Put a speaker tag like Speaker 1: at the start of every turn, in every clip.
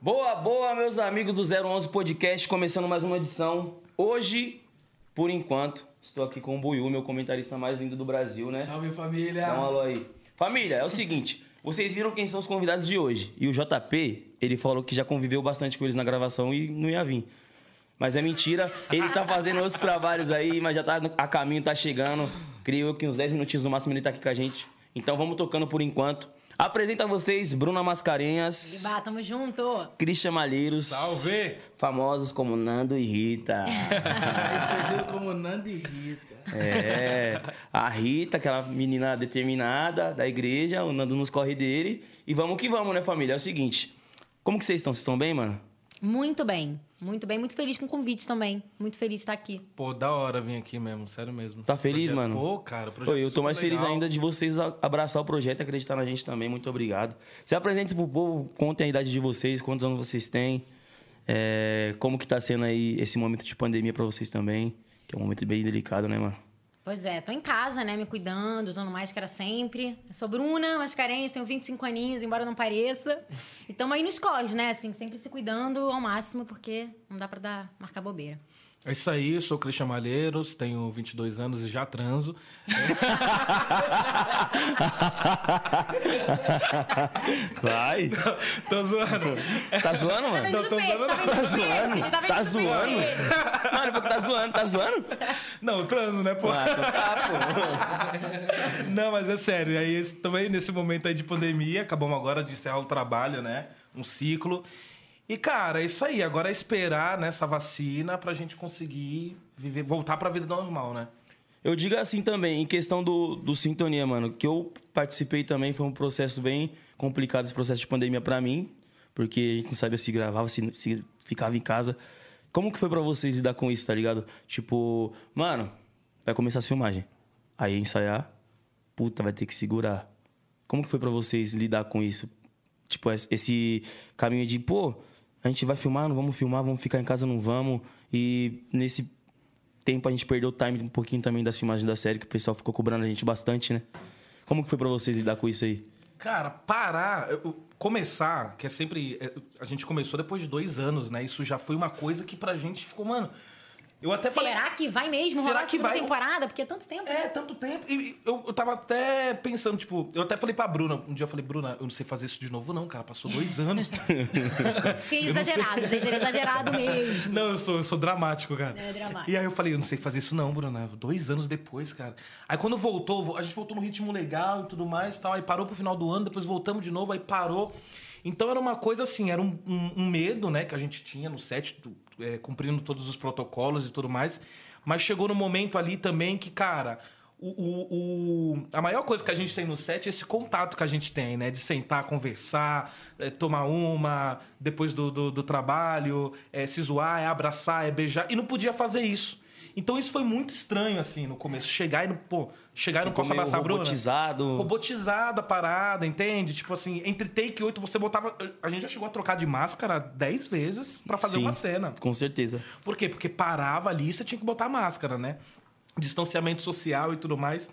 Speaker 1: Boa, boa, meus amigos do 011 Podcast, começando mais uma edição. Hoje, por enquanto, estou aqui com o Buiu, meu comentarista mais lindo do Brasil, né?
Speaker 2: Salve família!
Speaker 1: Dá um alô aí. Família, é o seguinte, vocês viram quem são os convidados de hoje. E o JP, ele falou que já conviveu bastante com eles na gravação e não ia vir. Mas é mentira, ele tá fazendo outros trabalhos aí, mas já tá no- a caminho, tá chegando. Creio eu que uns 10 minutinhos no máximo ele tá aqui com a gente. Então vamos tocando por enquanto. Apresenta a vocês Bruna Mascarenhas,
Speaker 3: Bah, tamo junto.
Speaker 1: Christian Malheiros.
Speaker 4: Salve!
Speaker 1: Famosos como Nando e Rita.
Speaker 2: Mais É conhecido como Nando e Rita.
Speaker 1: É. A Rita, aquela menina determinada da igreja, o Nando nos corre dele. E vamos que vamos, né, família? É o seguinte. Como que vocês estão? Vocês estão bem, mano?
Speaker 3: Muito bem, muito bem, muito feliz com o convite também. Muito feliz de estar aqui.
Speaker 4: Pô, da hora vir aqui mesmo, sério mesmo.
Speaker 1: Tá feliz,
Speaker 4: Projeto-
Speaker 1: mano?
Speaker 4: Pô, cara, o projeto é
Speaker 1: Oi, eu tô
Speaker 4: super
Speaker 1: mais feliz
Speaker 4: legal.
Speaker 1: ainda de vocês a- abraçar o projeto e acreditar na gente também. Muito obrigado. Se apresente pro povo, contem a idade de vocês, quantos anos vocês têm, é, como que tá sendo aí esse momento de pandemia pra vocês também, que é um momento bem delicado, né, mano?
Speaker 3: Pois é, tô em casa, né, me cuidando, usando máscara sempre. Eu sou Bruna Mascarenhas, tenho 25 aninhos, embora não pareça. E tamo aí nos cós, né, assim, sempre se cuidando ao máximo, porque não dá pra dar, marcar bobeira.
Speaker 4: É isso aí, eu sou Cristian Malheiros, tenho 22 anos e já transo.
Speaker 1: Vai!
Speaker 4: tô zoando.
Speaker 1: Tá zoando, mano?
Speaker 3: Tá vendendo peixe, tá vendendo
Speaker 1: Tá
Speaker 3: peixe,
Speaker 1: zoando?
Speaker 3: ele tá vendendo
Speaker 1: Tá
Speaker 3: peixe.
Speaker 1: zoando? Mano, porque tá zoando, tá zoando?
Speaker 4: Não, transo, né, pô? Ah,
Speaker 1: Ah, então tá,
Speaker 4: Não, mas é sério. Aí esse- também nesse momento aí de pandemia, acabamos agora de encerrar um trabalho, né? Um ciclo. E, cara, é isso aí. Agora é esperar nessa vacina pra gente conseguir viver, voltar pra vida normal, né?
Speaker 1: Eu digo assim também, em questão do, do sintonia, mano, que eu participei também foi um processo bem complicado, esse processo de pandemia pra mim, porque a gente não sabia se gravava, se, se ficava em casa. Como que foi pra vocês lidar com isso, tá ligado? Tipo, mano, vai começar a filmagem. Aí ensaiar, puta, vai ter que segurar. Como que foi pra vocês lidar com isso? Tipo, es- esse caminho de, pô, a gente vai filmar, não vamos filmar, vamos ficar em casa, não vamos. E nesse tempo a gente perdeu o time um pouquinho também das filmagens da série, que o pessoal ficou cobrando a gente bastante, né? Como que foi pra vocês lidar com isso aí?
Speaker 4: Cara, parar, eu- eu- começar, que é sempre. é, A gente começou depois de dois anos, né? Isso já foi uma coisa que pra gente ficou, mano. Eu até falei.
Speaker 3: Será que vai mesmo
Speaker 4: Será
Speaker 3: rolar a
Speaker 4: que
Speaker 3: segunda
Speaker 4: vai?
Speaker 3: temporada? Porque é tanto tempo.
Speaker 4: É, tanto tempo. E e eu, eu tava até pensando, tipo, eu até falei pra Bruna, um dia eu falei, Bruna, eu não sei fazer isso de novo, não, cara. Passou dois anos.
Speaker 3: Porque é
Speaker 4: Eu não sei.
Speaker 3: exagerado, gente, é exagerado mesmo.
Speaker 4: Não, eu sou, eu sou dramático, cara.
Speaker 3: É, dramático.
Speaker 4: E aí eu falei, eu não sei fazer isso não, Bruna. Dois anos depois, cara. Aí quando voltou, vo- a gente voltou num ritmo legal e tudo mais e tal. Aí parou pro final do ano, depois voltamos de novo, aí parou. Então era uma coisa assim, era um, um- um medo, né, que a gente tinha no set, tu- é, cumprindo todos os protocolos e tudo mais. Mas chegou no momento ali também que, cara. O, o- o- a maior coisa que a gente tem no set é esse contato que a gente tem, né? De sentar, conversar, é, tomar uma, depois do, do, do trabalho, é, se zoar, é abraçar, é beijar. E não podia fazer isso. Então isso foi muito estranho, assim, no começo. Chegar e não, pô, chegar e não
Speaker 1: Ficou
Speaker 4: posso
Speaker 1: meio
Speaker 4: abraçar a Bruna.
Speaker 1: robotizado.
Speaker 4: Robotizada a parada, entende? Tipo assim, entre take 8, você botava. A gente já chegou a trocar de máscara 10 vezes pra fazer
Speaker 1: Sim,
Speaker 4: uma cena.
Speaker 1: Com certeza.
Speaker 4: Por quê? Porque parava ali e você tinha que botar máscara, né? Distanciamento social e tudo mais.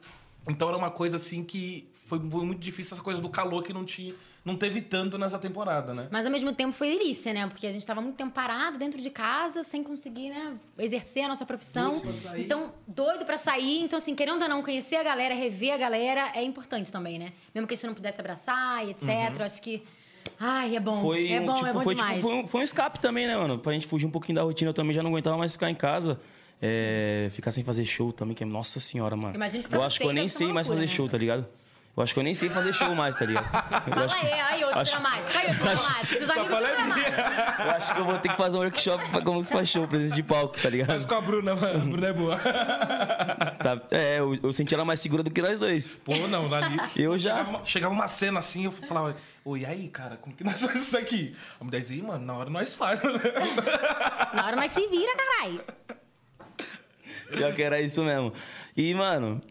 Speaker 4: Então era uma coisa assim que foi, foi muito difícil essa coisa do calor que não, tinha, não teve tanto nessa temporada, né?
Speaker 3: Mas ao mesmo tempo foi delícia, né? Porque a gente tava muito tempo parado dentro de casa, sem conseguir, né, exercer a nossa profissão.
Speaker 2: Doido pra sair.
Speaker 3: Então, doido pra sair. Então, assim, querendo ou não, conhecer a galera, rever a galera é importante também, né? Mesmo que a gente não pudesse abraçar e etc. Eu acho que. Ai, é bom.
Speaker 1: Uhum. Foi
Speaker 3: é
Speaker 1: um
Speaker 3: bom,
Speaker 1: tipo,
Speaker 3: é bom
Speaker 1: foi, tipo,
Speaker 3: demais.
Speaker 1: foi um, foi um escape também, né, mano? Pra gente fugir um pouquinho da rotina, eu também já não aguentava mais ficar em casa. é, ficar sem fazer show também, que é. Nossa senhora, mano.
Speaker 3: Imagino que pra
Speaker 1: eu acho que eu
Speaker 3: vocês
Speaker 1: nem
Speaker 3: deve ser
Speaker 1: sei
Speaker 3: uma
Speaker 1: mais
Speaker 3: loucura,
Speaker 1: fazer
Speaker 3: né?
Speaker 1: show, tá ligado? Eu acho que eu nem sei fazer show mais, tá ligado? Eu
Speaker 3: Fala
Speaker 1: acho,
Speaker 3: aí, aí outro dramático. Aí outro dramático. Seus amigos são dramáticos.
Speaker 1: eu acho que eu vou ter que fazer um workshop pra como se faz show, presença de palco, tá ligado?
Speaker 4: Mas com a Bruna, mano, a Bruna é boa.
Speaker 1: Tá- é, eu, eu senti ela mais segura do que nós dois.
Speaker 4: Pô, não, ali.
Speaker 1: Eu já.
Speaker 4: Chegava uma, chegava uma cena assim, eu falava, ô, e aí, cara, como que nós fazemos isso aqui? A mulher dizia, "Ih, mano, na hora nós faz. mano."
Speaker 3: Na hora nós se vira, caralho.
Speaker 1: Pior que era isso mesmo. E, mano,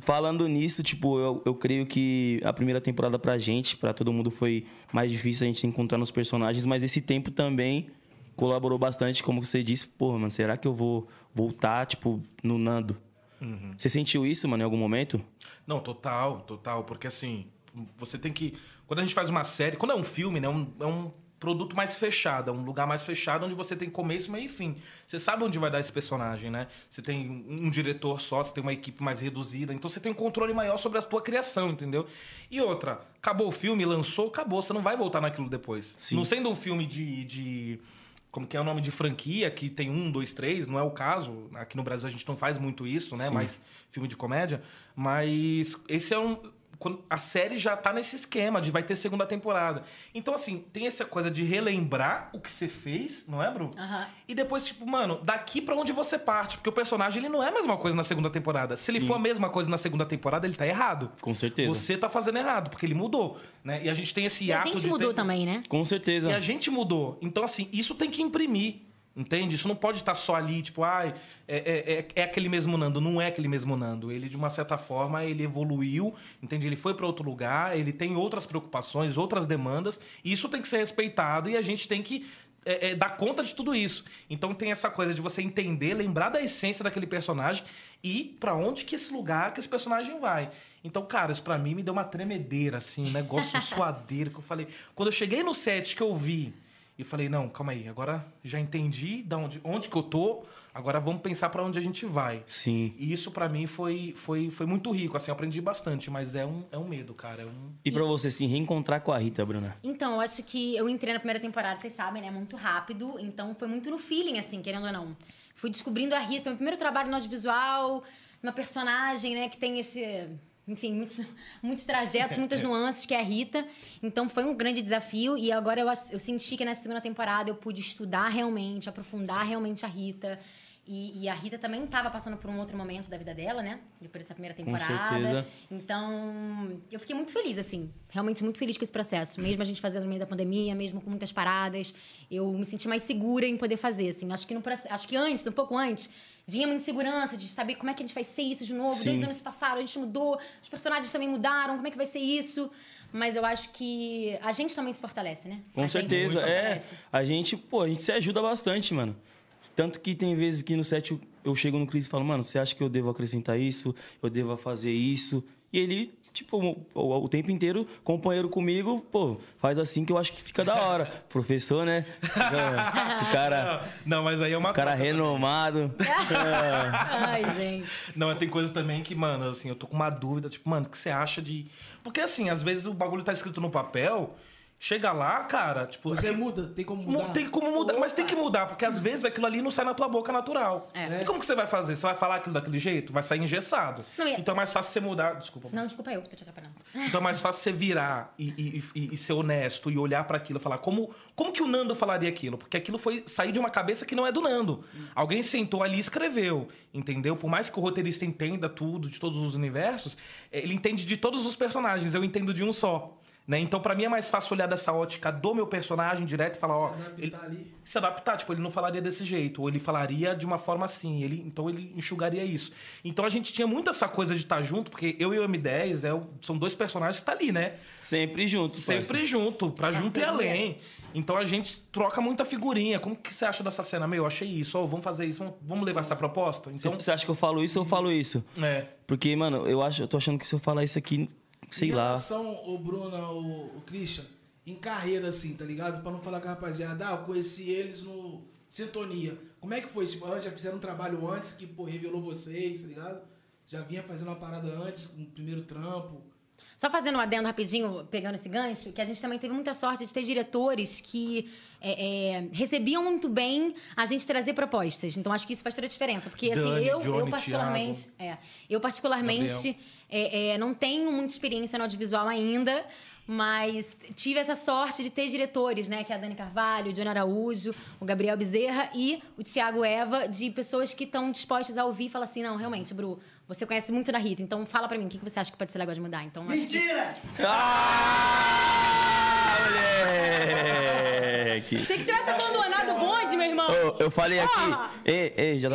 Speaker 1: falando nisso, tipo, eu, eu creio que a primeira temporada pra gente, pra todo mundo, foi mais difícil a gente encontrar nos personagens, mas esse tempo também colaborou bastante, como você disse, pô, mano, será que eu vou voltar, tipo, no Nando?
Speaker 4: Uhum.
Speaker 1: Você sentiu isso, mano, em algum momento?
Speaker 4: Não, total, total, porque assim, você tem que. Quando a gente faz uma série, quando é um filme, né? um- é um produto mais fechado, é um lugar mais fechado onde você tem começo, meio e fim. Você sabe onde vai dar esse personagem, né? Você tem um, um diretor só, você tem uma equipe mais reduzida, então você tem um controle maior sobre a sua criação, entendeu? E outra, acabou o filme, lançou, acabou, você não vai voltar naquilo depois.
Speaker 1: Sim.
Speaker 4: Não sendo um filme de- de como que é o nome de franquia, que tem um, dois, três, não é o caso. Aqui no Brasil a gente não faz muito isso, né?
Speaker 1: Sim.
Speaker 4: Mais filme de comédia. Mas esse é um. quando- A série já tá nesse esquema de vai ter segunda temporada. Então, assim, tem essa coisa de relembrar o que você fez, não é, Bru?
Speaker 3: Aham.
Speaker 4: E depois, tipo, mano, daqui pra onde você parte. Porque o personagem, ele não é a mesma coisa na segunda temporada. Se ele
Speaker 1: Sim.
Speaker 4: for a mesma coisa na segunda temporada, ele tá errado.
Speaker 1: Com certeza.
Speaker 4: Você tá fazendo errado, porque ele mudou, né? E a gente tem esse
Speaker 3: E a
Speaker 4: ato
Speaker 3: gente mudou também, né?
Speaker 1: Com certeza.
Speaker 4: e a gente mudou. Então, assim, isso tem que imprimir. Entende? Isso não pode estar só ali, tipo, ai, é, é- é- é aquele mesmo Nando. Não é aquele mesmo Nando. Ele, de uma certa forma, ele evoluiu, entende? Ele foi para outro lugar, ele tem outras preocupações, outras demandas. E isso tem que ser respeitado e a gente tem que é, é, dar conta de tudo isso. Então tem essa coisa de você entender, lembrar da essência daquele personagem e pra onde que esse lugar, que esse personagem vai. Então, cara, isso pra mim me deu uma tremedeira, assim, um negócio suadeiro que eu falei. Quando eu cheguei no set que eu vi e falei, não, calma aí, agora já entendi da onde, onde que eu tô, agora vamos pensar pra onde a gente vai.
Speaker 1: Sim.
Speaker 4: E isso pra mim foi, foi, foi muito rico, assim, eu aprendi bastante, mas é um, é um medo, cara. É um...
Speaker 1: E pra você se reencontrar com a Rita, Bruna?
Speaker 3: Então, eu acho que eu entrei na primeira temporada, vocês sabem, né? Muito rápido. Então, foi muito no feeling, assim, querendo ou não. Fui descobrindo a Rita. Foi meu primeiro trabalho no audiovisual, uma personagem, né? Que tem esse... Enfim, muitos, muitos trajetos, muitas nuances, que é a Rita. Então, foi um grande desafio. E agora eu, acho- eu senti que nessa segunda temporada eu pude estudar realmente, aprofundar realmente a Rita. E, e a Rita também estava passando por um outro momento da vida dela, né? Depois dessa primeira temporada.
Speaker 1: certeza.
Speaker 3: Então, eu fiquei muito feliz, assim. Realmente muito feliz com esse processo. Mesmo a gente fazendo no meio da pandemia, mesmo com muitas paradas, eu me senti mais segura em poder fazer, assim. Acho que, no, proce- acho que antes, um pouco antes, vinha uma insegurança de saber como é que a gente vai ser isso de novo.
Speaker 1: Sim.
Speaker 3: Dois anos se passaram, a gente mudou, os personagens também mudaram, como é que vai ser isso? Mas eu acho que a gente também se fortalece, né?
Speaker 1: Com
Speaker 3: A gente
Speaker 1: certeza,
Speaker 3: se
Speaker 1: é.
Speaker 3: fortalece.
Speaker 1: A gente, pô, a gente se ajuda bastante, mano. Tanto que tem vezes que no set eu, eu chego no Cris e falo, mano, você acha que eu devo acrescentar isso? Eu devo fazer isso? E ele, tipo, o, o- o tempo inteiro, companheiro comigo, pô, faz assim que eu acho que fica da hora. Professor, né? O cara,
Speaker 4: Não, mas aí é uma
Speaker 1: o cara renomado.
Speaker 3: Ai, gente.
Speaker 4: Não, mas tem coisa também que, mano, assim, eu tô com uma dúvida, tipo, mano, o que você acha de. Porque, assim, às vezes o bagulho tá escrito no papel, chega lá, cara, tipo.
Speaker 2: Você
Speaker 4: aqui-
Speaker 2: muda, tem como
Speaker 4: mu-
Speaker 2: mudar?
Speaker 4: Tem como mudar, mas tem que mudar, porque às vezes aquilo ali não sai na tua boca natural.
Speaker 3: É.
Speaker 4: E como que você vai fazer? Você vai falar aquilo daquele jeito? Vai sair engessado.
Speaker 3: Não, e-
Speaker 4: Então é mais fácil você mudar. Desculpa.
Speaker 3: Não, desculpa eu que tô te atrapalhando.
Speaker 4: Então é mais fácil você virar e, e- e- e ser honesto e olhar pra aquilo e falar como, como que o Nando falaria aquilo? Porque aquilo foi sair de uma cabeça que não é do Nando. Alguém sentou ali e escreveu, entendeu? Por mais que o roteirista entenda tudo, de todos os universos, eh, ele entende de todos os personagens, eu entendo de um só. Né? Então, pra mim, é mais fácil olhar dessa ótica do meu personagem direto e falar, ó,
Speaker 2: Se adaptar
Speaker 4: ele-
Speaker 2: ali.
Speaker 4: se adaptar, tipo, ele não falaria desse jeito, ou ele falaria de uma forma assim, ele, então ele enxugaria isso. Então a gente tinha muito essa coisa de estar junto, porque eu e o M10 é o- são dois personagens que tá ali, né?
Speaker 1: Sempre junto,
Speaker 4: Sempre
Speaker 1: parça.
Speaker 4: junto, pra junto e
Speaker 3: Parceria.
Speaker 4: além. Então a gente troca muita figurinha. Como que você acha dessa cena? Meu, achei isso, ó, vamos fazer isso, vamos- vamos levar essa proposta? Então,
Speaker 1: Você acha que eu falo isso, eu falo isso.
Speaker 4: é.
Speaker 1: Porque, mano, eu acho, eu tô achando que se eu falar isso aqui, sei
Speaker 2: em
Speaker 1: lá.
Speaker 2: relação, o Bruno, o, o Christian, em carreira, assim, tá ligado? Pra não falar com a rapaziada, ah, eu conheci eles no Sintonia. Como é que foi? Tipo, elas já fizeram um trabalho antes que, pô, revelou vocês, tá ligado? Já vinha fazendo uma parada antes, um primeiro trampo.
Speaker 3: Só fazendo um adendo rapidinho, pegando esse gancho, que a gente também teve muita sorte de ter diretores que é, é, recebiam muito bem a gente trazer propostas. Então acho que isso faz toda a diferença. Porque assim,
Speaker 4: Dani,
Speaker 3: eu, eu
Speaker 4: Johnny,
Speaker 3: particularmente. é, eu particularmente
Speaker 4: Gabriel.
Speaker 3: é, é, não tenho muita experiência no audiovisual ainda. Mas tive essa sorte de ter diretores, né? Que é a Dani Carvalho, o Johnny Araújo, o Gabriel Bezerra e o Tiago Eva, de pessoas que estão dispostas a ouvir e falar assim: não, realmente, Bru, você conhece muito da Rita, então fala pra mim, o que, que você acha que pode ser legal de mudar? Então, acho que-
Speaker 2: Mentira!
Speaker 1: Ah, moleque!
Speaker 3: Se que tivesse abandonado o bonde, meu irmão.
Speaker 1: Ô, eu falei
Speaker 3: Porra!
Speaker 1: aqui. Ei, ei, JP.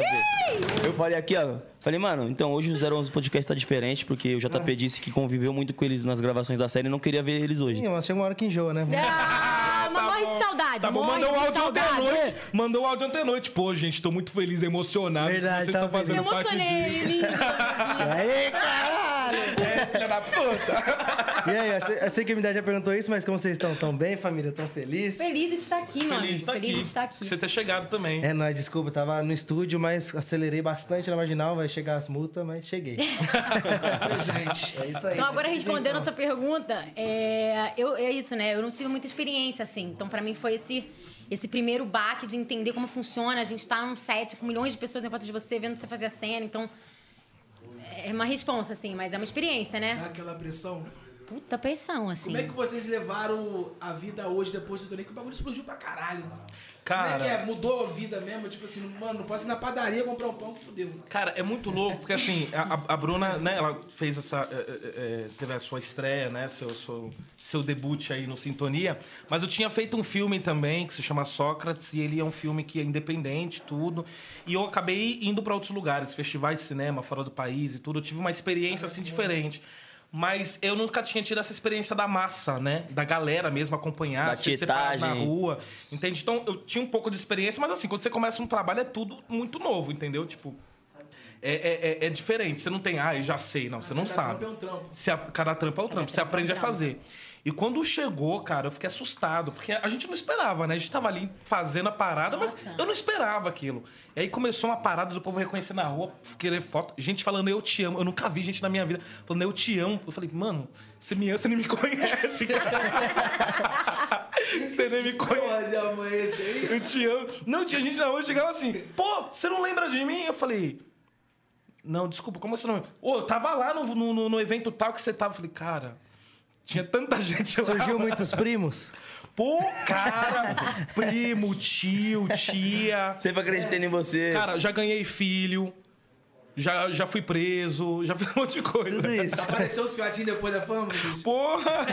Speaker 1: Eu falei aqui, ó. Falei, mano, então hoje o 011 Podcast tá diferente, porque o JP disse que conviveu muito com eles nas gravações da série e não queria ver eles hoje.
Speaker 5: Sim, mas chega uma hora que enjoa, né?
Speaker 3: Ah, mas
Speaker 4: Tá
Speaker 3: morre
Speaker 4: bom.
Speaker 3: de saudade,
Speaker 4: Tá bom,
Speaker 3: morre
Speaker 4: mandou o
Speaker 3: de
Speaker 4: áudio
Speaker 3: saudade. É.
Speaker 4: ontem à noite. Mandou o áudio ontem à noite. Pô, gente, tô muito feliz, emocionado.
Speaker 5: Verdade,
Speaker 4: vocês estão
Speaker 5: tava
Speaker 3: Me
Speaker 4: fazendo parte disso.
Speaker 3: emocionei, lindo.
Speaker 5: Aê, caralho!
Speaker 4: É, filha da puta.
Speaker 5: E aí, eu sei, eu sei que a Imidade já perguntou isso, mas como vocês estão? Tão bem, família? Tão feliz?
Speaker 3: Feliz de estar aqui, meu amigo. Feliz de estar aqui.
Speaker 4: tá Você ter chegado também.
Speaker 5: É nóis, desculpa, eu tava no estúdio, mas acelerei bastante na marginal, vai chegar as multas, mas cheguei.
Speaker 2: Presente.
Speaker 5: É isso aí.
Speaker 3: Então, agora respondendo essa pergunta, é, eu, é isso, né? Eu não tive muita experiência, assim. Então, pra mim, foi esse, esse primeiro baque de entender como funciona. A gente tá num set com milhões de pessoas em volta de você, vendo você fazer a cena. Então, é uma responsa, assim. Mas é uma experiência,
Speaker 2: Dá
Speaker 3: né?
Speaker 2: aquela pressão.
Speaker 3: Puta pressão, assim.
Speaker 2: Como é que vocês levaram a vida hoje depois do torneio? Que o bagulho explodiu pra caralho, mano. Como é
Speaker 4: Cara.
Speaker 2: que é? Mudou a vida mesmo? Tipo assim, mano, não posso ir na padaria comprar um pão que fudeu. mano.
Speaker 4: Cara, é muito louco, porque assim, a, a- a Bruna, né, ela fez essa. é, é, é, teve a sua estreia, né? Seu, seu, seu debut aí no Sintonia. Mas eu tinha feito um filme também que se chama Sócrates, e ele é um filme que é independente, tudo. E eu acabei indo pra outros lugares, festivais de cinema fora do país e tudo. Eu tive uma experiência assim diferente. Mas eu nunca tinha tido essa experiência da massa, né? Da galera mesmo acompanhar,
Speaker 1: Da
Speaker 4: ser separado na
Speaker 1: tietagem.
Speaker 4: rua rua, entende? Então eu tinha um pouco de experiência, mas assim, quando você começa um trabalho é tudo muito novo, entendeu? Tipo, é, é- é- é diferente. Você não tem, ah, eu já sei, não, você não
Speaker 2: Cada
Speaker 4: sabe.
Speaker 2: trampo é um trampo.
Speaker 4: Você a- cada trampo é um trampo, você
Speaker 3: trampo é um
Speaker 4: aprende a
Speaker 3: trampo.
Speaker 4: fazer. E quando chegou, cara, eu fiquei assustado, porque a gente não esperava, né? A gente tava ali fazendo a parada, mas
Speaker 3: Nossa.
Speaker 4: eu não esperava aquilo. E aí começou uma parada do povo reconhecer na rua, querer foto, gente falando eu te amo. Eu nunca vi gente na minha vida falando eu te amo. Eu falei, mano, você me ama, você nem me conhece, cara. você nem me conhece.
Speaker 2: Porra de amanhã esse aí.
Speaker 4: Eu te amo. Não, tinha gente na rua que chegava assim, pô, você não lembra de mim? Eu falei, não, desculpa, como é seu nome? Ô, eu tava lá no, no, no- no evento tal que você tava. Eu falei, cara, tinha tanta gente lá.
Speaker 5: Surgiu muitos primos?
Speaker 4: Pô, cara, primo, tio, tia.
Speaker 1: Sempre acreditando em você.
Speaker 4: Cara, já ganhei filho, já, já fui preso, já fiz um monte de coisa.
Speaker 5: Tudo isso.
Speaker 2: Apareceu os fiotinhos depois da fama, bicho?
Speaker 4: Porra!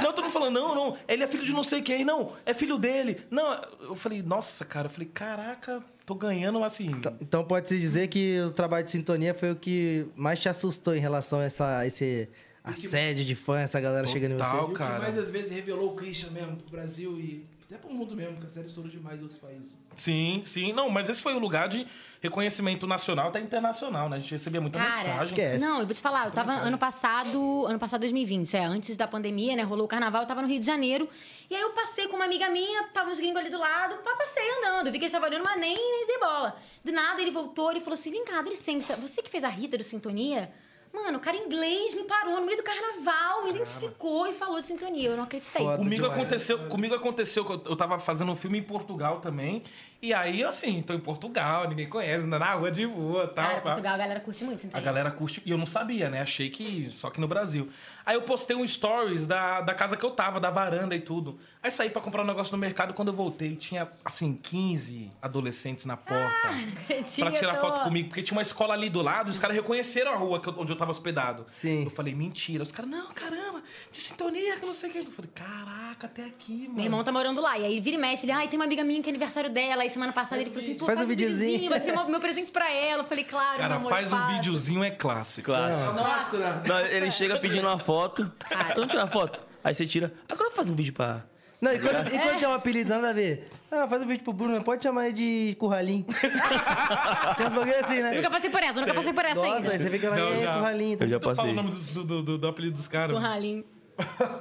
Speaker 4: Não, tu não falando, não, não, ele é filho de não sei quem, não, é filho dele. Não, eu falei, nossa, cara, eu falei, caraca, tô ganhando assim.
Speaker 5: Então pode-se dizer que o trabalho de sintonia foi o que mais te assustou em relação a essa, esse assédio de fã, essa galera chegando em
Speaker 4: Total.
Speaker 5: você.
Speaker 2: E o que
Speaker 4: cara.
Speaker 2: mais às vezes revelou o Christian mesmo pro Brasil e até pro mundo mesmo, que a série estourou demais em outros países.
Speaker 4: Sim, sim. Não, mas esse foi o lugar de reconhecimento nacional até internacional, né? A gente recebia muita
Speaker 3: Cara, é
Speaker 4: mensagem.
Speaker 5: esquece.
Speaker 3: não, eu vou te falar, eu tava ano passado, ano passado 2020, é, antes da pandemia, né, rolou o carnaval, eu tava no Rio de Janeiro, e aí eu passei com uma amiga minha, tava uns gringos ali do lado, pá, passei andando, vi que eles estavam olhando, mas nem, nem dei bola. Do nada, ele voltou, ele falou assim, vem cá, dá licença, você que fez a Rita do Sintonia? Mano, o cara inglês me parou no meio do carnaval, me identificou e falou de Sintonia, eu não acreditei.
Speaker 5: Foda.
Speaker 4: Comigo
Speaker 5: demais.
Speaker 4: aconteceu, comigo aconteceu que eu- eu tava fazendo um filme em Portugal também. E aí, assim, tô em Portugal, ninguém conhece, ainda na rua de rua, tal.
Speaker 3: Cara,
Speaker 4: pá.
Speaker 3: Portugal, a galera curte muito
Speaker 4: A
Speaker 3: Sintonia.
Speaker 4: galera curte. E eu não sabia, né? Achei que só que no Brasil. Aí eu postei um stories da, da casa que eu tava, da varanda e tudo. Aí saí pra comprar um negócio no mercado. Quando eu voltei, tinha, assim, 15 adolescentes na porta.
Speaker 3: Ah, acredito.
Speaker 4: pra tirar foto comigo. Porque tinha uma escola ali do lado. Os caras reconheceram a rua que eu- onde eu tava hospedado.
Speaker 5: Sim.
Speaker 4: Eu falei, mentira. Os caras, não, caramba. De sintonia, que não sei o que. Eu falei, caraca, até aqui, mano.
Speaker 3: Meu irmão tá morando lá. E aí vira e mexe, ele, ai, tem uma amiga minha que é aniversário dela. Aí semana passada ele falou assim, pô,
Speaker 5: Faz um videozinho.
Speaker 3: vai ser meu- meu presente pra ela. Eu falei, claro, meu
Speaker 4: Cara,
Speaker 3: tá amor,
Speaker 4: faz
Speaker 3: eu
Speaker 4: um
Speaker 3: faço.
Speaker 4: videozinho é clássico.
Speaker 2: É
Speaker 1: Clássico.
Speaker 2: um clássico, né?
Speaker 1: Não, ele chega pedindo uma foto.
Speaker 3: Cara.
Speaker 1: Vamos tirar foto? Aí você tira. Agora faz um vídeo pra.
Speaker 5: Não, e quando, e quando tem um apelido, nada a ver. Ah, faz um vídeo pro Bruno, mas pode chamar ele de curralim. tem uns bagulho assim, né?
Speaker 3: Nunca passei por essa, nunca passei por essa
Speaker 5: Nossa, aí
Speaker 3: ainda.
Speaker 5: você fica lá,
Speaker 4: Não,
Speaker 5: e aí,
Speaker 4: já.
Speaker 5: curralim. tá
Speaker 1: Eu já
Speaker 4: Tu Fala
Speaker 1: passei.
Speaker 4: o nome dos- do, do, do- do apelido dos caras.
Speaker 3: Com o
Speaker 4: mano.
Speaker 3: Ralim.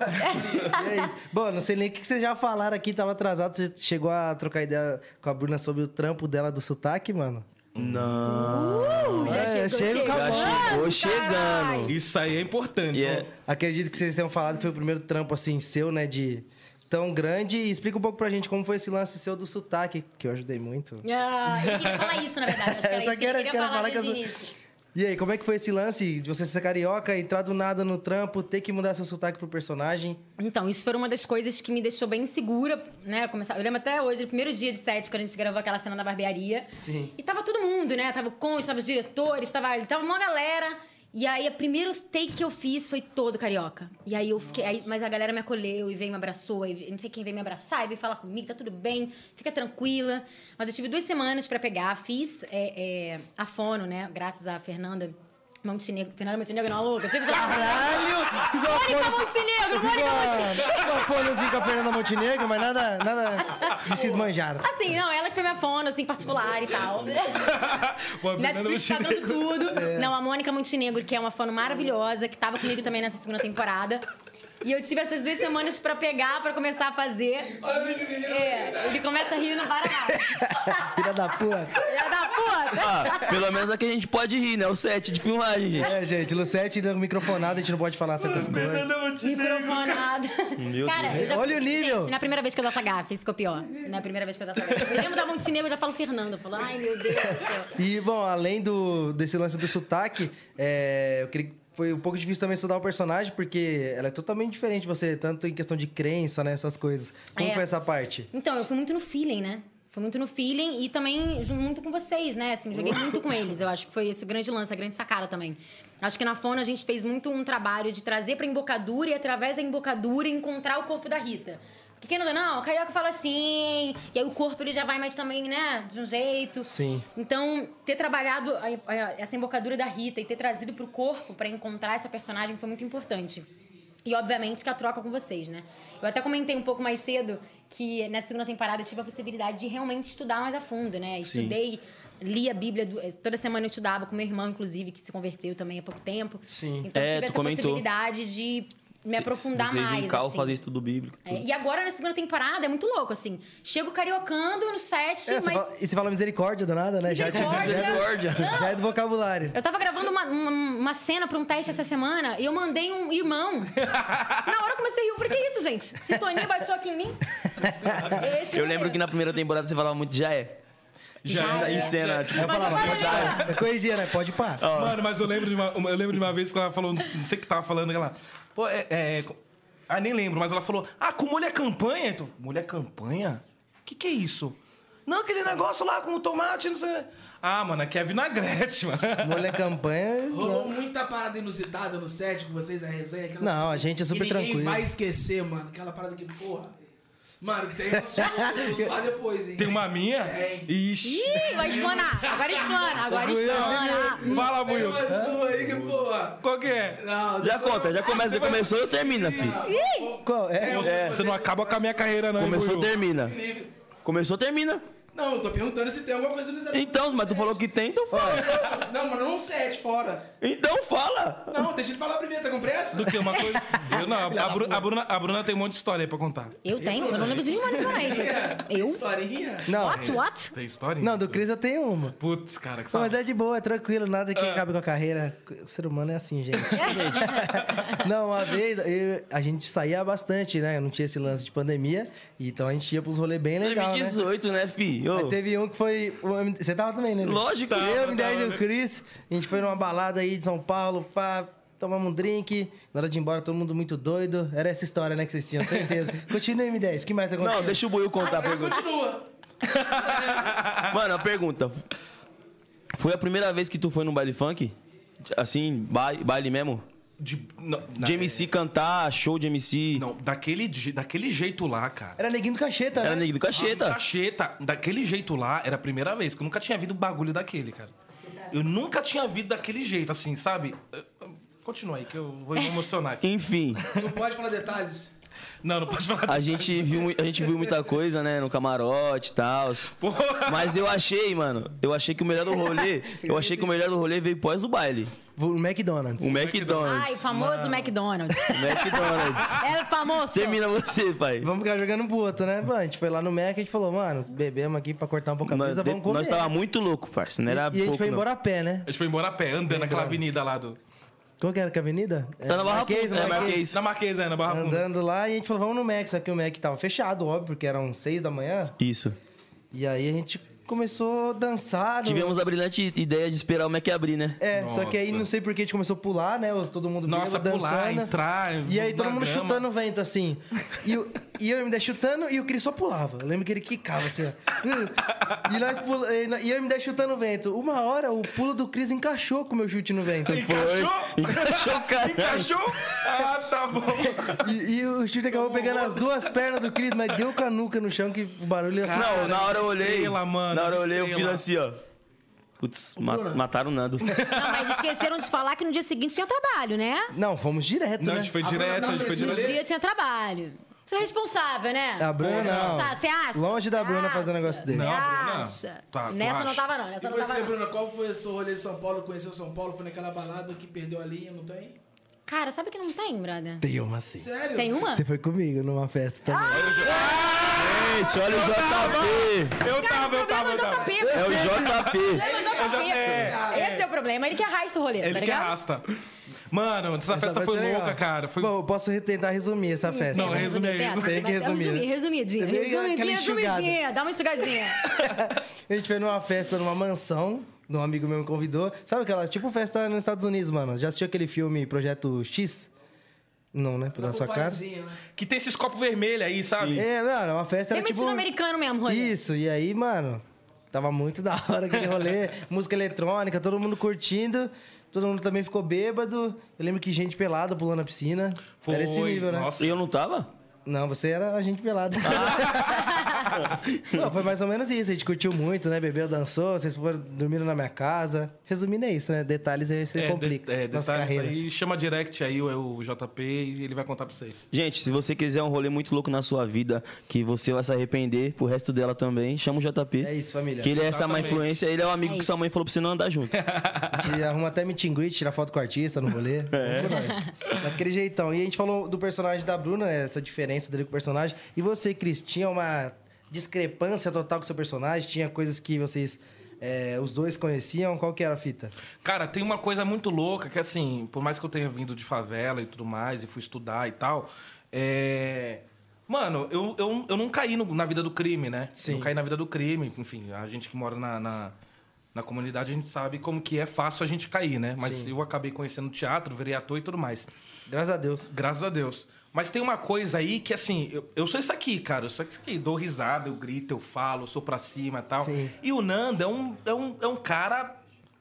Speaker 5: É isso. Bom, não sei nem o que vocês já falaram aqui, tava atrasado. Você chegou a trocar ideia com a Bruna sobre o trampo dela do sotaque, mano?
Speaker 1: Não.
Speaker 3: Uh, já
Speaker 5: É,
Speaker 3: chegou,
Speaker 5: chega
Speaker 3: chegou.
Speaker 5: com a
Speaker 1: Já chegou
Speaker 3: caralho.
Speaker 1: Tá chegando.
Speaker 4: Isso aí é importante.
Speaker 1: E é-
Speaker 4: ó.
Speaker 5: Acredito que vocês tenham falado que foi o primeiro trampo, assim, seu, né, de tão grande. E explica um pouco pra gente como foi esse lance seu do sotaque, que eu ajudei muito.
Speaker 3: Ah, ele queria falar isso, na verdade. Acho que
Speaker 5: Eu
Speaker 3: era
Speaker 5: É, só
Speaker 3: isso que ele
Speaker 5: quero-
Speaker 3: queria
Speaker 5: quero
Speaker 3: falar
Speaker 5: falar que
Speaker 3: desde o
Speaker 5: eu sou-
Speaker 3: início.
Speaker 5: E aí, como é que foi esse lance de você ser carioca, entrar do nada no trampo, ter que mudar seu sotaque pro personagem?
Speaker 3: Então, isso foi uma das coisas que me deixou bem insegura, né? Começar... Eu lembro até hoje, o primeiro dia de set, quando a gente gravou aquela cena da barbearia.
Speaker 5: Sim.
Speaker 3: E tava todo mundo, né? Tava o Conde, tava os diretores, tava, tava uma galera. E aí, o primeiro take que eu fiz foi todo carioca. E aí eu fiquei. aí- mas a galera me acolheu e veio me abraçou. E não sei quem veio me abraçar e veio falar comigo, tá tudo bem, fica tranquila. Mas eu tive duas semanas pra pegar, fiz é, é, a fono, né? Graças a Fernanda Montenegro. Fernanda Montenegro não, Lucas. Sempre chama-
Speaker 5: Caralho! Fiz uma
Speaker 3: Mônica
Speaker 5: folha-
Speaker 3: Montenegro,
Speaker 5: Eu fiz
Speaker 3: Mônica
Speaker 5: uma, uma folhazinha com a Fernanda Montenegro, mas nada, nada de se esmanjar.
Speaker 3: Assim, não, ela que foi minha fona, assim, particular e tal.
Speaker 4: Pô, a Fernanda
Speaker 3: Netflix tá dando
Speaker 4: Montenegro-
Speaker 3: tudo.
Speaker 5: É.
Speaker 3: Não, a Mônica Montenegro, que é uma fã maravilhosa, que tava comigo também nessa segunda temporada. E eu tive essas duas semanas pra pegar, pra começar a fazer.
Speaker 2: Olha esse menino.
Speaker 3: É, ele começa a rir e não para mais.
Speaker 5: Filha da puta.
Speaker 3: Filha da puta!
Speaker 1: Ah, pelo menos aqui a gente pode rir, né? O set de filmagem, gente.
Speaker 5: É, gente, Lucete deu microfonada, a gente não pode falar certas coisas.
Speaker 4: Fernanda Montenegro.
Speaker 3: Microfonado.
Speaker 1: Meu
Speaker 3: Cara,
Speaker 1: Deus.
Speaker 3: eu já
Speaker 5: Olha o nível.
Speaker 3: Gente, na primeira vez que eu dou essa gafe, isso que é o pior. Na primeira vez que eu dou essa gafe. Eu lembro da Montenegro, eu já falo Fernando. Eu falo, ai, meu Deus. do céu.
Speaker 5: E, bom, além do, desse lance do sotaque, é, eu queria, foi um pouco difícil também estudar o personagem, porque ela é totalmente diferente de você, tanto em questão de crença, né, essas coisas. Como
Speaker 3: É.
Speaker 5: foi essa parte?
Speaker 3: Então, eu fui muito no feeling, né? Fui muito no feeling e também ju- muito com vocês, né? Assim, joguei muito com eles. Eu acho que foi esse o grande lance, a grande sacada também. Acho que na Fono a gente fez muito um trabalho de trazer pra embocadura e através da embocadura encontrar o corpo da Rita. Porque quem não, não, o carioca fala assim, e aí o corpo ele já vai mais também, né? De um jeito.
Speaker 5: Sim.
Speaker 3: Então, ter trabalhado a- a- essa embocadura da Rita e ter trazido pro corpo pra encontrar essa personagem foi muito importante. E, obviamente, que a troca com vocês, né? Eu até comentei um pouco mais cedo que nessa segunda temporada eu tive a possibilidade de realmente estudar mais a fundo, né?
Speaker 1: Sim.
Speaker 3: Estudei, li a Bíblia, du- eh, toda semana eu estudava com meu irmão, inclusive, que se converteu também há pouco tempo.
Speaker 5: Sim.
Speaker 3: Então, eu
Speaker 1: É,
Speaker 3: tive
Speaker 1: tu
Speaker 3: essa
Speaker 1: comentou.
Speaker 3: possibilidade de me aprofundar
Speaker 1: Vocês
Speaker 3: mais.
Speaker 1: em cal
Speaker 3: assim.
Speaker 1: fazer estudo bíblico.
Speaker 3: É, e agora, na segunda temporada, é muito louco, assim. Chego cariocando no set,
Speaker 5: É, você
Speaker 3: mas...
Speaker 5: fala- e você fala misericórdia do nada, né? Já, é de-
Speaker 3: Misericórdia.
Speaker 5: já,
Speaker 1: Misericórdia.
Speaker 5: é- já é do vocabulário.
Speaker 3: Eu tava gravando uma, uma, uma cena pra um teste essa semana e eu mandei um irmão. Na hora eu comecei a rir, eu falei, que isso, gente? Sintonia baixou aqui em mim? Esse
Speaker 1: Eu
Speaker 3: não é
Speaker 1: lembro que na primeira temporada você falava muito já é.
Speaker 3: Já é.
Speaker 1: Em cena, tipo,
Speaker 5: Eu falava,
Speaker 3: Mas eu falei,
Speaker 5: eu corrigia, né? Pode pá.
Speaker 4: Mano, mas eu lembro, de uma, uma- eu lembro de uma vez que ela falou, não sei o que tava falando, ela. Pô, é. é co- ah, nem lembro, mas ela falou: Ah, com mulher campanha? Tu, mulher campanha? O que, que é isso? Não, aquele negócio lá com o tomate, não sei. Ah, mano, aqui é vinagrete, mano.
Speaker 5: Molha campanha.
Speaker 2: Rolou
Speaker 5: não.
Speaker 2: muita parada inusitada no set com vocês, a resenha. aquela
Speaker 5: Não,
Speaker 2: coisa assim,
Speaker 5: a gente é
Speaker 2: que
Speaker 5: super tranquilo.
Speaker 2: Ninguém vai esquecer, mano. Aquela parada que, porra. Mano, tem um só, um só depois, hein?
Speaker 4: Tem uma minha?
Speaker 2: É.
Speaker 4: Ixi.
Speaker 3: Ih, vai explanar. Agora explana, agora
Speaker 5: Fui eu,
Speaker 3: explana.
Speaker 4: Fala,
Speaker 2: Tem
Speaker 5: É,
Speaker 4: Buiu.
Speaker 2: uma sua aí que, porra.
Speaker 4: Qual que é?
Speaker 2: Não,
Speaker 1: Tá? Já conta, já começa, já começou eu termina, filho.
Speaker 5: Qual? É,
Speaker 2: É, eu-
Speaker 4: Você não acaba com a minha carreira, não, hein,
Speaker 1: Começou,
Speaker 4: Buiu?
Speaker 1: termina. Começou, termina.
Speaker 2: Não, eu tô perguntando se tem alguma coisa inusitada.
Speaker 1: Então, mas tu falou que tem, então fala.
Speaker 2: Não, mas não um set, fora.
Speaker 1: Então fala.
Speaker 2: Não, deixa ele falar primeiro, tá com pressa?
Speaker 4: Do que? Uma coisa. Eu não, a, Bru- a Bruna, a Bruna tem um monte de história aí pra contar.
Speaker 3: Eu tenho, eu não lembro de nenhuma nessa noite. Eu?
Speaker 2: Historinha?
Speaker 5: Não,
Speaker 3: What, what?
Speaker 4: Tem história?
Speaker 5: não, do Cris eu tenho uma.
Speaker 4: Putz, cara, que
Speaker 5: Não,
Speaker 4: fala.
Speaker 5: mas é de boa, é tranquilo, nada que acabe com a carreira. O ser humano é assim, gente. não, uma vez eu- a gente saía bastante, né? Não tinha esse lance de pandemia, então a gente ia pros rolês bem legal, né?
Speaker 1: 2018, né, filho? Ô,
Speaker 5: Mas teve um que foi. o M- Você tava também, né? Lu?
Speaker 1: Lógico.
Speaker 5: Eu,
Speaker 1: Tava, né?
Speaker 5: M10 e
Speaker 4: tava.
Speaker 5: o Cris, a gente foi numa balada aí de São Paulo, pá, tomamos um drink. Na hora de ir embora, todo mundo muito doido. Era essa história, né, que vocês tinham, certeza. Continua, M10, o que mais tá acontecendo?
Speaker 1: Não, deixa o Buiu contar a pergunta.
Speaker 2: Continua.
Speaker 1: Mano, a pergunta. Foi a primeira vez que tu foi num baile funk? Assim, baile, baile mesmo?
Speaker 4: De, não,
Speaker 1: De MC cantar, show de MC.
Speaker 4: Não, daquele, je- daquele jeito lá, cara.
Speaker 5: Era neguinho do cacheta,
Speaker 1: Era
Speaker 5: né?
Speaker 1: Negro do
Speaker 4: A
Speaker 1: Cacheta.
Speaker 4: Cacheta, daquele jeito lá, era a primeira vez, que eu nunca tinha visto o bagulho daquele, cara. Eu nunca tinha visto daquele jeito, assim, sabe? Eu- eu- Continua aí, que eu vou me emocionar aqui.
Speaker 1: Enfim,
Speaker 2: Não pode falar detalhes.
Speaker 4: Não, não pode falar.
Speaker 1: a gente viu, mui- a gente viu muita coisa, né? No camarote e tal.
Speaker 4: Porra.
Speaker 1: Mas eu achei, mano, eu achei que o melhor do rolê, eu achei que o melhor do rolê veio pós o baile.
Speaker 5: Vou no McDonald's.
Speaker 1: O McDonald's.
Speaker 3: Ai, famoso McDonald's.
Speaker 1: O McDonald's.
Speaker 3: Era famoso.
Speaker 1: Termina você, pai.
Speaker 5: Vamos ficar jogando pro outro, né? Pô, a gente foi lá no Mac, a gente falou, mano, bebemos aqui pra cortar um pouco a
Speaker 1: Nós,
Speaker 5: brisa,
Speaker 1: de,
Speaker 5: vamos comer.
Speaker 1: nós tava muito louco, parça. Não
Speaker 5: E-
Speaker 1: era
Speaker 5: e a gente
Speaker 1: pouco,
Speaker 5: foi
Speaker 1: não.
Speaker 5: embora a pé, né?
Speaker 4: A gente foi embora a pé, andando naquela avenida lá do...
Speaker 5: Qual que era que a avenida?
Speaker 1: Tá na Barra
Speaker 5: Marquês,
Speaker 1: Funda, né?
Speaker 5: Marquês.
Speaker 1: Marquês.
Speaker 4: Na Marquês, né, na Barra Funda.
Speaker 5: Andando lá e a gente falou, vamos no Mac. Só que o Mac tava fechado, óbvio, porque eram seis da manhã.
Speaker 1: Isso.
Speaker 5: E aí a gente começou a dançar. no-
Speaker 1: Tivemos a brilhante ideia de esperar o Mac abrir, né?
Speaker 5: É, só que aí
Speaker 4: Nossa.
Speaker 5: não sei por que a gente começou a pular, né? Todo mundo
Speaker 4: Nossa,
Speaker 5: bêbado,
Speaker 4: pular,
Speaker 5: dançando.
Speaker 4: entrar,
Speaker 5: E aí
Speaker 4: na
Speaker 5: todo mundo
Speaker 4: grama.
Speaker 5: chutando o vento, assim. E, o- e eu me der chutando e o Cris só pulava. Eu lembro que ele quicava, assim, ó. E, nós pula- e nós- e eu me der chutando o vento. Uma hora o pulo do Cris encaixou com o meu chute no vento.
Speaker 4: Encaixou?
Speaker 1: Encaixou, cara.
Speaker 4: Encaixou? Ah, tá bom.
Speaker 5: E, e o chute acabou pegando as duas pernas do Cris, mas deu com a nuca no chão que o barulho é assim. ia ser.
Speaker 1: Não, na hora eu olhei.
Speaker 4: Estrela, mano,
Speaker 1: na hora eu olhei, eu
Speaker 4: estrela.
Speaker 1: fiz assim, ó. Putz, ma- mataram o Nando.
Speaker 3: Não, mas esqueceram de falar que no dia seguinte tinha trabalho, né?
Speaker 5: Não, fomos direto,
Speaker 6: Não, a
Speaker 5: né?
Speaker 6: gente foi
Speaker 2: Ah,
Speaker 6: direto,
Speaker 2: não,
Speaker 6: a gente foi
Speaker 2: mas
Speaker 3: No
Speaker 2: Beleza.
Speaker 6: direto.
Speaker 3: dia tinha trabalho. Você é responsável, né?
Speaker 5: A Bruna não.
Speaker 3: Tá, Você acha?
Speaker 5: Longe da Bruna fazer um negócio desse.
Speaker 3: Não,
Speaker 6: Não, Bruna.
Speaker 3: acha?
Speaker 4: Tá, tu
Speaker 3: nessa não
Speaker 4: acha?
Speaker 3: tava, não.
Speaker 2: E
Speaker 3: Nessa não tava,
Speaker 2: você,
Speaker 3: não.
Speaker 2: Bruna, qual foi o seu rolê em São Paulo? Conheceu São Paulo? Foi naquela balada que perdeu a linha, não tem?
Speaker 3: Cara, sabe que não tem, brother?
Speaker 5: Tem uma assim. sim.
Speaker 2: Sério? Um
Speaker 3: Tem um? uma?
Speaker 5: Você foi comigo numa festa
Speaker 4: Ah!
Speaker 5: também.
Speaker 6: Gente, olha o JP. Eu tava, eu tava, eu
Speaker 3: Cara, o
Speaker 6: tava.
Speaker 3: problema
Speaker 6: É
Speaker 3: é
Speaker 6: o
Speaker 3: do JP.
Speaker 6: JP.
Speaker 3: O problema é do JP. Esse é o problema. Ele que arrasta o rolê, tá
Speaker 4: Ele que
Speaker 3: ligado?
Speaker 4: arrasta. Mano, essa, festa foi
Speaker 5: legal.
Speaker 4: louca, cara. Foi...
Speaker 5: Bom, eu posso re- tentar resumir essa festa.
Speaker 4: Não,
Speaker 5: né?
Speaker 4: resume aí.
Speaker 3: Beto,
Speaker 5: Tem que
Speaker 3: mas dá um
Speaker 5: resumir, né?
Speaker 3: Resumidinho,
Speaker 5: É meio
Speaker 3: resumidinho,
Speaker 5: aquela enxugada.
Speaker 3: resumidinho. Dá uma enxugadinha.
Speaker 5: A gente foi numa festa numa mansão, um amigo meu me convidou. Sabe aquela, tipo festa nos Estados Unidos, mano? Já assistiu aquele filme Projeto X? Não, né? Pela
Speaker 2: Lá
Speaker 5: sua
Speaker 2: pro
Speaker 5: cara.
Speaker 2: barizinho, né?
Speaker 4: Que tem esses copos vermelhos aí, sabe?
Speaker 5: É, não, era uma festa
Speaker 3: Tem
Speaker 5: era
Speaker 3: muito
Speaker 5: tipo...
Speaker 3: estilo americano mesmo, rolê.
Speaker 5: Isso, e aí, mano, tava muito da hora aquele rolê. música eletrônica, todo mundo curtindo. Todo mundo também ficou bêbado. Eu lembro que gente pelada pulando na piscina.
Speaker 4: Foi,
Speaker 5: era esse nível, né?
Speaker 4: nossa.
Speaker 1: E eu não tava?
Speaker 5: Não, você era a gente pelado. Ah. Não, foi mais ou menos isso. A gente curtiu muito, né? Bebeu, dançou. Vocês foram dormindo na minha casa. Resumindo, é isso, né? Detalhes aí você
Speaker 4: É,
Speaker 5: complica.
Speaker 4: de- é,
Speaker 5: nossa
Speaker 4: detalhes
Speaker 5: carreira.
Speaker 4: aí. Chama direct aí o, o JP e ele vai contar pra vocês.
Speaker 1: Gente, se você quiser um rolê muito louco na sua vida, que você vai se arrepender pro resto dela também, chama o JP.
Speaker 5: É isso, família.
Speaker 1: Que ele é essa má influência, ele é o amigo
Speaker 3: É
Speaker 1: que sua
Speaker 3: isso.
Speaker 1: mãe falou pra você não andar junto.
Speaker 5: A gente arruma até meet and greet, tira foto com o artista no rolê. É. Daquele jeitão. E a gente falou do personagem da Bruna, essa diferença dele com o personagem. E você, Cris, tinha uma discrepância total com o seu personagem? Tinha coisas que vocês, é, os dois conheciam? Qual que era a fita?
Speaker 4: Cara, tem uma coisa muito louca que, assim, por mais que eu tenha vindo de favela e tudo mais, e fui estudar e tal, é. Mano, eu, eu, eu não caí no- na vida do crime, né? Sim. Eu não caí na vida do crime. Enfim, a gente que mora na, na, na comunidade, a gente sabe como que é fácil a gente cair, né? Mas eu acabei conhecendo teatro, virei ator e tudo mais.
Speaker 5: Graças a Deus.
Speaker 4: Graças a Deus. Mas tem uma coisa aí que, assim, eu, eu sou isso aqui, cara. Eu sou isso aqui. Dou risada, eu grito, eu falo, eu sou pra cima e tal.
Speaker 5: Sim.
Speaker 4: E o Nando é um, é, um, é um cara,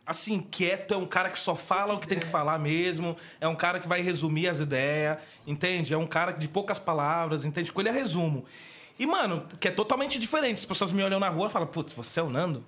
Speaker 4: assim, quieto. É um cara que só fala o que tem que falar mesmo. É um cara que vai resumir as ideias, entende? É um cara de poucas palavras, entende? Com ele é resumo. E, mano, que é totalmente diferente. As pessoas me olham na rua e falam, putz, você é o Nando?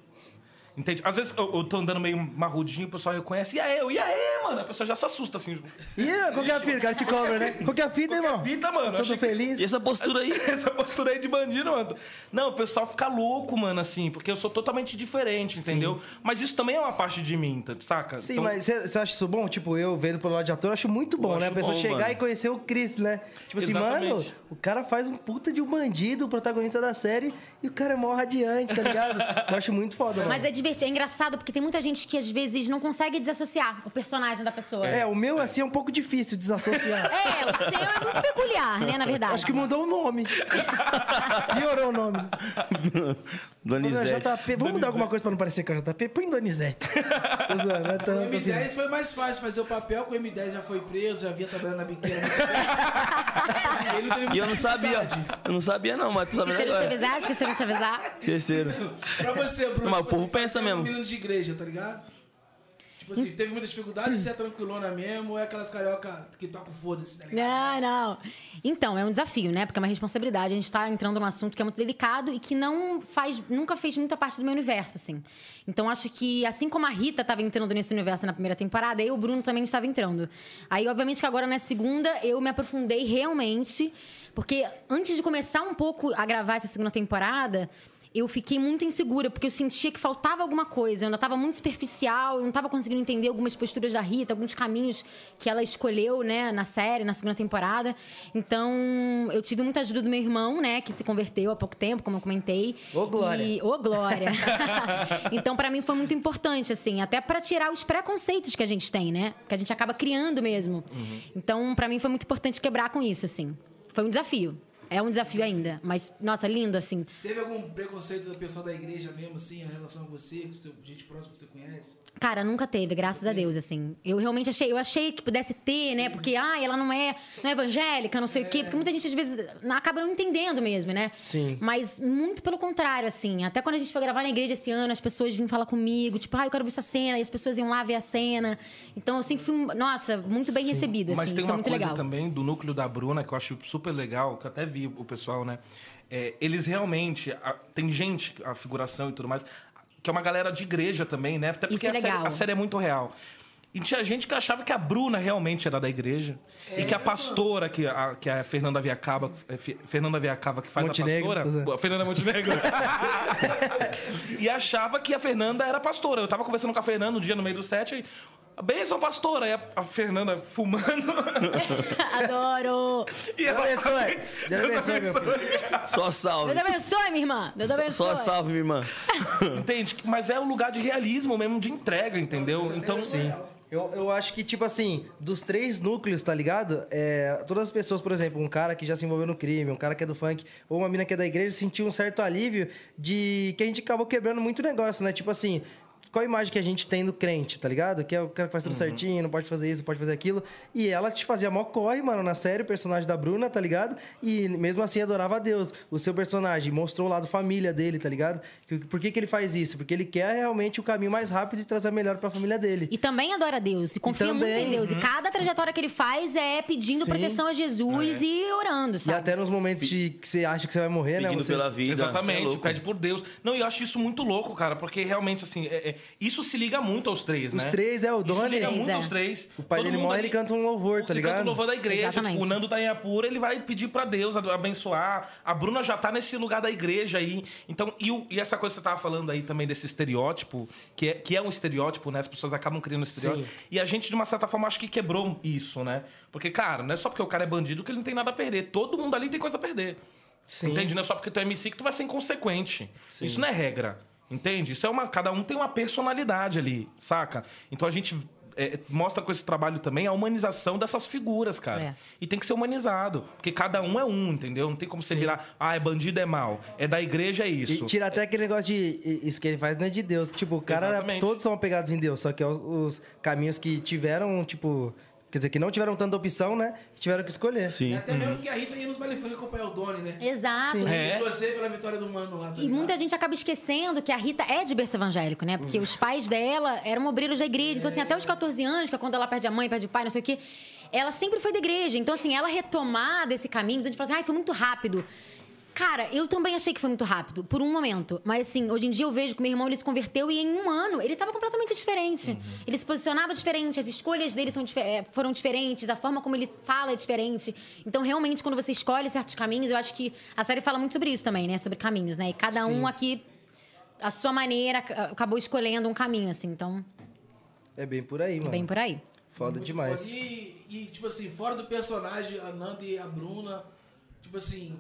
Speaker 4: Entende? Às vezes eu, eu tô andando meio marrudinho, o pessoal reconhece, e aí, eu, e aí, mano? A pessoa já se assusta assim.
Speaker 5: Ih, qual que é a fita? O cara te cobra, né? Qual que é a fita, irmão?
Speaker 4: Vida, mano.
Speaker 5: Todo
Speaker 4: achei que-
Speaker 5: feliz?
Speaker 1: E essa postura aí?
Speaker 4: Essa postura aí de bandido, mano. Não, o pessoal fica louco, mano, assim, porque eu sou totalmente diferente, entendeu? Mas isso também é uma parte de mim, tá- saca?
Speaker 5: Sim,
Speaker 4: Então,
Speaker 5: mas você você acha isso bom? Tipo, eu vendo pelo lado de ator, eu acho muito bom, né? A
Speaker 1: acho
Speaker 5: pessoa
Speaker 1: bom,
Speaker 5: chegar
Speaker 1: mano.
Speaker 5: e conhecer o Chris, né? Tipo assim,
Speaker 4: Exatamente.
Speaker 5: mano, o cara faz um puta de um bandido, o protagonista da série, e o cara é mó radiante, tá ligado? eu acho muito foda, mano.
Speaker 3: Mas é divertido, é engraçado porque tem muita gente que às vezes não consegue desassociar o personagem da pessoa.
Speaker 5: É, o meu, assim, é um pouco difícil desassociar.
Speaker 3: É, o seu é muito peculiar, né, na verdade.
Speaker 5: Acho que mudou o nome. Piorou o nome. Vamos,
Speaker 1: Donizete.
Speaker 4: tá
Speaker 5: JP, vamos dar alguma coisa pra não parecer com a JP? Põe Donizete. Tô zoando, não é
Speaker 1: tá
Speaker 2: O
Speaker 5: tanto assim.
Speaker 2: M10 foi mais fácil fazer o papel, que o M10 já foi preso, já vinha trabalhando na biqueira. Assim, ele tem
Speaker 1: E eu não sabia. Eu não sabia, não, mas tu sabe
Speaker 3: Se você não te
Speaker 5: é.
Speaker 1: agora.
Speaker 3: avisar, acho que se eu não te avisar.
Speaker 1: Terceiro.
Speaker 2: Pra você, Bruno.
Speaker 1: Mas o
Speaker 2: você
Speaker 1: povo
Speaker 2: que
Speaker 1: pensa
Speaker 2: é um
Speaker 1: mesmo.
Speaker 2: Menino de igreja, tá ligado? Tipo assim, teve muita dificuldade, você é tranquilona mesmo, ou é aquelas carioca que toca o foda-se, tá ligado?
Speaker 3: Não, Ah, não. Então, é um desafio, né? Porque é uma responsabilidade. A gente tá entrando num assunto que é muito delicado e que não faz, nunca fez muita parte do meu universo, assim. Então, acho que, assim como a Rita estava entrando nesse universo na primeira temporada, eu e o Bruno também estava entrando. Aí, obviamente, que agora na segunda eu me aprofundei realmente, porque antes de começar um pouco a gravar essa segunda temporada. Eu fiquei muito insegura, porque eu sentia que faltava alguma coisa. Eu ainda estava muito superficial, eu não estava conseguindo entender algumas posturas da Rita, alguns caminhos que ela escolheu, né, na série, na segunda temporada. Então, eu tive muita ajuda do meu irmão, né, que se converteu há pouco tempo, como eu comentei.
Speaker 5: Ô, Glória.
Speaker 3: E- Ô, Glória! então, pra mim foi muito importante, assim, até pra tirar os preconceitos que a gente tem, né? Que a gente acaba criando mesmo.
Speaker 5: Uhum.
Speaker 3: Então, pra mim foi muito importante quebrar com isso, assim. Foi um desafio. É um desafio ainda, mas, nossa, lindo, assim.
Speaker 2: Teve algum preconceito do pessoal da igreja mesmo, assim, em relação a você, com seu- gente próxima que você conhece?
Speaker 3: Cara, nunca teve, graças a Deus, assim. Eu realmente achei, eu achei que pudesse ter, né? Porque, ai, ela não é, não é evangélica, não sei
Speaker 4: É.
Speaker 3: o quê. Porque muita gente, às vezes, não- acaba não entendendo mesmo, né?
Speaker 5: Sim.
Speaker 3: Mas muito pelo contrário, assim. Até quando a gente foi gravar na igreja esse ano, as pessoas vinham falar comigo, tipo, ai, eu quero ver essa cena. E as pessoas iam lá ver a cena. Então, eu sempre fui, nossa, muito bem recebida, assim.
Speaker 4: Mas tem
Speaker 3: Isso é
Speaker 4: uma
Speaker 3: muito
Speaker 4: coisa
Speaker 3: legal.
Speaker 4: também do núcleo da Bruna que eu acho super legal, que eu até vi o pessoal, né? É, eles realmente. a- tem gente, a figuração e tudo mais, que é uma galera de igreja também, né? Até porque
Speaker 3: Isso é
Speaker 4: a, série,
Speaker 3: legal.
Speaker 4: a série é muito real. E tinha gente que achava que a Bruna realmente era da igreja.
Speaker 3: É.
Speaker 4: E que a pastora, que a, que a Fernanda Viacava, é, Fe- Fernanda Viacava que faz
Speaker 5: Montenegro,
Speaker 4: a
Speaker 5: pois é.
Speaker 4: pastora. a Fernanda Montenegro. e achava que a Fernanda era pastora. Eu tava conversando com a Fernanda um dia no meio do set. E, Benção, pastora! E a, a Fernanda fumando.
Speaker 3: Adoro!
Speaker 4: e
Speaker 5: Deus
Speaker 4: ela-
Speaker 5: abençoe. Deus abençoe, meu filho.
Speaker 1: Só salve.
Speaker 3: Deus abençoe, minha irmã! Deus
Speaker 1: Só
Speaker 3: abençoe!
Speaker 1: salve, minha irmã.
Speaker 4: Entende? Mas é um lugar de realismo mesmo, de entrega, entendeu?
Speaker 3: é
Speaker 4: Então, sim.
Speaker 5: Eu, eu acho que, tipo assim, dos três núcleos, tá ligado? É, todas as pessoas, por exemplo, um cara que já se envolveu no crime, um cara que é do funk, ou uma mina que é da igreja, sentiu um certo alívio de que a gente acabou quebrando muito negócio, né? Tipo assim, qual a imagem que a gente tem do crente, tá ligado? Que é o cara que faz tudo certinho, não pode fazer isso, não pode fazer aquilo. E ela te fazia mó corre, mano, na série, o personagem da Bruna, tá ligado? E mesmo assim adorava a Deus. O seu personagem mostrou o lado família dele, tá ligado? Que- Por que, que ele faz isso? Porque ele quer realmente o caminho mais rápido e trazer melhor pra família dele.
Speaker 3: E também adora Deus, e confia
Speaker 5: também. uhum.
Speaker 3: muito em Deus. E cada trajetória que ele faz é pedindo
Speaker 5: Sim. Ah, é.
Speaker 3: proteção a Jesus e orando,
Speaker 5: E
Speaker 3: sabe?
Speaker 5: até nos momentos de- que você acha que você vai morrer, né?
Speaker 1: Pedindo
Speaker 5: Você...
Speaker 1: pela vida. cê é
Speaker 4: Exatamente,
Speaker 1: louco.
Speaker 4: pede por Deus. Não, e eu acho isso muito louco, cara, porque realmente, assim, é- é- isso se liga muito aos três, né?
Speaker 5: Os três, é, o
Speaker 4: Isso
Speaker 5: Doni.
Speaker 4: liga muito
Speaker 3: é.
Speaker 4: aos três.
Speaker 5: O pai
Speaker 4: Todo
Speaker 5: dele
Speaker 4: mundo
Speaker 5: morre,
Speaker 4: ali-
Speaker 5: ele canta um louvor, tá
Speaker 4: ele
Speaker 5: ligado?
Speaker 4: canta o louvor da igreja.
Speaker 3: Exatamente.
Speaker 4: Tipo, o Nando tá em Apura, ele vai pedir pra Deus ad- abençoar. A Bruna já tá nesse lugar da igreja aí. Então, e, o- e essa coisa que você tava falando aí também desse estereótipo, que é, que é um estereótipo, né? As pessoas acabam criando esse estereótipo. E a gente, de uma certa forma, acho que quebrou isso, né? Porque, cara, não é só porque o cara é bandido que ele não tem nada a perder. Todo mundo ali tem coisa a perder. Entende? Não é só porque tu é MC que tu vai ser inconsequente. Isso não é regra. Entende? Isso é uma. Cada um tem uma personalidade ali, saca? Então a gente é, mostra com esse trabalho também a humanização dessas figuras, cara.
Speaker 3: É.
Speaker 4: E tem que ser humanizado. Porque cada um é um, entendeu? Não tem como você virar, ah, é bandido, é mal. É da igreja, é
Speaker 5: E
Speaker 4: isso.
Speaker 5: tira até aquele negócio de "I- isso que ele faz não é de Deus. Tipo, o cara,
Speaker 4: Exatamente.
Speaker 5: todos são apegados em Deus, só que é os, os caminhos que tiveram, tipo, quer dizer, que não tiveram tanta opção, né? que Tiveram que escolher.
Speaker 1: Sim. Uhum.
Speaker 2: E até mesmo que a Rita ia nos balefões acompanhar o Doni, né?
Speaker 3: Exato.
Speaker 2: E
Speaker 4: É.
Speaker 2: torcer pela vitória do mano lá. tá
Speaker 3: E muita
Speaker 2: ligado?
Speaker 3: gente acaba esquecendo que a Rita é de berço evangélico, né? Porque os pais dela eram obreiros da igreja. Então, assim, até os 14 anos, que é quando ela perde a mãe, perde o pai, não sei o quê, ela sempre foi da igreja. Então, assim, ela retomar desse caminho, então a gente fala assim, ai, foi muito rápido. Cara, eu também achei que foi muito rápido, por um momento. Mas, assim, hoje em dia eu vejo que meu irmão ele se converteu e em um ano ele estava completamente diferente. Ele se posicionava diferente, as escolhas dele são dife- eh, foram diferentes, a forma como ele fala é diferente. Então, realmente, quando você escolhe certos caminhos, eu acho que a série fala muito sobre isso também, né? Sobre caminhos, né? E cada um aqui, a sua maneira, ac- acabou escolhendo um caminho, assim. Então,
Speaker 5: É bem por aí, mano.
Speaker 3: vem por aí.
Speaker 5: Foda
Speaker 2: Muito
Speaker 5: demais.
Speaker 2: foda. E, e, tipo assim, fora do personagem, a Nanda e a Bruna, tipo assim,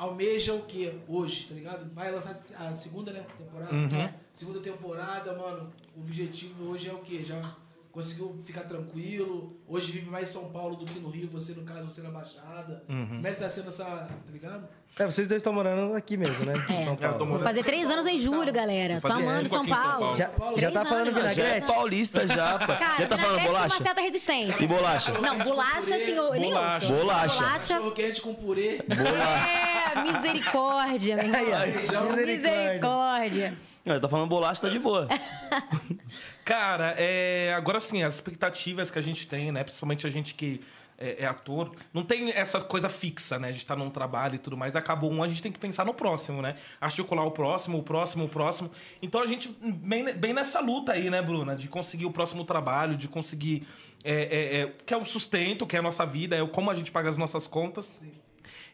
Speaker 2: almeja o quê hoje, tá ligado? Vai lançar a segunda, né, temporada?
Speaker 5: Uhum.
Speaker 2: Segunda temporada, mano, o objetivo hoje é o quê? Já conseguiu ficar tranquilo? Hoje vive mais em São Paulo do que no Rio, você no caso, você na Baixada.
Speaker 5: Uhum.
Speaker 2: Como é que tá sendo essa, tá ligado?
Speaker 5: É, vocês dois estão morando aqui mesmo, né?
Speaker 3: É.
Speaker 5: São Paulo.
Speaker 4: Eu tô
Speaker 3: Vou
Speaker 4: morando-
Speaker 3: fazer três anos em julho, galera. Tô
Speaker 4: fazer
Speaker 3: amando
Speaker 4: cinco
Speaker 3: São
Speaker 4: aqui em São
Speaker 3: Paulo.
Speaker 4: Paulo.
Speaker 5: Já- já tá
Speaker 3: Três
Speaker 5: falando
Speaker 3: anos, mano.
Speaker 1: Já é
Speaker 5: vinagrete?
Speaker 1: paulista, já, pá. já
Speaker 3: Cara,
Speaker 1: tá falando
Speaker 3: vinagrete tem uma
Speaker 1: bolacha?
Speaker 3: certa resistência.
Speaker 1: E bolacha?
Speaker 3: Não, bolacha, assim, eu nem
Speaker 4: Bolacha.
Speaker 3: uso.
Speaker 1: Bolacha.
Speaker 2: Cachorro quente com purê.
Speaker 3: É, misericórdia, meu irmão.
Speaker 5: Aí, ó. Misericórdia.
Speaker 3: Misericórdia.
Speaker 1: Não, tá falando bolacha, tá de boa.
Speaker 4: Cara, é, agora sim, as expectativas que a gente tem, né? Principalmente a gente que é, é ator, não tem essa coisa fixa, né? A gente tá num trabalho e tudo mais, acabou um, a gente tem que pensar no próximo, né? Articular o próximo, o próximo, o próximo. Então a gente, bem, bem nessa luta aí, né, Bruna? De conseguir o próximo trabalho, de conseguir. É, é, é, que é o sustento, que é a nossa vida, é o como a gente paga as nossas contas.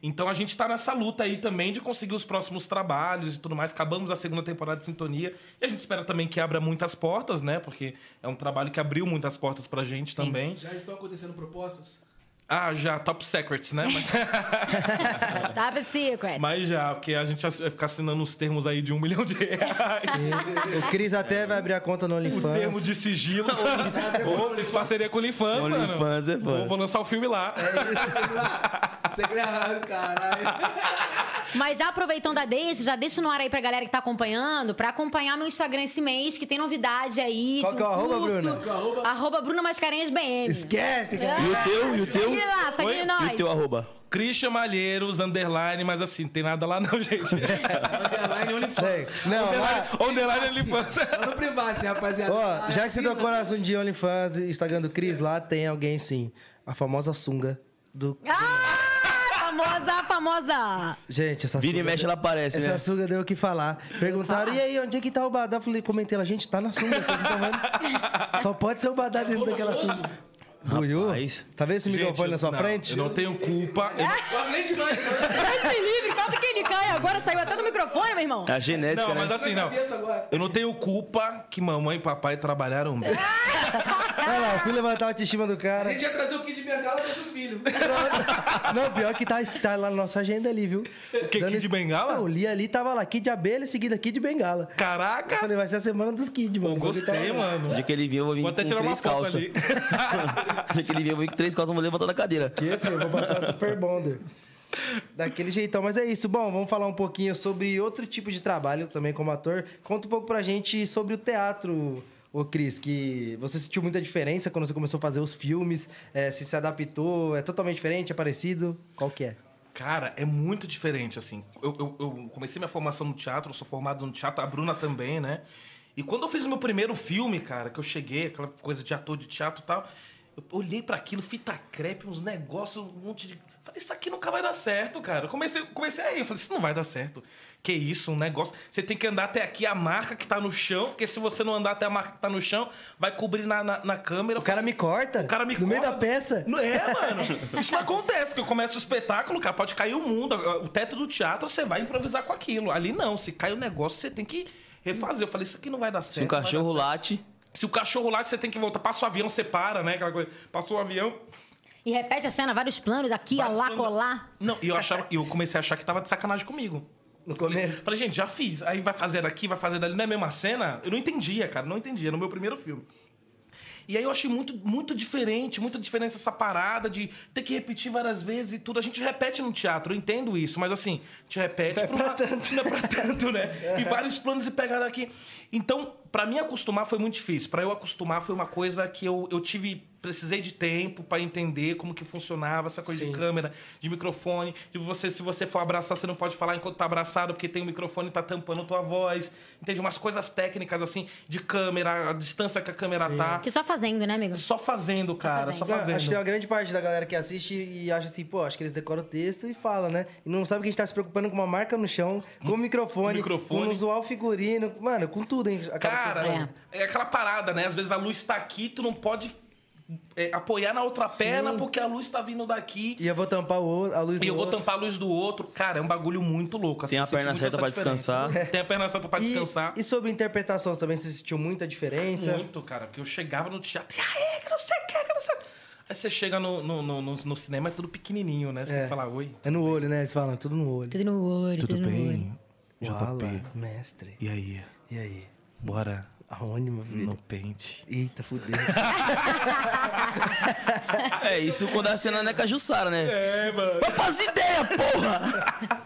Speaker 4: Então a gente tá nessa luta aí também de conseguir os próximos trabalhos e tudo mais. Acabamos a segunda temporada de Sintonia e a gente espera também que abra muitas portas, né? Porque é um trabalho que abriu muitas portas pra gente também.
Speaker 2: Já estão acontecendo propostas?
Speaker 4: Ah, já, top secrets, né? Mas,
Speaker 3: Top secret.
Speaker 4: mas já, porque a gente vai ficar assinando os termos aí de um milhão de reais.
Speaker 5: O Cris até vai abrir a conta
Speaker 4: É.
Speaker 5: no
Speaker 4: O termo
Speaker 5: OnlyFans.
Speaker 4: de sigilo. Ou fiz parceria com o Lifan, mano.
Speaker 1: OnlyFans é foda.
Speaker 4: vou, vou lançar o filme lá.
Speaker 2: Segredo, caralho.
Speaker 3: Mas já aproveitando a deixa, já deixo no ar aí pra galera que tá acompanhando, pra acompanhar meu Instagram esse mês, que tem novidade aí.
Speaker 5: Qual
Speaker 3: de um
Speaker 5: que é o arroba,
Speaker 3: curso.
Speaker 5: Bruna?
Speaker 2: Arroba-
Speaker 3: Arroba Bruna Mascarenhas BM.
Speaker 5: Esquece!
Speaker 3: É.
Speaker 5: esquece.
Speaker 1: E o teu, e o teu?
Speaker 3: Segue lá,
Speaker 4: Oi?
Speaker 3: segue
Speaker 4: E
Speaker 1: E o
Speaker 3: nós.
Speaker 1: teu arroba?
Speaker 4: Christian Malheiros, underline, mas assim, não tem nada lá não, gente.
Speaker 2: Underline OnlyFans.
Speaker 5: Ei, Não, lá,
Speaker 4: underline, underline OnlyFans.
Speaker 2: Tá no privacy, rapaziada.
Speaker 5: Ó, já que você
Speaker 2: Assina.
Speaker 5: tocou no assunto de OnlyFans, Instagram do Cris, lá tem alguém sim. A famosa sunga do.
Speaker 3: Ah, famosa, famosa.
Speaker 5: Gente, essa
Speaker 1: Vira e
Speaker 5: sunga
Speaker 1: mexe,
Speaker 5: deu-
Speaker 1: ela aparece,
Speaker 5: Essa
Speaker 1: né?
Speaker 4: é
Speaker 5: sunga deu o que falar. Perguntaram, e aí, onde é que tá o Badá? Eu falei, comentei lá, gente, tá na sunga. Vocês não tão vendo? Só pode ser o Badá dentro daquela
Speaker 2: Orgulhoso.
Speaker 5: sunga. Buiu?
Speaker 1: Rapaz.
Speaker 5: Tá vendo esse
Speaker 4: Gente,
Speaker 5: microfone na sua
Speaker 4: não,
Speaker 5: frente?
Speaker 4: Eu não tenho culpa. eu não-
Speaker 2: Quase nem de né? nós, cara.
Speaker 3: Deus me livre, quase que ele cai agora, saiu até do microfone, meu irmão.
Speaker 1: É a genética,
Speaker 4: Não,
Speaker 1: né?
Speaker 4: mas assim, não.
Speaker 2: Cabeça agora.
Speaker 4: Eu não tenho culpa que mamãe e papai trabalharam bem.
Speaker 5: Olha lá, eu fui levantar a autoestima do
Speaker 2: A
Speaker 5: cara.
Speaker 2: gente ia trazer o kit de bengala e deixa o filho.
Speaker 5: Não, pior que tá, tá lá na nossa agenda ali, viu? O
Speaker 4: quê? Kid de Bengala?
Speaker 5: Eu li ali, tava lá, Kid de abelha, seguida Kid de bengala. Eu
Speaker 4: Caraca!
Speaker 5: falei, vai ser a semana dos Kid, mano.
Speaker 4: Eu gostei, mano.
Speaker 1: De que ele viu, eu vou vir
Speaker 4: Vou até
Speaker 1: com
Speaker 4: tirar uma
Speaker 1: três
Speaker 4: foto
Speaker 1: calças.
Speaker 4: ali.
Speaker 1: De que ele viu, eu vim com três calças, eu vou levantar da cadeira.
Speaker 5: Que, filho? Eu Vou passar a Super Bonder. Daquele jeitão, mas é isso. Bom, vamos falar um pouquinho sobre outro tipo de trabalho também como ator. Conta um pouco pra gente sobre o teatro, ô Cris, que você sentiu muita diferença quando você começou a fazer os filmes, é, se se adaptou, é totalmente diferente, é parecido? Qual que é?
Speaker 4: Cara, é muito diferente, assim. Eu, eu- eu comecei minha formação no teatro, eu sou formado no teatro, a Bruna também, né? E quando eu fiz o meu primeiro filme, cara, que eu cheguei, aquela coisa de ator de teatro e tal, eu olhei pra aquilo, fita crepe, uns negócios, um monte de. Falei, isso aqui nunca vai dar certo, cara. Eu comecei, comecei aí, eu falei, isso não vai dar certo. Que isso, um negócio. Você tem que andar até aqui a marca que tá no chão, porque se você não andar até a marca que tá no chão, vai cobrir na, na, na câmera.
Speaker 5: O cara me corta?
Speaker 4: O cara me
Speaker 5: No meio
Speaker 4: corta.
Speaker 5: da peça?
Speaker 4: Não é, mano. Isso não acontece, que eu começo o espetáculo, cara, pode cair o mundo. O teto do teatro, você vai improvisar com aquilo. Ali não, se cai o negócio, você tem que refazer. Eu falei, isso aqui não vai dar certo.
Speaker 1: Se um
Speaker 4: não vai dar
Speaker 1: cachorro
Speaker 4: certo.
Speaker 1: late,
Speaker 4: Se o cachorro lá, você tem que voltar. Passa o avião, você para, né? Aquela coisa. Passou o avião.
Speaker 3: E repete a cena, vários planos, aqui, ó,
Speaker 4: vários
Speaker 3: lá,
Speaker 4: planos-
Speaker 3: colar.
Speaker 4: Não, e eu, achava, eu comecei a achar que tava de sacanagem comigo.
Speaker 5: No começo?
Speaker 4: Falei, gente, já fiz. Aí vai fazer daqui, vai fazer dali. Não é a mesma cena? Eu não entendia, cara. Não entendia. No meu primeiro filme. E aí eu achei muito, muito diferente, muito diferente essa parada de ter que repetir várias vezes e tudo. A gente repete no teatro, eu entendo isso, mas assim, a gente repete pra uma- não é pra tanto, né? E vários planos e pegar daqui. Então, pra mim acostumar foi muito difícil. Pra eu acostumar foi uma coisa que eu, eu tive. Precisei de tempo pra entender como que funcionava essa coisa de câmera, de microfone, de você, se você for abraçar, você não pode falar enquanto tá abraçado, porque tem o microfone tá tampando tua voz. Entende? Umas coisas técnicas assim, de câmera, a distância que a câmera tá.
Speaker 3: Que só fazendo, né, amigo?
Speaker 4: Só fazendo, cara.
Speaker 3: fazendo.
Speaker 4: Só
Speaker 5: Não,
Speaker 4: Tá fazendo. É,
Speaker 5: Acho que tem uma grande parte da galera que assiste e acha assim, pô, acho que eles decoram o texto e fala, né? E não sabe que a gente tá se preocupando com uma marca no chão, com o microfone,
Speaker 4: um microfone.
Speaker 5: com um zoar o figurino, mano, com tudo, hein? Acaba
Speaker 4: Cara,
Speaker 5: se
Speaker 3: É.
Speaker 4: é. aquela parada, né? Às vezes a luz tá aqui, tu não pode é, apoiar na outra perna porque a luz tá vindo daqui.
Speaker 5: E eu vou tampar o outro, a luz
Speaker 4: E
Speaker 5: do
Speaker 4: eu vou
Speaker 5: outro.
Speaker 4: tampar a luz do outro. Cara, é um bagulho muito louco. assim,
Speaker 1: Tem a
Speaker 4: eu senti
Speaker 1: perna
Speaker 4: muito
Speaker 1: certa
Speaker 4: essa
Speaker 1: pra
Speaker 4: diferença. É.
Speaker 1: descansar.
Speaker 4: Tem a perna certa pra
Speaker 5: E-
Speaker 4: descansar.
Speaker 5: E, sobre interpretação também, você sentiu muita diferença?
Speaker 4: Muito, cara. Porque eu chegava no teatro e aí, que não sei o que, que não sei o que. Aí você chega no, no, no, no- no cinema, é tudo pequenininho, né? Você tem que falar oi.
Speaker 5: É no olho, né? Eles falam, tudo no olho.
Speaker 3: Tudo no olho, tudo, no olho.
Speaker 5: Fala, mestre.
Speaker 4: E aí?
Speaker 5: E aí?
Speaker 4: Bora
Speaker 5: Aonde, meu filho?
Speaker 4: pente.
Speaker 5: Eita, fudeu.
Speaker 1: É, isso quando a cena não é com a Jussara, né? É, mano. Papas ideia, porra!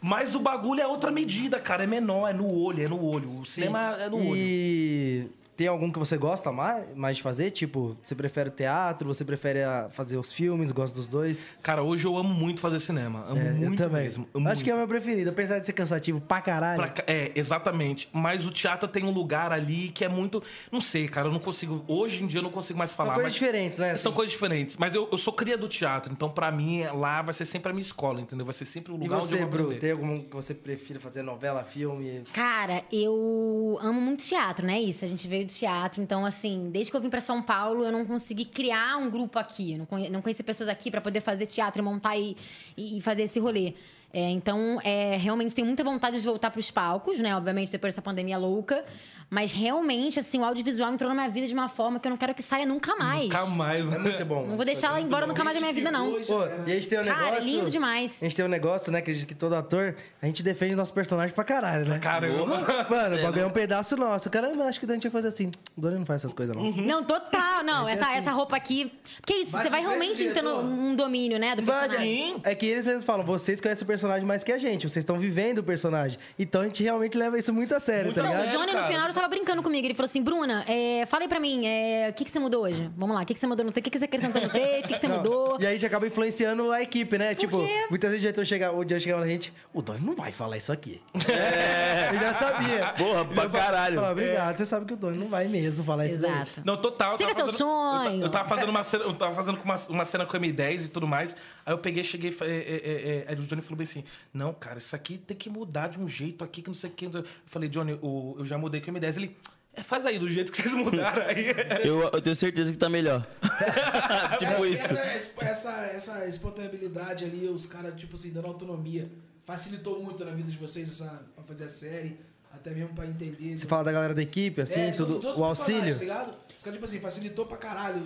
Speaker 4: Mas o bagulho é outra medida, cara. É menor, é no olho, é no olho. O cinema é no olho.
Speaker 5: e tem algum que você gosta mais, mais de fazer? Tipo, você prefere teatro, você prefere ah, fazer os filmes, gosta dos dois?
Speaker 4: Cara, hoje eu amo muito fazer cinema. Amo
Speaker 5: É,
Speaker 4: muito
Speaker 5: eu também.
Speaker 4: mesmo.
Speaker 5: Acho
Speaker 4: Amo
Speaker 5: que é o
Speaker 4: muito.
Speaker 5: meu preferido, apesar de ser cansativo pra caralho.
Speaker 4: Pra ca- é, exatamente. Mas o teatro tem um lugar ali que é muito. Não sei, cara, eu não consigo. Hoje em dia eu não consigo mais falar.
Speaker 5: São coisas
Speaker 4: mas-
Speaker 5: diferentes, né?
Speaker 4: São coisas diferentes. Mas eu, eu sou cria do teatro, então pra mim lá vai ser sempre a minha escola, entendeu? Vai ser sempre o
Speaker 5: E
Speaker 4: lugar onde eu
Speaker 5: você,
Speaker 4: vou
Speaker 5: Bru,
Speaker 4: aprender.
Speaker 5: tem algum que você prefira fazer novela, filme?
Speaker 3: Cara, eu amo muito teatro, né? Isso, a gente veio do teatro. Então, assim, desde que eu vim pra São Paulo, eu não consegui criar um grupo aqui. Eu não, conhe não conheci pessoas aqui pra poder fazer teatro e montar e, e e fazer esse rolê. É, então, é, realmente tenho muita vontade de voltar pros palcos, né? Obviamente, depois dessa pandemia louca. Mas realmente, assim, o audiovisual entrou na minha vida de uma forma que eu não quero que saia nunca mais.
Speaker 4: Nunca mais,
Speaker 5: É
Speaker 4: né?
Speaker 5: muito bom.
Speaker 3: Não vou deixar ela embora nunca mais da minha vida, não.
Speaker 2: Identificou,
Speaker 5: Pô,
Speaker 2: já era.
Speaker 5: e a gente tem um
Speaker 3: Cara, é
Speaker 5: negócio.
Speaker 3: lindo demais.
Speaker 5: A gente tem um negócio, né? Acredito que todo ator, a gente defende nosso personagem pra caralho, né?
Speaker 4: Cara, eu...
Speaker 5: Mano, o bagulho é um pedaço nosso. Caramba, acho que o Dante ia fazer assim. O Dante não faz essas coisas, não.
Speaker 3: Não, total, não. Essa, essa roupa aqui. Porque é isso,
Speaker 2: Bate
Speaker 3: você vai
Speaker 2: de frente,
Speaker 3: realmente entrando
Speaker 2: diretor.
Speaker 3: um domínio, né? Do
Speaker 5: Mas,
Speaker 3: personagem.
Speaker 5: É que eles mesmos falam, vocês conhecem o personagem mais que a gente, vocês estão vivendo o personagem. Então a gente realmente leva isso muito a sério,
Speaker 4: Muito
Speaker 5: tá
Speaker 4: a
Speaker 5: ligado?
Speaker 3: Não, Então, o
Speaker 4: sério.
Speaker 3: Johnny no
Speaker 4: cara.
Speaker 3: final eu tava brincando comigo. Ele falou assim: Bruna, é, fala aí pra mim, é, o que, que você mudou hoje? Vamos lá, o que, que você mudou no texto? O que, que você acrescentou no texto? O que, que você mudou?
Speaker 5: E aí a gente acaba influenciando a equipe, né? tipo,
Speaker 3: quê?
Speaker 5: muitas vezes o diretor chega, o diretor chega na gente, o Doni não vai falar isso aqui. É. Eu já sabia.
Speaker 1: Porra, pra caralho.
Speaker 5: Fala, obrigado, você sabe que o dono não vai mesmo falar isso. aí.
Speaker 3: Exato.
Speaker 4: Não, total. eu
Speaker 3: Siga seu
Speaker 4: tava fazendo-
Speaker 3: sonho.
Speaker 4: Eu, eu tava fazendo uma cena, eu tava fazendo com uma, uma cena com a M10 e tudo mais. Aí eu peguei, cheguei. fa- é, é, é, é, aí o Johnny falou bem assim: Não, cara, isso aqui tem que mudar de um jeito aqui que não sei o que. não sei o que." Eu falei, Johnny, o- eu já mudei com a M10. Ele. "É, faz aí, do jeito que vocês mudaram aí.
Speaker 1: Eu, eu tenho certeza que tá melhor. tipo
Speaker 3: é
Speaker 1: isso.
Speaker 2: Essa, essa, essa espontaneidade ali, os caras, tipo assim, dando autonomia, facilitou muito na vida de vocês essa, pra fazer a série, até mesmo pra entender.
Speaker 5: Você fala da galera da equipe, assim,
Speaker 2: É, são
Speaker 5: tudo,
Speaker 2: dos outros
Speaker 5: o
Speaker 2: personagens,
Speaker 5: auxílio.
Speaker 2: Tá ligado? Os caras, tipo assim, facilitou pra caralho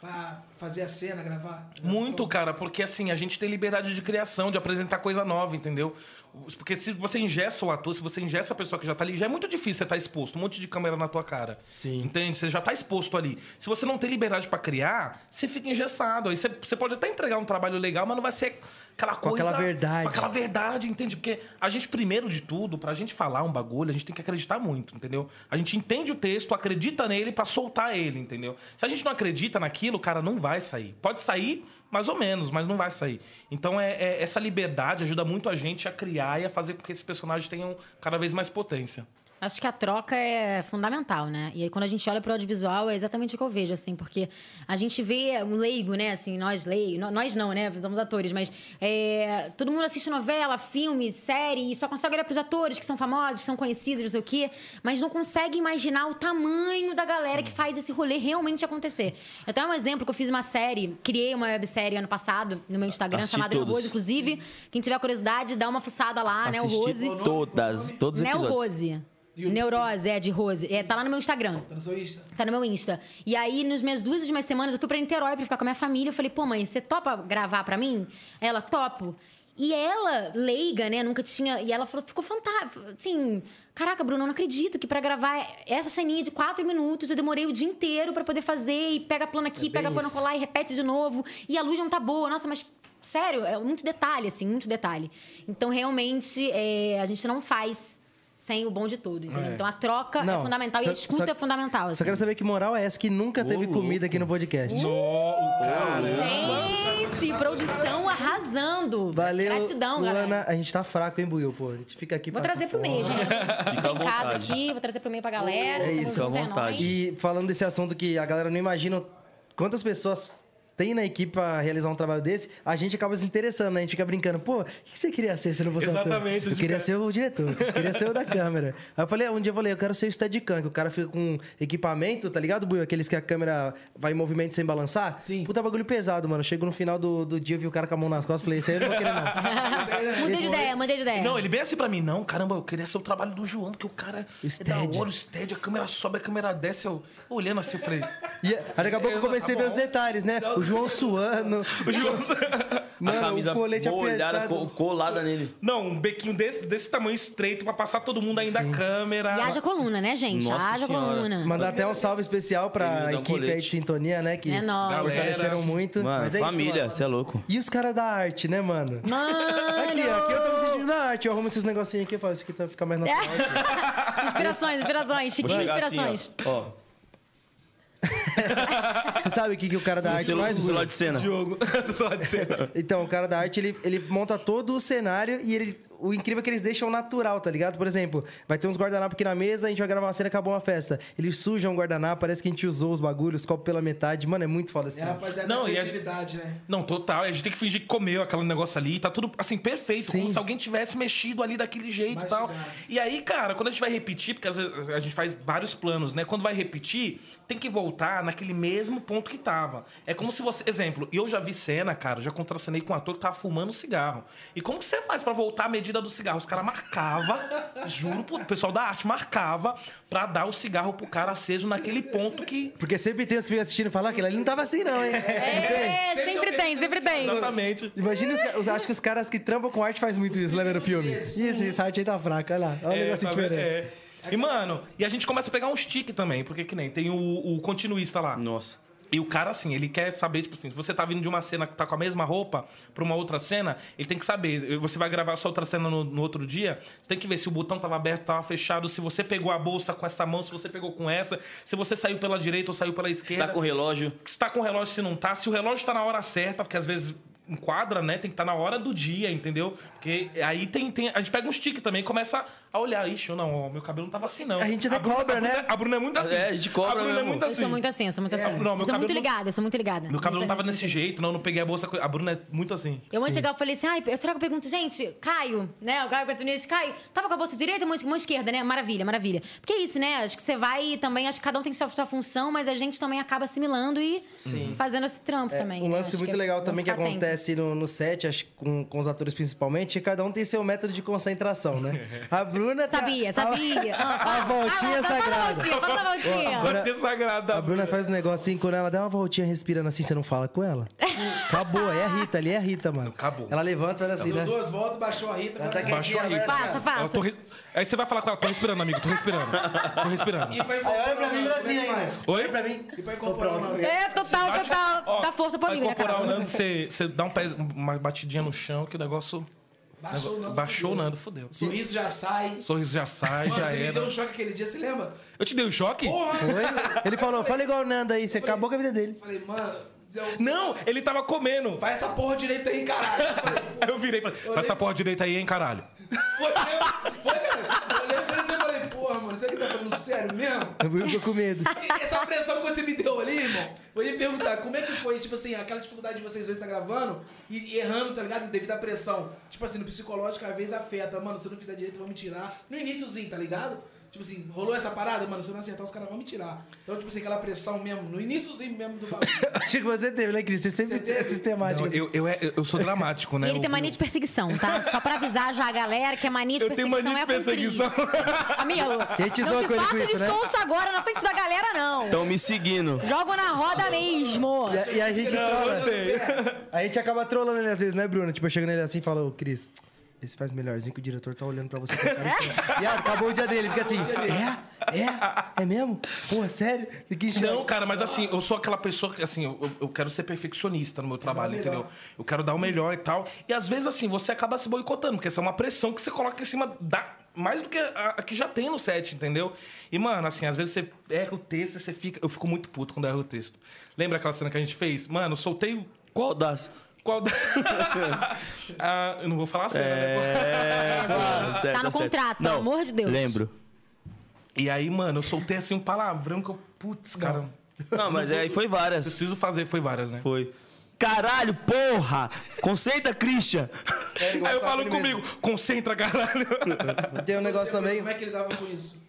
Speaker 2: pra fazer a cena, gravar. gravação.
Speaker 4: Muito, cara, porque assim, a gente tem liberdade de criação, de apresentar coisa nova, entendeu? Porque se você ingessa o ator, se você ingessa a pessoa que já tá ali, já é muito difícil você estar exposto, um monte de câmera na tua cara.
Speaker 1: Sim.
Speaker 4: Entende? Você já tá exposto ali. Se você não tem liberdade pra criar, você fica engessado. Aí você, você pode até entregar um trabalho legal, mas não vai ser aquela
Speaker 5: Com
Speaker 4: coisa.
Speaker 5: aquela verdade.
Speaker 4: com aquela verdade, entende? Porque a gente, primeiro de tudo, pra gente falar um bagulho, a gente tem que acreditar muito, entendeu? A gente entende o texto, acredita nele pra soltar ele, entendeu? Se a gente não acredita naquilo, cara, não vai sair. Pode sair, mais ou menos, mas não vai sair. Então, é, é- essa liberdade ajuda muito a gente a criar e a fazer com que esses personagens tenham um, cada vez mais potência.
Speaker 3: Acho que a troca é fundamental, né? E aí, quando a gente olha para o audiovisual, é exatamente o que eu vejo, assim, porque a gente vê um leigo, né? Assim, nós leigo, no- nós não, né? Somos atores, mas é, todo mundo assiste novela, filme, série, e só consegue olhar para os atores que são famosos, que são conhecidos, não sei o quê, mas não consegue imaginar o tamanho da galera que faz esse rolê realmente acontecer. Eu tenho um exemplo que eu fiz uma série, criei uma websérie ano passado no meu Instagram,
Speaker 1: Assisti
Speaker 3: chamada
Speaker 1: todos.
Speaker 3: Rose, inclusive. Quem tiver curiosidade, dá uma fuçada lá, né? O Rose.
Speaker 1: Assisti todas, todos os
Speaker 3: Neo
Speaker 1: episódios.
Speaker 3: é Rose.
Speaker 2: YouTube.
Speaker 3: Neurose, é de Rose. É, tá lá no meu Instagram.
Speaker 2: Tá no seu Insta?
Speaker 3: Tá no meu Insta. E aí, nas minhas duas últimas semanas, eu fui pra Niterói pra ficar com a minha família. Eu falei, pô, mãe, você topa gravar pra mim? Ela, topo. E ela, leiga, né? Nunca tinha. E ela falou, ficou fantástico. Assim, caraca, Bruno, eu não acredito que pra gravar essa ceninha de quatro minutos eu demorei o dia inteiro pra poder fazer. E pega plano
Speaker 5: É
Speaker 3: aqui, pega plano colar e repete de novo. E a luz não tá boa. Nossa, mas sério, é muito detalhe, assim, muito detalhe. Então, realmente, é, a gente não faz sem o bom de tudo, entendeu?
Speaker 5: É.
Speaker 3: Então, a troca é
Speaker 5: Não,
Speaker 3: fundamental e
Speaker 5: só-
Speaker 3: a escuta
Speaker 5: só-
Speaker 3: é fundamental.
Speaker 5: Só
Speaker 3: assim.
Speaker 5: quero saber que moral é essa que nunca teve comida aqui no podcast.
Speaker 3: Gente, produção arrasando.
Speaker 5: Valeu,
Speaker 3: Gratidão,
Speaker 5: Luana.
Speaker 3: galera.
Speaker 5: A gente tá fraco, hein, Buiu, pô. A gente fica aqui
Speaker 3: Vou
Speaker 5: passa
Speaker 3: trazer pro
Speaker 5: fome.
Speaker 3: meio, gente. Fica
Speaker 1: à
Speaker 3: em casa
Speaker 1: vontade.
Speaker 3: aqui, vou trazer pro meio pra galera.
Speaker 1: É isso,
Speaker 3: Tamo
Speaker 1: à
Speaker 3: junto, é
Speaker 1: vontade.
Speaker 3: nóis.
Speaker 5: E falando desse assunto que a galera não imagina quantas pessoas tem na equipe pra realizar um trabalho desse, a gente acaba se interessando, né? A gente fica brincando, pô, o que você queria ser se não fosse ator?
Speaker 4: Exatamente, a
Speaker 5: Eu
Speaker 4: gente
Speaker 5: queria
Speaker 4: quer-
Speaker 5: ser o diretor, eu queria ser o da câmera. Aí eu falei, um dia eu falei, eu quero ser o Steadicam, que o cara fica com equipamento, tá ligado, Buio? Aqueles que a câmera vai em movimento sem balançar.
Speaker 2: Sim.
Speaker 5: Puta bagulho pesado, mano. Chego no final do, do dia, eu vi o cara com a mão nas costas, falei, isso aí eu não vou querer, não.
Speaker 4: né?
Speaker 3: Mudei de ideia, mudei de ideia.
Speaker 4: Não, ele bem assim pra mim, não, caramba, eu queria ser o trabalho do João, porque o cara é da
Speaker 5: Steady.
Speaker 4: hora, o stead, a câmera sobe, a câmera desce, eu olhando assim, eu falei...
Speaker 5: E aí daqui a pouco eu comecei a ver os detalhes, né? O João suando,
Speaker 4: O João...
Speaker 1: a
Speaker 5: mano,
Speaker 1: camisa
Speaker 5: o colete
Speaker 1: molhada,
Speaker 5: apertado.
Speaker 1: co- colada nele.
Speaker 4: Não, um bequinho desse, desse tamanho estreito pra passar todo mundo ainda a câmera.
Speaker 3: E haja coluna, né, gente?
Speaker 1: Nossa
Speaker 3: haja
Speaker 1: Senhora.
Speaker 3: coluna.
Speaker 5: Mandar até um salve especial pra
Speaker 1: Querido, dá um
Speaker 5: equipe aí
Speaker 1: colete.
Speaker 5: de sintonia, né? Que
Speaker 3: É nóis.
Speaker 5: fortaleceram
Speaker 4: Galera.
Speaker 5: muito.
Speaker 1: Mano,
Speaker 5: Mas é isso,
Speaker 1: família,
Speaker 5: mano.
Speaker 1: você é louco.
Speaker 5: E os caras da arte, né, mano? Aqui,
Speaker 3: Mano!
Speaker 5: ó, aqui eu tô me sentindo da arte. Eu arrumo esses negocinhos aqui e falo, isso aqui tá ficar mais natural.
Speaker 3: Inspirações, inspirações.
Speaker 1: Vou
Speaker 3: Chiquinho,
Speaker 1: chegar assim,
Speaker 3: inspirações.
Speaker 1: ó. ó
Speaker 5: Você sabe o que, Ah, que o cara da
Speaker 1: no
Speaker 5: arte
Speaker 1: celu- no
Speaker 5: faz?
Speaker 1: celular
Speaker 5: Bruno?
Speaker 1: de cena.
Speaker 4: Jogo. Só de cena.
Speaker 5: Então, o cara da arte, ele, ele monta todo o cenário e ele. O incrível é que eles deixam natural, tá ligado? Por exemplo, vai ter uns guardanapos aqui na mesa, a gente vai gravar uma cena, acabou uma festa. Eles sujam o guardanapo, parece que a gente usou os bagulhos, os copos pela metade. Mano, é muito foda esse
Speaker 2: É,
Speaker 5: tempo.
Speaker 2: rapaziada,
Speaker 4: Não,
Speaker 2: não,
Speaker 4: e a-
Speaker 2: criatividade, né?
Speaker 4: Não, total. A gente tem que fingir que comeu aquele negócio ali. Tá tudo, assim, perfeito.
Speaker 5: Sim.
Speaker 4: Como se alguém tivesse mexido ali daquele jeito e tal.
Speaker 2: Mastigado.
Speaker 4: E aí, cara, quando a gente vai repetir, porque às vezes a gente faz vários planos, né? Quando vai repetir, tem que voltar naquele mesmo ponto que tava. É como se você. Exemplo, eu já vi cena, cara, já contracenei com um ator que tava fumando cigarro. E como que você faz pra voltar a medida do cigarro? Os caras marcavam, juro, pro- o pessoal da arte marcava pra dar o cigarro pro cara aceso naquele ponto que.
Speaker 5: Porque sempre tem os que vêm assistindo e falam, "Ah, aquilo ali não tava assim, não, hein?
Speaker 3: É, sempre tem, sempre tem.
Speaker 4: Exatamente.
Speaker 5: Imagina, os, ca- os- acho que os caras que trampam com arte fazem muito isso, né, no filme? Isso, essa arte aí tá fraca, olha lá. Olha o negócio
Speaker 4: tá vendo?
Speaker 5: diferente.
Speaker 4: É. E, mano, e a gente começa a pegar uns tique também, porque que nem tem o, o continuista lá.
Speaker 1: Nossa.
Speaker 4: E o cara, assim, ele quer saber, tipo assim, se você tá vindo de uma cena que tá com a mesma roupa pra uma outra cena, ele tem que saber. Você vai gravar sua outra cena no, no outro dia, você tem que ver se o botão tava aberto, tava fechado, se você pegou a bolsa com essa mão, se você pegou com essa, se você saiu pela direita ou saiu pela
Speaker 1: Você
Speaker 4: esquerda
Speaker 1: tá com o relógio.
Speaker 4: se tá com o relógio, se não tá. Se o relógio tá na hora certa, porque às vezes tá enquadra, né? Tem que estar na hora do dia, entendeu? Porque aí tem, tem- a gente pega uns tiques também e começa a a olhar, ixi, eu não, ó, meu cabelo não tava assim, não.
Speaker 5: A gente não
Speaker 4: Bruna-
Speaker 5: cobra,
Speaker 4: a Bruna-
Speaker 5: né?
Speaker 4: A Bruna é muito assim.
Speaker 1: É, a gente cobra
Speaker 4: A Bruna é
Speaker 1: mesmo.
Speaker 4: muito
Speaker 3: Eu
Speaker 4: assim.
Speaker 3: sou muito assim, eu sou muito assim.
Speaker 4: não, meu
Speaker 3: eu sou
Speaker 4: cabelo
Speaker 3: muito
Speaker 4: não-
Speaker 3: ligada, eu sou muito ligada.
Speaker 4: Meu cabelo não tava
Speaker 3: Nessa-
Speaker 4: desse jeito, não, eu não peguei a bolsa. co- A Bruna é muito assim.
Speaker 3: Eu antes de chegar, eu falei assim, ai, eu- será que eu pergunto, gente, Caio, né? O Caio Petunense, Caio, tava com a bolsa direita e mão mão esquerda, né? Maravilha, maravilha. Porque é isso, né? Acho que você vai também, acho que cada um tem sua, sua função, mas a gente também acaba assimilando e fazendo esse trampo também.
Speaker 5: Um
Speaker 3: né?
Speaker 5: lance
Speaker 3: Acho
Speaker 5: muito
Speaker 3: é
Speaker 5: legal
Speaker 3: bom
Speaker 5: também que
Speaker 3: ficar atento.
Speaker 5: acontece no, no set, acho que com, com os atores principalmente, é cada um tem seu método de concentração, né? A Bruna. tá-
Speaker 3: Sabia, sabia. Ah,
Speaker 5: A, a voltinha é
Speaker 3: Ah, faz a
Speaker 5: sagrada.
Speaker 3: voltinha, faz a voltinha.
Speaker 5: Agora-
Speaker 4: Agora, é sagrada.
Speaker 5: A Bruna faz um negócio assim, quando ela dá uma voltinha respirando assim, você não fala com ela? Acabou, é a Rita ali, é a Rita, mano.
Speaker 4: Acabou.
Speaker 5: Ela levanta e olha assim,
Speaker 2: Deu
Speaker 5: né?
Speaker 2: duas voltas, baixou a Rita.
Speaker 5: Ela
Speaker 2: agora
Speaker 5: tá
Speaker 2: vai-
Speaker 4: Baixou aí.
Speaker 3: Passa, passa.
Speaker 4: Eu tô res- Aí você vai falar com ela, tô respirando, amigo, tô respirando. Tô respirando.
Speaker 2: E pra
Speaker 5: Aí olha pra
Speaker 2: incorporar
Speaker 5: mim
Speaker 2: o nome, como
Speaker 5: assim
Speaker 2: é que
Speaker 5: ainda.
Speaker 2: faz?
Speaker 4: Oi?
Speaker 5: Olha pra mim.
Speaker 2: E pra
Speaker 5: Tô
Speaker 2: incorporar o
Speaker 5: pronto.
Speaker 2: nome.
Speaker 3: É, total, total.
Speaker 4: Ó,
Speaker 3: Dá força pro
Speaker 4: vai
Speaker 3: amigo, né,
Speaker 4: incorporar o
Speaker 3: cara?
Speaker 4: Nando, você, você dá um pé, uma batidinha no chão, que o negócio.
Speaker 2: Baixou o Nando.
Speaker 4: Baixou o
Speaker 2: fudeu.
Speaker 4: Nando, fodeu.
Speaker 2: O sorriso já sai.
Speaker 4: Sorriso já sai,
Speaker 2: Mano,
Speaker 4: já
Speaker 2: você me
Speaker 4: era.
Speaker 2: deu um choque aquele dia, você lembra?
Speaker 4: Eu te dei o choque?
Speaker 2: Porra!
Speaker 5: Oi? Ele falou, fala igual o Nando aí, você acabou com a vida dele.
Speaker 2: Falei, mano, Zé,
Speaker 4: Não, ele tava comendo.
Speaker 2: faz essa porra direita aí, caralho. Eu falei,
Speaker 4: Aí eu virei e falei, faz essa porra direita aí, hein, caralho.
Speaker 2: Foi mesmo? Foi, cara. Eu olhei pra você e falei, porra, mano, você que tá falando sério mesmo?
Speaker 5: Eu fico com medo.
Speaker 2: E Essa pressão que você me deu ali, irmão, vou lhe perguntar, como é que foi, tipo assim, aquela dificuldade de vocês dois estar gravando e errando, tá ligado? Devido à pressão. Tipo assim, no psicológico, às vezes afeta. Mano, se eu não fizer direito, vão me tirar. No iníciozinho, tá ligado? Tipo assim, rolou essa parada, mano, se eu não acertar, os caras vão me tirar. Então, tipo assim, aquela pressão mesmo, no iníciozinho mesmo do bagulho.
Speaker 5: Acho que você teve, né, Cris? Você sempre
Speaker 2: Você teve?
Speaker 5: é sistemático.
Speaker 4: Não, eu, eu, é- eu sou dramático,
Speaker 3: E
Speaker 4: né?
Speaker 3: ele
Speaker 4: Eu-
Speaker 3: tem mania de perseguição, tá? Só pra avisar já a galera que a mania de
Speaker 4: Eu tenho
Speaker 3: perseguição
Speaker 4: mania de
Speaker 3: é com Cris.
Speaker 4: perseguição.
Speaker 3: Amigo,
Speaker 5: Quem te
Speaker 3: não
Speaker 5: zoa
Speaker 3: se
Speaker 5: com ele com
Speaker 3: faça
Speaker 5: isso,
Speaker 3: de
Speaker 5: né?
Speaker 3: sonso agora na frente da galera, não.
Speaker 1: Estão me seguindo.
Speaker 3: Jogo na roda mesmo.
Speaker 5: assim. E a, e a gente trola. A gente acaba trolando ele às vezes, né, Bruno? Tipo, eu chego nele assim e falo, ô, Cris, esse faz melhorzinho que o diretor tá olhando pra você. com a cara estranha." e ah, acabou o dia dele, fica assim, é? É? É mesmo? Porra, sério? Fica enchendo.
Speaker 4: Não, cara, mas assim, eu sou aquela pessoa que, assim, eu, eu- eu quero ser perfeccionista no meu trabalho,
Speaker 2: dar o
Speaker 4: entendeu?
Speaker 2: melhor.
Speaker 4: Eu quero dar o melhor e tal. E às vezes, assim, você acaba se boicotando, porque essa é uma pressão que você coloca em cima da. Mais do que a, a que já tem no set, entendeu? E, mano, assim, às vezes você erra o texto e você fica. Eu fico muito puto quando eu erro o texto. Lembra aquela cena que a gente fez? Mano, eu soltei.
Speaker 1: Qual das?
Speaker 4: Qual da. Ah, eu não vou falar a cena, né?
Speaker 1: É,
Speaker 3: gente, tá no contrato, pelo amor de Deus.
Speaker 1: Lembro.
Speaker 4: E aí, mano, eu soltei assim um palavrão que eu. Putz, cara.
Speaker 1: Não, mas aí foi várias.
Speaker 4: Preciso fazer, foi várias, né?
Speaker 1: Foi. Caralho, porra! Conceita, Christian!
Speaker 5: igual
Speaker 4: Aí eu
Speaker 5: pra
Speaker 4: falo
Speaker 5: ele
Speaker 4: comigo, concentra, caralho.
Speaker 5: Tem um negócio também.
Speaker 2: Como é que ele dava com isso?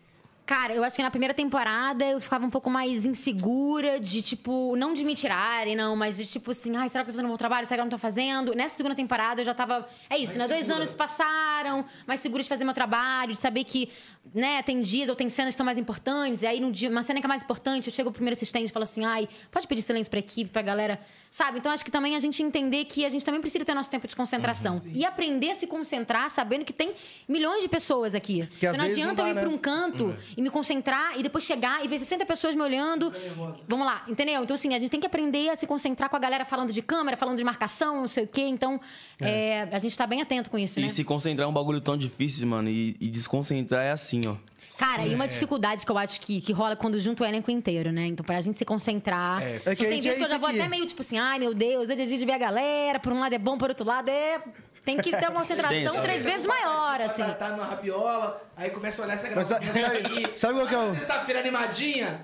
Speaker 3: Cara, eu acho que na primeira temporada eu ficava um pouco mais insegura de, tipo, não de me tirarem, não, mas de tipo assim, ai, será que eu tô fazendo um bom trabalho? Será que eu não tô fazendo? Nessa segunda temporada eu já tava. É isso, né? Dois
Speaker 2: segura.
Speaker 3: anos se passaram, mais segura de fazer meu trabalho, de saber que, né, tem dias ou tem cenas que estão mais importantes. E aí, num dia, uma cena que é mais importante, eu chego pro primeiro assistente e falo assim, ai, pode pedir silêncio pra equipe, pra galera, sabe? Então acho que também a gente entender que a gente também precisa ter nosso tempo de concentração.
Speaker 5: Uhum,
Speaker 3: e aprender a se concentrar sabendo que tem milhões de pessoas aqui. Então,
Speaker 5: Que às
Speaker 3: não
Speaker 5: vezes não
Speaker 3: adianta
Speaker 5: dá,
Speaker 3: eu ir
Speaker 5: né?
Speaker 3: pra um canto e me concentrar e depois chegar e ver 60 pessoas me olhando. Vamos lá, entendeu? Então, assim, a gente tem que aprender a se concentrar com a galera falando de câmera, falando de marcação, não sei o quê. Então, é, a gente tá bem atento com isso, né?
Speaker 1: E se concentrar é um bagulho tão difícil, mano. E, e desconcentrar é assim, ó.
Speaker 3: Cara, e
Speaker 5: é.
Speaker 3: uma dificuldade que eu acho que, que rola quando junto o elenco inteiro, né? Então, pra gente se concentrar. Então,
Speaker 4: É. É
Speaker 5: que a
Speaker 3: tem
Speaker 5: gente
Speaker 3: vezes
Speaker 5: é
Speaker 3: que eu já
Speaker 5: isso
Speaker 3: vou
Speaker 5: aqui.
Speaker 3: até meio tipo assim, ai meu Deus, hoje é dia de ver a galera, por um lado é bom, por outro lado é. Tem que ter uma
Speaker 1: Denso.
Speaker 3: concentração três
Speaker 5: né?
Speaker 3: vezes maior, assim.
Speaker 2: Tá, tá numa rabiola, aí começa a olhar essa
Speaker 5: Mas
Speaker 2: gravação.
Speaker 5: sabe- sabe qual que é o-
Speaker 2: Sexta-feira animadinha.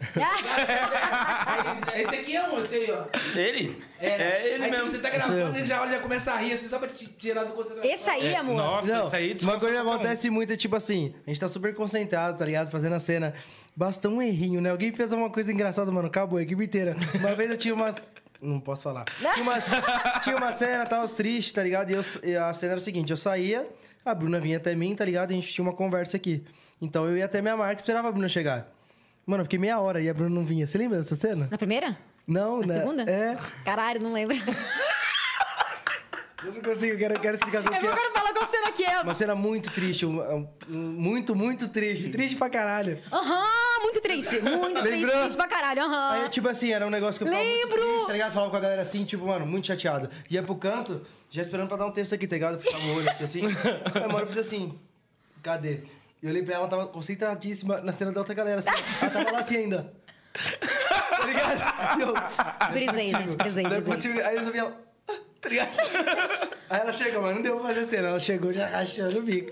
Speaker 2: aí, esse aqui é um, esse aí, ó.
Speaker 1: Ele? É, ele
Speaker 2: aí,
Speaker 1: mesmo.
Speaker 2: Tipo, você tá gravando,
Speaker 5: Esse-
Speaker 2: ele já olha, já começa a rir, assim, só pra te tirar do concentração.
Speaker 3: Esse
Speaker 5: É,
Speaker 3: aí, amor.
Speaker 4: Nossa,
Speaker 5: Não,
Speaker 4: isso aí um.
Speaker 5: uma coisa que
Speaker 4: desconcentra
Speaker 5: acontece muito é tipo assim, a gente tá super concentrado, tá ligado? Fazendo a cena. Basta um errinho, né? Alguém fez alguma coisa engraçada, mano. Acabou, a equipe inteira. Uma vez eu tinha umas. Não posso falar. Tinha uma, tinha uma cena, tava triste, tá ligado? E, eu- e a cena era o seguinte: eu saía, a Bruna vinha até mim, tá ligado? E a gente tinha uma conversa aqui. Então eu ia até minha marca e esperava a Bruna chegar. Mano, eu fiquei meia hora e a Bruna não vinha. Você lembra dessa cena?
Speaker 3: Na primeira?
Speaker 5: Não,
Speaker 3: Na
Speaker 5: né?
Speaker 3: segunda?
Speaker 5: É.
Speaker 3: Caralho, não lembro.
Speaker 5: Eu não consigo, eu quero, eu quero explicar como
Speaker 3: Eu
Speaker 5: que é.
Speaker 3: não quero falar qual cena que é.
Speaker 5: Uma cena muito triste, uma- um- muito, muito triste. Triste pra caralho.
Speaker 3: Aham, muito triste. Muito triste,
Speaker 5: Lembrou?
Speaker 3: triste pra caralho. Aham.
Speaker 5: Aí, tipo assim, era um negócio que eu falava muito
Speaker 3: Ah. Lembro!
Speaker 5: triste, tá ligado? Falava com a galera assim, tipo, mano, muito chateado. Ia pro canto, já esperando pra dar um texto aqui, tá ligado? Eu fechava o olho, fiquei assim. Aí, mano, eu fiz assim, cadê? E eu olhei pra ela, ela tava concentradíssima na cena da outra galera, assim. Ela tava lá assim ainda. Tá ligado? E eu,
Speaker 3: Brisei, gente, brisei,
Speaker 5: não é
Speaker 3: brisei.
Speaker 5: possível. Aí eu sabia, ela, ah, tá ligado? Aí ela chegou, mas não deu pra fazer cena. Ela chegou já rachando o bico.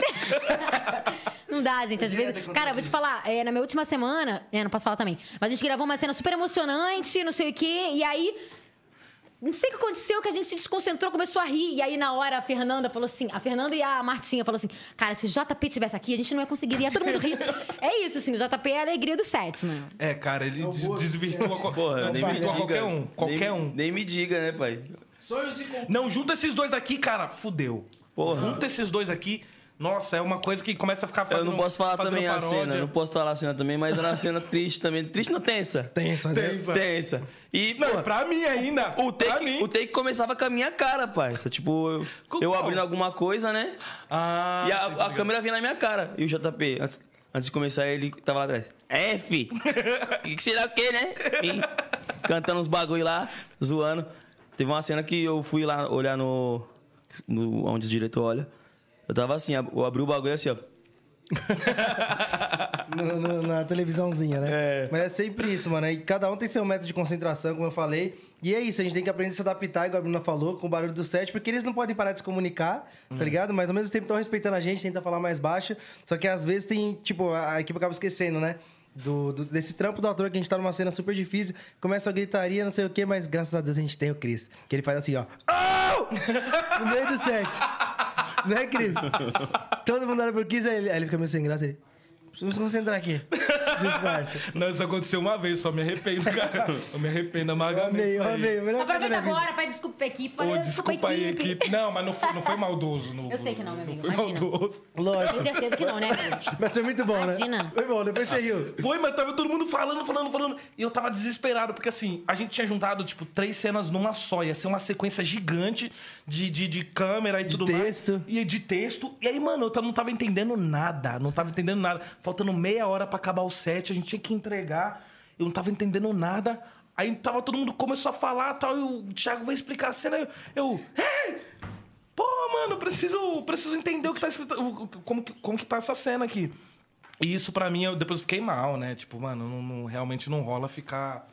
Speaker 3: Não não dá, gente. Às vezes. Cara, vou te falar, é, na minha última semana, é, não posso falar também, mas a gente gravou uma cena super emocionante, não sei o quê, e aí. Não sei o que aconteceu, que a gente se desconcentrou, começou a rir. E aí, na hora, a Fernanda falou assim: a Fernanda e a Martinha falou assim: cara, se o JP tivesse aqui, a gente não ia conseguir, ia todo mundo rir. é isso, assim, o JP é a alegria do set, mano.
Speaker 4: É, cara, ele
Speaker 2: o
Speaker 4: des-
Speaker 2: gosto,
Speaker 4: desvirtua
Speaker 2: certo.
Speaker 4: co-
Speaker 1: Porra,
Speaker 4: não,
Speaker 1: nem me diga.
Speaker 4: desvirtua qualquer um.
Speaker 1: nem,
Speaker 4: Qualquer um.
Speaker 1: Nem me diga, né, pai?
Speaker 2: Sonhos incompletos.
Speaker 4: Não, junta esses dois aqui, cara, fudeu.
Speaker 1: Porra.
Speaker 4: Junta esses dois aqui. Nossa, é uma coisa que começa a ficar
Speaker 1: Eu
Speaker 4: fazendo,
Speaker 1: não posso falar
Speaker 4: fazendo
Speaker 1: também a
Speaker 4: paródia.
Speaker 1: cena, eu não posso falar a cena também, mas era uma cena triste também. Triste não tensa.
Speaker 5: Tensa, né?
Speaker 4: Tensa.
Speaker 1: Tensa. E,
Speaker 4: Não,
Speaker 1: porra,
Speaker 4: pra mim ainda.
Speaker 1: o
Speaker 4: pra
Speaker 1: take,
Speaker 4: mim.
Speaker 1: o take começava com a minha cara, parça. Tipo, eu,
Speaker 4: Com
Speaker 1: eu
Speaker 4: qual?
Speaker 1: abrindo alguma coisa, né?
Speaker 4: Ah,
Speaker 1: e
Speaker 4: sei,
Speaker 1: a,
Speaker 4: tô
Speaker 1: a
Speaker 4: ligado.
Speaker 1: câmera vinha na minha cara. E o JP, antes, antes de começar, ele tava lá atrás. É, fi. que que será o quê, né? E cantando uns bagulho lá, zoando. Teve uma cena que eu fui lá olhar no. no onde o diretor olha. Eu tava assim, ab- eu abri o bagulho assim, ó.
Speaker 5: No- no- na televisãozinha, né? Mas é sempre isso, mano. E cada um tem seu método de concentração, como eu falei. E é isso, a gente tem que aprender a se adaptar, igual a Bruna falou, com o barulho do set, porque eles não podem parar de se comunicar, tá ligado? Mas ao mesmo tempo estão respeitando a gente, tenta falar mais baixo. Só que às vezes tem, tipo, a a equipe acaba esquecendo, né? Do, do- desse trampo do ator que a gente tá numa cena super difícil, começa a gritaria, não sei o quê, mas graças a Deus a gente tem o Cris. Que ele faz assim, ó. No meio do set. Não é, Cris? Todo mundo olha pro Cris, aí ele, aí ele fica meio sem graça. Ele, Preciso me concentrar aqui. Disfarça.
Speaker 4: Não, isso aconteceu uma vez, só me arrependo, cara. Eu me arrependo amargamente.
Speaker 5: Amei,
Speaker 4: isso aí.
Speaker 5: amei. Melhor coisa da
Speaker 3: Aproveita
Speaker 5: minha vida.
Speaker 3: agora, pede desculpa pra equipe.
Speaker 4: Ô,
Speaker 3: fala,
Speaker 4: desculpa aí, equipe. Não, mas não foi, não foi maldoso. No,
Speaker 3: Eu sei que não, meu amigo,
Speaker 4: Não foi
Speaker 3: imagina.
Speaker 4: maldoso.
Speaker 3: Tenho
Speaker 5: Lógico.
Speaker 3: certeza que não, né? amigo?
Speaker 5: Mas foi muito bom,
Speaker 3: Imagina.
Speaker 5: né? Foi bom, depois você riu.
Speaker 4: Foi, mas tava todo mundo falando, falando, falando. E eu tava desesperado, porque assim, a gente tinha juntado, tipo, três cenas numa só. Ia ser uma sequência gigante de, de, de câmera e tudo
Speaker 5: texto.
Speaker 4: mais. E de texto. E aí, mano, eu t- não tava entendendo nada. Não tava entendendo nada. Faltando meia hora pra acabar o set, a gente tinha que entregar. Eu não tava entendendo nada. Aí tava todo mundo começou a falar tal, e o Thiago vai explicar a cena. Eu. eu "Ei, Pô, mano, preciso, preciso entender o que tá escrito. o- o- Como que, como que tá essa cena aqui. E isso pra mim, eu depois fiquei mal, né? Tipo, mano, não- não- realmente não rola ficar.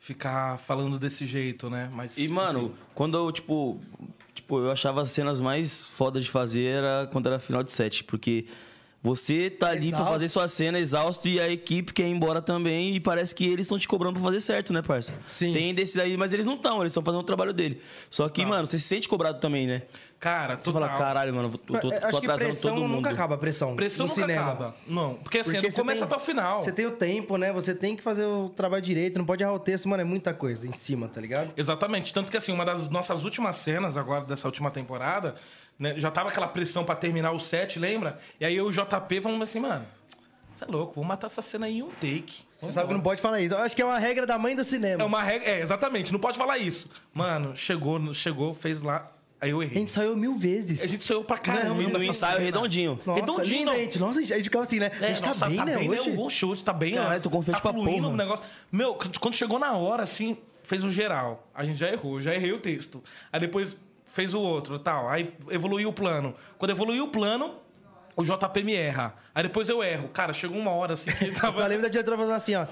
Speaker 4: Ficar falando desse jeito, né? Mas.
Speaker 1: E, mano, quando eu, tipo, tipo, eu achava as cenas mais foda de fazer era quando era final de set, porque você tá ali pra
Speaker 5: Exausto.
Speaker 1: fazer sua cena exausto e a equipe quer ir embora também e parece que eles estão te cobrando pra fazer certo, né, parça?
Speaker 5: Sim. Tá.
Speaker 1: Tem desse daí, mas eles não estão, eles estão fazendo o trabalho dele. Só que, mano, você se sente cobrado também, né?
Speaker 4: Cara,
Speaker 1: Você fala, caralho, mano, eu tô, tô, tô
Speaker 5: Eu é, Acho que
Speaker 1: atrasando todo
Speaker 5: pressão
Speaker 1: mundo.
Speaker 5: nunca acaba, a pressão.
Speaker 4: Pressão
Speaker 5: no
Speaker 4: nunca
Speaker 5: cinema.
Speaker 4: acaba. Não, porque assim, é do
Speaker 5: você
Speaker 4: começo
Speaker 5: tem-
Speaker 4: até o final.
Speaker 5: Você tem o tempo, né? Você tem que fazer o trabalho direito, não pode errar o texto, mano. É muita coisa em cima, tá ligado?
Speaker 4: Exatamente. Tanto que, assim, uma das nossas últimas cenas agora dessa última temporada, né, já tava aquela pressão pra terminar o set, lembra? E aí eu e o JP falando assim, mano, você é louco, vou matar essa cena em um take.
Speaker 5: Você sabe que não pode falar isso. Eu acho que é uma regra da mãe do cinema.
Speaker 4: É uma regra. É, exatamente, não pode falar isso. Mano, chegou, chegou, fez lá. Aí eu
Speaker 5: A
Speaker 4: errei.
Speaker 5: gente saiu mil vezes.
Speaker 4: A gente saiu pra caramba. assim.
Speaker 1: E no
Speaker 4: dessa
Speaker 1: ensaio
Speaker 4: cena.
Speaker 1: redondinho.
Speaker 5: Nossa,
Speaker 4: Redondinho,
Speaker 5: linda,
Speaker 4: não.
Speaker 5: gente. Nossa, a gente ficava assim, né? a
Speaker 4: Então, É,
Speaker 5: gente tá
Speaker 4: nossa,
Speaker 5: bem, né, hoje?
Speaker 4: O show tá bem,
Speaker 1: Caralho,
Speaker 4: ó.
Speaker 1: tô confiante
Speaker 4: tá
Speaker 1: pra
Speaker 4: fluindo
Speaker 1: porra.
Speaker 4: o negócio. Meu, c- quando chegou na hora, assim, fez o geral. A gente já errou, já errei o texto. Aí depois fez o outro, tal. Aí evoluiu o plano. Quando evoluiu o plano, o JP me erra. Aí depois eu erro. Cara, chegou uma hora, assim, que ele
Speaker 5: Eu só
Speaker 4: tava...
Speaker 5: lembro da diretora falando assim, ó.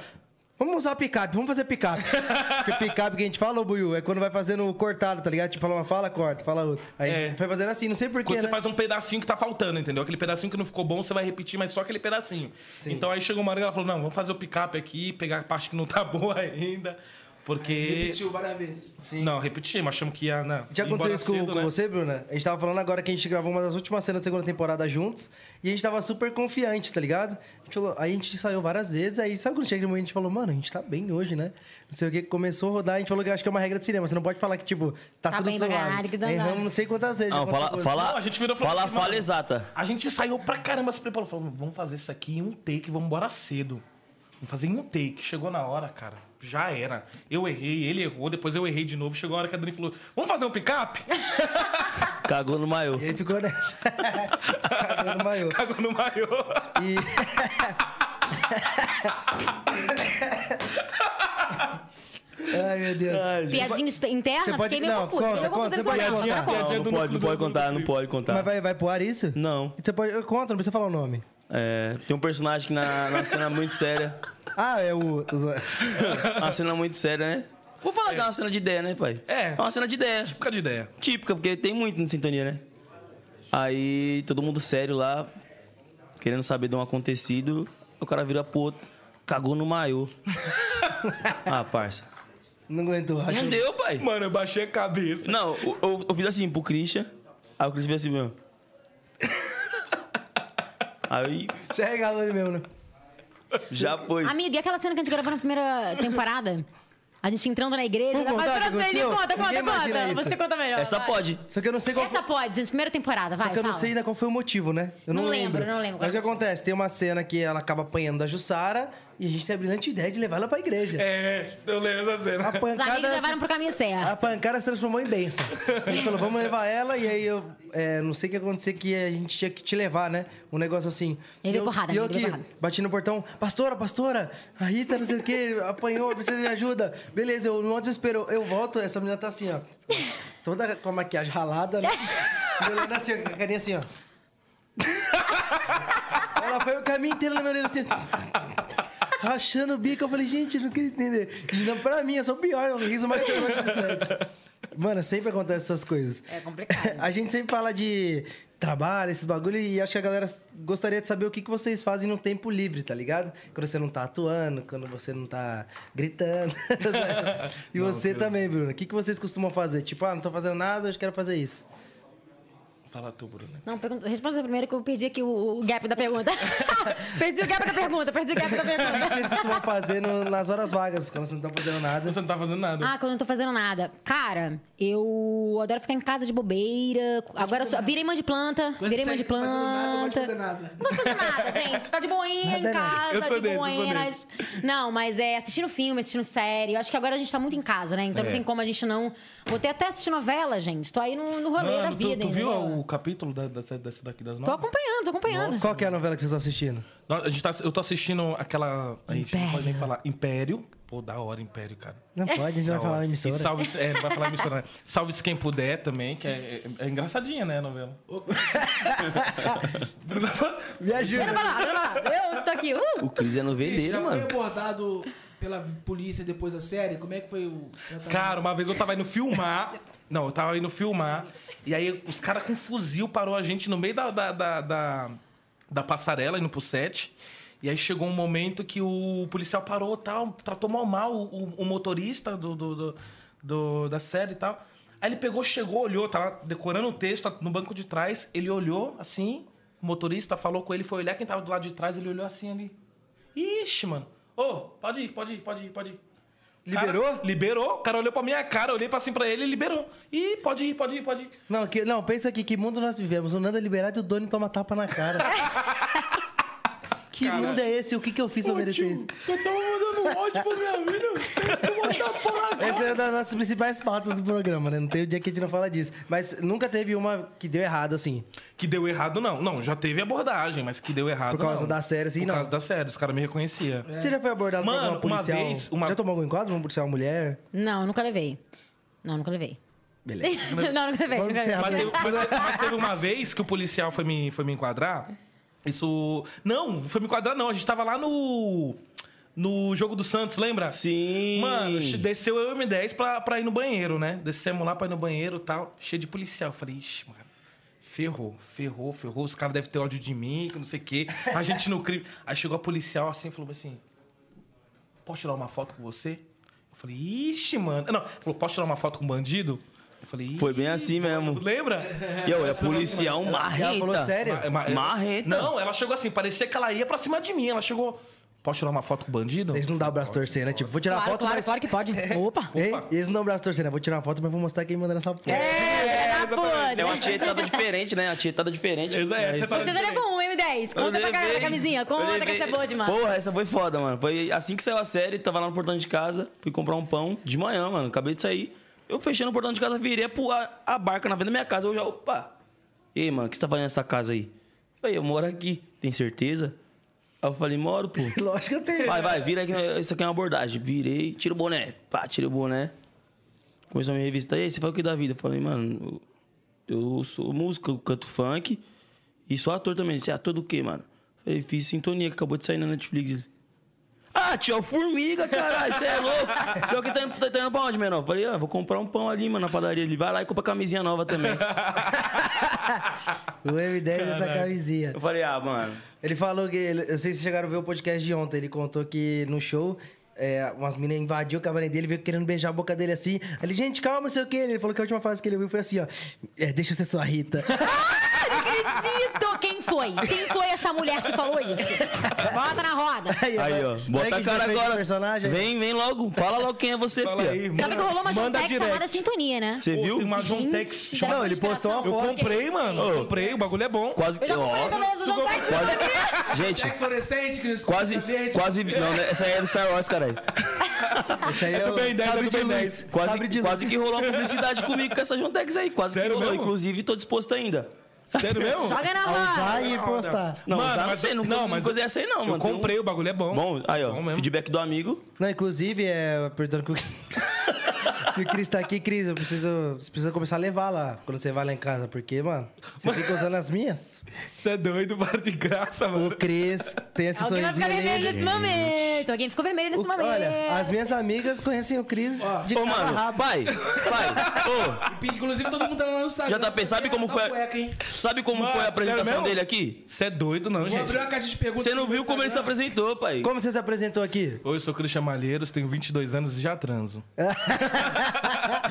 Speaker 5: Vamos usar picape, vamos fazer picape. Porque picape que a gente fala, ô Buiu, é quando vai fazendo cortado, tá ligado? Tipo, fala uma fala, corta, fala outra. Aí
Speaker 4: É.
Speaker 5: foi fazendo assim, não sei porquê,
Speaker 4: Quando
Speaker 5: né?
Speaker 4: você faz um pedacinho que tá faltando, entendeu? Aquele pedacinho que não ficou bom, você vai repetir, mas só aquele pedacinho. Então aí chegou uma hora que ela falou, não, vamos fazer o picape aqui, pegar a parte que não tá boa ainda, porque...
Speaker 2: Repetiu várias vezes.
Speaker 4: Não, repetir, mas achamos que ia, né?
Speaker 5: Já
Speaker 4: ir embora
Speaker 5: aconteceu isso com,
Speaker 4: cedo,
Speaker 5: com
Speaker 4: né?
Speaker 5: você, Bruna? A gente tava falando agora que a gente gravou uma das últimas cenas da segunda temporada juntos e a gente tava super confiante, tá ligado? A gente falou- aí a gente saiu várias vezes, aí sabe quando chega aquele momento que a gente falou, mano, a gente tá bem hoje, né? Não sei o que, começou a rodar, a gente falou que acho que é uma regra de cinema, você não pode falar que, tipo, tá,
Speaker 3: Tá
Speaker 5: tudo
Speaker 3: bem pra caralho, que
Speaker 5: zoado.
Speaker 3: danado.
Speaker 5: Erramos não sei quantas vezes. já
Speaker 1: Não, fala,
Speaker 5: aconteceu
Speaker 1: fala,
Speaker 4: Não, a gente virou e falou
Speaker 1: fala, a
Speaker 4: assim, mano,
Speaker 1: fala exata.
Speaker 4: A gente saiu pra caramba, se preparou. Falou, vamos fazer isso aqui em um take, vamos embora cedo. Vamos fazer em um take. Chegou na hora, cara. Já era. Eu errei, ele errou, depois eu errei de novo. Chegou a hora que a Dani falou, vamos fazer um picape?
Speaker 1: Cagou no maiô.
Speaker 5: E aí ficou, né? Cagou no maiô.
Speaker 4: Cagou no maiô.
Speaker 5: E... Ai, meu Deus.
Speaker 3: Piadinha inst-
Speaker 5: Você
Speaker 3: interna,
Speaker 5: pode-
Speaker 3: fiquei meio
Speaker 5: não,
Speaker 3: confusa.
Speaker 5: conta,
Speaker 3: eu vou fazer
Speaker 5: conta, você
Speaker 3: essa
Speaker 5: pode
Speaker 3: não,
Speaker 5: contar.
Speaker 3: não,
Speaker 1: Não,
Speaker 3: conta.
Speaker 1: não pode, não pode contar, não pode
Speaker 4: tá.
Speaker 1: contar.
Speaker 5: Mas vai, vai pro ar isso?
Speaker 1: Não.
Speaker 5: Você pode... Conta, não precisa falar o nome.
Speaker 1: É, tem um personagem que na, na cena muito séria.
Speaker 5: Ah, é o... tô zoando.
Speaker 1: uma cena muito séria, né? Vou falar que é uma cena de ideia, né, pai?
Speaker 4: É.
Speaker 1: É uma cena de ideia.
Speaker 4: Fica de ideia.
Speaker 1: Típica, porque tem muito na sintonia, né? Aí todo mundo sério lá. querendo saber de um acontecido, o cara vira pro outro, cagou no maiô. ah, parça.
Speaker 5: Não aguentou, rachou.
Speaker 1: Não deu, pai.
Speaker 4: Mano, eu baixei a cabeça.
Speaker 1: Não, eu, eu- eu fiz assim pro Christian. Aí o Christian fez assim mesmo. Aí
Speaker 5: Você regalou ele mesmo, né?
Speaker 1: já foi.
Speaker 3: Amigo, e aquela cena que a gente gravou na primeira temporada? A gente entrando na igreja. né?
Speaker 5: Vamos
Speaker 3: vai
Speaker 5: contar o que
Speaker 3: pra você,
Speaker 5: aconteceu?
Speaker 3: conta,
Speaker 5: Ninguém
Speaker 3: conta,
Speaker 5: imagina
Speaker 3: conta.
Speaker 5: isso.
Speaker 3: Você conta melhor.
Speaker 1: Essa
Speaker 3: vai.
Speaker 1: pode.
Speaker 5: Só que eu não sei qual
Speaker 3: Essa
Speaker 5: foi...
Speaker 3: pode, gente. Primeira temporada, vai.
Speaker 5: Só que eu não
Speaker 3: fala.
Speaker 5: sei ainda qual foi o motivo, né? Eu não,
Speaker 3: Não lembro, não lembro agora.
Speaker 5: Mas o que acontece? Tem uma cena que ela acaba apanhando da Jussara e a gente tem a brilhante ideia de levar ela pra igreja.
Speaker 4: É, eu lembro essa cena.
Speaker 5: A
Speaker 3: Os amigos
Speaker 5: pancada...
Speaker 3: levaram pro caminho
Speaker 5: A
Speaker 3: certo.
Speaker 5: pancada se transformou em benção. Ele falou, vamos levar ela, e aí eu é, não sei o que aconteceu que a gente tinha que te levar, né? Um negócio assim.
Speaker 3: Ele
Speaker 5: E
Speaker 3: deu
Speaker 5: eu,
Speaker 3: porrada,
Speaker 5: e eu
Speaker 3: amigo, ele
Speaker 5: aqui,
Speaker 3: deu porrada.
Speaker 5: bati no portão, pastora, pastora, a Rita não sei o que, apanhou, precisa de ajuda. Beleza, eu não desespero, eu volto, essa menina tá assim, ó. Toda com a maquiagem ralada, né? Me olhando assim, com a carinha assim, ó. Ela foi o caminho inteiro na minha orelha assim. Rachando o bico, eu falei, gente, eu não queria entender. E não, pra mim, eu sou o pior, eu riso mais que eu acho do set. Mano, sempre acontece essas coisas.
Speaker 3: É complicado.
Speaker 5: A gente sempre fala de trabalho, esses bagulho, e acho que a galera gostaria de saber o que, que vocês fazem no tempo livre, tá ligado? Quando você não tá atuando, quando você não tá gritando. e você também, Bruno. O que, que vocês costumam fazer? Tipo, ah, não tô fazendo nada, hoje quero fazer isso.
Speaker 4: Fala tu, Bruno.
Speaker 3: Não, pergunta, responda primeiro que eu perdi aqui o, o gap da pergunta. perdi o gap da pergunta, perdi o gap da
Speaker 5: O que que vocês
Speaker 3: pergunta.
Speaker 5: costumam fazer no- nas horas vagas, quando você não tá fazendo nada?
Speaker 4: Você não tá fazendo nada.
Speaker 3: Ah, quando eu não tô fazendo nada. Cara, eu adoro ficar em casa de bobeira. Agora eu sou,
Speaker 5: é.
Speaker 3: virei mãe de planta.
Speaker 2: Quando
Speaker 3: virei
Speaker 2: você tá
Speaker 3: mãe de
Speaker 2: fazendo
Speaker 3: planta.
Speaker 2: nada, não gosto de fazer nada.
Speaker 3: Não gosto de fazer nada, gente. Ficar de boinha
Speaker 5: Nada,
Speaker 3: em
Speaker 5: nada.
Speaker 3: casa,
Speaker 4: Eu sou
Speaker 3: de
Speaker 4: desse, eu sou
Speaker 3: buenas. Não, mas é assistindo filme, assistindo série. Eu acho que agora a gente tá muito em casa, né? Então não
Speaker 4: É.
Speaker 3: tem como a gente não. Vou ter até assistir novela, gente. Tô aí no, no rolê da
Speaker 4: Mano, tu-
Speaker 3: vida,
Speaker 4: tu, viu
Speaker 3: entendeu?
Speaker 4: o capítulo da, dessa, dessa daqui das
Speaker 3: Tô
Speaker 4: novas?
Speaker 3: acompanhando, tô acompanhando.
Speaker 5: Qual que é a novela que vocês estão assistindo?
Speaker 4: Nós- a gente tá- eu tô assistindo aquela. A gente não pode nem
Speaker 3: Império.
Speaker 4: falar. Império. Pô, da hora, Império, cara.
Speaker 5: Não
Speaker 3: É.
Speaker 5: pode, a gente
Speaker 4: Da
Speaker 5: vai falar
Speaker 4: hora.
Speaker 5: na emissora.
Speaker 4: E salve, é, não vai falar emissora, né? Salve-se quem puder também, que é, é, é engraçadinha, né, a novela?
Speaker 5: Me
Speaker 3: Pera
Speaker 5: ajuda.
Speaker 3: pra lá, pera pra lá. Eu tô aqui. Uh!
Speaker 1: O Cris é
Speaker 2: Cristian,
Speaker 1: novedeiro,
Speaker 2: já foi
Speaker 1: mano.
Speaker 2: abordado pela polícia depois da série? Como é que foi o tratamento?
Speaker 4: Cara, uma vez eu tava indo filmar. Não, eu tava indo filmar. E aí os caras com fuzil parou a gente no meio da, da, da, da, da passarela, indo pro set. E aí chegou um momento que o policial parou tal, tratou mal mal o, o- o motorista do, do, do- do- da série e tal. Aí ele pegou, chegou, olhou, tava decorando o texto no banco de trás. Ele olhou assim, o motorista falou com ele, foi olhar quem tava do lado de trás, ele olhou assim ali. Ixi, mano. Ô, pode ir, pode ir, pode ir, pode ir.
Speaker 5: Liberou?
Speaker 4: Cara, liberou. O cara olhou pra minha cara, eu olhei pra, assim pra ele e liberou. Ih, pode ir, pode ir, pode ir.
Speaker 5: Não, que, não, pensa aqui, que mundo nós vivemos? O Nanda é liberado e o Doni toma tapa na cara. que mundo é esse? O que, que eu fiz pra merecer isso?
Speaker 4: Só tava mandando um ódio pra minha vida. Eu vou dar porra.
Speaker 5: Essa é uma das nossas principais pautas do programa, né? Não tem o dia que a gente não fala disso. Mas nunca teve uma que deu errado, assim.
Speaker 4: Que deu errado, não. Não, já teve abordagem, mas que deu errado.
Speaker 5: Por causa
Speaker 4: não.
Speaker 5: da série, assim,
Speaker 4: Por
Speaker 5: não. É.
Speaker 4: causa da série, os caras me reconheciam.
Speaker 3: É.
Speaker 5: Você já foi abordado por
Speaker 4: Mano,
Speaker 5: alguma
Speaker 4: uma
Speaker 5: policial?
Speaker 4: vez, uma-
Speaker 5: Já tomou algum enquadro? Uma policial mulher?
Speaker 3: Não, nunca levei. Não, nunca levei.
Speaker 5: Beleza.
Speaker 3: não, nunca levei.
Speaker 5: Vamos
Speaker 3: Nunca
Speaker 5: encerrar.
Speaker 3: levei.
Speaker 4: Mas teve, mas- mas teve uma vez que o policial foi me, foi me enquadrar. Isso. Não, foi me enquadrar, não. A gente tava lá no. No jogo do Santos, lembra?
Speaker 1: Sim.
Speaker 4: Mano, che- desceu eu e o M10 pra, pra ir no banheiro, né? Descemos lá pra ir no banheiro e tal, cheio de policial. Eu falei, ixi, mano, ferrou, ferrou, ferrou. Os caras devem ter ódio de mim, que não sei o quê. A gente no crime. Aí chegou a policial assim e falou assim: Posso tirar uma foto com você? Eu falei, ixi, mano. Não, falou, posso tirar uma foto com um bandido? Eu falei, "Ih,
Speaker 1: Foi bem assim mesmo.
Speaker 4: Lembra?
Speaker 1: E eu, é policial marreta.
Speaker 5: Ela falou sério?
Speaker 4: Ma- ma-
Speaker 1: Marreta.
Speaker 4: Não, ela chegou assim, parecia que ela ia pra cima de mim. Ela chegou. Posso tirar uma foto com o bandido?
Speaker 5: Eles não dão o braço torcendo, né? Tipo, vou tirar a
Speaker 3: Claro,
Speaker 5: foto,
Speaker 3: claro,
Speaker 5: mas...
Speaker 3: claro que pode. Opa!
Speaker 5: Hein? Eles não dão o braço torcendo, né? Vou tirar a foto, mas vou mostrar quem manda nessa foto.
Speaker 3: É,
Speaker 4: exatamente.
Speaker 1: É uma tietada diferente, né? A tietada diferente.
Speaker 4: Exa- é,
Speaker 1: isso.
Speaker 4: tietada-
Speaker 3: Você já levou um M10.
Speaker 1: Eu
Speaker 3: Conta pra galera
Speaker 1: levei-
Speaker 3: a camisinha. Conta
Speaker 1: eu
Speaker 3: que
Speaker 1: levei-
Speaker 3: essa é boa demais.
Speaker 1: Porra, essa foi foda, mano. Foi assim que saiu a série, tava lá no portão de casa, fui comprar um pão de manhã, mano. Acabei de sair. Eu fechei no portão de casa, virei pro, a, a barca na frente da minha casa. Eu já, opa! E aí, mano, o que você tá fazendo nessa casa aí? Eu falei, eu moro aqui, tem certeza? Aí eu falei, moro, pô.
Speaker 5: Lógico que eu tenho.
Speaker 1: Vai, vai, vira aqui. Isso aqui é uma abordagem. Virei, tira o boné. Pá, tira o boné. Começou a me revistar. E aí, você faz o que da vida? Eu falei, mano, eu eu sou músico, eu canto funk. E sou ator também. Você é ator do quê, mano? Eu Falei, fiz sintonia, que acabou de sair na Netflix. Ele, Ah, tio, formiga, caralho, você é louco. Você é o que tá indo, tá indo pra onde, menor? Eu Falei, ah, vou comprar um pão ali, mano, na padaria. Ele vai lá e compra camisinha nova também.
Speaker 5: O M10 dessa camisinha.
Speaker 1: Eu falei, ah, mano.
Speaker 5: Ele falou que. ele- Eu sei que vocês chegaram a ver o podcast de ontem. Ele contou que no show. é, umas meninas invadiu o camarim dele, veio querendo beijar a boca dele assim. Ele, gente, calma, não sei o que. Ele falou que a última frase que ele ouviu foi assim, ó. "É, deixa eu ser sua Rita.
Speaker 3: Não acredito! Quem foi? Quem foi essa mulher que falou isso? Bota na roda.
Speaker 1: Aí, ó.
Speaker 5: Será que
Speaker 1: Bota
Speaker 5: a
Speaker 1: a
Speaker 5: gente já
Speaker 1: cara
Speaker 5: fez
Speaker 1: agora.
Speaker 5: um personagem?
Speaker 1: Vem, vem logo. Fala logo quem é você,
Speaker 4: Fala aí,
Speaker 1: filho.
Speaker 4: mano.
Speaker 3: Sabe que rolou uma
Speaker 4: Manda
Speaker 3: Jontex
Speaker 4: direct.
Speaker 3: chamada Sintonia, né?
Speaker 1: Você viu?
Speaker 4: Uma
Speaker 3: Gente,
Speaker 4: Jontex.
Speaker 3: será que
Speaker 5: Não, ele
Speaker 3: inspiração
Speaker 5: postou uma
Speaker 3: foi
Speaker 4: Eu
Speaker 5: foto.
Speaker 3: aquele
Speaker 4: comprei, mano.
Speaker 3: que
Speaker 4: Eu
Speaker 3: fez?
Speaker 4: comprei, o bagulho é bom.
Speaker 1: Quase
Speaker 3: Eu já comprei também essa Jontex.
Speaker 1: Quase... Gente,
Speaker 2: Jack fluorescente, é que tá não escuta
Speaker 1: quase.
Speaker 2: verde.
Speaker 1: Quase. Não, né? essa aí é do Star Wars, caralho.
Speaker 5: Isso aí é,
Speaker 4: do
Speaker 5: o
Speaker 4: Ben 10,
Speaker 5: sabre
Speaker 4: é do
Speaker 5: de
Speaker 4: Ben
Speaker 5: luz.
Speaker 4: 10.
Speaker 5: Sabre de
Speaker 1: Quase,
Speaker 5: luz.
Speaker 1: quase que rolou uma publicidade comigo com essa Jontex aí. Quase
Speaker 4: Sério
Speaker 1: que rolou.
Speaker 4: mesmo?
Speaker 1: Inclusive, tô disposto ainda.
Speaker 4: Sério mesmo?
Speaker 3: Joga na
Speaker 5: A
Speaker 3: roda.
Speaker 5: usar e postar.
Speaker 1: Não,
Speaker 4: Mano,
Speaker 1: usar, não
Speaker 4: mas
Speaker 1: sei,
Speaker 4: eu-
Speaker 1: não,
Speaker 4: não,
Speaker 1: não
Speaker 4: mas
Speaker 1: coisa essa aí não,
Speaker 4: Eu
Speaker 1: mano. Tem um-
Speaker 4: comprei, o bagulho é bom.
Speaker 1: Bom, aí, ó.
Speaker 4: Bom mesmo.
Speaker 1: feedback do amigo.
Speaker 5: Não, inclusive, é. Perguntando que o, que o Cris tá aqui, Cris, eu preciso. Você precisa começar a levar lá quando você vai lá em casa, porque, mano, você fica usando as minhas.
Speaker 4: Você é doido, para de graça,
Speaker 5: O
Speaker 4: mano.
Speaker 5: Cris tem esse
Speaker 3: Alguém vai
Speaker 5: sorrisinho
Speaker 3: ficar vermelho
Speaker 5: ali.
Speaker 3: nesse momento. Alguém ficou vermelho nesse
Speaker 5: O-
Speaker 3: momento.
Speaker 5: Olha, as minhas amigas conhecem o Cris de
Speaker 1: Ô,
Speaker 5: cabo a
Speaker 1: mano,
Speaker 5: rabo.
Speaker 1: pai, pai, ô,
Speaker 2: Inclusive, todo mundo tá lá no Instagram.
Speaker 1: JP, sabe como
Speaker 2: Tá
Speaker 1: foi a- Então,
Speaker 2: cueca, hein?
Speaker 1: sabe como
Speaker 4: Mano,
Speaker 1: foi a
Speaker 4: sério
Speaker 1: apresentação
Speaker 4: mesmo?
Speaker 1: dele aqui?
Speaker 4: Você é doido, não,
Speaker 2: Vou
Speaker 4: gente.
Speaker 2: abrir uma caixa de perguntas.
Speaker 1: Você não
Speaker 2: no
Speaker 1: viu como ele se
Speaker 2: Instagram.
Speaker 1: apresentou, pai?
Speaker 5: Como você se apresentou aqui?
Speaker 4: Oi, eu sou o Christian Malheiros, tenho 22 anos e já transo.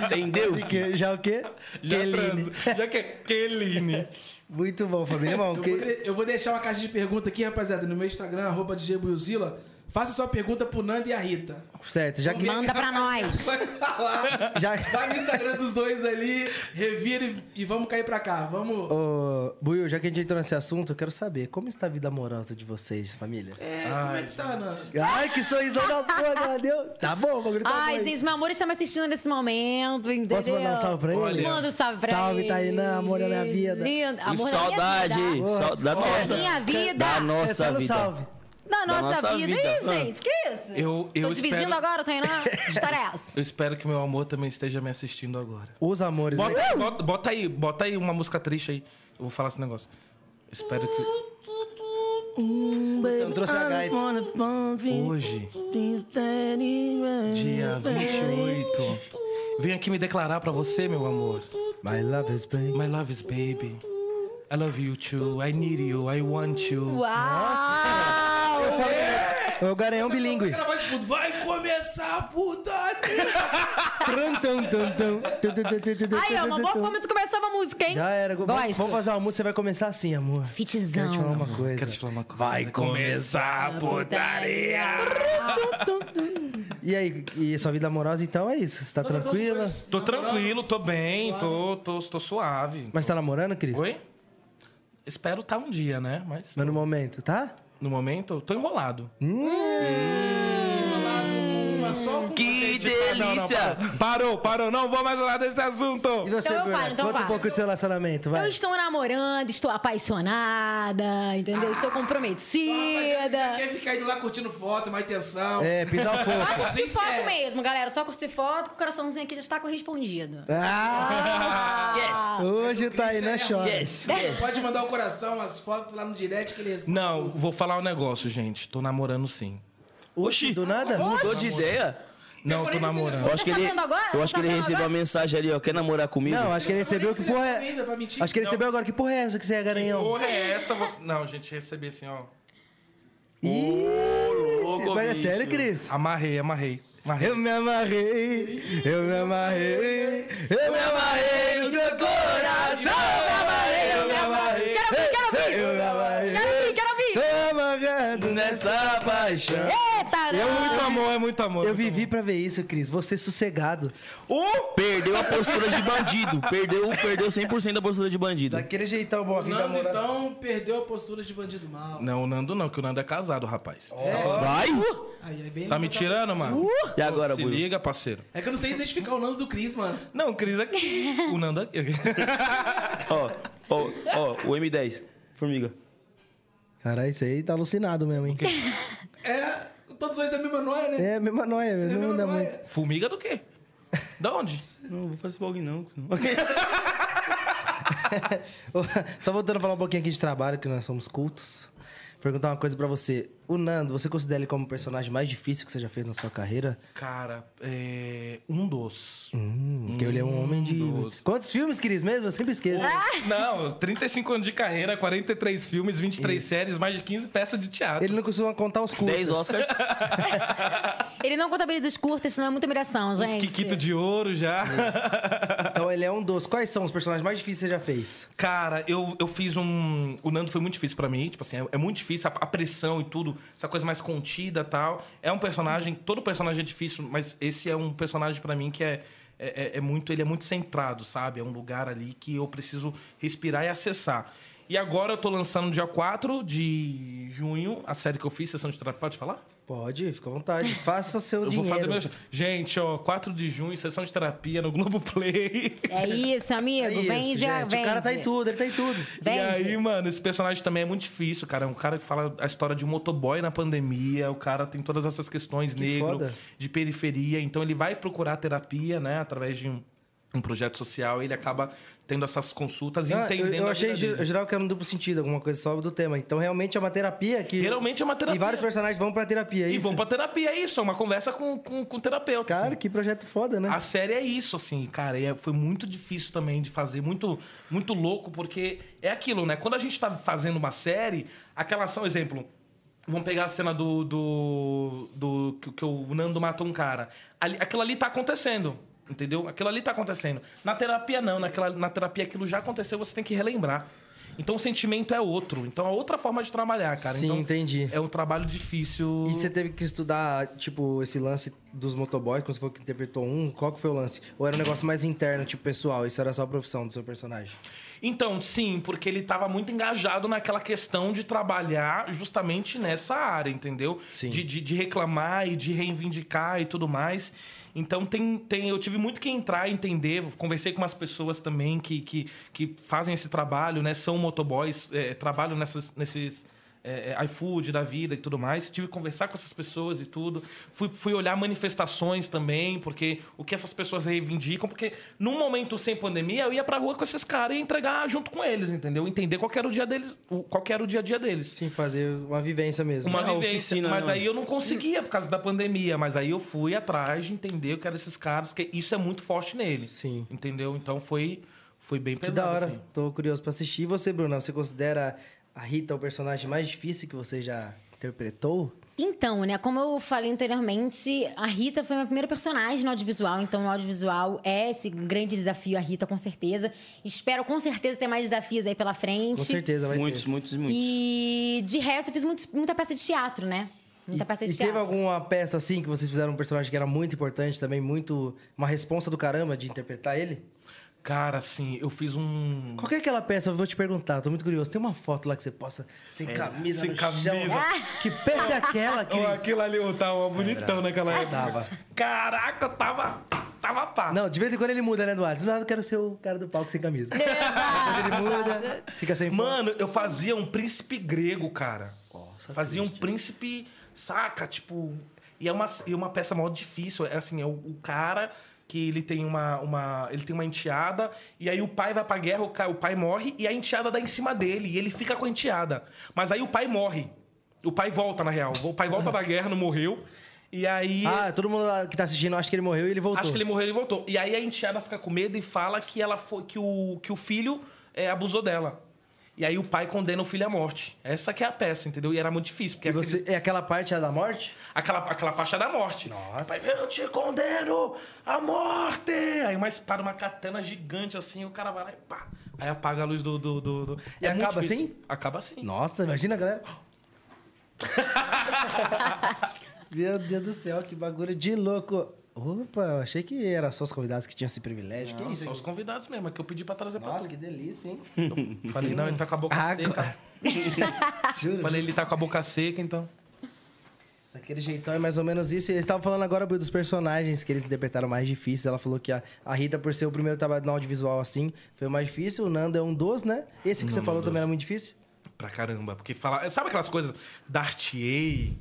Speaker 1: Entendeu?
Speaker 5: Que- já o quê?
Speaker 4: Já
Speaker 5: Kelline.
Speaker 4: transo. Já que é Keline.
Speaker 5: Muito bom, família. Bom,
Speaker 2: Eu
Speaker 5: que-
Speaker 2: vou, de- eu vou deixar uma caixa de pergunta aqui, rapaziada, no meu Instagram, arroba DJ Buiuzila. Faça sua pergunta pro Nando e a Rita.
Speaker 5: Certo, já que,
Speaker 3: Manda pra nós.
Speaker 2: Vai falar.
Speaker 5: Já-
Speaker 2: Vai no Instagram dos dois ali, revira e, e vamos cair pra cá. Vamos.
Speaker 5: Ô, Buiu, já que a gente entrou nesse assunto, eu quero saber como está a vida amorosa de vocês, família?
Speaker 2: É, como é que tá, Nando?
Speaker 5: Ai, que sorrisão da porra que ela deu. Tá bom, o bagulho tá bom.
Speaker 3: Ai,
Speaker 5: hein?
Speaker 3: gente, meu amor está me assistindo nesse momento, entendeu?
Speaker 5: Posso mandar um salve pra ele? Olha.
Speaker 3: Manda um salve pra
Speaker 5: Salve,
Speaker 3: ele.
Speaker 5: Tainá, amor da minha vida.
Speaker 3: Lindo. Amor
Speaker 1: Saudade,
Speaker 3: da minha vida.
Speaker 1: saudade da
Speaker 3: Amor
Speaker 1: nossa,
Speaker 3: da minha vida.
Speaker 1: da
Speaker 5: é só
Speaker 1: nossa
Speaker 5: no
Speaker 1: vida.
Speaker 5: salve.
Speaker 3: Da nossa,
Speaker 1: nossa
Speaker 3: vida.
Speaker 1: vida.
Speaker 3: Ih, gente, que isso?
Speaker 4: Eu- eu
Speaker 3: Tô dividindo
Speaker 4: espero-
Speaker 3: agora, Tainá? Que história é essa?
Speaker 4: Eu espero que meu amor também esteja me assistindo agora.
Speaker 5: Os amores, né?
Speaker 4: Bota,
Speaker 3: Uh!
Speaker 4: bota- bota aí, bota aí uma música triste aí. Eu vou falar esse negócio. Eu Espero que
Speaker 5: Eu não trouxe a gaita.
Speaker 4: hoje, dia 28, venho aqui me declarar pra você, meu amor.
Speaker 5: My love is pain.
Speaker 4: My love is baby. I love you too. I need you. I want you.
Speaker 3: Uau!
Speaker 5: O garanhão um bilíngue.
Speaker 2: Ela vai de fundo. Vai começar a putaria.
Speaker 5: Tran, tan, tan, tan. Tu, tu, tu, tu, tu, tu,
Speaker 3: Aí, ó,
Speaker 5: tu,
Speaker 3: é uma
Speaker 5: tu,
Speaker 3: boa
Speaker 5: tu.
Speaker 3: como tu começava a música, hein?
Speaker 5: Já era. Vamos-
Speaker 3: Gosto.
Speaker 5: Vamos fazer uma música, você vai começar assim, amor. Quero te falar
Speaker 3: Fitzão.
Speaker 5: uma coisa.
Speaker 4: Quero te falar uma coisa. Vai começar a putaria.
Speaker 5: E aí, e sua vida amorosa, então, é isso? Você tá tranquila?
Speaker 4: Tô tranquilo, tô bem, tô, tô, tô suave.
Speaker 5: Mas tá namorando, Cris?
Speaker 4: Oi? Espero tá um dia, né? Mas
Speaker 5: Mas no momento, tá?
Speaker 4: no momento eu tô enrolado.
Speaker 2: Uma é só com
Speaker 1: Que
Speaker 4: Não, não,
Speaker 1: delícia!
Speaker 4: parou, parou, parou, não vou mais falar desse assunto.
Speaker 5: E você,
Speaker 3: Então eu
Speaker 5: Bruna?
Speaker 3: falo, então eu
Speaker 5: Conta um
Speaker 3: falo.
Speaker 5: pouco do seu relacionamento, vai.
Speaker 3: Eu estou namorando, estou apaixonada, entendeu? Estou
Speaker 2: Rapaziada, Ah, Já
Speaker 3: comprometida.
Speaker 2: quer ficar indo lá curtindo foto, mais tensão.
Speaker 5: É, pisar
Speaker 3: Vai
Speaker 5: o fogo.
Speaker 3: curtir
Speaker 2: Não esquece.
Speaker 3: foto mesmo, galera. Só curtir foto, com o coraçãozinho aqui já está correspondido.
Speaker 5: Ah,
Speaker 1: Esquece,
Speaker 5: hoje o
Speaker 2: Mas o Cris
Speaker 5: assim. Tainan
Speaker 2: é
Speaker 5: chora.
Speaker 1: esquece.
Speaker 2: Pode mandar o coração, as fotos lá no direct que ele responde.
Speaker 4: Não, vou falar um negócio, gente. Tô namorando sim.
Speaker 1: Oxi,
Speaker 5: Do nada?
Speaker 1: mudou de ideia.
Speaker 4: Não, tô
Speaker 2: Decorei meu
Speaker 4: namorando.
Speaker 1: Eu
Speaker 3: Tá
Speaker 1: acho que ele,
Speaker 3: sabendo agora?
Speaker 1: eu
Speaker 3: Tá
Speaker 1: acho que ele
Speaker 3: sabendo
Speaker 1: recebeu uma
Speaker 3: agora?
Speaker 1: mensagem ali, ó. Quer namorar comigo?
Speaker 5: Não, acho que ele recebeu que porra é...
Speaker 2: Ainda, pra mentir.
Speaker 5: Acho que ele recebeu agora que porra é essa que você é garanhão.
Speaker 4: Porra, é essa? Você... Não, gente, recebi assim, ó.
Speaker 1: louco,
Speaker 5: Mas é
Speaker 1: bicho.
Speaker 5: sério, Cris?
Speaker 4: Amarrei, amarrei. amarrei. É
Speaker 5: Eu me amarrei, eu me amarrei, eu me amarrei no seu coração, eu me amarrei,
Speaker 3: Quero ouvir, quero ouvir!
Speaker 5: eu me amarrei,
Speaker 3: Quero ouvir, quero
Speaker 5: tô
Speaker 3: ouvir!
Speaker 5: amarrado nessa paixão.
Speaker 3: Eita,
Speaker 4: É
Speaker 3: não!
Speaker 4: muito amor, é muito amor.
Speaker 5: Eu vivi pra ver isso, Cris, você sossegado.
Speaker 1: Perdeu a postura de bandido. Perdeu, perdeu 100% da postura de bandido.
Speaker 5: Daquele jeitão bom, a
Speaker 2: O
Speaker 5: vida
Speaker 2: Nando,
Speaker 5: amorosa.
Speaker 2: então, perdeu a postura de bandido mal.
Speaker 4: Não, o Nando não, que o Nando é casado, rapaz.
Speaker 1: Vai!
Speaker 3: Uh!
Speaker 2: Aí, aí vem
Speaker 4: Tá me tirando, mano?
Speaker 5: Uh,
Speaker 1: E agora,
Speaker 4: Se
Speaker 1: Buiu?
Speaker 4: liga, parceiro.
Speaker 2: É que eu não sei identificar o Nando do Cris, mano.
Speaker 4: Não, o Cris aqui. o Nando é aqui.
Speaker 1: Ó, ó, ó, o M10. Formiga.
Speaker 5: Caralho, isso aí tá alucinado mesmo, hein?
Speaker 2: É, todos dois é a mesma noia, né?
Speaker 5: É, mesma noia,
Speaker 2: É a
Speaker 5: mesmo, não
Speaker 2: mesma
Speaker 5: anda
Speaker 2: noia.
Speaker 5: muito.
Speaker 4: Fumiga do quê? Da onde?
Speaker 1: Não, vou fazer bagulho não.
Speaker 5: Só voltando a falar um pouquinho aqui de trabalho, que nós somos cultos. Perguntar uma coisa pra você. O Nando, você considera ele como o personagem mais difícil que você já fez na sua carreira?
Speaker 4: Cara, é... um dos.
Speaker 5: Hum, porque ele é um homem de.
Speaker 4: doze.
Speaker 5: Quantos filmes, Cris, mesmo? Eu sempre esqueço.
Speaker 4: Não, 35 anos de carreira, 43 filmes, 23 séries, mais de 15 peças de teatro.
Speaker 5: Ele não costuma contar os curtos.
Speaker 6: 10 Oscars.
Speaker 3: Ele não contabiliza os curtas, senão é muita humilhação,
Speaker 4: Uns
Speaker 3: gente.
Speaker 4: Kikito de ouro já.
Speaker 5: Então ele é um dos. Quais são os personagens mais difíceis que você já fez?
Speaker 4: Cara, eu, eu fiz um. O Nando foi muito difícil pra mim. Tipo assim, é, é muito difícil a, a pressão e tudo, essa coisa mais contida e tal. É um personagem, todo personagem é difícil, mas esse é um personagem pra mim que é, é, é- é muito. Ele é muito centrado, sabe? É um lugar ali que eu preciso respirar e acessar. E agora eu tô lançando no dia 4 de junho a série que eu fiz, Sessão de Terapia. Pode falar?
Speaker 5: Pode, fica à vontade. Faça seu
Speaker 4: Eu
Speaker 5: dinheiro.
Speaker 4: vou fazer meu. Gente, ó, 4 de junho, Sessão de Terapia no Globoplay.
Speaker 3: É isso, amigo.
Speaker 5: É isso,
Speaker 3: vende,
Speaker 5: gente.
Speaker 3: vende.
Speaker 5: O cara tá em tudo, ele tá em tudo.
Speaker 3: Vende.
Speaker 4: E aí, mano, esse personagem também é muito difícil, cara. É um cara que fala a história de um motoboy na pandemia, o cara tem todas essas questões negro,
Speaker 5: foda.
Speaker 4: de periferia. Então ele vai procurar terapia, né, através de um, um projeto social. Ele acaba tendo essas consultas e
Speaker 5: Ah, eu-
Speaker 4: entendendo
Speaker 5: eu,
Speaker 4: a
Speaker 5: achei
Speaker 4: vida
Speaker 5: ge-
Speaker 4: dele.
Speaker 5: geral que era um duplo sentido, alguma coisa só do tema. Então realmente é uma terapia que.
Speaker 4: Geralmente é uma terapia.
Speaker 5: E vários personagens vão pra terapia, é
Speaker 4: E
Speaker 5: isso?
Speaker 4: vão pra terapia, é isso. É uma conversa com, com, com o terapeuta.
Speaker 5: Cara,
Speaker 4: assim.
Speaker 5: que projeto foda, né?
Speaker 4: A série é isso, assim, cara. E é- foi muito difícil também de fazer, muito, muito louco, porque é aquilo, né? Quando a gente tá fazendo uma série, aquela ação, exemplo. Vamos pegar a cena do. do. do que, que o Nando matou um cara. Ali, aquilo ali tá acontecendo. Entendeu? Aquilo ali tá acontecendo. Na terapia, não. Naquela, na terapia, aquilo já aconteceu, você tem que relembrar. Então o sentimento é outro. Então é outra forma de trabalhar, cara.
Speaker 5: Sim,
Speaker 4: Então,
Speaker 5: entendi.
Speaker 4: É um trabalho difícil.
Speaker 5: E você teve que estudar, tipo, esse lance dos motoboys, quando você falou que interpretou um, qual que foi o lance? Ou era um negócio mais interno, tipo, pessoal, isso era só a profissão do seu personagem?
Speaker 4: Então, sim, porque ele estava muito engajado naquela questão de trabalhar justamente nessa área, entendeu?
Speaker 5: Sim.
Speaker 4: De, de, de reclamar e de reivindicar e tudo mais. Então, tem, tem, eu tive muito que entrar e entender. Conversei com umas pessoas também que, que, que fazem esse trabalho, né? São motoboys, eh, trabalham nessas, nesses é, é, iFood da vida e tudo mais. Tive que conversar com essas pessoas e tudo. Fui, fui olhar manifestações também, porque o que essas pessoas reivindicam. Porque num momento sem pandemia, eu ia pra rua com esses caras e entregar junto com eles, entendeu? Entender qual que era o dia deles, o- qual que era o dia a dia deles.
Speaker 5: Sim, fazer uma vivência mesmo. oh,
Speaker 4: Uma
Speaker 1: É, a
Speaker 4: vivência,
Speaker 1: oficina,
Speaker 4: mas
Speaker 1: né?
Speaker 4: aí eu não conseguia por causa da pandemia, mas aí eu fui atrás de entender o que eram esses caras, que isso é muito forte neles.
Speaker 5: Sim.
Speaker 4: Entendeu? Então foi, foi bem
Speaker 5: Que
Speaker 4: pesado.
Speaker 5: da hora,
Speaker 4: assim.
Speaker 5: tô curioso pra assistir. E você, Bruna, você considera a Rita o personagem mais difícil que você já interpretou?
Speaker 3: Então, né, como eu falei anteriormente, a Rita foi minha primeira personagem no audiovisual, então o audiovisual é esse grande desafio, a Rita, com certeza. Espero com certeza ter mais desafios aí pela frente.
Speaker 5: Com certeza vai
Speaker 1: Muitos,
Speaker 5: ter.
Speaker 1: muitos, muitos.
Speaker 3: E de resto, eu fiz muitos- muita peça de teatro, né? Muita peça
Speaker 5: E,
Speaker 3: de
Speaker 5: e
Speaker 3: teatro.
Speaker 5: teve alguma peça assim que vocês fizeram um personagem que era muito importante também, muito. Uma responsa do caramba de interpretar ele?
Speaker 4: Cara, assim, eu fiz um.
Speaker 5: Qual que é aquela peça? Eu vou te perguntar, tô muito curioso. Tem uma foto lá que você possa sem camisa,
Speaker 4: Sem
Speaker 5: no chão.
Speaker 4: camisa.
Speaker 5: Que peça é aquela, Cris?
Speaker 4: Ou aquilo ali, eu tava bonitão naquela época.
Speaker 5: Tava.
Speaker 4: Caraca, eu tava. Tava pá.
Speaker 5: Não, de vez em quando ele muda, né, Eduardo? Do nada eu quero ser o cara do palco sem camisa.
Speaker 3: É
Speaker 5: Quando ele muda, fica sem foto.
Speaker 4: Mano, eu fazia um príncipe grego, cara. fazia um príncipe, saca? Tipo. E é uma, e é uma peça mó difícil. É assim, é o, o cara que ele tem uma, uma. Ele tem uma enteada, e aí o pai vai pra guerra, o, ca- o pai morre, e a enteada dá em cima dele, e ele fica com a enteada. Mas aí o pai morre. O pai volta, na real. O pai volta da guerra, não morreu. E aí.
Speaker 5: Ah, todo mundo lá que tá assistindo acha que ele morreu e ele voltou.
Speaker 4: Acho que ele morreu e ele voltou. E aí a enteada fica com medo e fala que ela foi que o, que o filho é, abusou dela. E aí o pai condena o filho à morte. Essa que é a peça, entendeu? E era muito difícil, porque
Speaker 5: E
Speaker 4: aquele-
Speaker 5: você- É aquela parte a da morte?
Speaker 4: aquela, aquela faixa da morte.
Speaker 5: Nossa.
Speaker 4: O pai, eu te condeno à morte! Aí uma espada, uma katana gigante assim, o cara vai lá e pá. Aí apaga a luz do. do, do, do-
Speaker 5: E
Speaker 4: muito
Speaker 5: acaba
Speaker 4: difícil.
Speaker 5: assim?
Speaker 4: Acaba assim.
Speaker 5: Nossa, imagina, galera. Meu Deus do céu, que bagulho de louco. Opa, eu achei que era só os convidados que tinham esse privilégio.
Speaker 4: Não,
Speaker 5: que isso?
Speaker 4: só Um os convidados mesmo, é que eu pedi pra trazer pra
Speaker 5: Nossa,
Speaker 4: tu.
Speaker 5: que delícia, hein?
Speaker 4: Eu Falei, não, ele tá com a boca
Speaker 5: Agora.
Speaker 4: seca.
Speaker 5: Juro.
Speaker 4: Falei, ele tá com a boca seca, então.
Speaker 5: Daquele jeitão é mais ou menos isso. E Eles estavam falando agora Bru, dos personagens que eles interpretaram mais difíceis. Ela falou que a, a Rita, por ser o primeiro trabalho no audiovisual assim, foi o mais difícil. O Nando é um dos, né? Esse que você falou também era muito difícil.
Speaker 4: pra caramba. Porque fala. Sabe aquelas coisas? Dar-te-ei,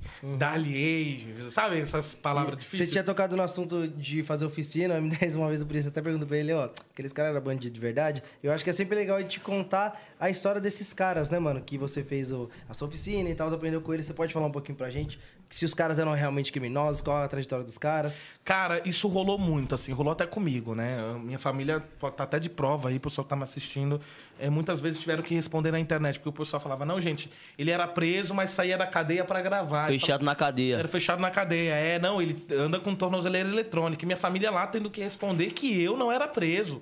Speaker 4: dar-lhe-ei, sabe? Essas palavras
Speaker 5: Uhum. Você
Speaker 4: difíceis.
Speaker 5: tinha tocado no assunto de fazer oficina, o M10 uma vez o polícia até perguntou pra ele, ó, aqueles caras eram bandido de verdade. Eu acho que é sempre legal a gente contar a história desses caras, né, mano? Que você fez o- a sua oficina e tal, você aprendeu com eles. Você pode falar um pouquinho pra gente que se os caras eram realmente criminosos, qual a trajetória dos caras?
Speaker 4: Cara, isso rolou muito, assim, rolou até comigo, né? A Minha família pode tá até de prova aí, o pessoal que tá me assistindo. É, muitas vezes tiveram que responder na internet, porque o pessoal falava, não, gente, ele era preso, mas saía da cadeia pra gravar. E
Speaker 6: Fechado na
Speaker 4: Era
Speaker 6: cadeia.
Speaker 4: fechado na cadeia. É, não, ele anda com tornozeleira eletrônica. E minha família lá tendo que responder que eu não era preso.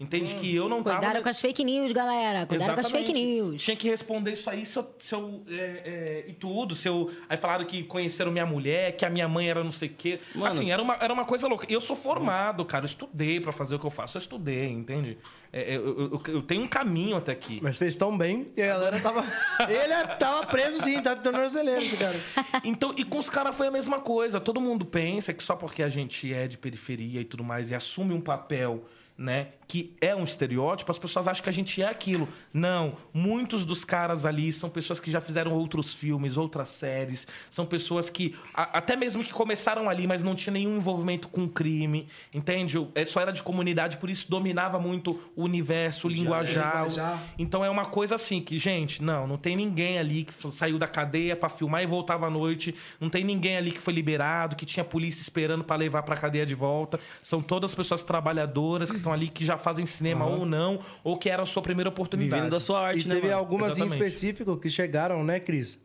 Speaker 5: Hum.
Speaker 4: Entende? Que eu não
Speaker 3: Cuidado
Speaker 4: tava...
Speaker 3: com as fake news, galera. Cuidado com as fake
Speaker 4: Exatamente.
Speaker 3: news.
Speaker 4: Tinha que responder isso aí, seu. seu é, é, e tudo. Seu, aí falaram que conheceram minha mulher, que a minha mãe era não sei o quê.
Speaker 1: Mano.
Speaker 4: Assim, era uma, era uma coisa louca. E eu sou formado, cara. Eu estudei pra fazer o que eu faço. Eu estudei, entende? É, é, eu, eu- eu tenho um caminho até aqui.
Speaker 5: Mas fez tão bem e a galera tava... ele é, tava preso sim, tá de tornozeleiro esse cara.
Speaker 4: Então, e com os caras foi a mesma coisa. Todo mundo pensa que só porque a gente é de periferia e tudo mais e assume um papel, né, que é um estereótipo, as pessoas acham que a gente é aquilo. Não, muitos dos caras ali são pessoas que já fizeram outros filmes, outras séries, são pessoas que a- até mesmo que começaram ali, mas não tinha nenhum envolvimento com crime, entende? É só era de comunidade, por isso dominava muito o universo, o linguajar. o-
Speaker 2: Linguajar.
Speaker 4: então é uma coisa assim que, gente, não, não tem ninguém ali que f- saiu da cadeia pra filmar e voltava à noite, não tem ninguém ali que foi liberado, que tinha polícia esperando pra levar pra cadeia de volta. São todas pessoas trabalhadoras
Speaker 1: Uhum.
Speaker 4: que estão ali que já fazem cinema ou não, ou que era a sua primeira oportunidade.
Speaker 1: Vivendo da sua
Speaker 5: E
Speaker 1: arte, né?
Speaker 5: teve
Speaker 1: mano?
Speaker 5: algumas em
Speaker 4: Exatamente.
Speaker 5: específico que chegaram, né, Cris?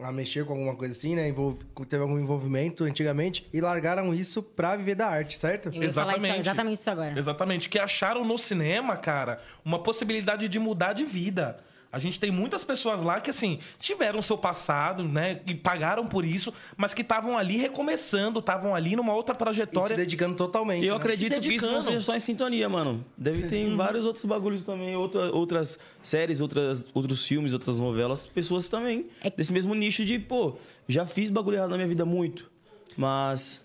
Speaker 5: A mexer com alguma coisa assim, né? envolv- Teve algum envolvimento antigamente e largaram isso pra viver da arte, certo?
Speaker 3: Eu ia falar isso- exatamente isso agora.
Speaker 4: Exatamente. Que acharam no cinema, cara, uma possibilidade de mudar de vida. A gente tem muitas pessoas lá que, assim, tiveram seu passado, né? E pagaram por isso, mas que estavam ali recomeçando, estavam ali numa outra
Speaker 5: E se
Speaker 4: trajetória.
Speaker 5: dedicando totalmente.
Speaker 1: Eu
Speaker 5: né?
Speaker 1: acredito que isso não
Speaker 4: Então, dedicando. Uhum.
Speaker 1: seja só em sintonia, mano. Deve ter em vários outros bagulhos também, outra- outras séries, outras, outros filmes, outras novelas, pessoas também.
Speaker 3: É-
Speaker 1: Desse mesmo nicho de, pô, já fiz bagulho errado na minha vida muito. Mas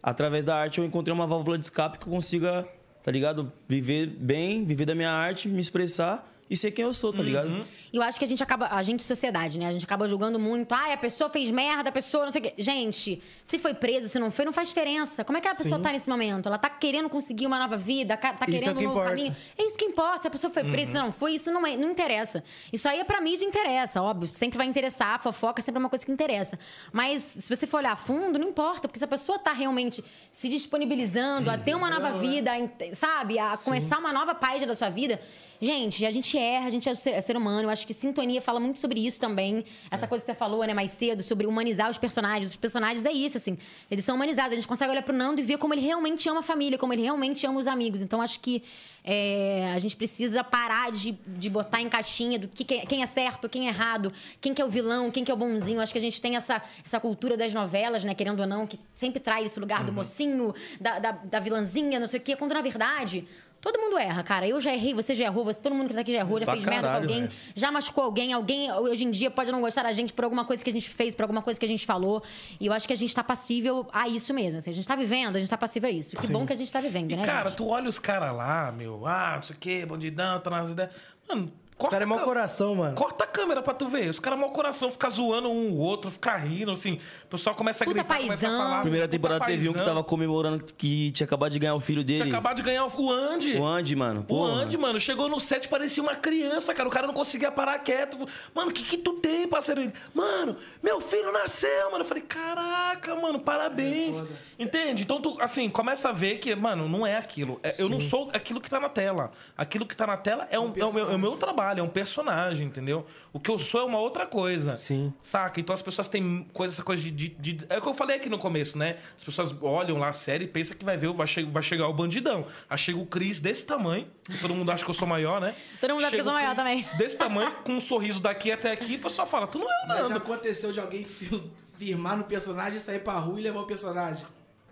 Speaker 1: através da arte eu encontrei uma válvula de escape que eu consiga, tá ligado? Viver bem, viver da minha arte, me expressar e ser quem eu sou, tá
Speaker 4: Uhum.
Speaker 1: ligado?
Speaker 3: E eu acho que a gente acaba, a gente, sociedade, né? A gente acaba julgando muito. Ai, a pessoa fez merda, a pessoa não sei o quê. Gente, se foi preso, se não foi, não faz diferença. Como é que a pessoa tá nesse momento? Ela tá querendo conseguir uma nova vida, ca- tá
Speaker 5: Isso é
Speaker 3: querendo
Speaker 5: o que
Speaker 3: um novo
Speaker 5: importa. Uhum.
Speaker 3: caminho. É isso que importa. Se a pessoa foi presa, se não foi, isso não, é- não interessa. Isso aí é pra mídia interessa, óbvio. Sempre vai interessar, a fofoca sempre é uma coisa que interessa. Mas se você for olhar a fundo, não importa, porque se a pessoa tá realmente se disponibilizando a ter uma
Speaker 5: é.
Speaker 3: nova vida, a ent- sabe? A começar uma nova página da sua vida. Gente, a gente erra, a gente é ser- é ser humano. Eu acho que sintonia fala muito sobre isso também. Essa coisa que você falou, né, mais cedo, sobre humanizar os personagens. Os personagens é isso, assim. Eles são humanizados. A gente consegue olhar pro Nando e ver como ele realmente ama a família, como ele realmente ama os amigos. Então, acho que é, a gente precisa parar de, de botar em caixinha do que, que- quem é certo, quem é errado, quem que é o vilão, quem que é o bonzinho. Acho que a gente tem essa, essa cultura das novelas, né? Querendo ou não, que sempre traz esse lugar do mocinho, da, da, da vilãzinha, não sei o quê. Quando, na verdade, todo mundo erra, cara. Eu já errei, você já errou, você- todo mundo que tá aqui já errou, já
Speaker 1: Pra
Speaker 3: fez merda com
Speaker 1: caralho,
Speaker 3: alguém,
Speaker 1: né?
Speaker 3: já machucou alguém. Alguém, hoje em dia, pode não gostar da gente por alguma coisa que a gente fez, por alguma coisa que a gente falou. E eu acho que a gente tá passível a isso mesmo. assim. a gente tá vivendo, a gente tá passível a isso. Que bom que a gente tá vivendo,
Speaker 4: E,
Speaker 3: né,
Speaker 4: cara,
Speaker 3: gente?
Speaker 4: tu olha os caras lá, meu, ah, não sei o quê, bandidão, tá nas ideias. Mano, corta.
Speaker 5: cara é
Speaker 4: a
Speaker 5: mau
Speaker 4: câ-
Speaker 5: coração, mano.
Speaker 4: Corta a câmera pra tu ver. Os caras mau coração, fica zoando um o outro, fica rindo, assim. O pessoal começa a
Speaker 3: Puta
Speaker 4: gritar, começa
Speaker 3: paizão.
Speaker 4: a falar.
Speaker 1: Primeira
Speaker 4: puta
Speaker 1: temporada teve um que
Speaker 4: paizão.
Speaker 1: tava comemorando que tinha acabado de ganhar o filho
Speaker 4: Tinha
Speaker 1: dele.
Speaker 4: acabado de ganhar o Andy.
Speaker 1: O Andy, mano.
Speaker 4: O
Speaker 1: Porra.
Speaker 4: Andy, Um mano, chegou no set, parecia uma criança, cara. O cara não conseguia parar quieto. Mano, o que, que tu tem, parceiro? Ele, mano, meu filho nasceu, mano. Eu falei, caraca, mano, parabéns. Entende? Então, tu, assim, começa a ver que, mano, não é aquilo. É, eu não sou aquilo que tá na tela. Aquilo que tá na tela é, um, é o, meu, é o meu trabalho, é um personagem, entendeu? O que eu sou é uma outra coisa.
Speaker 5: Sim.
Speaker 4: Saca? Então as pessoas têm coisa, essa coisa de, de- de- É o que eu falei aqui no começo, né? As pessoas olham lá a série e pensam que vai ver, o- vai, che- vai chegar o bandidão. Aí chega o Cris desse tamanho, que todo mundo acha que eu sou maior, né?
Speaker 3: Todo mundo acha que eu
Speaker 4: Chega
Speaker 3: sou
Speaker 4: o
Speaker 3: maior
Speaker 4: Chris
Speaker 3: também.
Speaker 4: Desse tamanho, com um sorriso daqui até aqui, o pessoal fala, tu não é o
Speaker 2: Mas Ah, já
Speaker 4: Nando.
Speaker 2: aconteceu de alguém fir- firmar no personagem, sair pra rua e levar o personagem.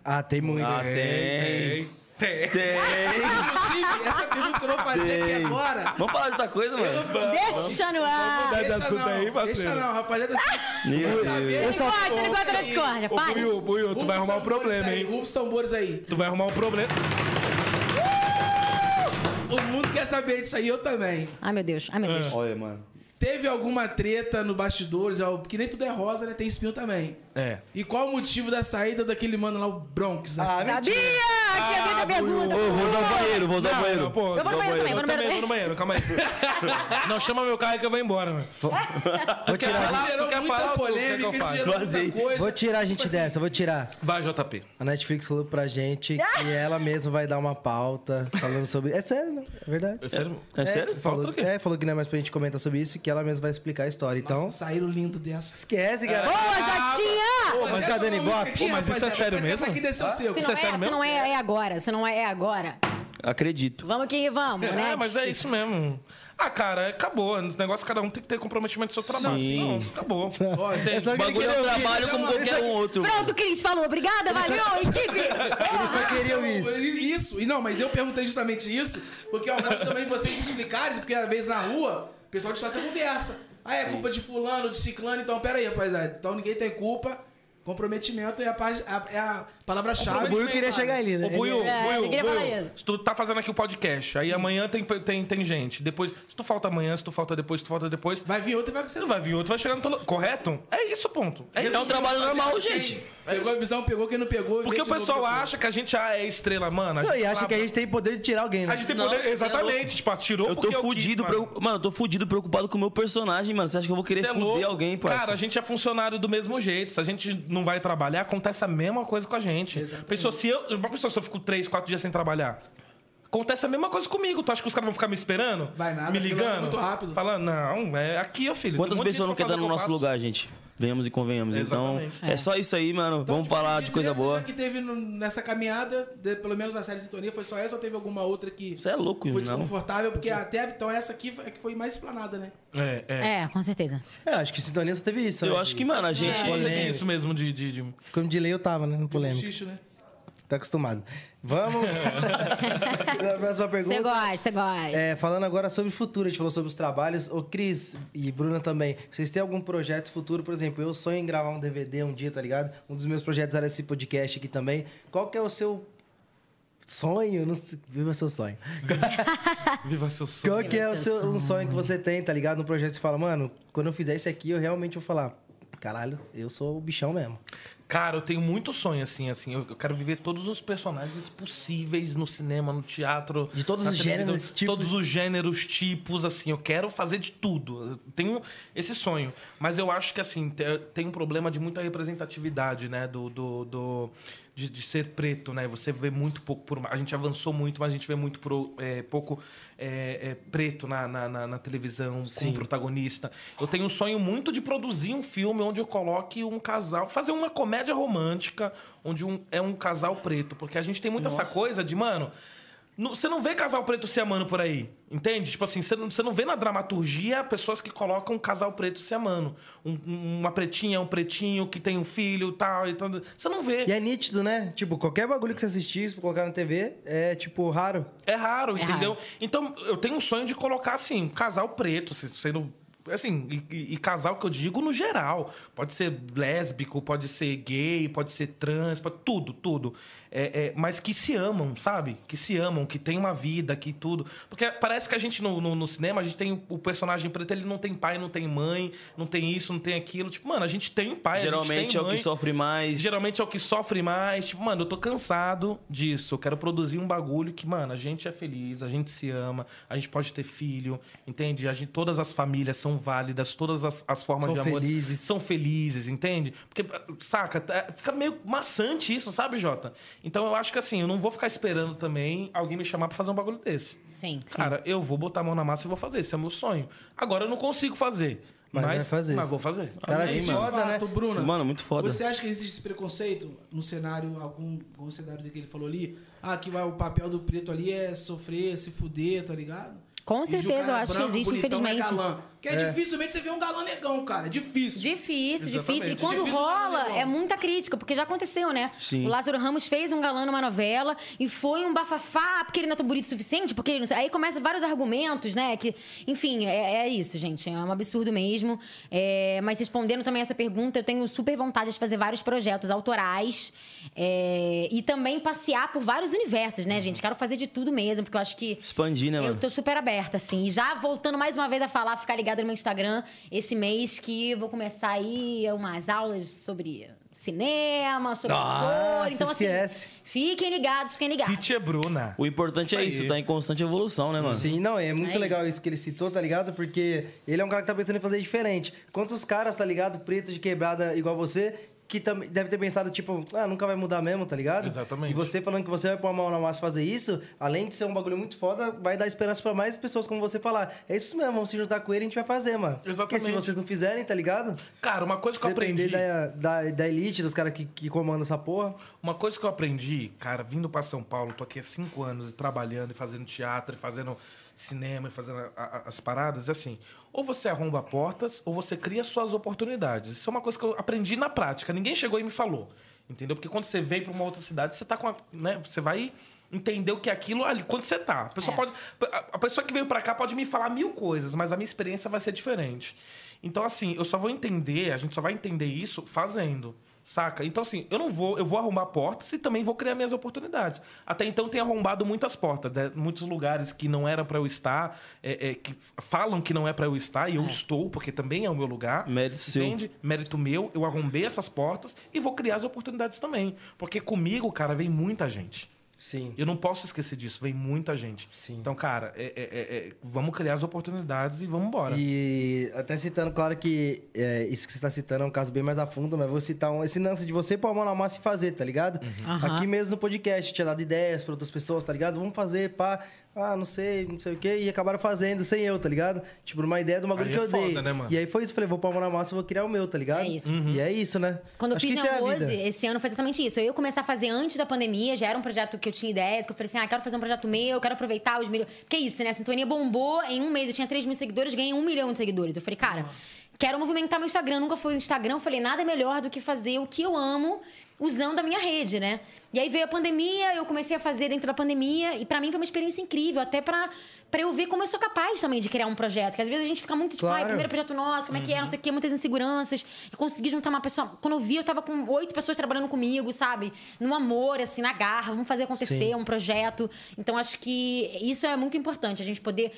Speaker 5: Ah, tem muito. É.
Speaker 1: Ah, tem.
Speaker 4: Tem.
Speaker 1: Tem.
Speaker 2: Inclusive, essa pergunta que eu vou fazer aqui agora.
Speaker 1: Vamos falar de outra coisa, mano?
Speaker 3: Deixa no ar!
Speaker 6: Mudar de
Speaker 2: Deixa
Speaker 6: assunto
Speaker 2: não,
Speaker 6: aí,
Speaker 2: deixa
Speaker 6: parceiro.
Speaker 2: não, rapaziada. assim,
Speaker 1: Meu
Speaker 2: Quer
Speaker 1: Deus.
Speaker 2: saber?
Speaker 3: Ele gosta, ele gosta da discórdia.
Speaker 6: Ô,
Speaker 3: Para.
Speaker 6: Buiu, Buiu, tu
Speaker 2: Rufa
Speaker 6: vai
Speaker 2: os
Speaker 4: tá
Speaker 6: arrumar um
Speaker 2: tambores
Speaker 6: problema,
Speaker 2: aí,
Speaker 6: hein?
Speaker 2: Rufa os tambores aí.
Speaker 4: Tu vai arrumar um problema.
Speaker 2: O mundo quer saber disso aí, eu também.
Speaker 3: Ai, meu Deus. Ai, meu Deus.
Speaker 4: Ah.
Speaker 1: Olha, mano.
Speaker 2: Teve alguma treta no bastidores, ó, porque nem tudo é rosa, né? Tem espinho também.
Speaker 4: É.
Speaker 2: E qual o motivo da saída daquele mano lá, o Bronx? assim?
Speaker 3: Sabia! Que ia
Speaker 4: Ah,
Speaker 3: ver a pergunta.
Speaker 6: Ô,
Speaker 4: é
Speaker 6: vou usar o banheiro, vou usar o
Speaker 4: Não, não,
Speaker 6: banheiro.
Speaker 4: pô,
Speaker 3: Eu vou no
Speaker 4: usar o
Speaker 3: banheiro também, vou no
Speaker 4: Eu vou no banheiro, calma aí. não, chama meu carro que eu vou embora, mano.
Speaker 5: Vou tirar,
Speaker 4: falar?
Speaker 2: Isso gerou
Speaker 4: Tu quer
Speaker 2: muita
Speaker 4: falar ou tu quer que eu
Speaker 2: polêmica, isso
Speaker 4: fale?
Speaker 2: gerou muita
Speaker 1: Vazei.
Speaker 2: coisa.
Speaker 5: vou tirar a gente dessa, vou tirar.
Speaker 4: Vai, JP.
Speaker 5: A Netflix falou pra gente que ela mesma vai dar uma pauta falando sobre. É sério, né? É verdade.
Speaker 4: É sério?
Speaker 1: É sério?
Speaker 5: Falou, é, falou que não é mais pra gente comentar sobre isso que ela mesma vai explicar a história. Então,
Speaker 2: Nossa, saíram lindo dessa.
Speaker 5: esquece, cara.
Speaker 3: Boa,
Speaker 4: Ah,
Speaker 3: Jotinha!
Speaker 5: mas tá dando ibope?
Speaker 4: Pô, mas isso é sério mesmo?
Speaker 2: Essa aqui desceu o seu.
Speaker 3: Se
Speaker 4: Isso
Speaker 3: não
Speaker 4: é sério
Speaker 3: é, se
Speaker 4: mesmo?
Speaker 3: não é, é agora. Se não é, é agora.
Speaker 1: Acredito.
Speaker 3: Vamos que vamos, né?
Speaker 4: É, mas é isso mesmo. Ah, cara, acabou. Esse negócio, cada um tem que ter comprometimento com o seu trabalho.
Speaker 1: Sim.
Speaker 4: Não, acabou.
Speaker 5: É
Speaker 4: Entende?
Speaker 5: só
Speaker 1: O
Speaker 5: que ele
Speaker 1: bagulho é um
Speaker 5: queria ouvir.
Speaker 1: trabalho como qualquer um outro.
Speaker 3: Pronto, Cris, falou. Obrigada,
Speaker 4: é
Speaker 3: valeu, equipe!
Speaker 5: Ele só queria ouvir isso.
Speaker 2: Isso, e não, mas eu perguntei justamente isso, porque eu gosto também de vocês se explicarem, porque às vezes na rua, o pessoal distorce a conversa. Ah, é culpa de fulano, de ciclano, então pera aí, rapaziada. Então ninguém tem culpa, comprometimento é a, paz- a- é a
Speaker 5: O
Speaker 2: palavra-chave.
Speaker 5: Buiu queria chegar ali, né?
Speaker 4: Ô, Buiu,
Speaker 3: É,
Speaker 4: Buiu,
Speaker 3: ele queria falar
Speaker 4: Buiu,
Speaker 3: isso.
Speaker 4: se tu tá fazendo aqui o podcast, aí amanhã tem, tem, tem gente. Depois, se tu falta amanhã, se tu falta depois, se tu falta depois,
Speaker 2: Vai vir outro e vai
Speaker 4: você
Speaker 2: acontecer.
Speaker 4: não vai vir outro, vai chegar no teu... lu- Correto? É isso, ponto. É isso.
Speaker 1: É um trabalho normal, gente.
Speaker 2: Pegou a visão, pegou quem não pegou.
Speaker 4: É Porque
Speaker 2: vê
Speaker 4: o
Speaker 2: de novo
Speaker 4: pessoal
Speaker 2: depois.
Speaker 4: acha que a gente ah, é estrela, mano.
Speaker 5: Não, e acha
Speaker 4: sabe.
Speaker 5: que a gente tem poder de tirar alguém, né?
Speaker 4: A gente tem
Speaker 1: Nossa,
Speaker 4: poder...
Speaker 1: você é
Speaker 4: Exatamente.
Speaker 1: louco.
Speaker 4: Tipo, ah, tirou
Speaker 1: Eu tô
Speaker 4: porque quis,
Speaker 1: fudido,
Speaker 4: mano.
Speaker 1: preocup- mano, eu tô fudido preocupado com o meu personagem, mano. Você acha que eu vou querer
Speaker 4: Cê é
Speaker 1: fuder
Speaker 4: louco.
Speaker 1: alguém, parça?
Speaker 4: Cara, a gente é funcionário do mesmo jeito. Se a gente não vai trabalhar, acontece a mesma coisa com a gente.
Speaker 2: Exatamente.
Speaker 4: Pessoa, se eu, uma pessoa, se eu fico três, quatro dias sem trabalhar, acontece a mesma coisa comigo. Tu acha que os caras vão ficar me esperando?
Speaker 2: Vai nada,
Speaker 4: Me
Speaker 2: fila
Speaker 4: ligando?
Speaker 2: anda muito rápido.
Speaker 4: Falando, não, é aqui, ó, filho.
Speaker 1: Quantas
Speaker 4: Tem um monte de
Speaker 1: pessoas não
Speaker 4: gente pra
Speaker 1: querem dar no
Speaker 4: fazer o que eu
Speaker 1: nosso
Speaker 4: faço.
Speaker 1: lugar, gente? Venhamos e convenhamos.
Speaker 4: Exatamente.
Speaker 1: Então, é. só isso aí, mano.
Speaker 2: Então,
Speaker 1: Vamos
Speaker 2: tipo,
Speaker 1: falar de coisa
Speaker 2: treta
Speaker 1: boa.
Speaker 2: que teve no- nessa caminhada, de- pelo menos na série de Sintonia, foi só essa ou teve alguma outra que
Speaker 1: Você é louco, não.
Speaker 2: foi desconfortável? Porque até então essa aqui foi- é que foi mais explanada, né?
Speaker 4: É, é.
Speaker 3: É, com certeza.
Speaker 5: É, acho que sintonia só teve isso.
Speaker 1: Eu
Speaker 5: né?
Speaker 1: acho que, mano, a gente.
Speaker 4: É, tem isso mesmo de. de, de-
Speaker 5: Como de lei eu tava, né? No
Speaker 1: É.
Speaker 5: polêmico.
Speaker 2: Xixo, né?
Speaker 5: Tá acostumado. Vamos. pra próxima pergunta.
Speaker 3: Você gosta, você gosta.
Speaker 5: É, falando agora sobre o futuro, a gente falou sobre os trabalhos. Ô, Cris e Bruna também, vocês têm algum projeto futuro? Por exemplo, eu sonho em gravar um DVD um dia, tá ligado? Um dos meus projetos era esse podcast aqui também. Qual que é o seu sonho? Não sei- Viva seu sonho.
Speaker 4: Viva seu sonho.
Speaker 5: Qual que é o seu, um sonho que você tem, tá ligado? No projeto você fala, mano, quando eu fizer isso aqui, eu realmente vou falar, caralho, eu sou o bichão mesmo.
Speaker 4: Cara, eu tenho muito sonho, assim, assim. Eu eu quero viver todos os personagens possíveis no cinema, no teatro.
Speaker 5: De todos
Speaker 4: na
Speaker 5: os
Speaker 4: televisão,
Speaker 5: gêneros, tipo tipos.
Speaker 4: Todos os gêneros, tipos, assim. Eu quero fazer de tudo. Eu tenho esse sonho. Mas eu acho que, assim, te- tem um problema de muita representatividade, né? Do... do, do- de, de ser preto, né? Você vê muito pouco por... A gente avançou muito, mas a gente vê muito pro- é, pouco é, é, preto na, na, na- na televisão, como protagonista. Eu tenho um sonho muito de produzir um filme onde eu coloque um casal, fazer uma comédia romântica onde um- é um casal preto, porque a gente tem muito essa coisa de, mano, não- Você não vê casal preto se amando por aí, entende? Tipo assim, você não, você não vê na dramaturgia pessoas que colocam um casal preto se amando. Um- um- uma pretinha, um pretinho que tem um filho tal, e tal. Você não vê.
Speaker 5: E é nítido, né? Tipo, qualquer bagulho que você assistir, se colocar na TV, é tipo raro.
Speaker 4: É raro,
Speaker 3: É
Speaker 4: entendeu?
Speaker 3: raro.
Speaker 4: Então, eu tenho um sonho de colocar, assim, um casal preto, se- sendo. Assim, e, e- e casal que eu digo no geral. Pode ser lésbico, pode ser gay, pode ser trans, pode, tudo, tudo. É, é, mas que se amam, sabe? Que se amam, que tem uma vida, que tudo. Porque parece que a gente no, no- no cinema, a gente tem o personagem preto, ele não tem pai, não tem mãe, não tem isso, não tem aquilo. Tipo, mano, a gente tem pai, a gente
Speaker 1: Geralmente
Speaker 4: tem
Speaker 1: é o
Speaker 4: mãe.
Speaker 1: que sofre mais.
Speaker 4: Geralmente é o que sofre mais. Tipo, mano, eu tô cansado disso. Eu quero produzir um bagulho que, mano, a gente é feliz, a gente se ama, a gente pode ter filho, entende? A gente, todas as famílias são válidas, todas as, as formas
Speaker 5: São
Speaker 4: de amor
Speaker 5: felizes.
Speaker 4: são felizes, entende? Porque, saca, tá- fica meio maçante isso, sabe, Jota? Então eu acho que assim, eu não vou ficar esperando também alguém me chamar pra fazer um bagulho desse.
Speaker 3: Sim, sim.
Speaker 4: Cara, eu vou botar a mão na massa e vou fazer. Esse é o meu sonho. Agora eu não consigo fazer.
Speaker 5: Mas
Speaker 4: Mas,
Speaker 5: vai fazer.
Speaker 4: mas vou fazer.
Speaker 5: Cara,
Speaker 2: Mas
Speaker 5: que
Speaker 2: de
Speaker 5: foda, né?
Speaker 2: É fato, Bruna.
Speaker 1: Mano, muito foda.
Speaker 2: Você acha que existe esse preconceito no cenário, algum, algum cenário que ele falou ali? Ah, que vai, o papel do preto ali é sofrer, se fuder, tá ligado?
Speaker 3: Com
Speaker 2: E de
Speaker 3: certeza,
Speaker 2: um cara
Speaker 3: eu acho que
Speaker 2: branco,
Speaker 3: existe,
Speaker 2: bonitão,
Speaker 3: infelizmente.
Speaker 2: É galã. Que é, dificilmente você vê um galã negão, cara. É difícil.
Speaker 3: Difícil, difícil. E
Speaker 4: Exatamente.
Speaker 3: quando
Speaker 2: Difícil pra
Speaker 3: rola,
Speaker 2: mim, não.
Speaker 3: é muita crítica, porque já aconteceu, né?
Speaker 1: Sim.
Speaker 3: O Lázaro Ramos fez um galã numa novela e foi um bafafá porque ele não é tão bonito o suficiente, porque ele não sei. Aí começam vários argumentos, né? Que, enfim, é, é isso, gente. É um absurdo mesmo. É, mas respondendo também essa pergunta, eu tenho super vontade de fazer vários projetos autorais é, e também passear por vários universos, né, gente? Quero fazer de tudo mesmo, porque eu acho que.
Speaker 1: Expandir, né,
Speaker 3: Eu
Speaker 1: mano?
Speaker 3: tô super aberta, assim. E já voltando mais uma vez a falar, ficar ligado no meu Instagram esse mês que eu vou começar aí umas aulas sobre cinema, sobre
Speaker 1: Ah,
Speaker 5: Nossa,
Speaker 3: ator. Então, assim,
Speaker 5: CS.
Speaker 3: fiquem ligados, fiquem ligados.
Speaker 4: Pitch é Bruna.
Speaker 1: O importante é isso, tá em constante evolução,
Speaker 4: Ah.
Speaker 1: né, mano?
Speaker 5: Sim, não, é muito
Speaker 3: É
Speaker 5: legal isso que ele citou, tá ligado? Porque ele é um cara que tá pensando em fazer diferente. Quantos caras, tá ligado? Preto de quebrada igual você, que também deve ter pensado, tipo, ah, nunca vai mudar mesmo, tá ligado?
Speaker 4: Exatamente.
Speaker 5: E você falando que você vai pôr a mão na massa e fazer isso, além de ser um bagulho muito foda, vai dar esperança pra mais pessoas como você falar. É isso mesmo, vamos se juntar com ele e a gente vai fazer, mano. Porque
Speaker 4: Exatamente.
Speaker 5: se vocês não fizerem, tá ligado?
Speaker 4: Cara, uma coisa que
Speaker 5: Se
Speaker 4: eu aprendi.
Speaker 5: depender da, da, da elite, dos caras que, que comandam essa porra.
Speaker 4: Uma coisa que eu aprendi, cara, vindo pra São Paulo, tô aqui há cinco anos e trabalhando, e fazendo teatro, e fazendo cinema, e fazendo a- a- as paradas, é assim, ou você arromba portas, ou você cria suas oportunidades. Isso é uma coisa que eu aprendi na prática. Ninguém chegou e me falou, entendeu? Porque quando você vem pra uma outra cidade, você tá com a, né, você vai entender o que é aquilo ali, quando você tá. A pessoa
Speaker 3: É.
Speaker 4: pode a a pessoa que veio pra cá pode me falar mil coisas, mas a minha experiência vai ser diferente. Então, assim, eu só vou entender, a gente só vai entender isso fazendo, saca? Então, assim, eu não vou, eu vou arrombar portas e também vou criar minhas oportunidades. Até então, tenho arrombado muitas portas, né? muitos lugares que não eram pra eu estar, é, é, que falam que não é pra eu estar, e eu estou, porque também é o meu lugar.
Speaker 1: Mérito seu.
Speaker 4: entende? grande mérito meu, eu arrombei essas portas e vou criar as oportunidades também. Porque comigo, cara, vem muita gente.
Speaker 5: Sim.
Speaker 4: Eu não posso esquecer disso, vem muita gente.
Speaker 5: Sim.
Speaker 4: Então, cara, é- é- é- é, vamos criar as oportunidades e vamos embora.
Speaker 5: E até citando, claro que é, isso que você está citando é um caso bem mais a fundo, mas vou citar um, esse lance de você pôr a mão na massa e fazer, tá ligado?
Speaker 4: Uhum.
Speaker 3: Aham.
Speaker 5: Aqui mesmo no podcast, tinha dado ideias para outras pessoas, tá ligado? Vamos fazer, pá, ah, não sei, não sei o quê, e acabaram fazendo sem eu, tá ligado? Tipo, numa ideia de uma bagulho
Speaker 4: Aí
Speaker 5: que
Speaker 4: é
Speaker 5: eu dei.
Speaker 4: foda, né, mano? Uhum.
Speaker 5: E aí foi isso, falei, vou pôr a mão na massa e vou criar o meu, tá ligado?
Speaker 3: É isso.
Speaker 5: E é isso, né?
Speaker 3: Quando eu
Speaker 5: Acho que
Speaker 3: fiz
Speaker 5: isso é a
Speaker 3: Jean Rose,
Speaker 5: vida.
Speaker 3: esse ano foi exatamente isso. Eu ia começar a fazer antes da pandemia, já era um projeto que eu tinha ideias, que eu falei assim, ah, quero fazer um projeto meu, quero aproveitar os milhões. Porque é isso, né? A sintonia bombou em um mês, eu tinha 3 mil seguidores, ganhei um milhão de seguidores. Eu falei, cara, quero movimentar meu Instagram, nunca fui no Instagram, eu falei, nada é melhor do que fazer o que eu amo usando a minha rede, né? E aí veio a pandemia, eu comecei a fazer dentro da pandemia e pra mim foi uma experiência incrível, até pra para eu ver como eu sou capaz também de criar um projeto, que às vezes a gente fica muito tipo, ai,
Speaker 5: Claro.
Speaker 3: primeiro projeto nosso, como é que é, não
Speaker 5: Uhum.
Speaker 3: sei o quê, muitas inseguranças. E consegui juntar uma pessoa. Quando eu vi, eu tava com oito pessoas trabalhando comigo, sabe? No amor, assim, na garra, vamos fazer acontecer, um projeto. Então, acho que isso é muito importante, a gente poder.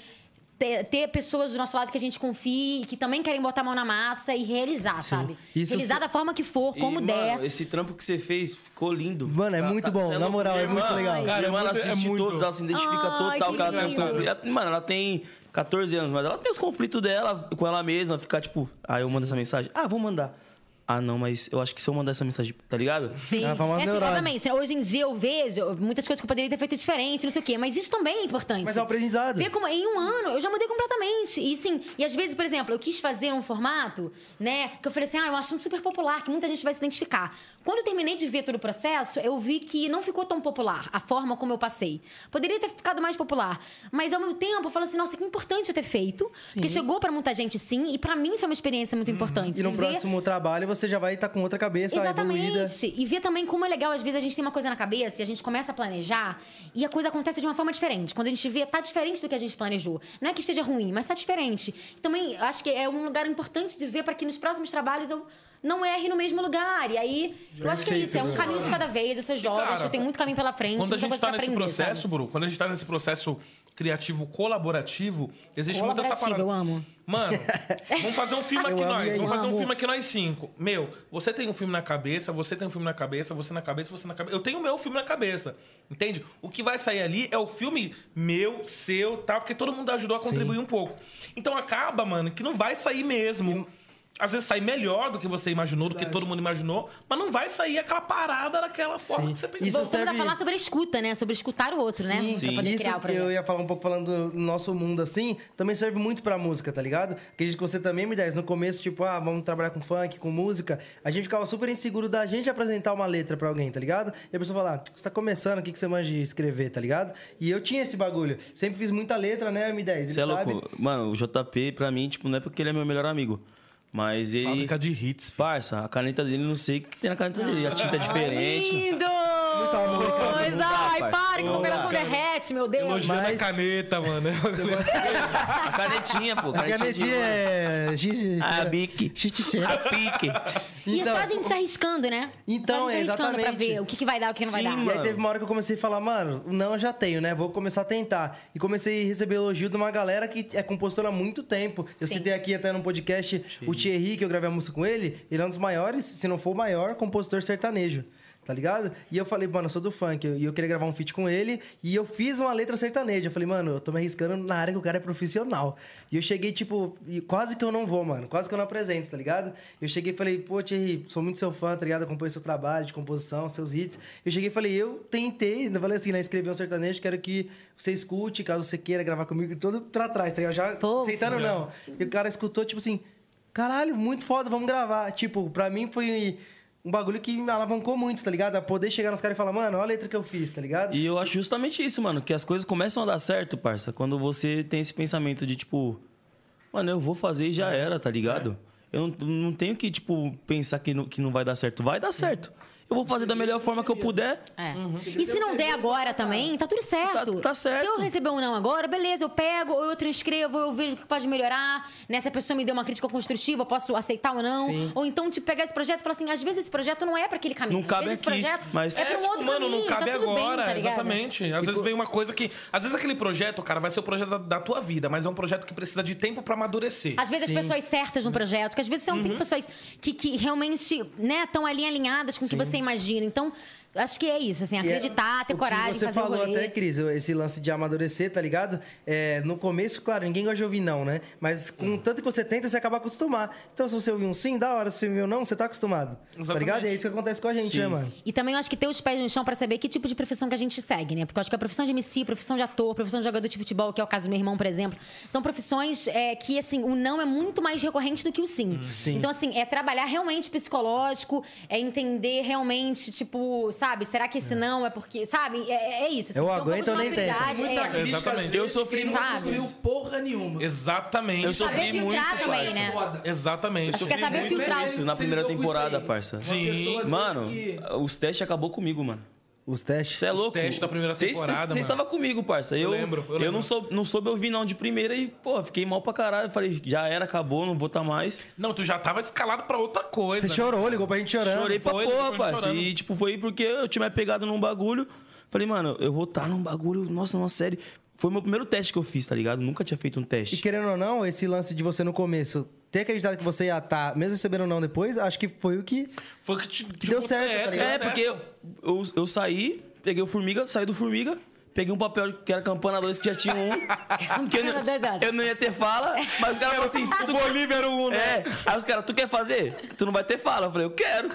Speaker 3: Ter, ter pessoas do nosso lado que a gente confie, que também querem botar a mão na massa e realizar, sabe?
Speaker 5: Isso
Speaker 3: realizar
Speaker 5: se-
Speaker 3: da forma que for,
Speaker 1: E,
Speaker 3: como
Speaker 1: mano,
Speaker 3: der.
Speaker 1: esse trampo que você fez ficou lindo. Tá,
Speaker 5: Mano, é muito bom,
Speaker 1: cê
Speaker 5: na
Speaker 1: louco.
Speaker 5: moral, é
Speaker 1: Minha
Speaker 5: muito
Speaker 1: irmã-
Speaker 5: legal.
Speaker 1: Minha
Speaker 4: Cara, é
Speaker 1: irmã ela
Speaker 4: muito- é
Speaker 1: assiste
Speaker 4: muito.
Speaker 1: todos, ela se identifica
Speaker 3: Ai,
Speaker 1: total
Speaker 3: Ah, que
Speaker 1: que ela tem os
Speaker 3: lindo.
Speaker 1: conflitos. Mano, ela tem 14 anos, mas ela tem os conflitos dela com ela mesma, ficar tipo, aí eu mando essa mensagem. Ah, vou mandar. Ah, não, mas eu acho que se eu mandar essa mensagem, tá ligado?
Speaker 3: Sim.
Speaker 5: Ah, pra uma
Speaker 3: é assim,
Speaker 5: neurose.
Speaker 3: exatamente. Hoje em dia eu vejo muitas coisas que eu poderia ter feito diferente, não sei o quê. Mas isso também é importante.
Speaker 5: Mas é um aprendizado.
Speaker 3: Vê como em um ano eu já mudei completamente. E sim, e às vezes, por exemplo, eu quis fazer um formato, né? Que eu falei assim, ah, é um assunto super popular, que muita gente vai se identificar. Quando eu terminei de ver todo o processo, eu vi que não ficou tão popular a forma como eu passei. Poderia ter ficado mais popular. Mas ao mesmo tempo, eu falo assim, nossa, que importante eu ter feito. Porque chegou pra muita gente, sim, e pra mim foi uma experiência muito importante.
Speaker 5: Uhum. E no
Speaker 3: Ver-
Speaker 5: próximo trabalho você já vai estar com outra cabeça evoluída.
Speaker 3: Exatamente. E ver também como é legal, às vezes a gente tem uma coisa na cabeça e a gente começa a planejar e a coisa acontece de uma forma diferente. Quando a gente vê, tá diferente do que a gente planejou. Não é que esteja ruim, mas tá diferente. Também eu acho que é um lugar importante de ver para que nos próximos trabalhos eu não erre no mesmo lugar. E aí, eu acho que é isso, é um caminho de cada vez. Eu sou jovem,
Speaker 4: cara,
Speaker 3: acho que eu tenho muito caminho pela frente,
Speaker 4: Quando
Speaker 3: muita
Speaker 4: a gente
Speaker 3: coisa
Speaker 4: tá
Speaker 3: pra
Speaker 4: nesse
Speaker 3: aprender.
Speaker 4: processo,
Speaker 3: sabe?
Speaker 4: Bru, quando a gente tá nesse processo criativo colaborativo, existe muita essa parada.
Speaker 3: Colaborativo, eu amo.
Speaker 4: Mano, vamos fazer um filme
Speaker 5: Eu
Speaker 4: aqui
Speaker 5: amo
Speaker 4: nós.
Speaker 5: isso.
Speaker 4: Vamos fazer um
Speaker 5: Amo.
Speaker 4: filme aqui nós cinco. Meu, você tem um filme na cabeça, você tem um filme na cabeça, você na cabeça, você na cabeça. Eu tenho o meu filme na cabeça. Entende? O que vai sair ali é o filme meu, seu, tá? Porque todo mundo ajudou a contribuir um pouco. Então acaba, mano, que não vai sair mesmo. Às vezes sai melhor do que você imaginou, do que todo mundo imaginou, mas não vai sair aquela parada daquela forma
Speaker 5: Sim.
Speaker 4: que você
Speaker 5: Isso
Speaker 4: pensou.
Speaker 3: Voltamos a
Speaker 5: serve-
Speaker 3: falar sobre a escuta, né? Sobre escutar o outro, né?
Speaker 5: Sim,
Speaker 3: Pra poder
Speaker 5: isso
Speaker 3: criar o
Speaker 5: que eu
Speaker 3: projeto.
Speaker 5: ia falar um pouco falando do nosso mundo assim, também serve muito pra música, tá ligado? Acredito que você também, me dez no começo, tipo, ah, vamos trabalhar com funk, com música, a gente ficava super inseguro da gente apresentar uma letra pra alguém, tá ligado? E a pessoa fala, ah, você tá começando, o que, que você manja de escrever, tá ligado? E eu tinha esse bagulho, sempre fiz muita letra, né, M10, ele
Speaker 1: Você é
Speaker 5: sabe?
Speaker 1: louco. Mano, o JP, pra mim, tipo, não é porque ele é meu melhor amigo. Mas ele.
Speaker 4: Fábrica de hits.
Speaker 3: Ah.
Speaker 1: Parça, a caneta dele, não sei o que tem na caneta dele. A tinta é diferente.
Speaker 3: Lindo!
Speaker 5: botar uma molecada
Speaker 3: Mas,
Speaker 5: no-
Speaker 3: ai,
Speaker 6: rapaz.
Speaker 3: para, que meu
Speaker 4: Vamos lá.
Speaker 3: coração derrete, meu Deus.
Speaker 4: Elogiando
Speaker 5: Mas-
Speaker 4: a é caneta, mano.
Speaker 2: Você gosta dele?
Speaker 7: A canetinha, pô.
Speaker 5: A canetinha
Speaker 7: de-
Speaker 5: é... giz- giz-
Speaker 1: Ah,
Speaker 7: A bique.
Speaker 5: giz-
Speaker 1: Tá
Speaker 7: A pique.
Speaker 3: E é só
Speaker 5: Então-
Speaker 3: a gente se arriscando, né?
Speaker 5: Então,
Speaker 3: só a gente se arriscando pra
Speaker 5: exatamente.
Speaker 3: ver o que, que vai dar e o que não vai
Speaker 7: Sim,
Speaker 3: dar.
Speaker 5: E aí
Speaker 7: mano.
Speaker 5: teve uma hora que eu comecei a falar, mano, não eu já tenho, né? Vou começar a tentar. E comecei a receber elogio de uma galera que é compositora há muito tempo. Eu
Speaker 3: Sim.
Speaker 5: citei aqui até no podcast o Thierry, que eu gravei a música com ele. Ele é um dos maiores, se não for o maior, compositor sertanejo. Tá ligado? E eu falei, mano, eu sou do funk. E eu queria gravar um feat com ele. E eu fiz uma letra sertaneja. Eu falei, mano, eu tô me arriscando na área que o cara é profissional. E eu cheguei, tipo, e quase que eu não vou, mano. Quase que eu não apresento, tá ligado? Eu cheguei e falei, pô, Thierry, sou muito seu fã, tá ligado? Acompanho seu trabalho de composição, seus hits. Eu cheguei e falei, eu tentei, eu falei assim, né? Escrevi um sertanejo, quero que você escute, caso você queira gravar comigo, todo pra trás, tá ligado? Já
Speaker 3: Pô.
Speaker 5: aceitando não. E o cara escutou, tipo assim, caralho, muito foda, vamos gravar. Tipo, pra mim foi um bagulho que me alavancou muito, tá ligado? A poder chegar nos caras e falar, mano, olha a letra que eu fiz, tá ligado?
Speaker 1: E eu acho justamente isso, mano, que as coisas começam a dar certo, parça, quando você tem esse pensamento de tipo, mano, eu vou fazer e já
Speaker 4: É.
Speaker 1: era, tá ligado? Eu não, não tenho que, tipo, pensar que não, que não vai dar certo. Vai dar certo. Eu vou fazer da melhor forma que eu puder.
Speaker 3: É. E se não der agora também, tá tudo certo.
Speaker 1: Tá- tá certo.
Speaker 3: Se eu receber um não agora, beleza, eu pego, ou eu transcrevo, eu vejo o que pode melhorar. Né? Se a pessoa me deu uma crítica construtiva, eu posso aceitar ou não. Ou então, tipo, pegar esse projeto e falar assim: às vezes esse projeto não é pra aquele caminho.
Speaker 1: Não
Speaker 3: Às
Speaker 1: cabe
Speaker 3: vezes
Speaker 1: aqui,
Speaker 3: esse projeto
Speaker 1: mas-
Speaker 3: é pra um
Speaker 1: tipo,
Speaker 3: outro
Speaker 4: mano,
Speaker 3: caminho.
Speaker 4: não cabe
Speaker 3: tá tudo bem,
Speaker 4: agora,
Speaker 3: tá ligado?
Speaker 4: exatamente. Às vezes vem uma coisa que. Às vezes aquele projeto, cara, vai ser o projeto da, da tua vida, mas é um projeto que precisa de tempo pra amadurecer.
Speaker 3: Às vezes as pessoas certas
Speaker 5: Né?
Speaker 3: no projeto, que às vezes você não
Speaker 5: Uhum.
Speaker 3: tem pessoas que, que realmente né, estão ali alinhadas com o que você imagina. Então, acho que é isso, assim,
Speaker 5: E é
Speaker 3: acreditar, ter
Speaker 5: o que
Speaker 3: coragem,
Speaker 5: Você
Speaker 3: fazer
Speaker 5: falou
Speaker 3: o rolê.
Speaker 5: até, Cris, esse lance de amadurecer, tá ligado? É, no começo, claro, ninguém gosta de ouvir não, né? Mas com o tanto que você tenta, você acaba acostumar. Então, se você ouvir um sim, da hora. Se você ouvir um não, você tá acostumado. Tá
Speaker 4: Exatamente.
Speaker 5: ligado? E é isso que acontece com a gente, né, mano?
Speaker 3: E também eu acho que ter os pés no chão pra saber que tipo de profissão que a gente segue, né? Porque eu acho que a profissão de MC, profissão de ator, profissão de jogador de futebol, que é o caso do meu irmão, por exemplo, são profissões é, que, assim, o não é muito mais recorrente do que o sim.
Speaker 5: Uhum.
Speaker 3: Então, assim, é trabalhar realmente psicológico, é entender realmente, tipo, sabe, será que esse não é porque. Sabe? É, é isso. Assim,
Speaker 5: Eu
Speaker 3: tem um pouco
Speaker 5: aguento
Speaker 3: de
Speaker 5: ou nem tento.
Speaker 3: maturidade,
Speaker 2: Muita
Speaker 3: é.
Speaker 2: crítica, às
Speaker 4: Exatamente.
Speaker 2: vezes,
Speaker 1: Eu sofri
Speaker 2: que ele
Speaker 3: muito
Speaker 2: não construiu
Speaker 3: isso.
Speaker 2: porra nenhuma.
Speaker 4: Exatamente.
Speaker 1: Eu sofri
Speaker 3: Saber
Speaker 1: muito,
Speaker 3: filtrar também,
Speaker 1: parça.
Speaker 3: né?
Speaker 2: Foda.
Speaker 4: Exatamente.
Speaker 3: Acho que é
Speaker 4: sofri
Speaker 3: saber
Speaker 4: muito.
Speaker 3: filtrar.
Speaker 1: Isso, na
Speaker 2: Você
Speaker 1: primeira
Speaker 2: lidou com isso
Speaker 1: temporada,
Speaker 2: aí?
Speaker 1: parça.
Speaker 2: Uma
Speaker 4: Sim.
Speaker 2: pessoa, às vezes,
Speaker 1: Mano,
Speaker 2: que-
Speaker 1: os testes acabou comigo, mano.
Speaker 5: Os testes.
Speaker 1: Você é louco?
Speaker 4: testes da primeira
Speaker 1: Vocês-
Speaker 4: temporada,
Speaker 1: vocês-
Speaker 4: mano.
Speaker 1: Vocês estavam comigo, parça. Eu, eu,
Speaker 4: lembro, eu lembro.
Speaker 1: não, soube, não soube ouvir não de primeira e, pô, fiquei mal pra caralho. Falei, já era, acabou, não vou estar mais.
Speaker 4: Não, tu já tava escalado pra outra coisa.
Speaker 5: Você chorou, ligou pra gente chorando.
Speaker 1: Chorei pra
Speaker 4: Foi,
Speaker 1: porra,
Speaker 4: depois
Speaker 1: rapaz.
Speaker 4: chorando.
Speaker 1: E, tipo, foi porque eu tinha me pegado num bagulho. Falei, mano, eu vou estar num bagulho, nossa, numa série. Foi meu primeiro teste que eu fiz, tá ligado? Nunca tinha feito um
Speaker 5: E
Speaker 1: teste.
Speaker 5: querendo ou não, esse lance de você no começo ter acreditado que você ia estar, mesmo recebendo ou não depois, acho que foi o que.
Speaker 4: Foi o que te, um te
Speaker 5: um- deu
Speaker 4: botou-
Speaker 5: certo, tá ligado?
Speaker 1: É, porque eu, eu, eu saí, peguei o Formiga, saí do Formiga, peguei um papel que era Campana 2, que já tinha um. que eu, não-
Speaker 3: Campana 2, ótimo.
Speaker 1: eu não ia ter fala, mas os caras falaram assim...
Speaker 4: O Bolívia era um, né?
Speaker 1: É, aí os caras, tu quer fazer? Tu não vai ter fala. Eu falei, eu quero.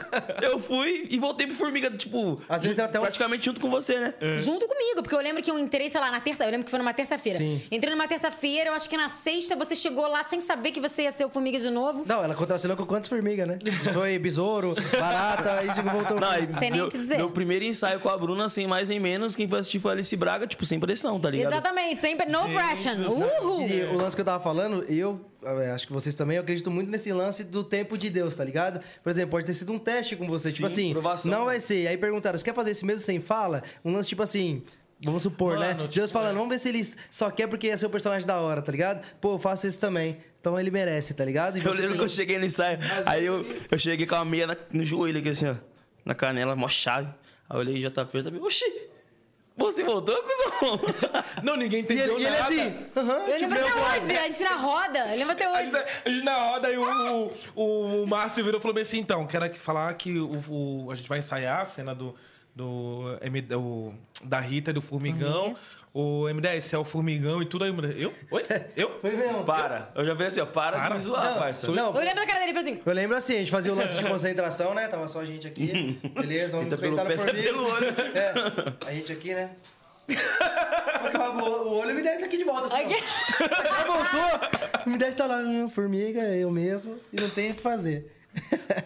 Speaker 1: Eu fui e voltei pro Formiga, tipo...
Speaker 5: Às vezes é até um-
Speaker 1: Praticamente junto com você, né?
Speaker 3: Junto comigo, porque eu lembro que eu entrei, sei lá, na terça. Eu lembro que foi numa terça-feira.
Speaker 5: Sim.
Speaker 3: Entrei numa terça-feira, eu acho que na sexta você chegou lá sem saber que você ia ser o Formiga de novo.
Speaker 5: Não, ela contracenou com quantas formigas, né? Foi besouro, barata, e tipo, voltou.
Speaker 1: Não, e
Speaker 3: Sei nem
Speaker 1: meu,
Speaker 3: o que dizer.
Speaker 1: meu primeiro ensaio com a Bruna, sem mais nem menos, quem foi assistir foi a Alice Braga, tipo, sem pressão, tá ligado?
Speaker 3: Exatamente, sempre no pressure. Uhul!
Speaker 5: E o lance que eu tava falando, eu é, acho que vocês também, eu acredito muito nesse lance do tempo de Deus, tá ligado? Por exemplo, pode ter sido um teste com você, tipo assim,
Speaker 1: provação.
Speaker 5: não vai ser. Aí perguntaram, você quer fazer esse mesmo sem fala? Um lance tipo assim. Vamos supor, né?
Speaker 4: Mano, tipo,
Speaker 5: Deus falando, vamos ver se ele só quer porque é seu personagem da hora, tá ligado? Pô, eu faço isso também. Então ele merece, tá ligado? E
Speaker 1: Eu
Speaker 5: você
Speaker 1: lembro que eu
Speaker 5: tem-
Speaker 1: cheguei no ensaio, aí eu, eu cheguei com a meia na- no joelho aqui, assim, ó, na canela, mó chave. Aí eu olhei e já tá perto, também, oxi, você voltou, cuzão?
Speaker 4: Não, ninguém
Speaker 5: E ele,
Speaker 4: entendeu
Speaker 5: e ele
Speaker 4: nada.
Speaker 5: assim, aham,
Speaker 3: Eu lembro até
Speaker 5: eu-
Speaker 3: hoje, a gente na roda. Eu lembro até
Speaker 4: A
Speaker 3: hoje.
Speaker 4: gente, a gente na roda e o, o, o Márcio virou e falou bem assim, então, quero aqui falar que o, o- a gente vai ensaiar a cena do, do, M- do- da Rita e do Formigão. O M10 é o Formigão e tudo aí. Eu? Oi? Eu?
Speaker 5: Foi mesmo.
Speaker 1: Para. Eu já falei assim, ó, para, de
Speaker 4: Para. um
Speaker 1: me zoar, parça.
Speaker 5: Não,
Speaker 3: Eu lembro da cara dele e falei assim.
Speaker 5: Eu lembro assim, a gente fazia o lance de concentração, né? Tava só a gente aqui. Beleza, vamos
Speaker 1: Entra tá pelo
Speaker 5: pensar no
Speaker 1: pé, sai
Speaker 5: formiga.
Speaker 1: pelo olho.
Speaker 5: É, a gente aqui, né? Acabou, o olho me deve tá aqui de volta, assim,
Speaker 3: "Aqui."
Speaker 5: ó. Já voltou. Me deve tá lá, minha formiga, eu mesmo, e não tem o que fazer.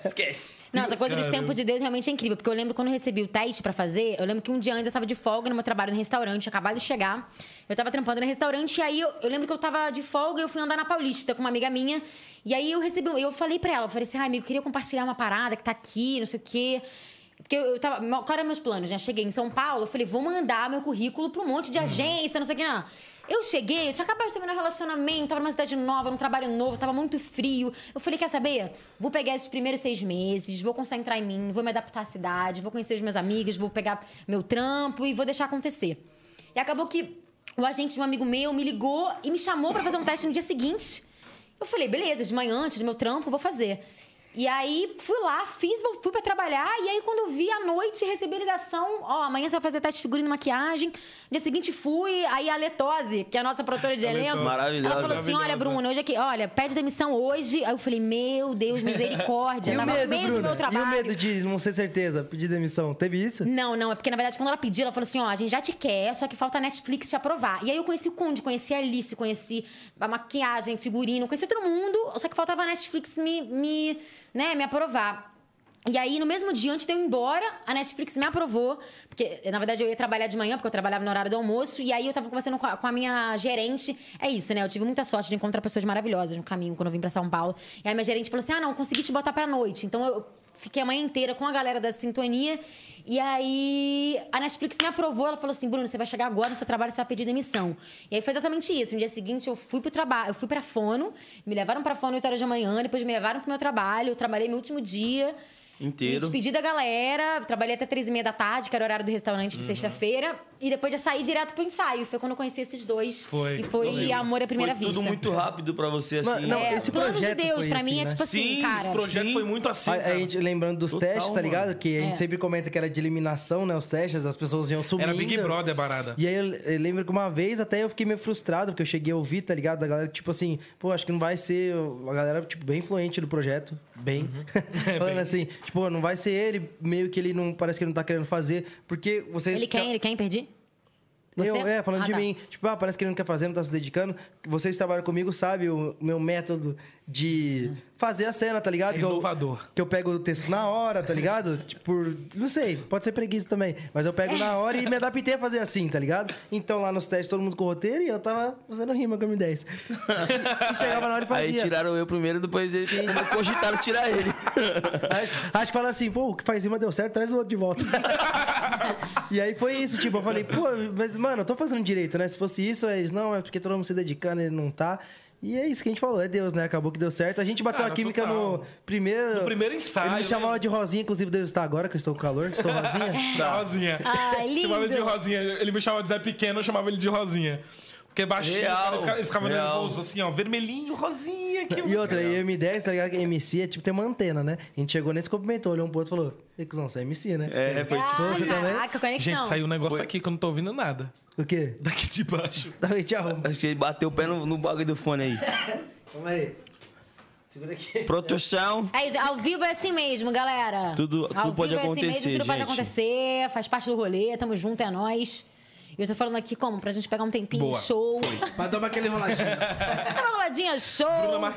Speaker 1: Esquece.
Speaker 3: Não, essa coisa do tempo de Deus realmente é incrível. Porque eu lembro quando eu recebi o teste pra fazer, eu lembro que um dia antes eu tava de folga no meu trabalho no restaurante, acabado de chegar. Eu tava trampando no restaurante, e aí eu, eu lembro que eu tava de folga e eu fui andar na Paulista com uma amiga minha. E aí eu recebi, um- eu falei pra ela, eu falei assim, ai, amigo, eu queria compartilhar uma parada que tá aqui, não sei o quê. Porque eu, eu tava. meu- Qual eram meus planos? Já cheguei em São Paulo, eu falei, vou mandar meu currículo pra um monte de agência, não sei o que, não. Eu cheguei, eu tinha acabado de terminar um relacionamento, tava numa cidade nova, num trabalho novo, tava muito frio. Eu falei, quer saber? Vou pegar esses primeiros seis meses, vou concentrar em mim, vou me adaptar à cidade, vou conhecer os meus amigos, vou pegar meu trampo e vou deixar acontecer. E acabou que o agente de um amigo meu me ligou e me chamou pra fazer um teste no dia seguinte. Eu falei, beleza, de manhã antes do meu trampo, vou fazer. E aí fui lá, fiz, vou- fui pra trabalhar. E aí quando eu vi à noite, recebi a ligação: ó, amanhã você vai fazer teste de figurino e maquiagem. No dia seguinte fui, aí a Letose, que é a nossa produtora de elenco,
Speaker 7: Maravilhosa.
Speaker 3: ela falou assim: olha,
Speaker 4: Maravilhosa.
Speaker 3: Bruno, hoje aqui, olha, pede demissão hoje. Aí eu falei: meu Deus, misericórdia.
Speaker 5: E o
Speaker 3: Tava
Speaker 5: medo,
Speaker 3: mesmo
Speaker 5: Bruna?
Speaker 3: meu
Speaker 5: E
Speaker 3: trabalho.
Speaker 5: o medo de não ser certeza, pedir demissão? Teve isso?
Speaker 3: Não, não. É porque, na verdade, quando ela pediu, ela falou assim: ó, a gente já te quer, só que falta a Netflix te aprovar. E aí eu conheci o Conde, conheci a Alice, conheci a maquiagem, figurino, conheci todo mundo, só que faltava a Netflix me, me, né, me aprovar. E aí, no mesmo dia, antes de eu ir embora, a Netflix me aprovou. Porque, na verdade, eu ia trabalhar de manhã, porque eu trabalhava no horário do almoço. E aí, eu tava conversando com a, com a minha gerente. É isso, né? Eu tive muita sorte de encontrar pessoas maravilhosas no caminho, quando eu vim pra São Paulo. E aí, minha gerente falou assim, ah, não, consegui te botar pra noite. Então, eu Fiquei a manhã inteira com a galera da sintonia. E aí a Netflix me aprovou, ela falou assim: Bruno, você vai chegar agora no seu trabalho, você vai pedir demissão. E aí foi exatamente isso. No dia seguinte eu fui pro trabalho, eu fui pra fono, me levaram pra fono 8 horas da manhã, depois me levaram pro meu trabalho, eu trabalhei meu último dia. Me
Speaker 1: Inteiro.
Speaker 3: despedi da galera, trabalhei até três e meia da tarde, que era o horário do restaurante de sexta-feira. E depois já saí direto pro ensaio. Foi quando eu conheci esses dois.
Speaker 4: Foi.
Speaker 3: E foi amor à primeira
Speaker 1: Foi
Speaker 3: vista.
Speaker 1: Tudo muito rápido pra você, assim.
Speaker 5: Mano, não,
Speaker 3: É,
Speaker 5: esse
Speaker 3: plano de
Speaker 5: projeto
Speaker 3: Deus
Speaker 5: foi
Speaker 3: pra mim
Speaker 5: assim,
Speaker 3: é
Speaker 5: né?
Speaker 3: tipo assim,
Speaker 4: Sim,
Speaker 3: cara.
Speaker 4: o projeto
Speaker 1: sim.
Speaker 4: foi muito assim,
Speaker 5: A, a
Speaker 4: cara.
Speaker 5: gente, lembrando dos
Speaker 1: Total,
Speaker 5: testes, tá ligado? Que a gente
Speaker 3: É.
Speaker 5: sempre comenta que era de eliminação, né? Os testes, as pessoas iam subindo.
Speaker 4: Era Big Brother a parada.
Speaker 5: E aí eu, eu lembro que uma vez até eu fiquei meio frustrado, porque eu cheguei a ouvir, tá ligado? Da galera, tipo assim, pô, acho que não vai ser. A galera, tipo, bem influente do projeto. Bem.
Speaker 4: Uhum. É
Speaker 5: Falando assim, tipo, não vai ser ele, meio que ele não. Parece que ele não tá querendo fazer. Porque vocês.
Speaker 3: Ele quem? Ele quem? Perdi? Você?
Speaker 5: Eu, é, falando
Speaker 3: Ah,
Speaker 5: de
Speaker 3: tá.
Speaker 5: mim. Tipo, ah, parece que ele não quer fazer, não tá se dedicando. Vocês trabalham comigo, sabe o meu método de fazer a cena, tá ligado?
Speaker 4: É
Speaker 5: Que eu-
Speaker 4: inovador.
Speaker 5: Que eu, pego o texto na hora, tá ligado? tipo, por- não sei, pode ser preguiça também. Mas eu
Speaker 3: É.
Speaker 5: pego na hora e me adaptei a fazer assim, tá ligado? Então lá nos testes todo mundo com roteiro e eu tava fazendo rima com a M10.
Speaker 1: É.
Speaker 5: e chegava na hora e
Speaker 7: Aí
Speaker 5: fazia.
Speaker 7: tiraram eu primeiro, depois eles cogitaram tirar ele.
Speaker 5: Acho, acho que falaram assim, pô, o que faz rima deu certo, traz o outro de volta. e aí foi isso, tipo, eu falei, pô, mas, mano, eu tô fazendo direito, né? Se fosse isso, aí eles, não, é porque todo mundo se dedicando, ele não tá. E é isso que a gente falou, é Deus, né? Acabou que deu certo. A gente bateu
Speaker 4: Cara,
Speaker 5: a química
Speaker 4: total.
Speaker 5: no primeiro.
Speaker 4: No primeiro ensaio,
Speaker 5: Ele me chamava
Speaker 4: né?
Speaker 5: de Rosinha, inclusive deve estar agora, que eu estou com calor, estou rosinha.
Speaker 4: Da Rosinha.
Speaker 3: Ai, lindo.
Speaker 4: Chamava ele de Rosinha. Ele me chamava de Zé Pequeno, eu chamava ele de Rosinha. Porque baixinho,
Speaker 7: Real,
Speaker 4: cara, ele ficava, ele ficava
Speaker 7: real.
Speaker 4: nervoso, assim, ó. Vermelhinho, Rosinha. Que
Speaker 5: E outra, e M10, tá ligado? Que MC é tipo ter uma antena, né? A gente chegou nesse cumprimentou, olhou um pro outro e falou: "Ei, cuzão, você é MC, né?
Speaker 7: É, foi
Speaker 5: Sou você tá também?
Speaker 3: Caraca, conexão.
Speaker 4: Gente, saiu um negócio aqui que eu não tô ouvindo nada.
Speaker 5: O quê?
Speaker 4: Daqui de baixo.
Speaker 5: Daí te arruma.
Speaker 7: Acho que ele bateu o pé no, no bagulho do fone aí.
Speaker 5: Calma aí. Segura aqui.
Speaker 7: Produção.
Speaker 3: É isso, ao vivo é assim mesmo, galera.
Speaker 7: Tudo- tudo
Speaker 3: ao
Speaker 7: pode
Speaker 3: vivo é assim
Speaker 7: acontecer,
Speaker 3: mesmo, tudo pode
Speaker 7: gente.
Speaker 3: acontecer, faz parte do rolê, tamo junto, é nóis. E eu tô falando aqui como? Pra gente pegar um tempinho,
Speaker 4: Boa,
Speaker 3: show.
Speaker 2: Pra dar uma aquele enroladinho.
Speaker 3: Dá uma roladinha, show.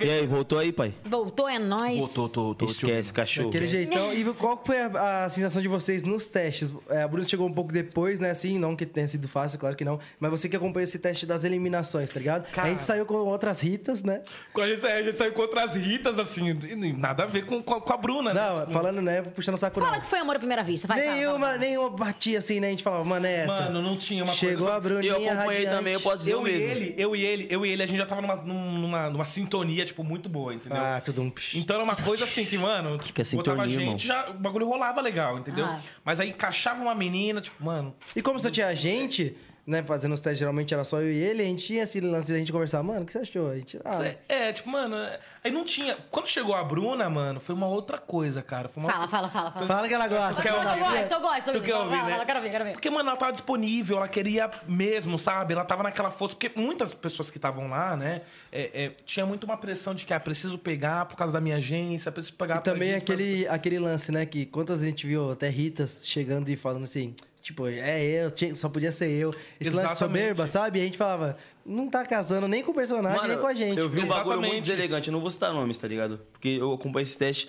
Speaker 7: E aí, voltou aí, pai?
Speaker 3: Voltou, é nóis.
Speaker 7: tô, tô. Esquece, cachorro.
Speaker 5: Aquele jeitão. E qual que foi a, a sensação de vocês nos testes? É, a Bruna chegou um pouco depois, né? Assim, não que tenha sido fácil, claro que não. Mas você que acompanhou esse teste das eliminações, tá ligado? A gente saiu com outras ritas, né?
Speaker 4: A gente, a gente saiu com outras ritas, assim, e nada a ver com, com, a, com a Bruna, né?
Speaker 5: Não, falando, né? Puxando o saco
Speaker 3: Fala
Speaker 5: não.
Speaker 3: que foi amor à primeira vista, vai. fala,
Speaker 5: Nenhuma,
Speaker 3: fala, fala.
Speaker 5: nenhuma batia assim, né? A gente falava, mano, é essa.
Speaker 4: Mano, não tinha uma
Speaker 5: Chegou
Speaker 4: coisa... assim.
Speaker 5: a Bruninha
Speaker 7: Eu acompanhei
Speaker 5: radiante.
Speaker 7: também, eu posso dizer o
Speaker 4: Eu e
Speaker 7: mesmo.
Speaker 4: ele, eu e ele, eu e ele, a gente já tava numa, num- numa, numa sintonia, tipo, muito boa, entendeu?
Speaker 5: Ah, tudo um... psh.
Speaker 4: Então era uma coisa assim que, mano, tipo,
Speaker 7: Que é sintonia,
Speaker 4: botava
Speaker 7: irmão.
Speaker 4: gente, já, o bagulho rolava legal, entendeu?
Speaker 3: Ah.
Speaker 4: Mas aí encaixava uma menina, tipo, mano,
Speaker 5: E como só tinha gente... Né, fazendo os testes, geralmente era só eu e ele, a gente tinha esse lance da gente conversar, mano, o que você achou? A gente, ah,
Speaker 4: É, É, tipo, mano, é- aí não tinha. Quando chegou a Bruna, mano, foi uma outra coisa, cara. Foi uma
Speaker 3: Fala,
Speaker 4: outra-
Speaker 3: fala, fala, fala.
Speaker 5: fala que ela gosta.
Speaker 4: quer
Speaker 3: eu
Speaker 4: ouvir,
Speaker 3: gosto, eu gosto, eu
Speaker 4: Tu
Speaker 3: gosto.
Speaker 4: quer
Speaker 3: Fala,
Speaker 4: ouvir,
Speaker 3: fala,
Speaker 4: né?
Speaker 3: fala, quero ver, quero ver.
Speaker 4: Porque, mano, ela tava disponível, ela queria mesmo, sabe? Ela tava naquela força. Porque muitas pessoas que estavam lá, né? é, é, tinha muito uma pressão de que, ah, preciso pegar por causa da minha agência, preciso pegar
Speaker 5: E
Speaker 4: por
Speaker 5: também
Speaker 4: agência,
Speaker 5: aquele, aquele lance, né? Que quantas a gente viu até Ritas chegando e falando assim, tipo, é eu, tinha- só podia ser eu. Esse lance
Speaker 4: Exatamente.
Speaker 5: soberba, sabe? E a gente falava, não tá casando nem com o personagem, nem com a gente.
Speaker 7: Eu vi um bagulho
Speaker 4: Exatamente.
Speaker 7: muito deselegante. Eu não vou citar nomes, tá ligado? Porque eu acompanhei esse teste.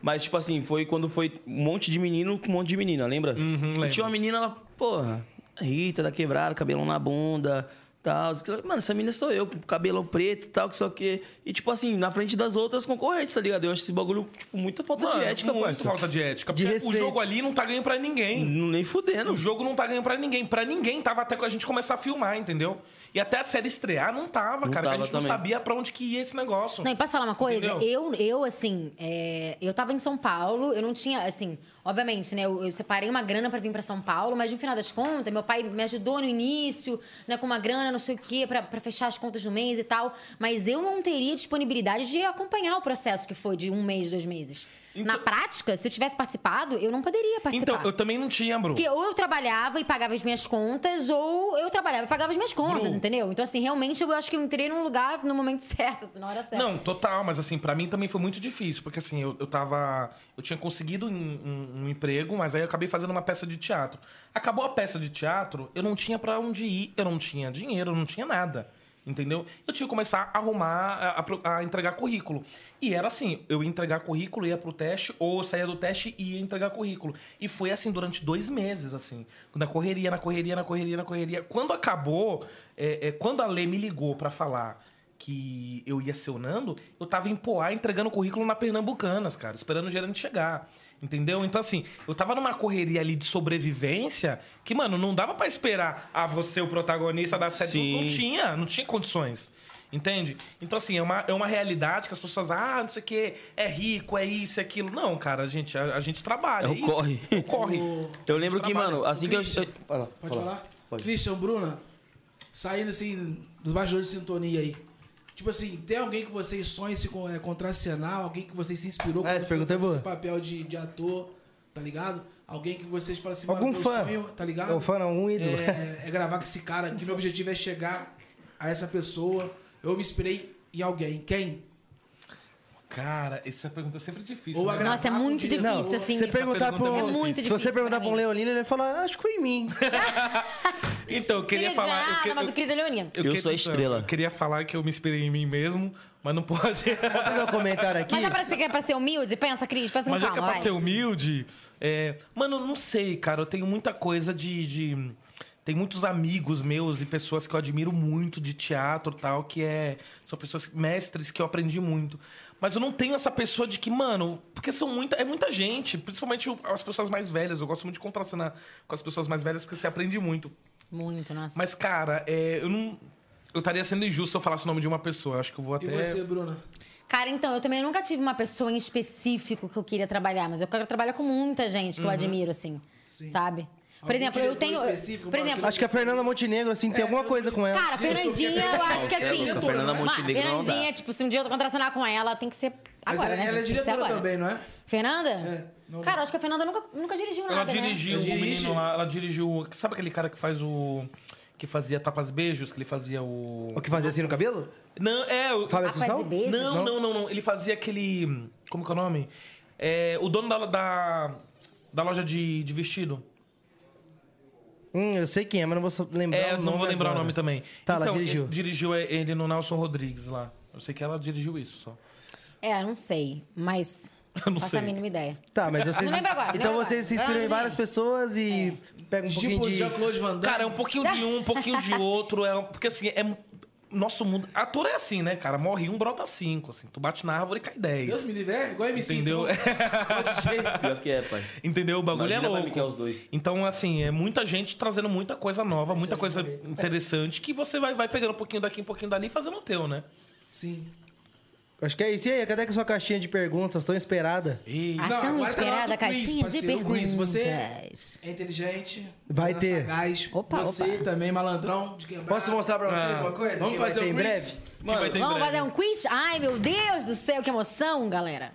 Speaker 7: Mas, tipo assim, foi quando foi um monte de menino com um monte de menina, lembra?
Speaker 4: Uhum,
Speaker 7: E
Speaker 4: lembro.
Speaker 1: tá
Speaker 7: tinha uma menina, ela, porra, Rita da quebrada, cabelão na bunda,
Speaker 1: Tal. Mano, essa menina sou eu, com cabelão preto e tal, que só que. E, tipo assim, na frente das outras concorrentes, tá ligado? Eu acho esse bagulho, tipo, muita falta
Speaker 4: Mano,
Speaker 1: de ética,
Speaker 4: muito
Speaker 1: parça.
Speaker 4: falta de ética.
Speaker 5: De
Speaker 4: Porque o
Speaker 5: respeito.
Speaker 4: jogo ali não tá ganhando pra ninguém.
Speaker 1: Não, nem fudendo.
Speaker 4: O jogo não tá ganhando pra ninguém. Pra ninguém tava até que a gente começar a filmar, entendeu? E até a série estrear não tava, cara. porque
Speaker 1: tava
Speaker 4: a gente não
Speaker 1: também.
Speaker 4: sabia pra onde que ia esse negócio.
Speaker 3: Não, e posso falar uma coisa?
Speaker 4: Entendeu?
Speaker 3: Eu, eu, assim, é, eu tava em São Paulo, eu não tinha, assim, obviamente, né? Eu, eu separei uma grana pra vir pra São Paulo, mas no final das contas, meu pai me ajudou no início, né, com uma grana, não sei o quê, pra, pra fechar as contas do mês e tal. Mas eu não teria disponibilidade de acompanhar o processo que foi de um mês, dois meses. Na prática, se eu tivesse participado, eu não poderia participar.
Speaker 4: então, eu também não tinha, Bruno.
Speaker 3: Porque ou eu trabalhava e pagava as minhas contas, ou eu trabalhava e pagava as minhas contas,
Speaker 4: Bru.
Speaker 3: entendeu? Então, assim, realmente eu acho que eu entrei num lugar no momento certo, assim, na hora certa.
Speaker 4: Não, total, mas assim, pra mim também foi muito difícil, porque assim, eu, eu tava. Eu tinha conseguido um, um- um emprego, mas aí eu acabei fazendo uma peça de teatro. Acabou a peça de teatro, eu não tinha pra onde ir, eu não tinha dinheiro, eu não tinha nada. Entendeu? Eu tinha que começar a arrumar, a- a, pro- a entregar currículo. E era assim: eu ia entregar currículo, ia pro teste, ou eu saía do teste e ia entregar currículo. E foi assim durante dois meses, assim. Na correria, na correria, na correria, na correria. Quando acabou, é, é, quando a Lê me ligou pra falar que eu ia ser o Nando, eu tava em Poá entregando currículo na Pernambucanas, cara, esperando o gerente chegar. Entendeu? Então, assim, eu tava numa correria ali de sobrevivência que, mano, não dava pra esperar ah, você o protagonista da série.
Speaker 1: Sim.
Speaker 4: Não, não tinha, não tinha condições. Entende? Então, assim, é uma, é uma realidade que as pessoas, ah, não sei o quê, é rico, é isso, é aquilo. Não, cara, a gente, a, a gente trabalha.
Speaker 1: É o
Speaker 4: isso.
Speaker 1: corre.
Speaker 4: É o corre.
Speaker 1: Eu
Speaker 5: Então,
Speaker 1: lembro que, mano, assim que eu.
Speaker 2: Christian,
Speaker 1: Fala,
Speaker 2: Pode
Speaker 1: fala.
Speaker 2: falar?
Speaker 1: Pode.
Speaker 2: Christian, Bruna, saindo assim dos bastidores de sintonia aí. Tipo assim, tem alguém que vocês sonham se con- eh, contracenar, alguém que vocês se inspirou
Speaker 5: Ah, essa
Speaker 2: você
Speaker 5: pergunta é
Speaker 2: fez
Speaker 5: boa.
Speaker 2: esse papel de, de ator, tá ligado? Alguém que vocês falam assim,
Speaker 5: Algum
Speaker 2: mano, meu
Speaker 5: fã.
Speaker 2: sonho, tá ligado?
Speaker 5: Ou fã não, um ídolo.
Speaker 2: É, é gravar com esse cara aqui, meu objetivo é chegar a essa pessoa. Eu me inspirei em alguém. Quem?
Speaker 4: Cara, essa pergunta é sempre difícil.
Speaker 2: Ou
Speaker 4: né?
Speaker 2: a gra-
Speaker 3: Nossa, é muito
Speaker 2: Não,
Speaker 3: difícil, assim.
Speaker 5: você perguntar pro,
Speaker 4: pergunta
Speaker 3: difícil. É
Speaker 4: é muito
Speaker 5: se
Speaker 3: muito
Speaker 5: você
Speaker 3: difícil
Speaker 5: perguntar
Speaker 3: pra
Speaker 5: pro
Speaker 3: mim.
Speaker 5: Leonino, ele vai falar, acho que foi em mim.
Speaker 4: Então, eu queria
Speaker 3: Cris,
Speaker 4: falar. eu
Speaker 3: ah,
Speaker 4: que-
Speaker 3: mas o
Speaker 4: eu-
Speaker 3: Cris é leonino.
Speaker 1: Eu
Speaker 4: fiquei
Speaker 1: sou a
Speaker 4: pensando,
Speaker 1: estrela.
Speaker 4: Eu queria falar que eu me inspirei em mim mesmo, mas não pode.
Speaker 5: Vou fazer um comentário aqui.
Speaker 3: Mas é pra ser, que é pra ser humilde? Pensa, Cris, pensa
Speaker 4: mas
Speaker 3: com
Speaker 4: já que é
Speaker 3: um calma.
Speaker 4: pra
Speaker 3: vai.
Speaker 4: ser humilde. é, Mano, eu não sei, cara. Eu tenho muita coisa de. de- Tem muitos amigos meus e pessoas que eu admiro muito de teatro e tal, que é. São pessoas mestres que eu aprendi muito. Mas eu não tenho essa pessoa de que, mano, porque são muita. É muita gente, principalmente o- as pessoas mais velhas. Eu gosto muito de contracenar com as pessoas mais velhas, porque você aprende muito.
Speaker 3: Muito, nossa.
Speaker 4: Mas, cara, é, eu não. Eu estaria sendo injusto se eu falasse o nome de uma pessoa. Eu acho que eu vou até.
Speaker 2: E você, Bruna?
Speaker 3: Cara, então, eu também nunca tive uma pessoa em específico que eu queria trabalhar, mas eu quero trabalhar com muita gente
Speaker 4: Uhum.
Speaker 3: que eu admiro, assim.
Speaker 2: Sim.
Speaker 3: Sabe? Por
Speaker 2: Algum
Speaker 3: exemplo, eu
Speaker 2: diretor
Speaker 3: tenho.
Speaker 2: específico,
Speaker 3: Por
Speaker 2: mano,
Speaker 3: exemplo,
Speaker 5: Acho que a Fernanda Montenegro, assim, tem alguma coisa com ela.
Speaker 3: É. Cara, Fernandinha, eu acho que
Speaker 1: Você é
Speaker 3: assim.
Speaker 1: louca, Fernanda
Speaker 3: Mano,
Speaker 1: Montenegro não dá.
Speaker 3: Fernandinha, tipo, se um dia eu contracionar com ela, tem que ser
Speaker 2: Mas
Speaker 3: agora,
Speaker 2: ela,
Speaker 3: né?
Speaker 2: ela é
Speaker 3: gente? Tem que ser
Speaker 2: diretora
Speaker 3: agora.
Speaker 2: também, não é?
Speaker 3: Fernanda?
Speaker 2: não-
Speaker 3: Cara, eu acho que a Fernanda nunca, nunca dirigiu
Speaker 4: É, Ela
Speaker 3: nada, né?
Speaker 4: dirigiu
Speaker 2: Ela
Speaker 4: o
Speaker 2: dirige?
Speaker 4: menino lá, ela dirigiu. Sabe aquele cara que faz o. que fazia tapas beijos, que ele fazia o.
Speaker 5: O que fazia assim no cabelo?
Speaker 4: Não, é. O...
Speaker 5: Fábio
Speaker 3: Ah, faz
Speaker 5: Assunção?
Speaker 3: e beijos?
Speaker 4: Não, não, não, não. Ele fazia aquele. Como que é o nome? É, o dono da, da, da loja de, de vestido.
Speaker 5: Hum, eu sei quem é, mas não vou sa- lembrar
Speaker 4: É,
Speaker 5: o
Speaker 4: não vou
Speaker 5: nome
Speaker 4: lembrar
Speaker 5: agora.
Speaker 4: o nome também.
Speaker 5: Tá, ela
Speaker 4: então,
Speaker 5: dirigiu.
Speaker 4: Ele, dirigiu ele no Nelson Rodrigues lá. Eu sei que ela dirigiu isso só.
Speaker 3: né? É, não sei, mas.
Speaker 4: Eu não
Speaker 3: faço
Speaker 4: sei.
Speaker 3: a mínima ideia.
Speaker 5: Tá, mas vocês...
Speaker 3: Não lembro agora,
Speaker 5: Então
Speaker 3: lembro
Speaker 5: vocês
Speaker 3: agora.
Speaker 5: se inspiram em
Speaker 3: Lembro É.
Speaker 5: várias pessoas e pegam um pouquinho
Speaker 2: tipo
Speaker 5: de...
Speaker 2: Jean-Claude Van Damme.
Speaker 4: Cara, é um pouquinho de um, um pouquinho de outro. É, um- porque assim, é. Nosso mundo. Ator é assim, né, cara? Morre um, brota cinco. Assim, tu bate na árvore e cai dez.
Speaker 2: Deus me livre, é igual MC.
Speaker 4: Entendeu?
Speaker 2: então-
Speaker 1: Pior que é, pai.
Speaker 4: Entendeu? O bagulho
Speaker 1: Imagina
Speaker 4: é
Speaker 1: pra
Speaker 4: louco.
Speaker 1: mim que é os dois.
Speaker 4: Então, assim, é muita gente trazendo muita coisa nova, muita coisa interessante que você vai, vai pegando um pouquinho daqui, um pouquinho dali e fazendo o teu, né?
Speaker 2: Sim.
Speaker 5: Acho que é isso. E aí, cadê que a sua caixinha de perguntas tão esperada?
Speaker 3: A
Speaker 4: E
Speaker 2: Não,
Speaker 3: Ah, tão
Speaker 2: agora tá na hora
Speaker 3: esperada
Speaker 2: do quiz,
Speaker 3: caixinha de
Speaker 2: parceiro. O quiz,
Speaker 3: perguntas.
Speaker 2: você- É inteligente.
Speaker 5: Vai
Speaker 2: é
Speaker 5: ter.
Speaker 2: Sagaz,
Speaker 3: Opa,
Speaker 2: você também, malandrão de quebrada.
Speaker 5: Posso mostrar pra vocês uma coisa?
Speaker 2: Vamos
Speaker 5: que vai
Speaker 2: fazer
Speaker 5: ter
Speaker 2: o
Speaker 5: em
Speaker 2: quiz?
Speaker 5: breve?
Speaker 4: que vai ter em
Speaker 3: Vamos
Speaker 4: breve.
Speaker 3: fazer um quiz? Ai, meu Deus do céu, que emoção, galera.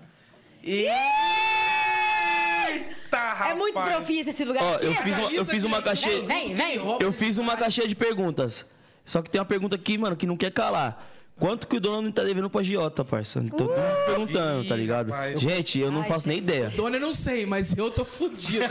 Speaker 4: Eita, rapaz!
Speaker 3: É muito profício esse lugar
Speaker 1: Ó,
Speaker 3: aqui.
Speaker 1: eu fiz uma- eu fiz uma caixinha-
Speaker 3: Vem, vem, vem.
Speaker 1: Eu fiz uma caixinha de perguntas. Só que tem uma pergunta aqui, mano, que não quer calar. Quanto que o dono tá devendo pra Giota, parça? Tô todo mundo perguntando, tá
Speaker 4: Ih,
Speaker 1: ligado?
Speaker 4: rapaz.
Speaker 1: Gente, eu não
Speaker 3: Ai,
Speaker 1: faço nem ideia.
Speaker 2: Dona, eu não sei, mas eu tô fudido.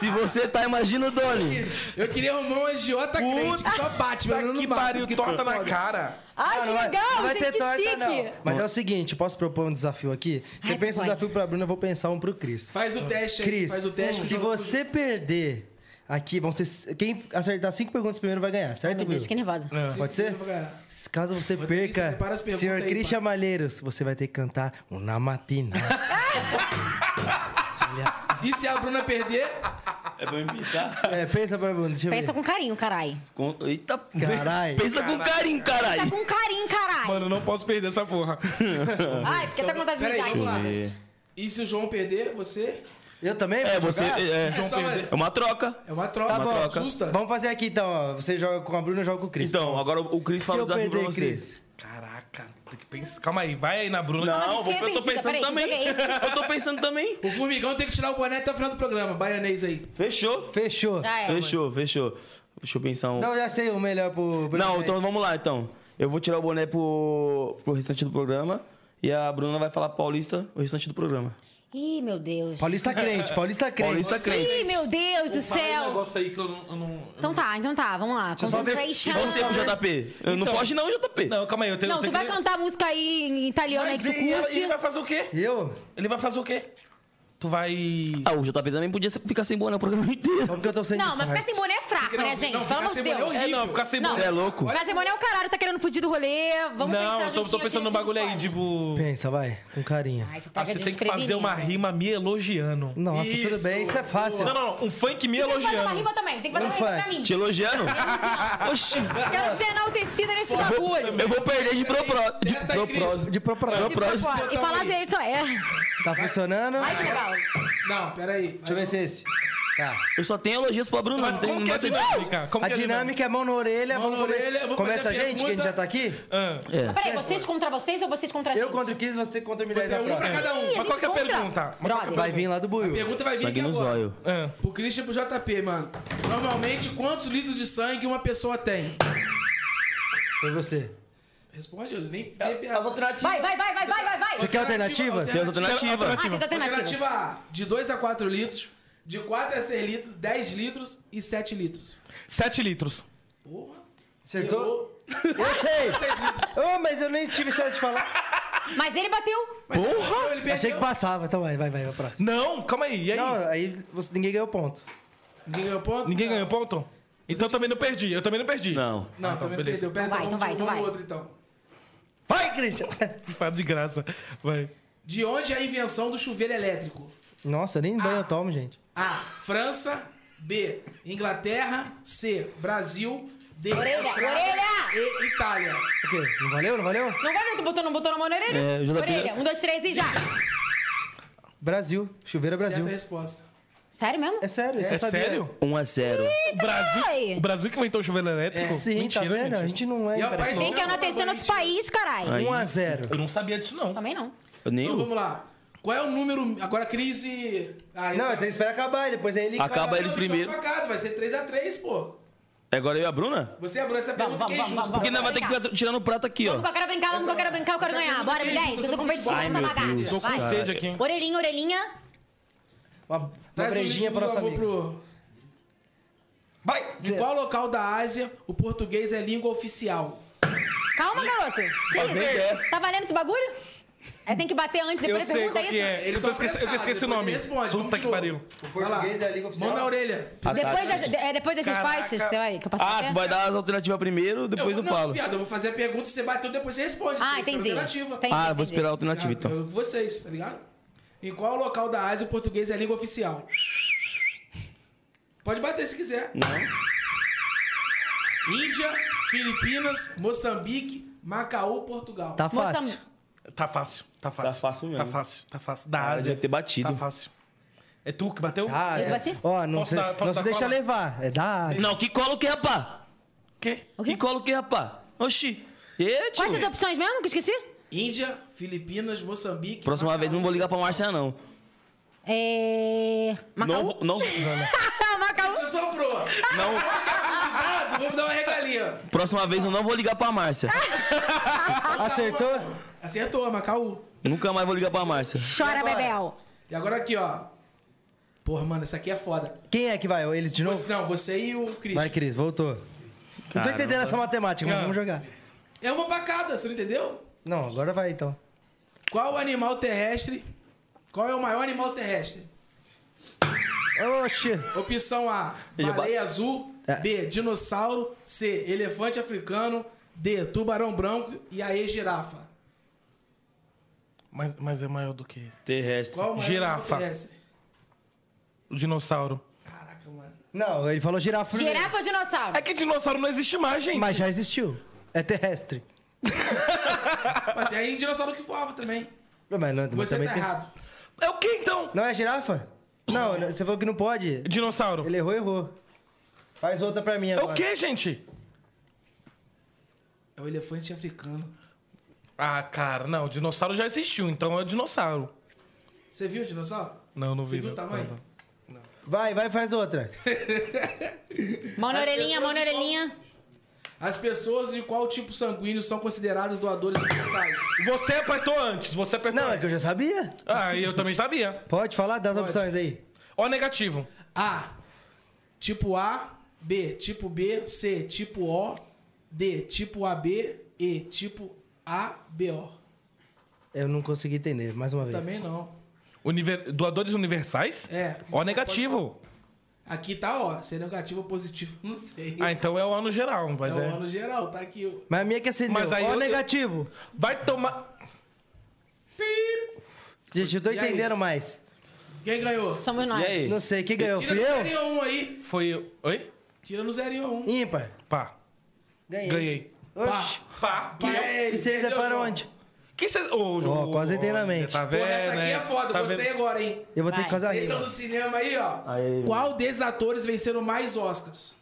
Speaker 1: Se você tá, imagina o dono.
Speaker 2: eu queria arrumar um agiota crente que só bate, mas eu
Speaker 4: Puta
Speaker 2: não
Speaker 4: que
Speaker 2: mato,
Speaker 4: pariu,
Speaker 2: porque
Speaker 4: torta
Speaker 2: tô
Speaker 4: na
Speaker 2: foda.
Speaker 4: cara.
Speaker 3: Ai,
Speaker 5: Ah,
Speaker 3: que
Speaker 5: não vai-
Speaker 3: legal,
Speaker 5: não vai
Speaker 3: gente,
Speaker 5: ter
Speaker 3: que
Speaker 5: torta,
Speaker 3: chique.
Speaker 5: não. Mas é o seguinte, posso propor um desafio aqui? Você
Speaker 3: Ai,
Speaker 5: pensa um
Speaker 3: vai.
Speaker 5: desafio pra Bruna, eu vou pensar um pro Cris.
Speaker 2: Faz o teste aí,
Speaker 5: Cris,
Speaker 2: faz o teste.
Speaker 5: se você perder, Aqui vão ser. Quem acertar cinco perguntas primeiro vai ganhar, certo,
Speaker 3: Meu Deus,
Speaker 5: Will?
Speaker 3: fiquei nervosa.
Speaker 5: Pode ser?
Speaker 2: É. Vou ganhar.
Speaker 5: Se Caso você
Speaker 2: Rodrigo, você
Speaker 5: perca,
Speaker 2: prepara as perguntas
Speaker 5: senhor
Speaker 2: aí,
Speaker 5: Christian
Speaker 2: pai.
Speaker 5: Malheiros, você vai ter que cantar Una Matina. Se olhar-
Speaker 2: E se a Bruna perder,
Speaker 1: É pra me pensar.
Speaker 5: é, pensa pra mim, deixa eu
Speaker 3: Pensa
Speaker 5: ver.
Speaker 3: com carinho, carai.
Speaker 1: Com- Eita,
Speaker 5: Carai.
Speaker 1: Pensa com carinho,
Speaker 3: Pensa
Speaker 1: caralho.
Speaker 3: Tá com carinho, carai.
Speaker 4: Mano, eu não posso perder essa porra.
Speaker 3: Ai, porque tá com vontade de
Speaker 2: Peraí,
Speaker 3: mijar aqui.
Speaker 2: vamos lá. e se o João perder, você.
Speaker 5: Eu também?
Speaker 1: É,
Speaker 5: vou
Speaker 1: você.
Speaker 5: jogar?
Speaker 1: É,
Speaker 2: É só-
Speaker 1: é uma troca.
Speaker 2: É uma troca,
Speaker 5: Tá bom.
Speaker 2: uma justa.
Speaker 5: Vamos fazer aqui então, ó. Você joga com a Bruna, eu jogo com o Cris.
Speaker 1: Então, agora o Cris
Speaker 5: se
Speaker 1: fala o
Speaker 5: eu
Speaker 1: desafio pra
Speaker 5: perder,
Speaker 1: você.
Speaker 5: Cris.
Speaker 4: Caraca, tem que pensar. Calma aí, vai aí na Bruna.
Speaker 1: Não,
Speaker 3: mas quem é
Speaker 1: eu tô
Speaker 3: perdida?
Speaker 1: pensando
Speaker 3: Peraí, que
Speaker 1: também.
Speaker 3: jogo
Speaker 1: Eu tô pensando também.
Speaker 2: O Formigão tem que tirar o boné até o final do programa, baianês aí.
Speaker 1: Fechou.
Speaker 5: Fechou.
Speaker 3: Já é.
Speaker 1: Fechou, fechou. Deixa eu pensar um.
Speaker 5: Não, já sei o melhor pro. pro
Speaker 1: Não, então vamos lá, então. Eu vou tirar o boné pro, pro restante do programa e a Bruna vai falar paulista o restante do programa.
Speaker 3: Ih, meu Deus.
Speaker 5: Paulista crente, Paulista crente.
Speaker 1: Paulista crente.
Speaker 3: Ih, meu Deus do
Speaker 4: Fala aí um
Speaker 3: céu.
Speaker 4: negócio aí que eu não. eu não- eu
Speaker 3: Então tá, então tá, vamos lá.
Speaker 5: eu só ver-
Speaker 3: Concentration.
Speaker 1: E você, tá- JP? Eu não
Speaker 4: Então.
Speaker 1: pode não, JP.
Speaker 4: não, calma aí, eu tenho,
Speaker 3: Não,
Speaker 4: eu
Speaker 3: tu
Speaker 4: tenho
Speaker 3: vai
Speaker 4: que...
Speaker 3: cantar a música aí em italiano aí
Speaker 4: Mas
Speaker 3: que tu
Speaker 4: e ela-
Speaker 3: curte.
Speaker 4: ele vai fazer o quê?
Speaker 5: Eu?
Speaker 4: Ele vai fazer o quê? Tu vai.
Speaker 1: Ah, o JP também podia ficar sem boné o programa inteiro.
Speaker 5: Só porque eu tô sem
Speaker 3: Não, mas ficar sem
Speaker 5: disfarce.
Speaker 3: boné é fraco, né,
Speaker 2: não,
Speaker 3: gente?
Speaker 2: não,
Speaker 3: Pelo
Speaker 2: ficar
Speaker 3: amor de
Speaker 2: sem boné é
Speaker 3: Deus.
Speaker 2: horrível.
Speaker 4: É, não, ficar sem
Speaker 3: Não.
Speaker 1: Você é louco?
Speaker 3: Ficar sem boné é o caralho, tá querendo fugir do rolê. Vamos pensar
Speaker 4: não, eu tô, tô
Speaker 3: juntinho aqui
Speaker 4: pensando
Speaker 3: no
Speaker 4: num
Speaker 3: que a
Speaker 4: bagulho
Speaker 3: gente
Speaker 4: aí,
Speaker 3: pode.
Speaker 4: tipo.
Speaker 5: Pensa, vai, com carinho.
Speaker 3: Ai, tu
Speaker 4: Ah,
Speaker 3: pega
Speaker 4: você tem que
Speaker 3: desprevenido. né?
Speaker 4: fazer uma rima me elogiando.
Speaker 5: Nossa, tudo
Speaker 2: Isso.
Speaker 5: bem, isso é fácil.
Speaker 4: Não, não, não. Um funk me
Speaker 3: Tem que fazer uma
Speaker 4: elogiando.
Speaker 3: rima também, tem que fazer
Speaker 5: Não
Speaker 3: uma rima
Speaker 5: faz.
Speaker 3: pra mim.
Speaker 1: Te elogiando? Oxi,
Speaker 3: Quero ser enaltecida nesse bagulho.
Speaker 1: eu vou perder de propro... de
Speaker 2: Testa aí,
Speaker 1: propósito.
Speaker 5: De propósito.
Speaker 3: E,
Speaker 1: próximo.
Speaker 3: pô, e falar direito também.
Speaker 5: Tá funcionando?
Speaker 3: Ai, que legal.
Speaker 2: Não, peraí.
Speaker 5: Deixa eu ver se é esse. Tá.
Speaker 1: Eu só tenho elogios pra Bruna.
Speaker 4: Mas
Speaker 1: não tem-
Speaker 4: como que é
Speaker 1: não
Speaker 4: a
Speaker 1: tem-
Speaker 4: dinâmica? Como
Speaker 5: A
Speaker 4: que é
Speaker 5: dinâmica é mão na orelha.
Speaker 2: Mão
Speaker 5: vamos
Speaker 2: na
Speaker 5: come-
Speaker 2: orelha, eu vou
Speaker 5: Começa
Speaker 2: fazer
Speaker 5: a
Speaker 2: a
Speaker 5: gente, que a gente
Speaker 2: pergunta.
Speaker 5: já tá aqui.
Speaker 4: Ah,
Speaker 1: É.
Speaker 3: Peraí, vocês contra vocês ou vocês contra a
Speaker 5: Eu
Speaker 3: gente?
Speaker 5: contra o Cris, você contra o Mirai
Speaker 2: Você
Speaker 5: da
Speaker 2: é um pra
Speaker 5: próxima.
Speaker 2: cada um.
Speaker 4: Mas qual que é a
Speaker 3: Contra?
Speaker 4: pergunta? Mas
Speaker 3: Brother.
Speaker 5: Vai vir lá do
Speaker 2: A
Speaker 5: Buiu.
Speaker 2: pergunta vai vir
Speaker 1: Sangue
Speaker 2: aqui
Speaker 1: no
Speaker 2: agora.
Speaker 1: zóio.
Speaker 4: ah.
Speaker 2: Pro Christian e pro JP, mano. Normalmente, quantos litros de sangue uma pessoa tem?
Speaker 5: Foi você.
Speaker 2: Responde, eu nem... nem-
Speaker 3: Vai, vai, vai, vai, vai, vai, vai.
Speaker 5: Você quer alternativa?
Speaker 1: Tem as alternativas.
Speaker 3: Ah, tem
Speaker 2: Alternativa
Speaker 3: alternativa.
Speaker 2: A, de 2 a 4 litros, de 4 a 6 litros, 10 litros e 7 litros.
Speaker 4: 7 litros.
Speaker 2: Porra.
Speaker 5: Acertou?
Speaker 2: Errou.
Speaker 5: Eu sei!
Speaker 2: 6 litros.
Speaker 5: Oh, mas eu nem tive chance de falar.
Speaker 3: Mas ele bateu.
Speaker 2: Mas Porra! Ele
Speaker 5: Achei
Speaker 2: perdeu.
Speaker 5: que passava. Então vai, vai, vai, vai próximo.
Speaker 4: Não, calma aí. E aí?
Speaker 5: Não, aí você- ninguém ganhou ponto.
Speaker 2: Ninguém ganhou ponto?
Speaker 4: Ninguém ganhou ponto? Então eu também não perdi, eu também não perdi.
Speaker 1: Não.
Speaker 2: Não, também
Speaker 4: beleza.
Speaker 2: perdeu. Pera,
Speaker 3: Então vai,
Speaker 2: vamos
Speaker 3: então vai,
Speaker 2: de um
Speaker 3: então
Speaker 2: outro, então.
Speaker 5: Vai, Christian!
Speaker 4: Para de graça. Vai.
Speaker 2: De onde é a invenção do chuveiro elétrico?
Speaker 5: Nossa, nem banho eu tomo, gente.
Speaker 2: A. França. B. Inglaterra. C. Brasil. D.
Speaker 3: Orelha,
Speaker 2: Austrália.
Speaker 3: orelha!
Speaker 2: E. Itália.
Speaker 5: O quê? Não valeu? Não valeu?
Speaker 3: Não vai não, tu botou, não botou na mão na orelha?
Speaker 1: É, eu já tô
Speaker 3: orelha.
Speaker 1: pegando.
Speaker 3: Um, dois, três e já.
Speaker 5: Brasil. Chuveiro é Brasil.
Speaker 2: Certa resposta.
Speaker 3: Sério mesmo?
Speaker 5: É sério,
Speaker 4: É
Speaker 5: você sabia?
Speaker 4: sério?
Speaker 1: 1 a 0
Speaker 4: O Brasil,
Speaker 3: Ai.
Speaker 4: o Brasil que inventou o chuveiro elétrico?
Speaker 5: Sim, tá
Speaker 4: Mentira,
Speaker 5: vendo? A
Speaker 4: gente.
Speaker 5: gente não é
Speaker 2: E é o
Speaker 5: imperativa.
Speaker 2: país-
Speaker 3: Tem que enaltecer nosso país, caralho.
Speaker 5: 1 a 0
Speaker 4: Eu não sabia disso, não.
Speaker 3: Também não.
Speaker 1: Eu nem.
Speaker 2: Então vamos lá. Qual é o número. Agora, crise. Ah,
Speaker 5: Não,
Speaker 2: eu-
Speaker 5: tem que esperar acabar, depois aí ele
Speaker 1: Acaba eles
Speaker 2: Não,
Speaker 1: primeiro.
Speaker 2: empacado, vai ser 3x3, pô.
Speaker 1: É Agora eu e a Bruna?
Speaker 2: Você abriu essa
Speaker 3: Vamos,
Speaker 2: pergunta que é
Speaker 3: vamos, vamos,
Speaker 2: justa.
Speaker 1: Porque nós vai ter que ficar tirando o prato aqui, ó.
Speaker 3: Vamos que eu quero brincar, vamos que eu quero brincar, eu quero
Speaker 2: Essa
Speaker 3: ganhar.
Speaker 2: pergunta
Speaker 3: Bora,
Speaker 2: é
Speaker 3: me dá
Speaker 2: justa,
Speaker 3: eu tô com medo de
Speaker 2: Ai,
Speaker 3: essa
Speaker 1: meu
Speaker 3: bagaça.
Speaker 1: Deus.
Speaker 4: Tô com
Speaker 3: Vai.
Speaker 4: sede aqui.
Speaker 3: Orelhinha, orelhinha.
Speaker 5: Uma, uma
Speaker 2: Traz um brejinha
Speaker 5: brejinha pra nossa amiga.
Speaker 2: pro.
Speaker 4: Vai!
Speaker 2: Em qual local da Ásia o português é língua oficial?
Speaker 3: Calma, garoto. Que
Speaker 1: Mas nem
Speaker 3: isso?
Speaker 1: é.
Speaker 3: Tá valendo esse bagulho? É, tem que bater antes,
Speaker 4: Eu
Speaker 3: depois ele
Speaker 4: sei
Speaker 3: pergunta
Speaker 4: qual
Speaker 3: isso.
Speaker 4: que é.
Speaker 2: Eles
Speaker 4: eu, tô
Speaker 2: são
Speaker 4: esquece- eu
Speaker 2: apressados,
Speaker 4: esqueci o
Speaker 2: depois
Speaker 4: nome.
Speaker 2: ele responde, vamos
Speaker 4: Puta
Speaker 2: de
Speaker 4: que
Speaker 2: novo.
Speaker 4: pariu.
Speaker 5: O
Speaker 2: Vai lá.
Speaker 5: português é a língua oficial.
Speaker 2: Mão na orelha.
Speaker 3: Depois, das, de- é, depois das
Speaker 4: Caraca.
Speaker 3: respostas, sei lá, que eu passei
Speaker 1: Ah,
Speaker 3: até.
Speaker 1: tu vai dar as alternativas primeiro, depois eu,
Speaker 2: não,
Speaker 1: falo.
Speaker 2: Viado, eu vou fazer a pergunta, você bateu, depois você responde.
Speaker 3: Ah,
Speaker 2: Tem
Speaker 3: entendi.
Speaker 2: alternativa.
Speaker 3: Entendi,
Speaker 1: Ah, eu vou
Speaker 3: entendi.
Speaker 1: esperar a alternativa
Speaker 2: Ah,
Speaker 1: então.
Speaker 2: eu- vocês, tá ligado? Em qual local da Ásia o português é língua oficial? Pode bater se quiser.
Speaker 1: Não.
Speaker 2: Índia, Filipinas, Moçambique, Macau, Portugal.
Speaker 5: Tá
Speaker 3: Moça-
Speaker 5: fácil.
Speaker 4: Tá fácil, tá fácil.
Speaker 1: Tá fácil mesmo.
Speaker 4: Tá fácil, tá fácil. Da
Speaker 1: Cara,
Speaker 4: Ásia.
Speaker 1: devia ter batido.
Speaker 4: Tá fácil. É tu que bateu?
Speaker 5: Ah,
Speaker 3: Eu
Speaker 5: é.
Speaker 3: bati?
Speaker 5: Ó, não
Speaker 4: Posso
Speaker 5: se,
Speaker 4: dar- posso
Speaker 5: não se
Speaker 4: dar
Speaker 5: deixa
Speaker 4: cola?
Speaker 5: levar. É da Ásia.
Speaker 1: Não, que cola o que, rapá?
Speaker 4: Quê?
Speaker 3: O quê?
Speaker 1: Que cola o que, rapá? Oxi. Ê, tio.
Speaker 3: Quais as opções mesmo que eu esqueci?
Speaker 2: Índia, Filipinas, Moçambique.
Speaker 1: Próxima vez eu não vou ligar pra Márcia, não.
Speaker 3: É... Tá,
Speaker 1: Não,
Speaker 3: Macau?
Speaker 1: vou- não,
Speaker 3: Macau.
Speaker 2: Você soprou. um
Speaker 1: não.
Speaker 2: Cuidado, vamos dar uma regalia.
Speaker 1: Próxima vez eu não vou ligar pra Márcia.
Speaker 5: Acertou?
Speaker 2: Acertou, Macau.
Speaker 1: Nunca mais vou ligar pra Márcia.
Speaker 3: Chora,
Speaker 2: agora?
Speaker 3: Bebel.
Speaker 2: E agora aqui, ó. Porra, mano, essa aqui é foda.
Speaker 5: Quem é que vai? Eles de novo?
Speaker 2: Você- não, você e o Cris.
Speaker 5: Vai, Cris, voltou. Não tô entendendo essa matemática, mas vamos jogar.
Speaker 2: É uma pacada, você não entendeu?
Speaker 5: Não, agora vai então.
Speaker 2: Qual o animal terrestre? Qual é o maior animal terrestre?
Speaker 5: Oxi.
Speaker 2: Opção A, baleia azul. B, dinossauro. C, elefante africano. D, tubarão branco. E aí, girafa.
Speaker 4: Mas, mas é maior do que
Speaker 7: Terrestre.
Speaker 2: Qual o maior
Speaker 4: Girafa.
Speaker 2: terrestre?
Speaker 4: o dinossauro.
Speaker 2: Caraca, mano.
Speaker 5: Não, ele falou girafa. primeiro.
Speaker 3: Girafa ou dinossauro?
Speaker 4: É que dinossauro não existe mais, gente.
Speaker 5: Mas já existiu. É terrestre.
Speaker 2: Mas tem aí dinossauro que voava também.
Speaker 5: Não, Mas não, mas
Speaker 2: Você
Speaker 5: também
Speaker 2: tá
Speaker 5: tem-
Speaker 2: errado.
Speaker 4: É o que então?
Speaker 5: Não é girafa? Não, não, você falou que não pode.
Speaker 4: Dinossauro.
Speaker 5: Ele errou, errou. Faz outra pra mim
Speaker 4: É
Speaker 5: agora.
Speaker 4: o que, gente?
Speaker 2: É o elefante africano.
Speaker 4: Ah, cara, não. O dinossauro já existiu, então é o dinossauro.
Speaker 2: Você viu o dinossauro?
Speaker 4: Não, não
Speaker 2: Você
Speaker 4: vi.
Speaker 2: viu o
Speaker 4: não.
Speaker 2: tamanho?
Speaker 5: Vai, vai, faz outra.
Speaker 3: Mão na
Speaker 2: As
Speaker 3: orelhinha, mão na
Speaker 2: pessoas
Speaker 3: orelhinha.
Speaker 2: As pessoas de qual tipo sanguíneo são consideradas doadores universais?
Speaker 4: Você apertou antes, você apertou
Speaker 5: Não, é que
Speaker 4: antes.
Speaker 5: eu já sabia.
Speaker 4: Ah, e eu também sabia.
Speaker 5: Pode falar das opções aí.
Speaker 4: Ó, negativo.
Speaker 2: A. Tipo A. B. Tipo B. C. Tipo O. D. Tipo AB. E. Tipo ABO.
Speaker 5: Eu não consegui entender, mais uma vez.
Speaker 2: Também não.
Speaker 4: Univer- Doadores universais?
Speaker 2: É.
Speaker 4: Ó, negativo.
Speaker 2: Aqui tá O. Se é negativo ou positivo, não sei.
Speaker 4: Ah, então é o ano geral,
Speaker 2: é
Speaker 4: mas
Speaker 2: o
Speaker 4: é.
Speaker 2: ano geral, tá aqui. o-
Speaker 5: Mas a minha que acendeu.
Speaker 4: Mas aí
Speaker 5: Ó,
Speaker 4: eu-
Speaker 5: negativo.
Speaker 4: Vai tomar.
Speaker 5: Gente, eu tô
Speaker 2: E aí?
Speaker 5: entendendo mais.
Speaker 2: Quem ganhou?
Speaker 3: Somos nós.
Speaker 7: E aí?
Speaker 5: Não sei, quem ganhou?
Speaker 2: Tira
Speaker 5: Fui
Speaker 2: no
Speaker 5: eu?
Speaker 2: 0 1 aí.
Speaker 4: Foi. eu. Oi?
Speaker 2: Tira no um. 0 1.
Speaker 5: Ímpar.
Speaker 4: Pá.
Speaker 5: Ganhei.
Speaker 4: Ganhei.
Speaker 5: Oxi.
Speaker 4: Pá.
Speaker 2: Pá.
Speaker 5: E você
Speaker 2: Entendeu,
Speaker 5: para
Speaker 2: João?
Speaker 5: onde?
Speaker 4: Que cê... Ô,
Speaker 5: Ó,
Speaker 4: ô,
Speaker 5: quase
Speaker 4: ô,
Speaker 5: inteiramente.
Speaker 4: Tá vendo,
Speaker 2: Porra, essa aqui
Speaker 4: né?
Speaker 2: é foda.
Speaker 4: Tá
Speaker 2: Gostei
Speaker 4: vendo?
Speaker 2: agora, hein?
Speaker 5: Eu vou ter
Speaker 3: Vai.
Speaker 5: que fazer
Speaker 2: Vocês estão
Speaker 5: a
Speaker 2: do cinema aí, ó.
Speaker 7: Tá Aí.
Speaker 2: Qual desses atores venceram mais Oscars?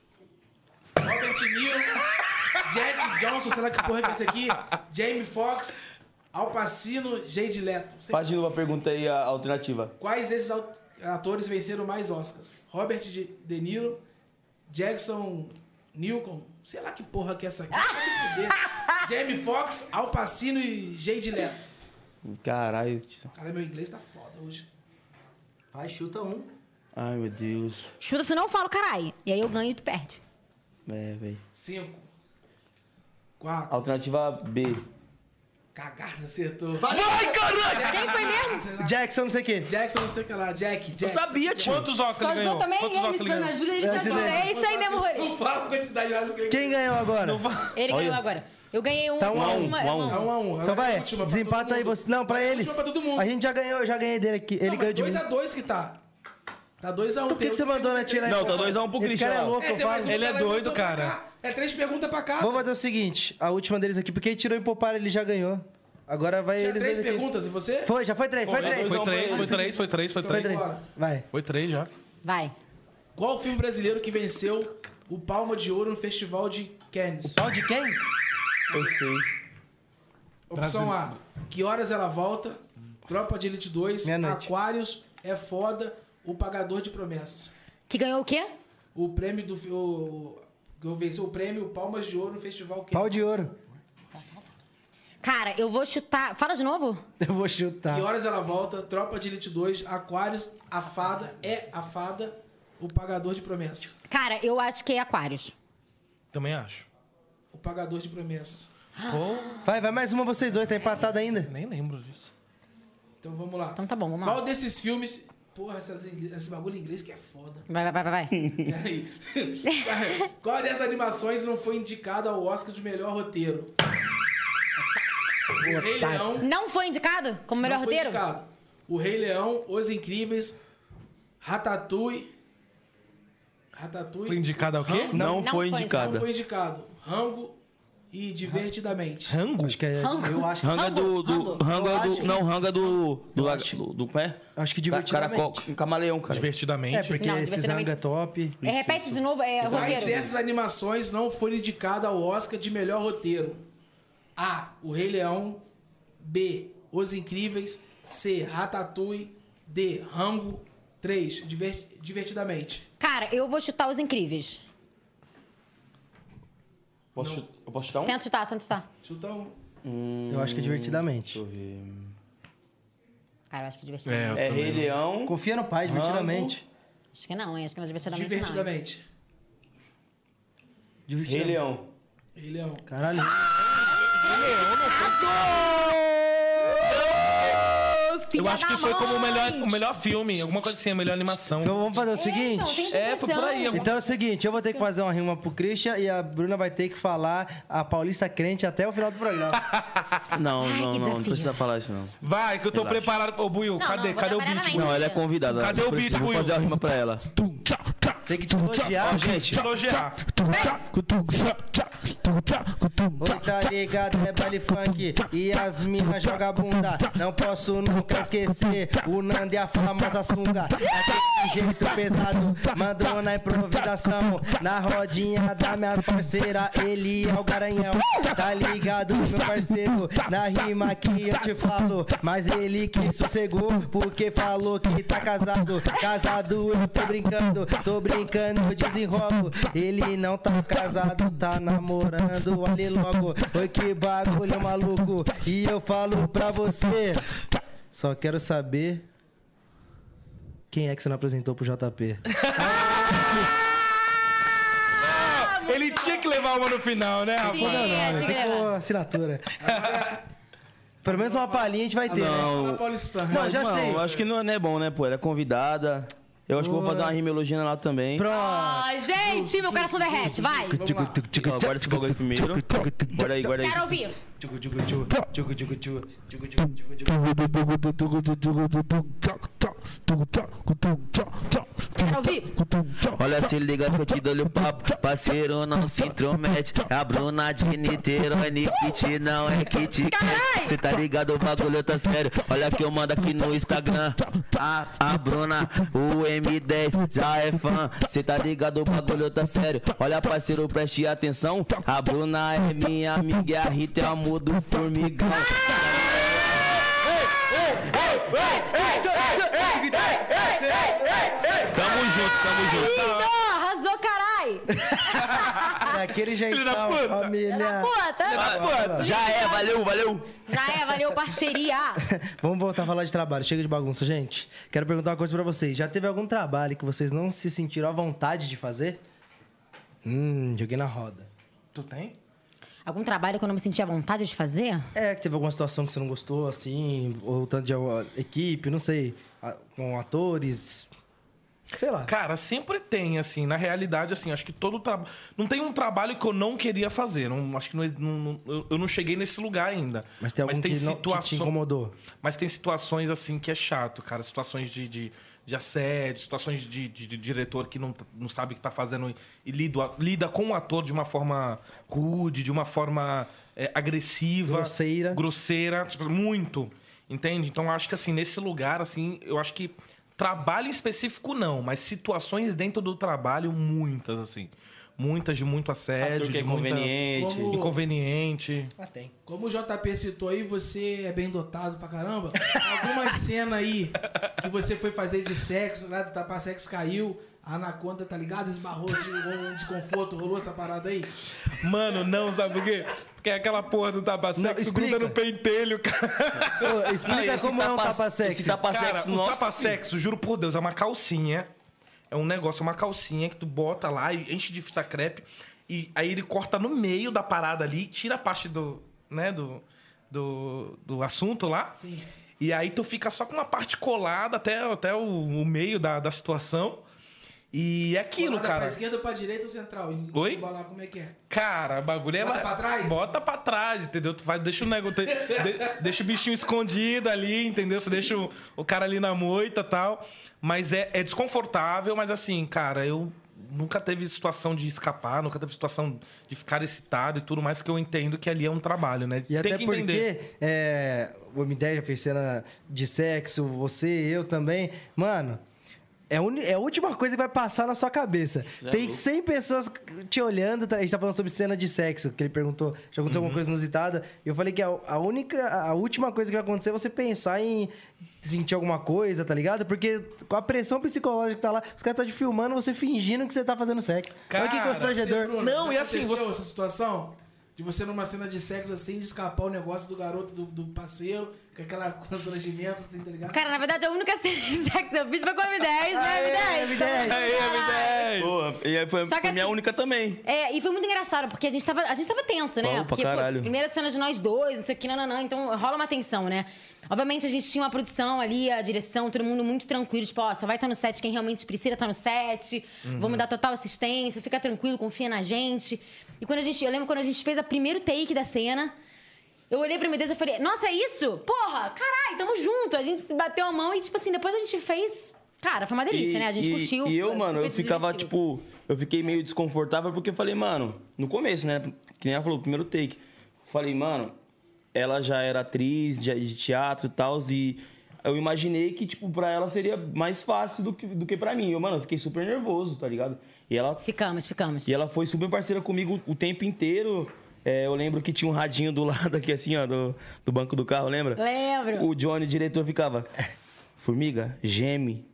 Speaker 2: Robert Neal, Jack Johnson, sei lá que porra que é esse aqui, Jamie Foxx, Al Pacino, Jade Leto. Sei-
Speaker 7: Faz de novo a pergunta aí, a alternativa.
Speaker 2: Quais desses aut- atores venceram mais Oscars? Robert De, De Niro, Jackson Newcomb, sei lá que porra que é essa aqui. vai me fuder. Jamie Foxx, Al Pacino e Jade Leto.
Speaker 7: Caralho. tio.
Speaker 2: Cara, meu inglês tá foda hoje.
Speaker 5: Vai, chuta um.
Speaker 7: Ai, meu Deus.
Speaker 3: Chuta, senão eu falo caralho. E aí eu ganho e tu perde.
Speaker 7: É, velho.
Speaker 2: Cinco. Quatro.
Speaker 7: Alternativa B.
Speaker 2: Cagada, acertou.
Speaker 4: Ai, caralho!
Speaker 3: Quem foi mesmo?
Speaker 5: Jackson, não sei o quê.
Speaker 2: Jackson, não sei o que lá. Jack, Jack.
Speaker 4: Eu sabia, tio. Quantos Oscars
Speaker 3: Só
Speaker 4: ele ganhou?
Speaker 3: jogou também
Speaker 4: Quantos
Speaker 3: ele,
Speaker 4: Oscars
Speaker 3: foi
Speaker 4: ele
Speaker 3: na
Speaker 4: ganhou?
Speaker 3: ajuda, ele
Speaker 5: Eu
Speaker 3: jogou.
Speaker 5: ajudei.
Speaker 3: É isso aí mesmo, Rory.
Speaker 2: Não fala a quantidade de horas que ele
Speaker 5: Quem ganhou agora?
Speaker 3: Ele ganhou agora. Eu ganhei um.
Speaker 5: Tá um a
Speaker 3: ganhou
Speaker 5: um,
Speaker 3: uma-
Speaker 7: um a um.
Speaker 2: Tá um a um.
Speaker 5: Então
Speaker 2: Agora é a
Speaker 5: vai,
Speaker 2: última pra todo
Speaker 5: desempata aí
Speaker 2: mundo.
Speaker 5: você. Não,
Speaker 2: É
Speaker 5: pra
Speaker 2: a
Speaker 5: eles.
Speaker 2: última pra todo mundo.
Speaker 5: A gente já ganhou, eu já ganhei dele aqui. Ele
Speaker 2: Não,
Speaker 5: ganhou
Speaker 2: mas
Speaker 5: de mim.
Speaker 2: 2x2 que tá. Tá 2x1. Um.
Speaker 5: Por que, que você mandou, né, tirar
Speaker 7: Não, tá 2x1 pro
Speaker 5: Esse cara é
Speaker 7: Cristiano.
Speaker 5: louco, eu falo.
Speaker 4: Ele é doido, cara.
Speaker 2: É três perguntas pra cá.
Speaker 5: Vamos fazer o seguinte, a última deles aqui, porque ele tirou em Popar, ele já ganhou. Agora vai
Speaker 2: Tinha
Speaker 5: eles...
Speaker 2: três
Speaker 5: aqui.
Speaker 2: perguntas então e você?
Speaker 5: Foi, já foi três, foi três.
Speaker 4: Foi três, foi três, foi três, foi
Speaker 5: Foi
Speaker 4: três.
Speaker 5: três.
Speaker 2: Bora.
Speaker 5: Vai.
Speaker 4: Foi três já.
Speaker 3: Vai.
Speaker 2: Qual filme brasileiro que venceu o Palma de Ouro no Festival de Cannes?
Speaker 5: Pau de quem?
Speaker 7: Eu sei.
Speaker 2: Opção A. Que horas ela volta? Tropa de Elite 2.
Speaker 5: Meia-noite.
Speaker 2: Aquários. É foda. O Pagador de Promessas.
Speaker 3: Que ganhou o quê?
Speaker 2: O prêmio do... fi- O, eu venceu o prêmio Palmas de Ouro no Festival Cannes.
Speaker 5: Pau de ouro.
Speaker 3: Cara, eu vou chutar. Fala de novo?
Speaker 5: Eu vou chutar.
Speaker 2: Que horas ela volta? Tropa de Elite 2, Aquários, a fada, é a fada, o pagador de promessas.
Speaker 3: Cara, eu acho que é Aquários.
Speaker 4: Também acho.
Speaker 2: O pagador de promessas.
Speaker 4: Pô,
Speaker 5: Vai, vai mais uma vocês dois, tá empatado ainda.
Speaker 4: nem lembro disso.
Speaker 2: Então vamos lá.
Speaker 3: Então tá bom, vamos lá.
Speaker 2: Qual desses filmes. Porra, essas ingles- esse bagulho em inglês que é foda.
Speaker 3: Vai, vai, vai, vai, vai.
Speaker 2: Peraí. Qual dessas animações não foi indicada ao Oscar de melhor roteiro? O Rei Leão.
Speaker 3: Não foi indicado como melhor
Speaker 2: não foi
Speaker 3: roteiro?
Speaker 2: indicado. O Rei Leão, Os Incríveis, Ratatouille. Ratatouille.
Speaker 4: Foi indicado ao quê?
Speaker 7: Não,
Speaker 3: Não
Speaker 7: foi
Speaker 3: foi
Speaker 2: Não
Speaker 7: indicada.
Speaker 2: foi indicado. Rango e divertidamente.
Speaker 4: Rango?
Speaker 5: Acho que é... Eu acho
Speaker 7: Ranga do. do
Speaker 3: Rango.
Speaker 7: ranga do. Não, ranga do. Do, lago- do, do pé?
Speaker 5: Acho que
Speaker 7: Ca-
Speaker 5: divertidamente.
Speaker 7: Caracol. Camaleão, cara.
Speaker 4: Divertidamente.
Speaker 5: É, porque
Speaker 3: Não,
Speaker 5: esse
Speaker 3: divertidamente.
Speaker 5: Zanga é top.
Speaker 3: É, repete de novo, é
Speaker 2: Quais
Speaker 3: roteiro.
Speaker 2: dessas animações não foram indicadas ao Oscar de melhor roteiro? A. O Rei Leão. B. Os Incríveis. C. Ratatouille. D. Rango. 3. Divertidamente.
Speaker 3: Cara, eu vou chutar os incríveis.
Speaker 7: Posso chu- eu posso chutar um?
Speaker 3: Tenta chutar, tenta chutar.
Speaker 2: Chuta um.
Speaker 5: Eu acho que é divertidamente.
Speaker 3: Cara, eu acho que divertidamente.
Speaker 4: É, eu
Speaker 7: É Rei
Speaker 4: também.
Speaker 7: Leão.
Speaker 5: Confia no pai, divertidamente.
Speaker 3: Acho que não, hein? Acho que não é divertidamente,
Speaker 2: Divertidamente.
Speaker 7: Rei
Speaker 5: Divertidamente.
Speaker 7: Leão.
Speaker 2: Rei Leão.
Speaker 5: Caralho.
Speaker 3: não. Eu filha
Speaker 4: Eu acho
Speaker 3: da
Speaker 4: que foi
Speaker 3: mãe.
Speaker 4: como o melhor, o melhor filme, alguma coisa assim, a melhor animação.
Speaker 5: Então vamos fazer
Speaker 3: É,
Speaker 5: o
Speaker 3: então,
Speaker 5: seguinte.
Speaker 3: tem essa
Speaker 4: É, foi por aí,
Speaker 3: impressão.
Speaker 5: Então é o seguinte, eu vou ter que fazer uma rima pro Christian e a Bruna vai ter que falar a Paulista crente até o final do programa.
Speaker 7: Ah, Não,
Speaker 3: Ai,
Speaker 7: não,
Speaker 3: que
Speaker 7: não, não
Speaker 3: desafio.
Speaker 7: precisa falar isso, não.
Speaker 4: Vai, que eu tô preparado. Ô, Buiu,
Speaker 3: Não,
Speaker 4: cadê?
Speaker 3: não, vou
Speaker 4: cadê o
Speaker 3: trabalhar
Speaker 4: beat?
Speaker 3: na
Speaker 4: Buiu?
Speaker 7: Não, ela é convidada.
Speaker 4: Cadê o
Speaker 7: ela
Speaker 4: beat,
Speaker 7: precisa- Vou
Speaker 4: Will?
Speaker 7: fazer uma rima pra ela.
Speaker 5: Tem que te elogiar.
Speaker 7: gente,
Speaker 4: Te elogiar.
Speaker 5: Oi, tá ligado, é baile funk e as minas joga bunda. Não posso nunca esquecer o Nando e a famosa sunga. Aquele jeito pesado, mandou na improvisação. Na rodinha da minha parceira, ele é o garanhão. Tá ligado, meu parceiro, na rima que eu te falo. Mas ele que sossegou, porque falou que tá casado. Casado, eu tô brincando, tô brincando, eu desenrolo. Ele não tá casado, tá namorando, olha logo. Oi, que bagulho maluco. E eu falo pra você. Só quero saber. Quem é que você não apresentou pro JP?
Speaker 4: Ele tinha que levar uma no final, né, rapaz?
Speaker 3: Sim, é,
Speaker 5: Tem que pôr assinatura. Pelo menos uma palhinha a gente vai ter, né?
Speaker 2: Fala paulistano.
Speaker 5: Não, já
Speaker 7: não,
Speaker 5: sei.
Speaker 7: eu acho que não é, não é bom, né, pô? Ela é convidada. Eu acho que eu vou fazer uma rima elogiando ela também.
Speaker 5: Pronto.
Speaker 3: Ai, gente, meu coração derrete, vai.
Speaker 2: Vamos lá.
Speaker 7: Ó, guarda esse bagulho primeiro. Guarda aí, guarda aí.
Speaker 3: Quero ouvir. Quero ouvir.
Speaker 7: Olha, se liga que eu te dou o papo, parceiro, não se intromete. É A Bruna de Niterói, Nikit não é Kit Kat. Cê tá ligado, o bagulho tá sério. Olha que eu mando aqui no Instagram. A, a Bruna, o M10 já é fã. Cê tá ligado, o bagulho tá sério. Olha, parceiro, preste atenção. A Bruna é minha amiga e a Rita é a mudo formigão.
Speaker 6: Tamo junto, tamo junto.
Speaker 3: Lindo, arrasou, carai.
Speaker 5: Daquele
Speaker 4: da
Speaker 5: É jeitão,
Speaker 4: puta.
Speaker 5: família.
Speaker 3: Puta.
Speaker 7: Já é, valeu, valeu.
Speaker 3: tá. Já é, valeu, parceria.
Speaker 5: Vamos voltar a falar de trabalho. Chega de bagunça, gente. Quero perguntar uma coisa pra vocês. Já teve algum trabalho que vocês não se sentiram à vontade de fazer? Hum, joguei na roda.
Speaker 4: Tu tem?
Speaker 3: Algum trabalho que eu não me sentia à vontade de fazer?
Speaker 5: É, que teve alguma situação que você não gostou, assim, ou tanto de ó, equipe, não sei, a- com atores, sei lá.
Speaker 4: Cara, sempre tem, assim. Na realidade, assim, acho que todo trabalho. Não tem um trabalho que eu não queria fazer. Não, acho que não, não- não- eu- eu não cheguei nesse lugar ainda.
Speaker 5: Mas tem algum que, não, que te
Speaker 4: situações-
Speaker 5: incomodou?
Speaker 4: Mas tem situações assim que é chato, cara. Situações de, de, de assédio, situações de, de- de diretor que não, não sabe o que tá fazendo e- e lida, lida com o ator de uma forma rude, de uma forma é, agressiva.
Speaker 5: Grosseira.
Speaker 4: Grosseira, tipo, muito. Entende? Então acho que assim, nesse lugar, assim, eu acho que trabalho em específico não, mas situações dentro do trabalho, muitas, assim. Muitas de muito assédio,
Speaker 1: Ator que é
Speaker 4: de muita
Speaker 1: conveniente.
Speaker 2: Como-
Speaker 4: inconveniente.
Speaker 5: Ah, tem.
Speaker 2: Como o JP citou aí, você é bem dotado pra caramba. Alguma cena aí que você foi fazer de sexo, nada, tá pra sexo caiu, a anaconda, tá ligado? Esbarrou, se jogou um desconforto, rolou essa parada aí.
Speaker 4: Mano, não, sabe por quê? Porque é aquela porra do tapa
Speaker 5: Não,
Speaker 4: sexo
Speaker 5: explica.
Speaker 4: gruda no pentelho, cara.
Speaker 5: Ô,
Speaker 7: Não,
Speaker 5: explica
Speaker 7: esse
Speaker 5: como é um
Speaker 7: tapa-
Speaker 5: tapa sexy.
Speaker 7: Esse tapa
Speaker 4: cara,
Speaker 7: sexo,
Speaker 4: o
Speaker 7: nossa.
Speaker 4: tapa sexo, juro por Deus, é uma calcinha. É um negócio, é uma calcinha que tu bota lá e enche de fita crepe. E aí ele corta no meio da parada ali, tira a parte do, né, do, do, do assunto lá.
Speaker 2: Sim.
Speaker 4: E aí tu fica só com uma parte colada até, até o, o meio da, da situação. E é aquilo,
Speaker 2: Colada Pra
Speaker 4: cara.
Speaker 2: esquerda, pra direita ou central? E-
Speaker 4: Oi?
Speaker 2: Vai lá, como é que é?
Speaker 4: Cara, o bagulho é.
Speaker 2: Bota pra trás?
Speaker 4: Bota pra trás, entendeu? Tu vai, deixa o negócio. de- de- deixa o bichinho escondido ali, entendeu? Você deixa o, o cara ali na moita e tal. Mas é, é desconfortável, mas assim, cara, eu nunca teve situação de escapar, nunca teve situação de ficar excitado e tudo mais, que eu entendo que ali é um trabalho, né?
Speaker 5: E até
Speaker 4: que
Speaker 5: porque é, o M10 já fez cena de sexo, você, eu também. Mano, é, a uni- é a última coisa que vai passar na sua cabeça.
Speaker 4: é
Speaker 5: Tem 100 pessoas te olhando, tá? a gente tá falando sobre cena de sexo, que ele perguntou, já aconteceu
Speaker 4: Uhum.
Speaker 5: alguma coisa inusitada. E eu falei que a, a única, a última coisa que vai acontecer é você pensar em sentir alguma coisa, tá ligado? Porque com a pressão psicológica que tá lá, os caras estão te filmando, você fingindo que você tá fazendo sexo. Olha que
Speaker 4: Cara,
Speaker 5: constrangedor. é
Speaker 2: Você, Bruno,
Speaker 4: Não,
Speaker 2: já
Speaker 4: e assim,
Speaker 2: aconteceu
Speaker 4: você-
Speaker 2: essa situação? De você numa cena de sexo assim, de escapar o negócio do garoto, do, do parceiro, com aquela constrangimento assim, tá ligado?
Speaker 3: Cara, na verdade, a única cena de sexo que eu fiz foi com a M10, né,
Speaker 5: Aê,
Speaker 3: M10?
Speaker 5: M10.
Speaker 4: Aí,
Speaker 3: Caralho.
Speaker 4: M10!
Speaker 7: Porra,
Speaker 1: É, E aí foi,
Speaker 3: Só que
Speaker 1: foi minha
Speaker 3: assim-
Speaker 1: única também.
Speaker 3: É, e foi muito engraçado, porque a gente tava, a gente tava tenso, né?
Speaker 1: Opa,
Speaker 3: porque,
Speaker 1: caralho.
Speaker 3: primeira cena de nós dois, não sei o que, nananã, então rola uma tensão, né? Obviamente a gente tinha uma produção ali, a direção, todo mundo muito tranquilo, tipo, ó, só vai estar no set quem realmente precisa estar no set,
Speaker 1: Uhum.
Speaker 3: vamos dar total assistência, fica tranquilo, confia na gente. E quando a gente, eu lembro quando a gente fez a primeiro take da cena, eu olhei pra minha Deus e falei, nossa, é isso? Porra, caralho, tamo junto. A gente se bateu a mão e, tipo assim, depois a gente fez. Cara, foi uma delícia,
Speaker 1: E-
Speaker 3: né? A gente
Speaker 1: e,
Speaker 3: curtiu.
Speaker 1: E eu,
Speaker 3: foi
Speaker 1: mano,
Speaker 3: super
Speaker 1: eu ficava,
Speaker 3: divertido.
Speaker 1: tipo, eu fiquei meio desconfortável porque eu falei, mano, no começo, né? Que nem ela falou, primeiro take. Falei, mano, ela já era atriz de, de teatro e tal, e eu imaginei que, tipo, pra ela seria mais fácil do que, do que pra mim. Eu, mano, eu fiquei super nervoso, tá ligado? E ela
Speaker 3: Ficamos, ficamos.
Speaker 1: e ela foi super parceira comigo o tempo inteiro. É, eu lembro que tinha um radinho do lado aqui, assim, ó, do, do banco do carro, lembra?
Speaker 3: Lembro.
Speaker 1: O Johnny, o diretor, ficava. Formiga, geme.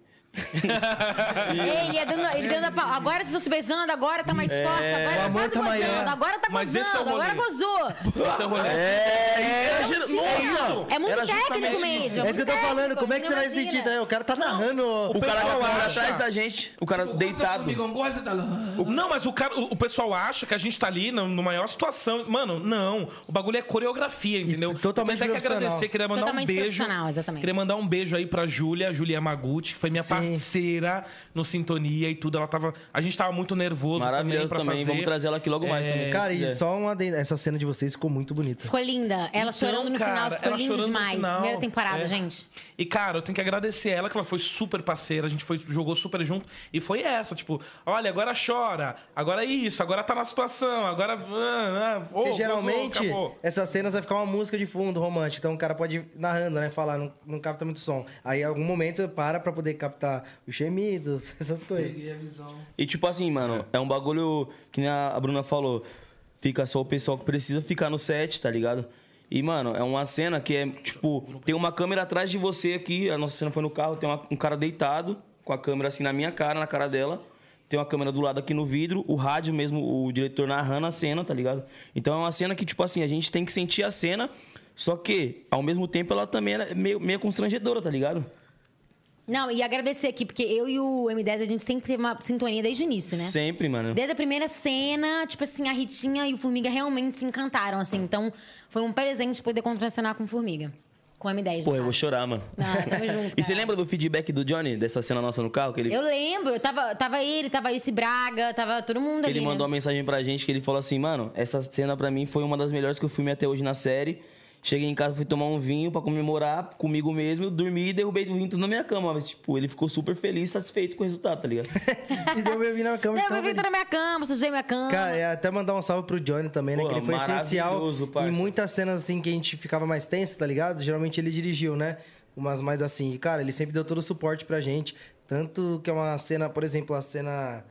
Speaker 3: Ele, é dando, ele dando a pau. Agora vocês estão se beijando, agora tá mais forte,
Speaker 5: O
Speaker 3: agora
Speaker 5: amor
Speaker 3: tá
Speaker 5: tá
Speaker 3: quase
Speaker 5: maior.
Speaker 3: gozando, agora tá
Speaker 4: Mas esse é o
Speaker 3: gozando, agora
Speaker 4: rolê.
Speaker 3: gozou.
Speaker 4: Esse é o rolê.
Speaker 1: É, era
Speaker 3: Não
Speaker 1: gera-
Speaker 3: tinha. É muito
Speaker 1: Era
Speaker 3: técnico
Speaker 1: justamente
Speaker 3: mesmo.
Speaker 5: É isso que eu tô falando, como é que você vai
Speaker 3: se
Speaker 5: se sentir? né? O cara tá narrando.
Speaker 1: O cara,
Speaker 4: pessoal
Speaker 1: o cara
Speaker 4: acha-
Speaker 1: atrás da gente, o cara deitado.
Speaker 2: Comigo, agora você tá lá.
Speaker 4: O- Não, mas o, cara, o, o pessoal acha que a gente tá ali na, na maior situação. Mano, não. O bagulho é coreografia, entendeu?
Speaker 5: totalmente
Speaker 4: Então, até que
Speaker 5: profissional.
Speaker 4: agradecer, queria mandar
Speaker 3: Totalmente
Speaker 4: um beijo.
Speaker 3: profissional, exatamente.
Speaker 4: Queria mandar um beijo aí pra Júlia, Júlia Maguchi, que foi minha
Speaker 5: Sim.
Speaker 4: parceira no Sintonia e tudo. Ela tava. A gente tava muito nervoso
Speaker 1: Maravilhoso
Speaker 4: também pra
Speaker 1: também.
Speaker 4: fazer. É.
Speaker 1: Vamos trazer ela aqui logo mais também. se
Speaker 5: É. Cara,
Speaker 1: quiser.
Speaker 5: e só uma. adendo, Essa cena de vocês ficou muito bonita.
Speaker 3: Ficou linda. Ela
Speaker 4: Então,
Speaker 3: chorando no final,
Speaker 4: cara,
Speaker 3: ficou
Speaker 4: ela
Speaker 3: lindo
Speaker 4: chorando no
Speaker 3: demais.
Speaker 4: final.
Speaker 3: Primeira temporada,
Speaker 4: É.
Speaker 3: gente.
Speaker 4: E, cara, eu tenho que agradecer ela, que ela foi super parceira, a gente foi, jogou super junto. E foi essa, tipo, olha, agora chora, agora é isso, agora tá na situação, agora. ah, ah, ô,
Speaker 5: Porque
Speaker 4: gozou,
Speaker 5: geralmente
Speaker 4: acabou.
Speaker 5: essas cenas vai ficar uma música de fundo romântica. Então o cara pode ir narrando, né? Falar, não, não capta muito som. Aí em algum momento para pra poder captar os gemidos, essas coisas.
Speaker 2: Peguei a visão.
Speaker 1: E tipo assim, mano, é, um bagulho que nem a a Bruna falou. Fica só o pessoal que precisa ficar no set, tá ligado? E, mano, é uma cena que é, tipo, tem uma câmera atrás de você aqui. A nossa cena foi no carro, tem uma- um cara deitado, com a câmera assim na minha cara, na cara dela. Tem uma câmera do lado aqui no vidro, o rádio mesmo, o diretor narrando a cena, tá ligado? Então é uma cena que, tipo assim, a gente tem que sentir a cena, só que, ao mesmo tempo, ela também é meio, meio constrangedora, tá ligado?
Speaker 3: Não, e agradecer aqui, porque eu e o M10, a gente sempre teve uma sintonia desde o início, né?
Speaker 1: Sempre, mano.
Speaker 3: Desde a primeira cena, tipo assim, a Ritinha e o Formiga realmente se encantaram, assim. Então, foi um presente poder contracenar com o Formiga. Com o M10. no
Speaker 1: Pô, eu vou
Speaker 3: caso.
Speaker 1: chorar, mano.
Speaker 3: Ah, tamo junto,
Speaker 1: e você
Speaker 3: cara.
Speaker 1: lembra do feedback do Johnny, dessa cena nossa no carro? Que ele,
Speaker 3: Eu lembro, tava, tava ele, tava Alice Braga, tava todo mundo
Speaker 1: que
Speaker 3: ali.
Speaker 1: ele mandou
Speaker 3: né?
Speaker 1: uma mensagem pra gente que ele falou assim, mano, essa cena pra mim foi uma das melhores que eu filmei até hoje na série. Cheguei em casa, fui tomar um vinho pra comemorar comigo mesmo, dormi e derrubei o vinho tudo na minha cama. Mas, tipo, ele ficou super feliz, satisfeito com o resultado, tá ligado?
Speaker 5: e deu bebê na cama.
Speaker 3: Não,
Speaker 5: tava
Speaker 3: eu vim
Speaker 5: bonito.
Speaker 3: na minha cama, sujei minha cama.
Speaker 5: Cara, é até mandar um salve pro Johnny também, né?
Speaker 1: Pô,
Speaker 5: que ele foi essencial
Speaker 1: maravilhoso, parça.
Speaker 5: em muitas cenas assim que a gente ficava mais tenso, tá ligado? Geralmente ele dirigiu, né? Umas mais assim. E, cara, ele sempre deu todo o suporte pra gente. Tanto que é uma cena, por exemplo, a cena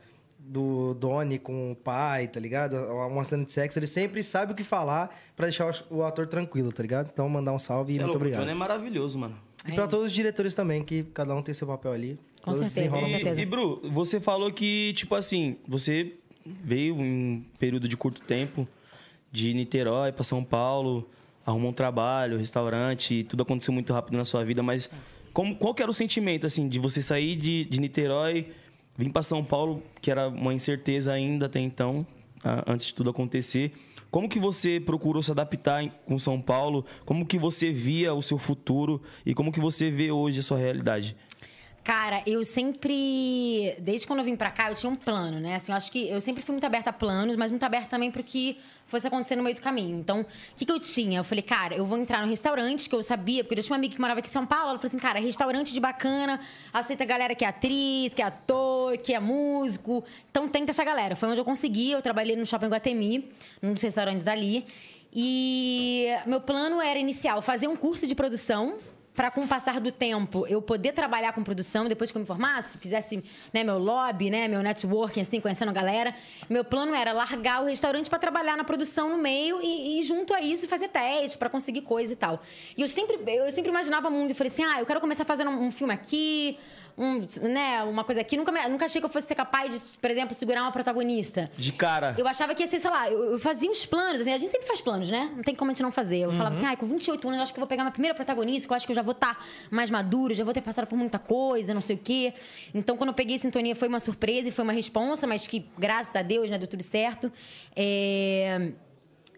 Speaker 5: do Donnie com o pai, tá ligado? Uma cena de sexo, ele sempre sabe o que falar pra deixar o ator tranquilo, tá ligado? Então, mandar um salve e
Speaker 1: Cê é louco,
Speaker 5: muito
Speaker 1: O
Speaker 5: obrigado.
Speaker 1: Johnny é maravilhoso, mano.
Speaker 5: E pra todos os diretores também, que cada um tem seu papel ali.
Speaker 3: Com
Speaker 5: Todos
Speaker 3: certeza,
Speaker 5: desenrolam
Speaker 3: com
Speaker 5: muito
Speaker 3: certeza.
Speaker 1: E, Bru, você falou que, tipo assim, você veio em um período de curto tempo de Niterói pra São Paulo, arrumou um trabalho, restaurante, tudo aconteceu muito rápido na sua vida, mas como, qual que era o sentimento, assim, de você sair de, de Niterói, vir pra São Paulo, que era uma incerteza ainda até então, a- antes de tudo acontecer? Como que você procurou se adaptar em- com São Paulo? Como que você via o seu futuro? E como que você vê hoje a sua realidade?
Speaker 3: Cara, eu sempre. Desde quando eu vim pra cá, eu tinha um plano, né? Assim, eu acho que eu sempre fui muito aberta a planos, mas muito aberta também pro que fosse acontecer no meio do caminho. Então, o que, que eu tinha? Eu falei, cara, eu vou entrar no restaurante, que eu sabia, porque eu tinha uma amiga que morava aqui em São Paulo. Ela falou assim, cara, restaurante de bacana, aceita a galera que é atriz, que é ator, que é músico. Então, tenta essa galera. Foi onde eu consegui. Eu trabalhei no shopping Guatemi, num dos restaurantes ali. E meu plano era inicial fazer um curso de produção para com o passar do tempo eu poder trabalhar com produção depois que eu me formasse, fizesse né, meu lobby, né, meu networking, assim, conhecendo a galera. Meu plano era largar o restaurante para trabalhar na produção no meio e, e junto a isso fazer teste para conseguir coisa e tal. E eu sempre, eu sempre imaginava muito e falei assim: ah, eu quero começar fazendo um, um filme aqui. um, né, uma coisa aqui. Nunca, me- nunca achei que eu fosse ser capaz de, por exemplo, segurar uma protagonista.
Speaker 1: De cara.
Speaker 3: Eu achava que ia ser, sei lá, eu, eu fazia uns planos, assim, a gente sempre faz planos, né? Não tem como a gente não fazer. Eu falava assim, ai, com 28 anos eu acho que eu vou pegar minha primeira protagonista, que eu acho que eu já vou estar mais madura, já vou ter passado por muita coisa, não sei o quê. Então, quando eu peguei sintonia, foi uma surpresa e foi uma responsa, mas que, graças a Deus, né, deu tudo certo. É,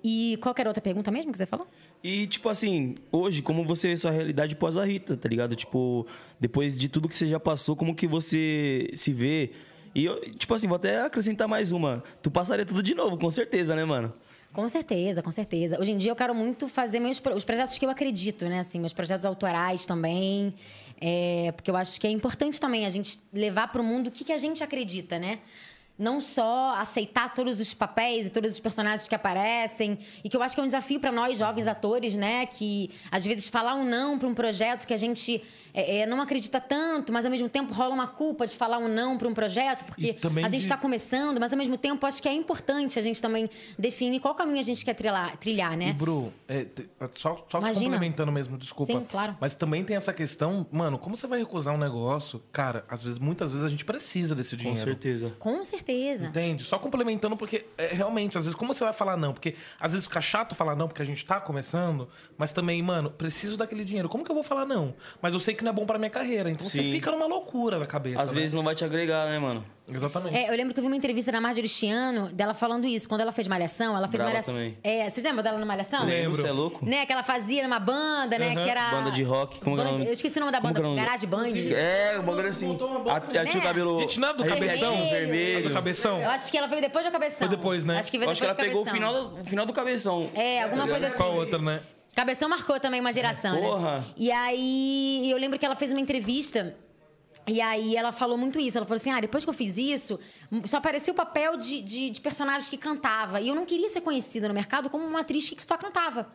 Speaker 3: E qual que era a outra pergunta mesmo que você falou?
Speaker 1: E, tipo assim, hoje, como você vê sua realidade pós a Rita, tá ligado? Tipo, depois de tudo que você já passou, como que você se vê? E, eu, tipo assim, vou até acrescentar mais uma. Tu passaria tudo de novo, com certeza, né, mano?
Speaker 3: Com certeza, com certeza. Hoje em dia eu quero muito fazer meus pro- os projetos que eu acredito, né? Assim, meus projetos autorais também. É, porque eu acho que é importante também a gente levar para o mundo o que, que a gente acredita, né? Não só aceitar todos os papéis e todos os personagens que aparecem. E que eu acho que é um desafio para nós, jovens
Speaker 4: Uhum.
Speaker 3: atores, né? Que às vezes falar um não para um projeto que a gente é, é, não acredita tanto, mas ao mesmo tempo rola uma culpa de falar um não para um projeto, porque
Speaker 4: também
Speaker 3: a gente tá
Speaker 4: de-
Speaker 3: está começando, mas ao mesmo tempo acho que é importante a gente também definir qual caminho a gente quer trilhar, trilhar
Speaker 4: E,
Speaker 3: né?
Speaker 4: Bru, é, te- só, só te
Speaker 3: Imagina.
Speaker 4: complementando mesmo, desculpa.
Speaker 3: Sim, claro.
Speaker 4: Mas também tem essa questão, mano, como você vai recusar um negócio? Cara, às vezes, muitas vezes a gente precisa
Speaker 1: Com
Speaker 4: desse dinheiro.
Speaker 1: certeza.
Speaker 3: Com certeza.
Speaker 4: Entende? Só complementando, porque é, realmente, às vezes, como você vai falar não? Porque às vezes fica chato falar não, porque a gente tá começando, mas também, mano, preciso daquele dinheiro. Como que eu vou falar não? Mas eu sei que não é bom pra minha carreira. Então você
Speaker 1: Sim.
Speaker 4: fica numa loucura na cabeça.
Speaker 1: Às
Speaker 4: né?
Speaker 1: vezes não vai te agregar, né, mano?
Speaker 4: Exatamente.
Speaker 3: É, eu lembro que eu vi uma entrevista da Marjorie Chiano dela falando isso. Quando ela fez Malhação, ela fez
Speaker 1: Brava
Speaker 3: Malhação.
Speaker 1: também.
Speaker 3: É, vocês lembram dela na Malhação?
Speaker 1: Lembro.
Speaker 4: Lembro.
Speaker 1: Você é louco?
Speaker 3: Né, que ela fazia numa banda, né?
Speaker 4: Aham.
Speaker 3: Que era.
Speaker 1: Banda de rock, como que é o
Speaker 3: Banda-
Speaker 1: nome?
Speaker 3: Eu esqueci o nome da
Speaker 1: Como
Speaker 3: banda.
Speaker 1: que é o nome?
Speaker 3: Garage Band.
Speaker 1: É, o bagulho assim.
Speaker 2: Montou uma boa
Speaker 1: A, a tinha
Speaker 3: também.
Speaker 1: o cabelo.
Speaker 4: Gente, não é do
Speaker 1: arrepiadinho,
Speaker 4: cabeção?
Speaker 1: Vermelho.
Speaker 4: Do cabeção?
Speaker 3: Eu acho que ela veio depois do Cabeção.
Speaker 4: Foi depois, né?
Speaker 3: Acho que veio
Speaker 1: Acho que
Speaker 3: depois
Speaker 1: ela
Speaker 3: do Cabeção.
Speaker 1: pegou o final, do, o final do cabeção.
Speaker 3: É, alguma coisa assim.
Speaker 4: Com a outra, né?
Speaker 3: Cabeção marcou também uma geração,
Speaker 1: Porra.
Speaker 3: né? E aí, eu lembro que ela fez uma entrevista. E aí, ela falou muito isso. Ela falou assim: ah, depois que eu fiz isso, só apareceu o papel de, de, de personagem que cantava. E eu não queria ser conhecida no mercado como uma atriz que só cantava.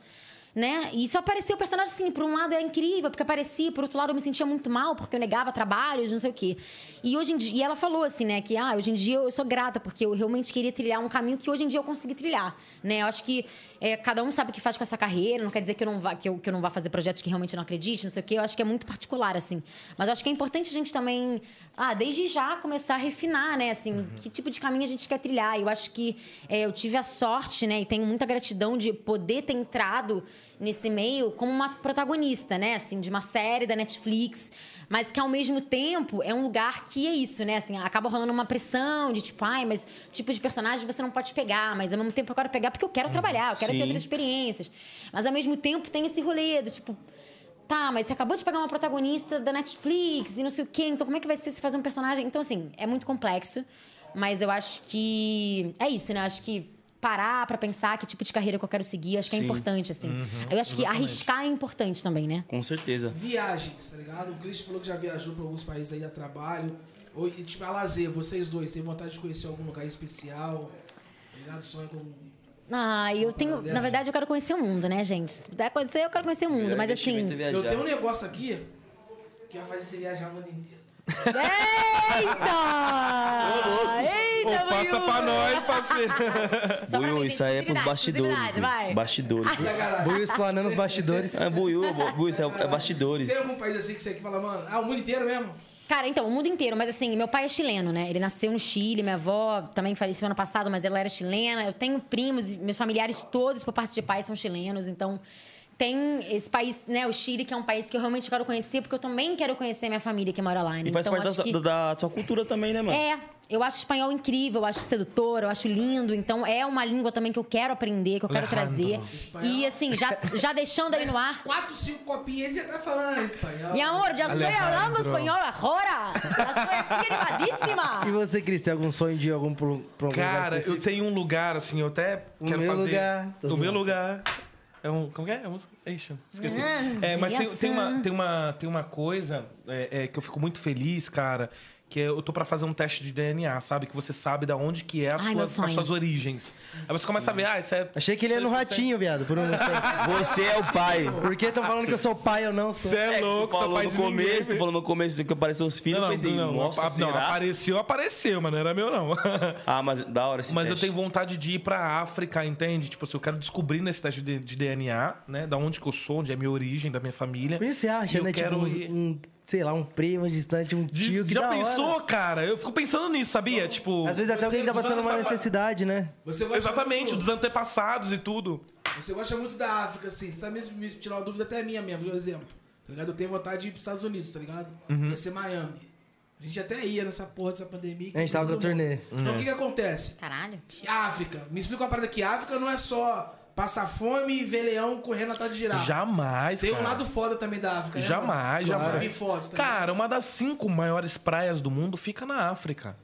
Speaker 3: Né? E só apareceu o personagem assim. Por um lado era incrível, porque aparecia, por outro lado eu me sentia muito mal, porque eu negava trabalhos, não sei o quê. E hoje em dia, e ela falou assim, né, que ah, hoje em dia eu sou grata, porque eu realmente queria trilhar um caminho que hoje em dia eu consegui trilhar. Né? Eu acho que é, cada um sabe o que faz com essa carreira, não quer dizer que eu não, vá, que, eu, que eu não vá fazer projetos que realmente eu não acredite, não sei o quê. Eu acho que é muito particular, assim. Mas eu acho que é importante a gente também, ah, desde já começar a refinar, né? Assim, que tipo de caminho a gente quer trilhar. Eu acho que é, eu tive a sorte, né? E tenho muita gratidão de poder ter entrado nesse meio como uma protagonista, né? Assim, de uma série da Netflix. Mas que ao mesmo tempo é um lugar que é isso, né? Assim, acaba rolando uma pressão de tipo, ai, mas tipo de personagem você não pode pegar, mas ao mesmo tempo eu quero pegar porque eu quero trabalhar, eu quero ter
Speaker 1: Sim.
Speaker 3: outras experiências. Mas ao mesmo tempo tem esse rolê do tipo. Tá, mas você acabou de pegar uma protagonista da Netflix e não sei o quê, então como é que vai ser se fazer um personagem? Então, assim, é muito complexo, mas eu acho que. É isso, né? Eu acho que parar pra pensar que tipo de carreira que eu quero seguir, acho que é
Speaker 1: Sim.
Speaker 3: importante, assim. eu acho que arriscar é importante também, né?
Speaker 1: Com certeza.
Speaker 2: Viagens, tá ligado? O Christian falou que já viajou pra alguns países aí a trabalho. Ou, e, tipo, a lazer, vocês dois, tem vontade de conhecer algum lugar especial? Tá ligado? Sonho com.
Speaker 3: Ah, e eu tenho.
Speaker 2: Parada
Speaker 3: Na
Speaker 2: dessa.
Speaker 3: verdade, eu quero conhecer o mundo, né, gente? Se puder conhecer, eu quero conhecer o mundo, mas assim.
Speaker 1: Investimento é
Speaker 2: Eu
Speaker 1: viajar.
Speaker 2: tenho um negócio aqui que vai fazer você viajar o mundo inteiro.
Speaker 3: Eita! Eita,
Speaker 6: Ô, passa
Speaker 3: Buiú!
Speaker 6: pra nós, parceiro.
Speaker 3: Só pra
Speaker 1: Buiú,
Speaker 3: mim, tem
Speaker 1: isso aí é pros
Speaker 3: exclusividade,
Speaker 1: bastidores. Buiú.
Speaker 3: Vai.
Speaker 1: Bastidores.
Speaker 2: E a galera?
Speaker 5: Buiu explanando os bastidores.
Speaker 1: É buiú, bu- buiú, isso é, é bastidores.
Speaker 2: Tem algum país assim que você que fala, mano, ah, o mundo inteiro mesmo?
Speaker 3: Cara, então, o mundo inteiro, mas assim, meu pai é chileno, né? Ele nasceu no Chile, minha avó também faleceu ano passado, mas ela era chilena. Eu tenho primos, e meus familiares todos, por parte de pai, são chilenos, então. Tem esse país, né? O Chile, que é um país que eu realmente quero conhecer, porque eu também quero conhecer minha família que mora lá. Né?
Speaker 1: E faz
Speaker 3: então,
Speaker 1: parte da,
Speaker 3: acho que...
Speaker 1: sua- da- da sua cultura também, né, mano?
Speaker 3: É, eu acho espanhol incrível, eu acho sedutor, eu acho lindo. Então é uma língua também que eu quero aprender, que eu quero
Speaker 4: Leandro.
Speaker 3: trazer. E assim, já, já deixando aí no ar.
Speaker 2: Quatro, cinco copinhas e já tá falando espanhol.
Speaker 3: Mi amor, já estou
Speaker 4: Alejandro.
Speaker 3: falando espanhol agora! Já estou aqui
Speaker 5: E
Speaker 3: animadíssima!
Speaker 5: você, Cris, tem algum sonho de ir algum pro, pro algum lugar
Speaker 4: Cara, eu
Speaker 5: específico?
Speaker 4: tenho um lugar, assim, eu até
Speaker 5: O
Speaker 4: quero
Speaker 5: meu
Speaker 4: fazer...
Speaker 5: lugar. Tô
Speaker 4: O meu
Speaker 5: zoando.
Speaker 4: lugar... É um... Como que é? É música? Ixi, esqueci.
Speaker 3: Ah,
Speaker 4: é, mas tem, tem
Speaker 3: essa.
Speaker 4: uma, tem, uma, tem uma coisa é, é, que eu fico muito feliz, cara, que é- eu tô pra fazer um teste de DNA, sabe? Que você sabe da onde que é as,
Speaker 3: Ai, meu
Speaker 4: suas, as
Speaker 3: sonho.
Speaker 4: suas origens. Aí você começa a ver, ah, isso é...
Speaker 5: Achei que ele era um ratinho, viado, por um instante.
Speaker 1: Você é o pai.
Speaker 5: Por que estão falando que eu sou pai ou não sou?
Speaker 4: Você é,
Speaker 1: que tu
Speaker 4: louco, você
Speaker 1: falou
Speaker 4: faz
Speaker 1: no começo, tu falou no começo que apareceu os filhos,
Speaker 4: Não,
Speaker 1: eu
Speaker 4: não,
Speaker 1: pensei,
Speaker 4: não,
Speaker 1: nossa,
Speaker 4: ap- não,
Speaker 1: será?
Speaker 4: apareceu, apareceu, mas não era meu, não.
Speaker 1: Ah, mas da hora esse
Speaker 4: Mas eu
Speaker 1: teste.
Speaker 4: tenho vontade de ir pra África, entende? Tipo assim, eu quero descobrir nesse teste de, de DNA, né? Da onde que eu sou, onde é a minha origem, da minha família.
Speaker 5: Por isso você acha,
Speaker 4: E eu
Speaker 5: né? Tipo,
Speaker 4: quero
Speaker 5: um,
Speaker 4: ir-
Speaker 5: um sei lá, um primo distante, um
Speaker 4: De-
Speaker 5: tio que
Speaker 4: já
Speaker 5: da hora.
Speaker 4: pensou, cara? Eu fico pensando nisso, sabia? Tipo,
Speaker 5: Às vezes até alguém que tá
Speaker 2: Você-
Speaker 5: passando uma
Speaker 4: você-
Speaker 5: necessidade, né?
Speaker 2: Você gosta
Speaker 4: exatamente,
Speaker 2: muito-
Speaker 4: dos antepassados e tudo.
Speaker 2: Você gosta muito da África, assim. Você sabe me, me tirar uma dúvida até minha mesmo, por exemplo. Tá ligado? Eu tenho vontade de ir pros Estados Unidos, tá ligado?
Speaker 5: Uhum.
Speaker 2: Ia ser Miami. A gente até ia nessa porra dessa pandemia. que
Speaker 5: A gente tava
Speaker 2: todo
Speaker 5: com a
Speaker 2: mundo-
Speaker 5: turnê. Uhum.
Speaker 2: Então o que que acontece?
Speaker 3: Caralho.
Speaker 2: África. Me explica uma parada aqui. África não é só passar fome e ver leão correndo atrás de
Speaker 5: Tá.
Speaker 2: girafa.
Speaker 4: Jamais,
Speaker 2: Tem um
Speaker 4: cara.
Speaker 2: lado foda também da África, né,
Speaker 4: Jamais,
Speaker 2: mano? Eu Já
Speaker 4: jamais.
Speaker 2: vi fotos, tá ligado?
Speaker 4: Cara, uma das cinco maiores praias do mundo fica na África.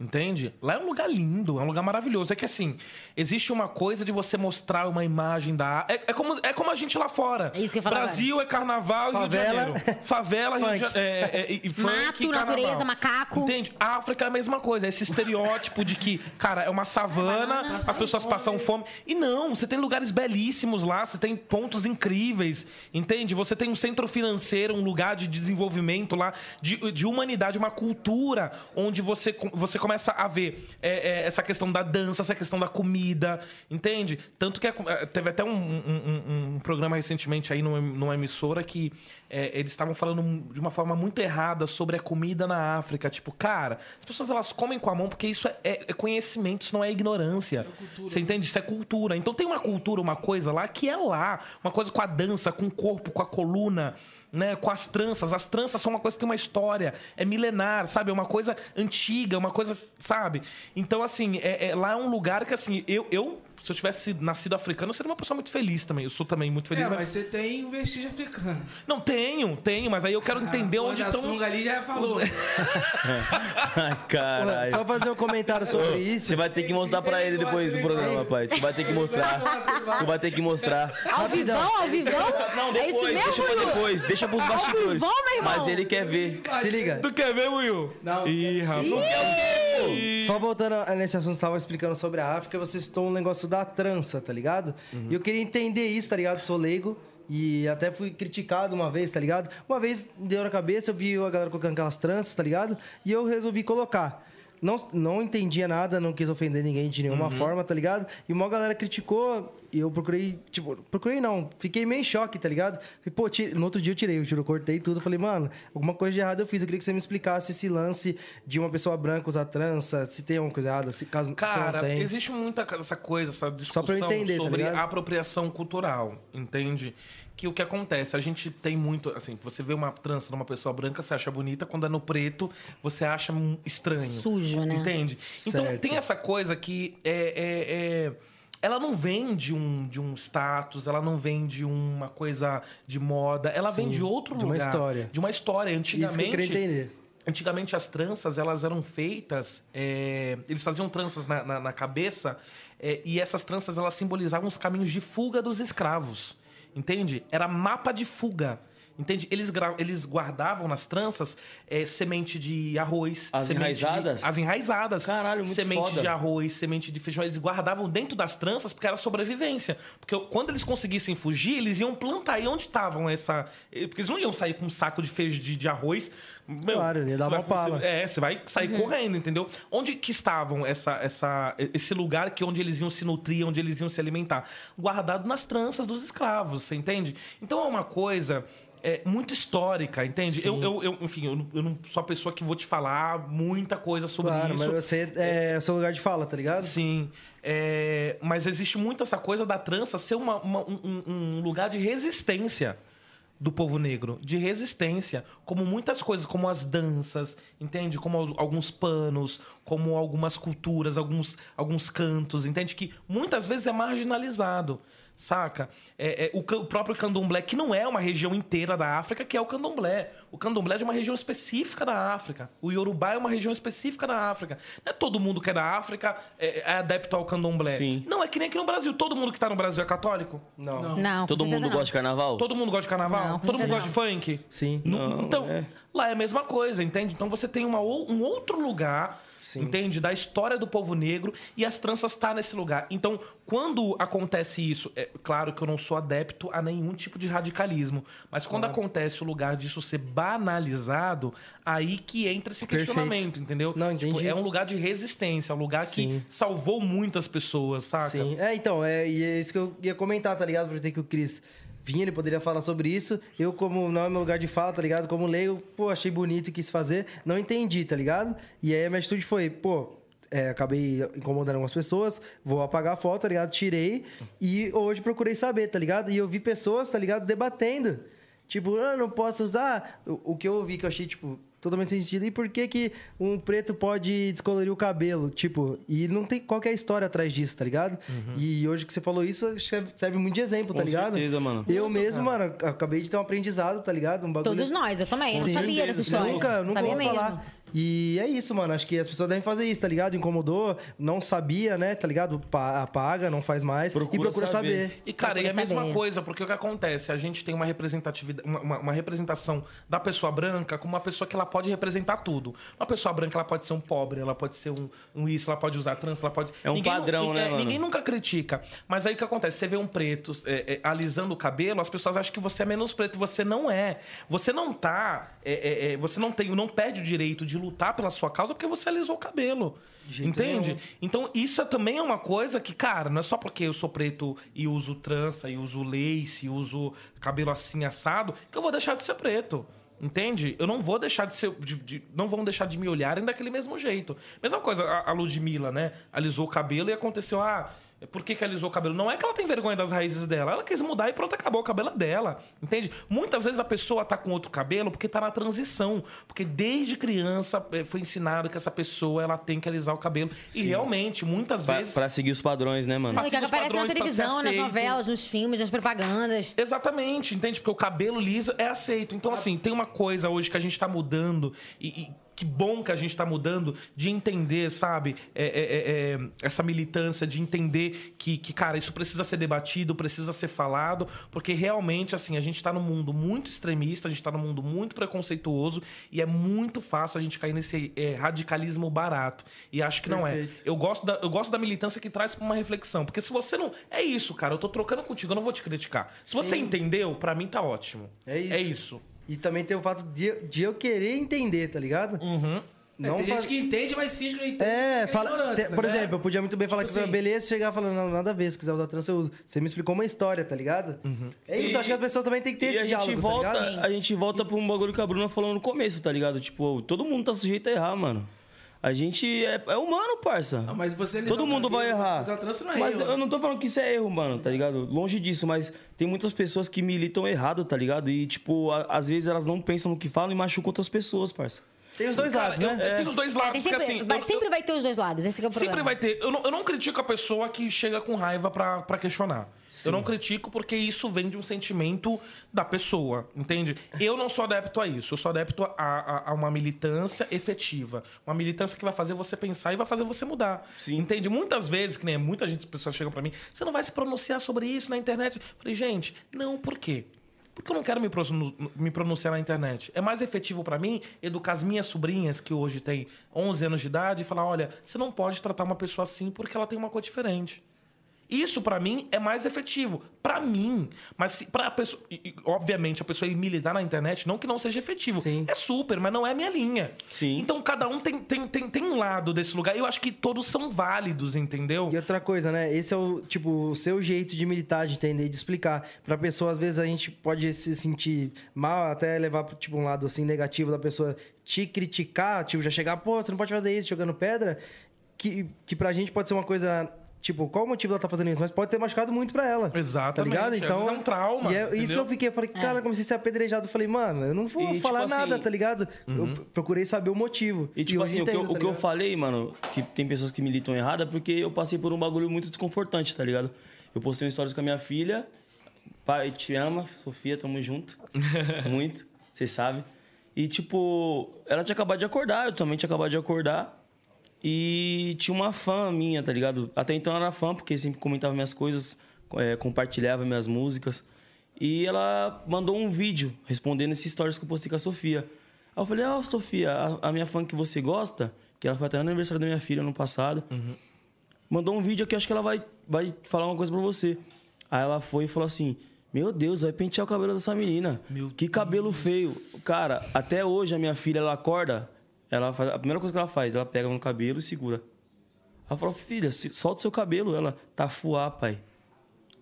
Speaker 4: Entende? Lá é um lugar lindo, é um lugar maravilhoso. É que assim, existe uma coisa de você mostrar uma imagem da. É, é como, é como a gente lá fora.
Speaker 3: É isso que eu ia falar
Speaker 4: Brasil é carnaval e Rio de
Speaker 5: Favela.
Speaker 4: Janeiro. Favela, Rio de
Speaker 5: Funk.
Speaker 4: Janeiro. É, é, e- e funk e
Speaker 3: Mato,
Speaker 4: carnaval.
Speaker 3: natureza, macaco.
Speaker 4: Entende? A África é a mesma coisa. É esse estereótipo de que, cara, é uma savana,
Speaker 3: Banana.
Speaker 4: as pessoas passam fome. E não, você tem lugares belíssimos lá, você tem pontos incríveis, entende? Você tem um centro financeiro, um lugar de desenvolvimento lá, de, de humanidade, uma cultura onde você, com- você começa a ver é, é, essa questão da dança, essa questão da comida, entende? Tanto que é com- é, teve até um, um- um- um programa recentemente aí numa, numa emissora que é, eles estavam falando de uma forma muito errada sobre a comida na África. Tipo, cara, as pessoas elas comem com a mão porque isso é, é- é conhecimento, isso não é ignorância. Você entende? Isso é cultura. Então tem uma cultura, uma coisa lá que é lá. Uma coisa com a dança, com o corpo, com a coluna. Né, com as tranças. As tranças são uma coisa que tem uma história, é milenar, sabe? É uma coisa antiga, uma coisa, sabe? Então, assim, é- é- lá é um lugar que, assim, eu, eu, se eu tivesse sido- nascido africano, eu seria uma pessoa muito feliz também. Eu sou também muito feliz.
Speaker 2: É,
Speaker 4: mas-
Speaker 5: assim-
Speaker 2: mas você tem um vestígio africano.
Speaker 4: Não, tenho, tenho, mas aí eu quero entender
Speaker 2: A porra
Speaker 4: onde
Speaker 2: da
Speaker 4: estão.
Speaker 2: sunga ali Ah, já um falou.
Speaker 1: Ai, caralho.
Speaker 5: Só fazer um comentário sobre isso.
Speaker 1: Você vai ter que mostrar pra ele depois do programa, pai. Tu vai ter que mostrar. Tu vai ter que mostrar.
Speaker 3: Ao vivão, ao vivão?
Speaker 1: Não,
Speaker 3: é isso
Speaker 1: depois,
Speaker 3: mesmo,
Speaker 1: deixa pra
Speaker 3: Dudu?
Speaker 1: depois, deixa pros bastidores.
Speaker 3: vivão, meu irmão?
Speaker 1: Mas ele quer ver.
Speaker 5: Se liga.
Speaker 4: Tu quer ver, Will?
Speaker 2: Não,
Speaker 4: Ih, rapaz.
Speaker 5: Só voltando a- nesse assunto, você tava explicando sobre a África, você citou um negócio da trança, tá ligado?
Speaker 4: Uhum.
Speaker 5: E eu queria entender isso, tá ligado? Sou leigo. E até fui criticado uma vez, tá ligado? Uma vez deu na cabeça, eu vi a galera colocando aquelas tranças, tá ligado? E eu resolvi colocar. Não, não entendia nada, não quis ofender ninguém de
Speaker 4: Uhum.
Speaker 5: nenhuma forma, tá ligado? E uma galera criticou e eu procurei, tipo, procurei não, fiquei meio em choque, tá ligado? E, pô, ti- no outro dia eu tirei o tiro, cortei tudo, falei, mano, alguma coisa de errado eu fiz, eu queria que você me explicasse esse lance de uma pessoa branca usar trança, se tem alguma coisa errada, se caso se não
Speaker 4: Cara,
Speaker 5: tem.
Speaker 4: existe muita ca- essa coisa, essa discussão
Speaker 5: pra eu entender, tá
Speaker 4: sobre
Speaker 5: ligado?
Speaker 4: a apropriação cultural, entende? Que o que acontece, a gente tem muito, assim, você vê uma trança numa pessoa branca, você acha bonita, quando é no preto, você acha hum, estranho.
Speaker 3: Sujo, né?
Speaker 4: Entende? Então
Speaker 5: Certo.
Speaker 4: tem essa coisa que é, é- é- ela não vem de um, de um status, ela não vem de uma coisa de moda, ela vem de outro
Speaker 5: de uma
Speaker 4: lugar.
Speaker 5: história.
Speaker 4: De uma história. Antigamente.
Speaker 5: Isso que eu queria entender.
Speaker 4: Antigamente as tranças elas eram feitas, é, eles faziam tranças na, na- na cabeça é, e essas tranças elas simbolizavam os caminhos de fuga dos escravos, entende? Era mapa de fuga, entende? Eles, gra- eles guardavam nas tranças é, semente de arroz,
Speaker 1: As
Speaker 4: semente de-
Speaker 1: enraizadas?
Speaker 4: as enraizadas,
Speaker 1: Caralho, muito
Speaker 4: semente
Speaker 1: foda.
Speaker 4: de arroz, semente de feijão, eles guardavam dentro das tranças porque era sobrevivência, porque quando eles conseguissem fugir eles iam plantar aí onde estavam essa, eh, porque eles não iam sair com um saco de feijão de, de arroz meu,
Speaker 5: Claro, ele
Speaker 4: você
Speaker 5: dá
Speaker 4: vai-
Speaker 5: uma pala.
Speaker 4: você- É, você vai sair correndo, entendeu? Onde que estavam essa, essa, esse lugar que onde eles iam se nutrir, onde eles iam se alimentar? Guardado nas tranças dos escravos, você entende? Então é uma coisa. é, muito histórica, entende? Eu, eu, eu, enfim, eu não, eu não sou a pessoa que vou te falar muita coisa sobre
Speaker 5: Claro,
Speaker 4: isso.
Speaker 5: mas você é, o seu lugar de fala, tá ligado?
Speaker 4: Sim. É, mas existe muito essa coisa da trança ser uma- uma- um, um- um lugar de resistência do povo negro. De resistência. Como muitas coisas, como as danças, entende? Como aos- alguns panos, como algumas culturas, alguns, alguns cantos, entende? Que muitas vezes é marginalizado. Saca? É, é, o, ca- o próprio candomblé, que não é uma região inteira da África, que é o candomblé. O candomblé é de uma região específica da África. O Yorubá é uma região específica da África. Não é todo mundo que é da África é, é adepto ao candomblé.
Speaker 1: Sim.
Speaker 4: Não, é que nem aqui no Brasil. Todo mundo que tá no Brasil é católico?
Speaker 5: Não.
Speaker 3: Não, com
Speaker 1: Todo
Speaker 3: certeza
Speaker 1: mundo
Speaker 3: não.
Speaker 1: gosta de carnaval?
Speaker 4: Todo mundo gosta de carnaval?
Speaker 3: Não, com
Speaker 4: todo mundo
Speaker 3: certeza
Speaker 4: gosta de funk?
Speaker 5: Sim.
Speaker 4: No-
Speaker 1: Não,
Speaker 4: então,
Speaker 1: é.
Speaker 4: lá é a mesma coisa, entende? Então você tem uma ou- um outro lugar, entende? Da história do povo negro e as tranças tá nesse lugar. Então, quando acontece isso, é claro que eu não sou adepto a nenhum tipo de radicalismo, mas quando acontece o lugar disso ser banalizado, aí que entra esse
Speaker 5: Perfeito.
Speaker 4: questionamento, entendeu?
Speaker 5: Não,
Speaker 4: tipo,
Speaker 5: entendi.
Speaker 4: é um lugar de resistência, é um lugar
Speaker 5: Sim.
Speaker 4: que salvou muitas pessoas, saca?
Speaker 5: Sim. É, então, é, e é isso que eu ia comentar, tá ligado? Por ter que o Cris vinha, ele poderia falar sobre isso. Eu, como não é meu lugar de fala, tá ligado? Como leigo, pô, achei bonito e quis fazer. Não entendi, tá ligado? E aí a minha atitude foi, pô, é, acabei incomodando algumas pessoas, vou apagar a foto, tá ligado? Tirei. E hoje procurei saber, tá ligado? E eu vi pessoas, tá ligado? Debatendo. Tipo, ah, não posso usar. O, o que eu ouvi que eu achei, tipo, totalmente sem sentido. E por que que um preto pode descolorir o cabelo? Tipo, e não tem qualquer história atrás disso, tá ligado? E hoje que você falou isso, serve serve muito de exemplo, tá
Speaker 1: Uhum. Com
Speaker 5: ligado?
Speaker 1: certeza, mano.
Speaker 5: Eu mesmo, mano, ac- acabei de ter um aprendizado, tá ligado? Um bagulho.
Speaker 3: Todos nós, eu também. Eu não
Speaker 5: Sim.
Speaker 3: sabia dessa história.
Speaker 5: Nunca, nunca
Speaker 3: sabia
Speaker 5: vou
Speaker 3: mesmo.
Speaker 5: falar. E é isso, mano. Acho que as pessoas devem fazer isso, tá ligado? Incomodou, não sabia, né? Tá ligado? Pa- Apaga, não faz mais. e
Speaker 1: Procura
Speaker 5: procura saber.
Speaker 1: saber.
Speaker 4: E, cara,
Speaker 3: Procura
Speaker 4: e é a mesma
Speaker 3: saber.
Speaker 4: coisa, porque o que acontece? A gente tem uma representatividade, uma, uma- uma representação da pessoa branca como uma pessoa que ela pode representar tudo. Uma pessoa branca, ela pode ser um pobre, ela pode ser um, um isso, ela pode usar trans, ela pode.
Speaker 1: É um padrão,
Speaker 4: nu-
Speaker 1: né,
Speaker 4: é,
Speaker 1: mano?
Speaker 4: Ninguém nunca critica. Mas aí o que acontece? Você vê um preto é, é, alisando o cabelo, as pessoas acham que você é menos preto. Você não é. Você não tá. é, é, é, você não tem, não perde o direito de lutar pela sua causa porque você alisou o cabelo. Entende? Então, isso é- também é uma coisa que, cara, não é só porque eu sou preto e uso trança, e uso lace, e uso cabelo assim assado, que eu vou deixar de ser preto. Entende? Eu não vou deixar de ser. de- de- não vão deixar de me olharem daquele mesmo jeito. Mesma coisa, a, a Ludmilla, né? Alisou o cabelo e aconteceu, ah. Por que, que alisou o cabelo? Não é que ela tem vergonha das raízes dela. Ela quis mudar e pronto, acabou o cabelo é dela. Entende? Muitas vezes a pessoa tá com outro cabelo porque tá na transição. Porque desde criança eh, foi ensinado que essa pessoa ela tem que alisar o cabelo. E realmente, muitas
Speaker 1: Pra,
Speaker 4: vezes.
Speaker 1: pra seguir os padrões, né, mano?
Speaker 3: Não, e é que
Speaker 4: Assim, os
Speaker 3: aparece na
Speaker 4: padrões pra ser
Speaker 3: televisão, nas
Speaker 4: aceito.
Speaker 3: novelas, nos filmes, nas propagandas.
Speaker 4: Exatamente, entende? Porque o cabelo liso é aceito. Então, assim, tem uma coisa hoje que a gente tá mudando e. e que bom que a gente tá mudando de entender, sabe? É, é, é, é, essa militância, de entender que, que, cara, isso precisa ser debatido, precisa ser falado, porque realmente, assim, a gente tá num mundo muito extremista, a gente tá num mundo muito preconceituoso e é muito fácil a gente cair nesse é, radicalismo barato. E acho que não é. Eu gosto, da, eu gosto da militância que traz pra uma reflexão. Porque se você não. É isso, cara. Eu tô trocando contigo, eu não vou te criticar. Se você entendeu, pra mim tá ótimo.
Speaker 5: É isso.
Speaker 4: É isso.
Speaker 5: E também tem o fato de, eu- de eu querer entender, tá ligado? Uhum.
Speaker 2: É, tem gente que entende, mas finge que não entende.
Speaker 5: É,
Speaker 2: porque
Speaker 5: fala,
Speaker 2: ignorância,
Speaker 5: te-
Speaker 2: tá
Speaker 5: por
Speaker 2: ligado?
Speaker 5: exemplo, eu podia muito bem falar
Speaker 2: Tipo
Speaker 5: que isso é
Speaker 2: assim.
Speaker 5: beleza e chegar falando, não, nada a ver, se quiser usar trans eu uso. Você me explicou uma história, tá ligado? É
Speaker 1: E-
Speaker 5: isso, acho que a pessoa também tem que ter
Speaker 1: E
Speaker 5: esse
Speaker 1: a gente
Speaker 5: diálogo,
Speaker 1: volta,
Speaker 5: tá ligado?
Speaker 1: a gente volta pra um bagulho que a Bruna falou no começo, tá ligado? Tipo, todo mundo tá sujeito a errar, mano. A gente é, é humano, parça.
Speaker 2: Ah, Mas você alisar
Speaker 1: Todo
Speaker 2: o
Speaker 1: mundo vai
Speaker 2: cabelo, você
Speaker 1: errar.
Speaker 2: alisar a trança não é
Speaker 1: mas
Speaker 2: erro.
Speaker 1: eu não tô falando que isso é erro, mano, tá ligado? Longe disso, mas tem muitas pessoas que militam errado, tá ligado? E, tipo, a- às vezes elas não pensam no que falam e machucam outras pessoas, parça.
Speaker 5: Tem os dois
Speaker 4: Cara,
Speaker 5: lados,
Speaker 4: eu,
Speaker 5: né?
Speaker 4: eu tenho os dois lados,
Speaker 3: É, tem
Speaker 4: porque
Speaker 3: sempre,
Speaker 4: assim.
Speaker 3: vai,
Speaker 4: eu-
Speaker 3: sempre vai ter os dois lados, esse que é o problema.
Speaker 4: Sempre vai ter. Eu não, eu não critico a pessoa que chega com raiva pra pra questionar. Eu não critico porque isso vem de um sentimento da pessoa, entende? Eu não sou adepto a isso. Eu sou adepto a, a- a uma militância efetiva. Uma militância que vai fazer você pensar e vai fazer você mudar. Entende? Muitas vezes, que nem muita gente, as pessoas chegam pra mim, você não vai se pronunciar sobre isso na internet. Eu falei, gente, não, por quê? Porque eu não quero me prosnu- me pronunciar na internet. É mais efetivo pra mim educar as minhas sobrinhas, que hoje têm 11 anos de idade, e falar: olha, você não pode tratar uma pessoa assim porque ela tem uma cor diferente. Isso pra mim é mais efetivo. Pra mim. Mas se, pra pessoa. e- e, Obviamente, a pessoa ir militar na internet, não que não seja efetivo.
Speaker 5: Sim.
Speaker 4: É super, mas não é a minha linha.
Speaker 1: Sim.
Speaker 4: Então cada um tem, tem, tem, tem um lado desse lugar. Eu acho que todos são válidos, entendeu?
Speaker 5: E outra coisa, né? Esse é o, tipo, o seu jeito de militar, de entender, de explicar. Pra pessoa, às vezes, a gente pode se sentir mal, até levar pro, tipo, um lado, assim, negativo da pessoa te criticar, tipo, já chegar, pô, você não pode fazer isso, jogando pedra. Que, que pra gente pode ser uma coisa... Tipo, qual o motivo dela tá fazendo isso? Mas pode ter machucado muito pra ela.
Speaker 4: Exatamente.
Speaker 5: Tá ligado?
Speaker 4: Às
Speaker 5: Então.
Speaker 4: vezes é um trauma,
Speaker 5: E é isso que eu
Speaker 4: entendeu?
Speaker 5: fiquei. Eu falei, cara, eu comecei a ser apedrejado. Eu falei, mano, eu não vou
Speaker 1: E, tipo
Speaker 5: falar
Speaker 1: assim-
Speaker 5: nada, tá ligado? Eu p- procurei saber o motivo.
Speaker 1: E tipo
Speaker 5: hoje
Speaker 1: assim, o, que eu,
Speaker 5: entendo,
Speaker 1: o
Speaker 5: tá
Speaker 1: que eu
Speaker 5: ligado?
Speaker 1: falei, mano, que tem pessoas que militam errado, é porque eu passei por um bagulho muito desconfortante, tá ligado? Eu postei um stories com a minha filha. Pai, te ama, Sofia, tamo junto. muito, você sabe. E tipo, ela tinha acabado de acordar, eu também tinha acabado de acordar. E tinha uma fã minha, tá ligado? Até então ela era fã, porque sempre comentava minhas coisas, eh, compartilhava minhas músicas. E ela mandou um vídeo respondendo esses stories que eu postei com a Sofia. Aí eu falei, ó, Sofia, a, a minha fã que você gosta, que ela foi até no aniversário da minha filha ano passado, mandou um vídeo aqui, acho que ela vai, vai falar uma coisa pra você. Aí ela foi e falou assim: Meu Deus, vai pentear o cabelo dessa menina. que cabelo feio. Cara, até hoje a minha filha, ela acorda, ela faz, a primeira coisa que ela faz, ela pega no cabelo e segura. Ela falou: Filha, se- solta o seu cabelo. Ela, tá fuá, pai.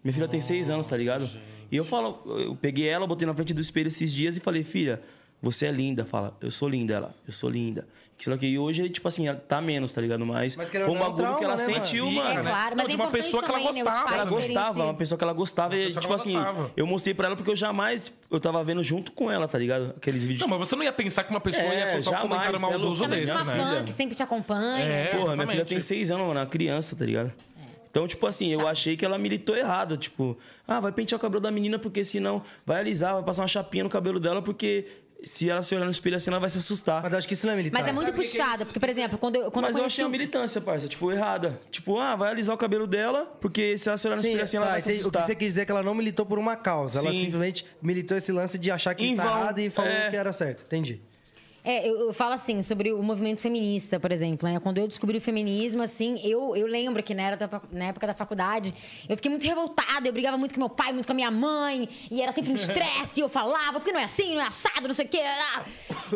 Speaker 1: Minha filha tem seis anos, tá ligado? E eu falo, eu peguei ela, botei na frente do espelho esses dias e falei, filha, você é linda. Fala, eu sou linda, ela, eu sou linda. Sei lá o quê. E hoje, tipo assim, ela tá menos, tá ligado? Mas,
Speaker 5: Mas
Speaker 1: foi
Speaker 5: querendo
Speaker 1: um
Speaker 5: ou não,
Speaker 1: bagulho que ela
Speaker 5: trauma, né,
Speaker 1: sentiu,
Speaker 4: mano?
Speaker 1: mano.
Speaker 4: É
Speaker 3: claro,
Speaker 4: Não,
Speaker 3: mas
Speaker 4: de
Speaker 3: é
Speaker 4: uma
Speaker 3: importante
Speaker 4: pessoa que ela
Speaker 3: também, né, os
Speaker 4: gostava.
Speaker 3: pais
Speaker 1: Ela
Speaker 3: terem
Speaker 1: gostava,
Speaker 3: esse-
Speaker 1: uma pessoa que ela gostava.
Speaker 4: Uma
Speaker 1: E,
Speaker 4: pessoa que
Speaker 1: tipo
Speaker 4: ela
Speaker 1: assim,
Speaker 4: gostava.
Speaker 1: eu mostrei pra ela porque eu jamais. Eu tava vendo junto com ela, tá ligado? Aqueles vídeos.
Speaker 4: Não, mas você não ia pensar que uma pessoa
Speaker 1: É,
Speaker 4: ia soltar
Speaker 1: jamais,
Speaker 4: um comentário
Speaker 1: você é louco.
Speaker 4: maldoso
Speaker 1: Também
Speaker 3: Principalmente
Speaker 4: desse,
Speaker 3: uma
Speaker 4: né?
Speaker 1: né?
Speaker 3: fã que sempre te acompanha.
Speaker 4: É.
Speaker 3: né?
Speaker 1: Porra, minha filha
Speaker 4: exatamente.
Speaker 1: tem seis anos, mano, é uma criança, tá ligado?
Speaker 3: É.
Speaker 1: Então, tipo assim, eu achei que ela militou errado. Tipo, ah, vai pentear o cabelo da menina porque senão vai alisar, vai passar uma chapinha no cabelo dela porque se ela se olhar no espelho assim, ela vai se assustar.
Speaker 5: Mas
Speaker 1: Mas,
Speaker 5: acho que isso não é militar.
Speaker 3: Mas é muito
Speaker 2: Sabe o que que é
Speaker 3: puxada,
Speaker 2: isso?
Speaker 3: porque, por exemplo, quando eu, quando eu
Speaker 1: eu
Speaker 3: conheci um-
Speaker 1: achei uma militância, parça, tipo, errada. Tipo, ah, vai alisar o cabelo dela porque se ela se olhar no
Speaker 5: Sim,
Speaker 1: espelho assim, ela
Speaker 5: tá,
Speaker 1: vai se
Speaker 5: entendi. o que
Speaker 1: assustar.
Speaker 5: você quis dizer é que ela não militou por uma causa. Ela
Speaker 1: Sim.
Speaker 5: simplesmente militou esse lance de achar que
Speaker 1: Em
Speaker 5: tá
Speaker 1: vão.
Speaker 5: errado e falou
Speaker 1: É.
Speaker 5: que era certo. Entendi.
Speaker 3: É, eu, eu falo assim, sobre o movimento feminista, por exemplo, né? Quando eu descobri o feminismo, assim, eu, eu lembro que na, era da- na época da faculdade, eu fiquei muito revoltada, eu brigava muito com meu pai, muito com a minha mãe, e era sempre um estresse, e eu falava, porque não é assim, não é assado, não sei o quê. lá, lá."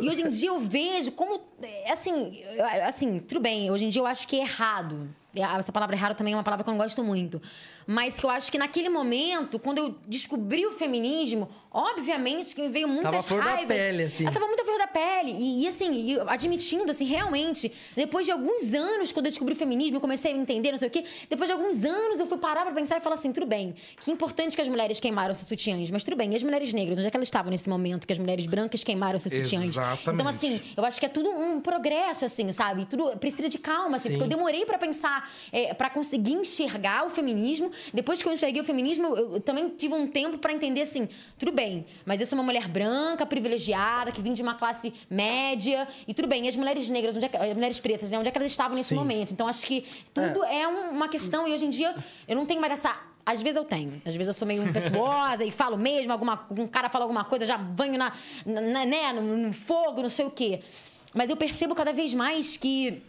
Speaker 3: E hoje em dia eu vejo como, é, assim, eu- assim, tudo bem, hoje em dia eu acho que é errado. E a- Essa palavra errado também é uma palavra que eu não gosto muito. Mas que eu acho que naquele momento, quando eu descobri o feminismo, obviamente que me veio muitas
Speaker 5: Tava a flor da
Speaker 3: raivas.
Speaker 5: pele, assim.
Speaker 3: Eu tava muito a flor da pele. E, e, assim, e eu admitindo, assim, realmente, depois de alguns anos, quando eu descobri o feminismo, eu comecei a entender, não sei o quê. Depois de alguns anos, eu fui parar pra pensar e falar assim: tudo bem, que importante que as mulheres queimaram seus sutiãs, mas tudo bem, e as mulheres negras, onde é que elas estavam nesse momento que as mulheres brancas queimaram seus sutiãs?
Speaker 4: Exatamente.
Speaker 3: Então, assim, eu acho que é tudo um progresso, assim, sabe? Tudo precisa de calma, assim, porque eu demorei pra pensar, é, para conseguir enxergar o feminismo. Depois que eu enxerguei o feminismo, eu, eu também tive um tempo pra entender, assim, tudo bem, mas eu sou uma mulher branca, privilegiada, que vim de uma classe média, e tudo bem, e as mulheres negras, onde é que- as mulheres pretas, né? Onde é que elas estavam nesse
Speaker 1: Sim.
Speaker 3: momento? Então, acho que tudo é, um- uma questão, e hoje em dia eu não tenho mais essa. Às vezes eu tenho. Às vezes eu sou meio impetuosa e falo mesmo, alguma, um cara fala alguma coisa, eu já banho na, na- né, no, no fogo, não sei o quê. Mas eu percebo cada vez mais que.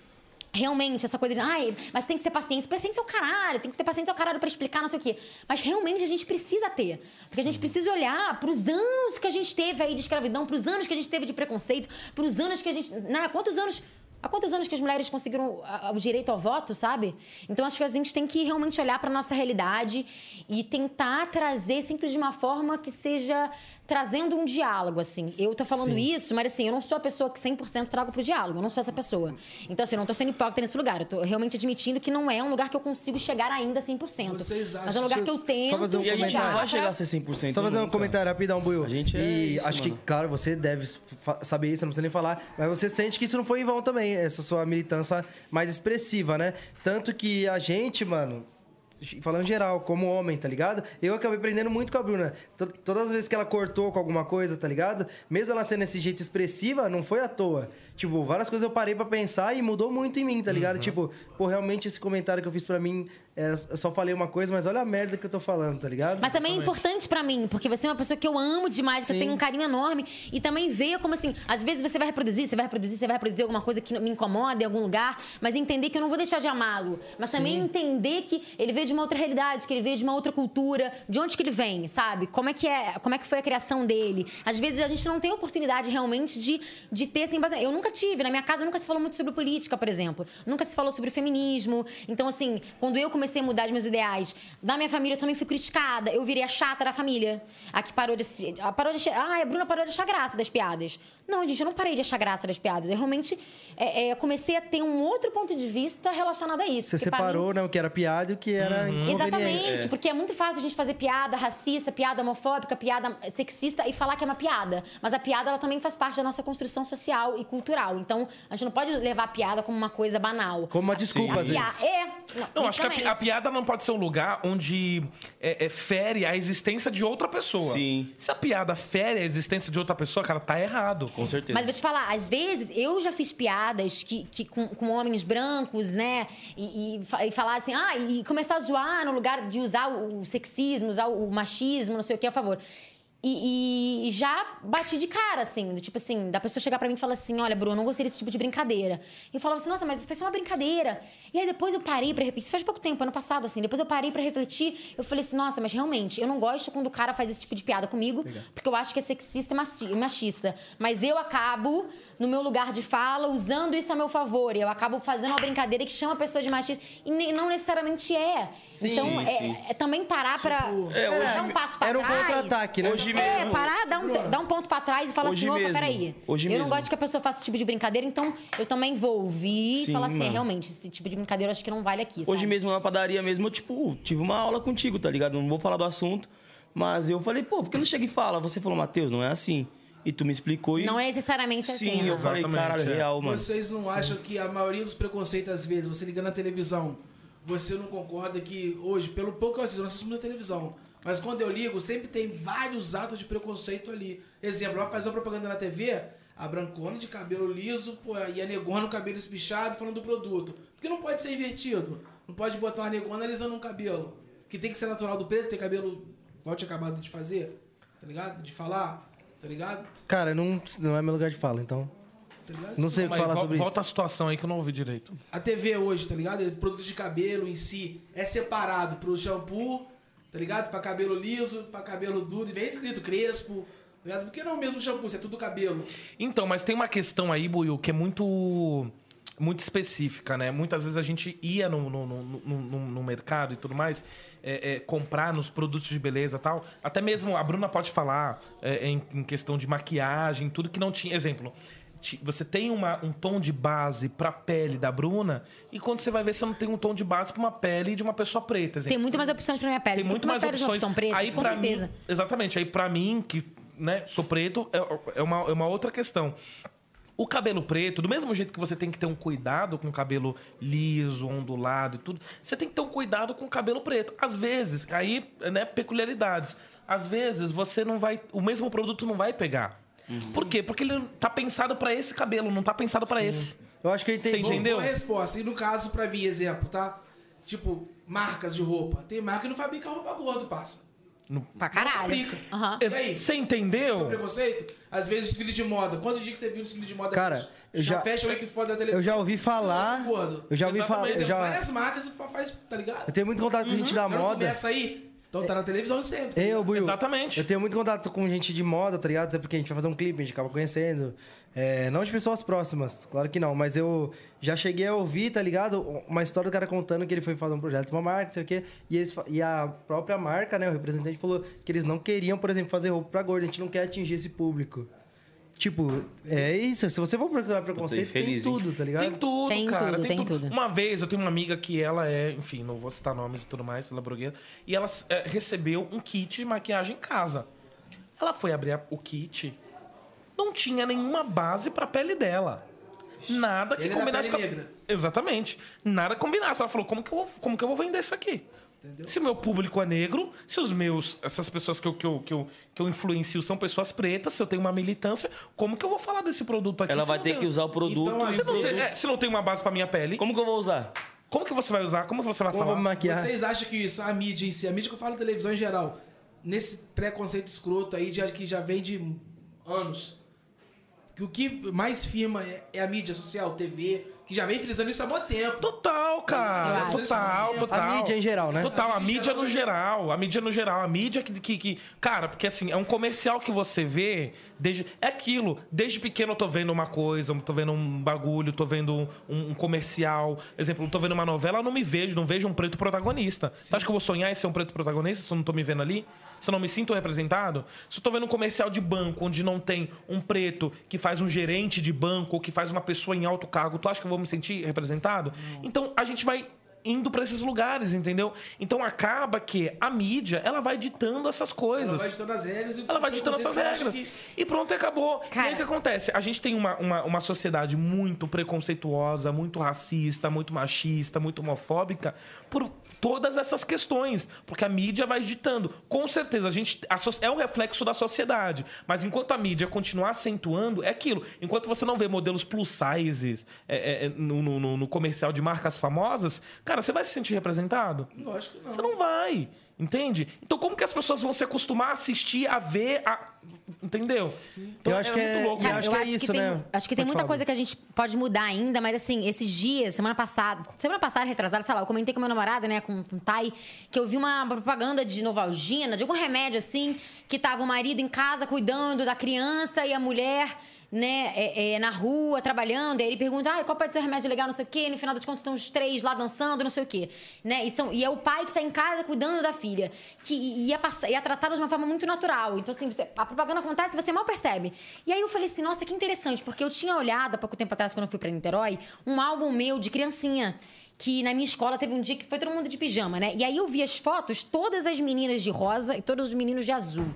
Speaker 3: Realmente, essa coisa de, ai, mas tem que ter paciência. Paciência é o caralho, tem que ter paciência é o caralho pra explicar, não sei o quê. Mas realmente a gente precisa ter. Porque a gente precisa olhar pros anos que a gente teve aí de escravidão, pros anos que a gente teve de preconceito, pros anos que a gente. Né? Quantos anos Há quantos anos que as mulheres conseguiram a- a- o direito ao voto, sabe? Então acho que a gente tem que realmente olhar para nossa realidade e tentar trazer sempre de uma forma que seja trazendo um diálogo, assim. Eu tô falando isso, mas assim, eu não sou a pessoa que 100% trago pro diálogo, eu não sou essa pessoa. Então assim, eu não tô sendo hipócrita nesse lugar, eu tô realmente admitindo que não é um lugar que eu consigo chegar ainda 100%.
Speaker 2: Vocês
Speaker 3: mas é um
Speaker 2: acham-
Speaker 3: lugar que eu
Speaker 5: Só
Speaker 3: tento
Speaker 5: fazer um
Speaker 1: E a gente não
Speaker 5: comentário.
Speaker 1: vai
Speaker 3: chegar.
Speaker 1: chegar a ser 100%.
Speaker 5: Só fazer um
Speaker 1: nunca.
Speaker 5: comentário rapidão, Buiu.
Speaker 1: A gente é
Speaker 5: E
Speaker 1: isso,
Speaker 5: acho
Speaker 1: mano.
Speaker 5: que, claro, você deve fa- saber isso, não precisa nem falar. Mas você sente que isso não foi em vão também, essa sua militância mais expressiva, né? Tanto que a gente, mano. Falando geral, como homem, tá ligado? Eu acabei aprendendo muito com a Bruna. To- Todas as vezes que ela cortou com alguma coisa, tá ligado? Mesmo ela sendo desse jeito expressiva, não foi à toa. Tipo, várias coisas eu parei pra pensar e mudou muito em mim, tá ligado?
Speaker 1: Uhum.
Speaker 5: Tipo, pô, realmente esse comentário que eu fiz pra mim, é, eu só falei uma coisa, mas olha a merda que eu tô falando, tá ligado?
Speaker 3: Mas também é importante pra mim, porque você é uma pessoa que eu amo demais, que eu tenho um carinho enorme. E também ver como assim, às vezes você vai reproduzir, você vai reproduzir, você vai reproduzir alguma coisa que me incomoda em algum lugar, mas entender que eu não vou deixar de amá-lo. Mas também entender que ele veio de uma outra realidade, que ele veio de uma outra cultura, de onde que ele vem, sabe? Como é que é, como é que foi a criação dele. Às vezes a gente não tem oportunidade realmente de, de ter esse embasamento. Eu nunca tive, na minha casa nunca se falou muito sobre política, por exemplo. Nunca se falou sobre feminismo. Então, assim, quando eu comecei a mudar os meus ideais, da minha família eu também fui criticada. Eu virei a chata da família. A que parou de. se- A parou de achar- ah, a Bruna parou de achar graça das piadas. Não, gente, eu não parei de achar graça das piadas. Eu realmente é, é, comecei a ter um outro ponto de vista relacionado a isso.
Speaker 5: Você
Speaker 3: porque pra mim-
Speaker 5: separou, né, o que era piada e o que era
Speaker 4: Uhum.
Speaker 5: inconveniente. Tipo,
Speaker 3: Exatamente, porque é muito fácil a gente fazer piada racista, piada homofóbica, piada sexista e falar que é uma piada. Mas a piada ela também faz parte da nossa construção social e cultural. Então, a gente não pode levar a piada como uma coisa banal.
Speaker 5: Como uma desculpa,
Speaker 3: A
Speaker 5: às vezes.
Speaker 3: piada é.
Speaker 4: Não, acho que a, pi-
Speaker 3: justamente.
Speaker 4: a piada não pode ser um lugar onde é, é, fere a existência de outra pessoa.
Speaker 1: Sim.
Speaker 4: Se a piada fere a existência de outra pessoa, cara, tá errado.
Speaker 1: Com certeza.
Speaker 3: Mas vou te falar, às vezes eu já fiz piadas que, que com, com homens brancos, né? E, e, fa- e falar assim, ah, e começar a zoar no lugar de usar o, o sexismo, usar o, o machismo, não sei o que, a favor. E, e já bati de cara, assim, do tipo assim, da pessoa chegar pra mim e falar assim: olha, Bruno, eu não gostei desse tipo de brincadeira. E eu falava assim, nossa, mas foi só uma brincadeira. E aí depois eu parei pra refletir, isso faz pouco tempo, ano passado, assim, depois eu parei pra refletir, eu falei assim, nossa, mas realmente, eu não gosto quando o cara faz esse tipo de piada comigo, porque eu acho que é sexista e maci- e machista. Mas eu acabo, no meu lugar de fala, usando isso a meu favor. E eu acabo fazendo uma brincadeira que chama a pessoa de machista. E ne- não necessariamente é. então, é-
Speaker 1: sim.
Speaker 3: É, também parar pra.
Speaker 1: É, hoje-
Speaker 3: dar um passo pra
Speaker 5: Tipo, era um
Speaker 3: trás.
Speaker 5: contra-ataque, né?
Speaker 1: Hoje
Speaker 3: É,
Speaker 1: mesmo.
Speaker 3: parar, dar um, dar um ponto pra trás e falar
Speaker 1: Hoje
Speaker 3: assim, opa,
Speaker 1: mesmo.
Speaker 3: peraí.
Speaker 1: Hoje
Speaker 3: eu não
Speaker 1: mesmo.
Speaker 3: gosto que a pessoa faça esse tipo de brincadeira, então eu também vou ouvir
Speaker 1: Sim,
Speaker 3: e falar assim,
Speaker 1: mano.
Speaker 3: realmente, esse tipo de brincadeira eu acho que não vale aqui,
Speaker 1: Hoje
Speaker 3: sabe?
Speaker 1: mesmo na padaria mesmo, eu, tipo, tive uma aula contigo, tá ligado? Não vou falar do assunto, mas eu falei, pô, por que não chega e fala? Você falou, Matheus, não é assim. E tu me explicou e.
Speaker 3: Não é necessariamente
Speaker 1: Sim,
Speaker 3: assim,
Speaker 1: eu
Speaker 3: né?
Speaker 1: falei,
Speaker 4: Exatamente,
Speaker 1: caralho,
Speaker 4: é.
Speaker 1: real, mano.
Speaker 2: Vocês não acham que a maioria dos preconceitos, às vezes, você ligando na televisão, você não concorda que hoje, pelo pouco que eu assisto, eu não assisto muita televisão, mas quando eu ligo, sempre tem vários atos de preconceito ali. Exemplo, ela faz uma propaganda na TV, a brancona de cabelo liso pô, e a negona com cabelo espichado falando do produto. Porque não pode ser invertido. Não pode botar uma negona alisando um cabelo. Que tem que ser natural do preto, ter cabelo igual eu tinha acabado de fazer, tá ligado? De falar, tá ligado?
Speaker 5: Cara, não, não é meu lugar de fala, então.
Speaker 2: Tá ligado?
Speaker 5: Não sei o que
Speaker 4: Mas
Speaker 5: falar
Speaker 4: vol-
Speaker 5: sobre isso.
Speaker 4: volta a situação aí que eu não ouvi direito.
Speaker 2: A TV hoje, tá ligado? O produto de cabelo em si é separado pro shampoo, tá ligado? Pra cabelo liso, pra cabelo duro, e vem escrito crespo, tá ligado? Por que não o mesmo shampoo? Se é tudo cabelo.
Speaker 4: Então, mas tem uma questão aí, Buiu, que é muito muito específica, né? Muitas vezes a gente ia no, no, no, no, no- no mercado e tudo mais, é, é, comprar nos produtos de beleza e tal. Até mesmo a Bruna pode falar é, em, em questão de maquiagem, tudo que não tinha. Exemplo, ti- você tem uma- um tom de base pra pele da Bruna, e quando você vai ver, você não tem um tom de base pra uma pele de uma pessoa preta. Exemplo.
Speaker 3: Tem muito mais opções pra minha pele.
Speaker 4: Tem
Speaker 3: do que
Speaker 4: muito
Speaker 3: uma
Speaker 4: mais
Speaker 3: pele de uma
Speaker 4: opções.
Speaker 3: opção preta,
Speaker 4: aí,
Speaker 3: com
Speaker 4: pra
Speaker 3: certeza.
Speaker 4: Mim, exatamente. Aí, pra mim, que né, sou preto, é, é uma, é uma outra questão. O cabelo preto, do mesmo jeito que você tem que ter um cuidado com o cabelo liso, ondulado e tudo, você tem que ter um cuidado com o cabelo preto. Às vezes, aí, né, peculiaridades. Às vezes, você não vai. O mesmo produto não vai pegar.
Speaker 2: Uhum.
Speaker 4: Por quê? Porque ele tá pensado pra esse cabelo, não tá pensado pra esse.
Speaker 5: Eu acho que eu
Speaker 4: Você
Speaker 5: entendi.
Speaker 4: entendeu?
Speaker 2: Boa resposta. E no caso, pra mim, exemplo, tá? Tipo, marcas de roupa. Tem marca que não fabrica roupa gordo, passa.
Speaker 3: Pra caralho.
Speaker 2: Fabrica.
Speaker 3: Aham.
Speaker 2: E aí?
Speaker 4: Você
Speaker 2: Seu
Speaker 4: entendeu?
Speaker 2: preconceito? Às vezes desfile de moda. Quanto dia que você viu um desfile de moda?
Speaker 5: Cara, eu já-
Speaker 2: Fecha o que foda da televisão.
Speaker 5: Eu já ouvi
Speaker 2: Isso não é
Speaker 5: falar.
Speaker 2: gordo.
Speaker 5: Eu já ouvi
Speaker 4: Exatamente,
Speaker 5: falar.
Speaker 2: Mas
Speaker 5: Eu, já-
Speaker 2: várias marcas fa- faz, tá ligado?
Speaker 5: eu tenho muito contato com gente da
Speaker 4: Uhum.
Speaker 2: Quando
Speaker 5: moda. É,
Speaker 2: começa aí, então tá na televisão sempre. tá
Speaker 5: Eu, Buiu,
Speaker 4: Exatamente.
Speaker 5: Eu tenho muito contato com gente de moda, tá ligado? Até porque a gente vai fazer um clipe, a gente acaba conhecendo. É, não de pessoas próximas, claro que não, mas eu já cheguei a ouvir, tá ligado? Uma história do cara contando que ele foi fazer um projeto pra uma marca, não sei o quê, e, eles fa- e a própria marca, né, o representante falou que eles não queriam, por exemplo, fazer roupa pra gordo, a gente não quer atingir esse público. Tipo, é isso, se você for procurar preconceito, tem
Speaker 1: feliz, hein?
Speaker 5: tudo, tá ligado?
Speaker 4: Tem tudo,
Speaker 3: Tem
Speaker 4: cara.
Speaker 3: tudo,
Speaker 4: tem,
Speaker 3: tem
Speaker 4: tudo.
Speaker 3: tudo.
Speaker 4: Uma vez eu tenho uma amiga que ela é, enfim, não vou citar nomes e tudo mais, ela é blogueira, e ela eh, recebeu um kit de maquiagem em casa. Ela foi abrir a- o kit, não tinha nenhuma base pra pele dela. Nada que
Speaker 2: Ele é da
Speaker 4: combinasse
Speaker 2: pele
Speaker 4: com a-
Speaker 2: negra.
Speaker 4: Exatamente. Nada que combinasse. Ela falou: como que eu vou, como que eu vou vender isso aqui? Se o meu público é negro, se os meus. Essas pessoas que eu, que, eu, que, eu, que eu influencio são pessoas pretas, se eu tenho uma militância, como que eu vou falar desse produto aqui?
Speaker 1: Ela
Speaker 4: se
Speaker 1: vai
Speaker 4: não
Speaker 1: ter
Speaker 4: tem-
Speaker 1: que usar o produto.
Speaker 2: Então,
Speaker 4: se não, tem, é, se não tem uma base pra minha pele,
Speaker 1: Como
Speaker 4: como,
Speaker 1: que eu vou usar?
Speaker 4: que você vai usar? Como que você vai
Speaker 5: Como eu vou me
Speaker 4: falar?
Speaker 5: maquiar?
Speaker 2: Vocês acham que isso, a mídia em si, a mídia que eu falo é televisão em geral, nesse preconceito escroto aí de, que já vem de anos, que o que mais firma é, é a mídia social, TV, que já vem frisando isso há muito tempo.
Speaker 4: Total, cara.
Speaker 3: acho.
Speaker 4: Total, total.
Speaker 5: A mídia em geral, né?
Speaker 4: Total, a
Speaker 2: A mídia
Speaker 4: mídia
Speaker 2: em
Speaker 4: no geral. A mídia no geral. A mídia que, que, que- Cara, porque assim, é um comercial que você vê. Desde, é aquilo. Desde pequeno eu tô vendo uma coisa, eu tô vendo um bagulho, tô vendo um, um comercial. Exemplo, eu tô vendo uma novela, eu não me vejo, não vejo um preto protagonista. Você acha que eu vou sonhar em ser um preto protagonista se eu não tô me vendo ali? Se eu não me sinto representado? Se eu tô vendo um comercial de banco onde não tem um preto que faz um gerente de banco ou que faz uma pessoa em alto cargo, tu acha que eu vou me sentir representado? Então a gente vai indo pra esses lugares, entendeu? Então acaba que a mídia, ela vai ditando essas
Speaker 2: Ela
Speaker 4: coisas.
Speaker 2: vai ditando as regras e
Speaker 4: Ela vai ditando essas regras. E pronto, acabou. E aí
Speaker 3: Cara.
Speaker 4: o que acontece? A gente tem uma, uma, uma sociedade muito preconceituosa, muito racista, muito machista, muito homofóbica, por todas essas questões. Porque a mídia vai ditando. Com certeza, a gente a so- é um reflexo da sociedade. Mas enquanto a mídia continuar acentuando, é aquilo. Enquanto você não vê modelos plus sizes é, é, é, no, no- no- no comercial de marcas famosas, cara, você vai se sentir representado?
Speaker 2: Lógico que não.
Speaker 4: Você não vai. Entende? Então como que as pessoas vão se acostumar a assistir, a ver, a... entendeu? Então
Speaker 5: Eu acho
Speaker 4: é,
Speaker 5: que é-
Speaker 4: muito louco.
Speaker 5: eu
Speaker 3: Cara,
Speaker 5: acho
Speaker 3: eu
Speaker 5: que é
Speaker 3: acho
Speaker 5: isso,
Speaker 3: que tem,
Speaker 5: né?
Speaker 3: acho que tem
Speaker 5: Pode
Speaker 3: muita
Speaker 5: falar,
Speaker 3: coisa
Speaker 5: Bruno.
Speaker 3: que a gente pode mudar ainda, mas assim, esses dias, semana passada, semana passada, retrasada, sei lá, eu comentei com meu namorado, né, com, com o Thay, que eu vi uma propaganda de Novalgina, de algum remédio assim, que tava o marido em casa cuidando da criança e a mulher. Né, é, é, na rua, trabalhando, e aí ele pergunta: ah, qual pode ser o remédio legal, não sei o quê, e no final das contas estão os três lá dançando, não sei o quê. Né? E, são, e é o pai que tá em casa cuidando da filha. Que e- ia, passar, ia tratá-la de uma forma muito natural. Então, assim, você- a propaganda acontece e você mal percebe. E aí eu falei assim, nossa, que interessante, porque eu tinha olhado há pouco tempo atrás, quando eu fui pra Niterói, um álbum meu de criancinha. Que na minha escola teve um dia que foi todo mundo de pijama, né? E aí eu vi as fotos, todas as meninas de rosa e todos os meninos de azul.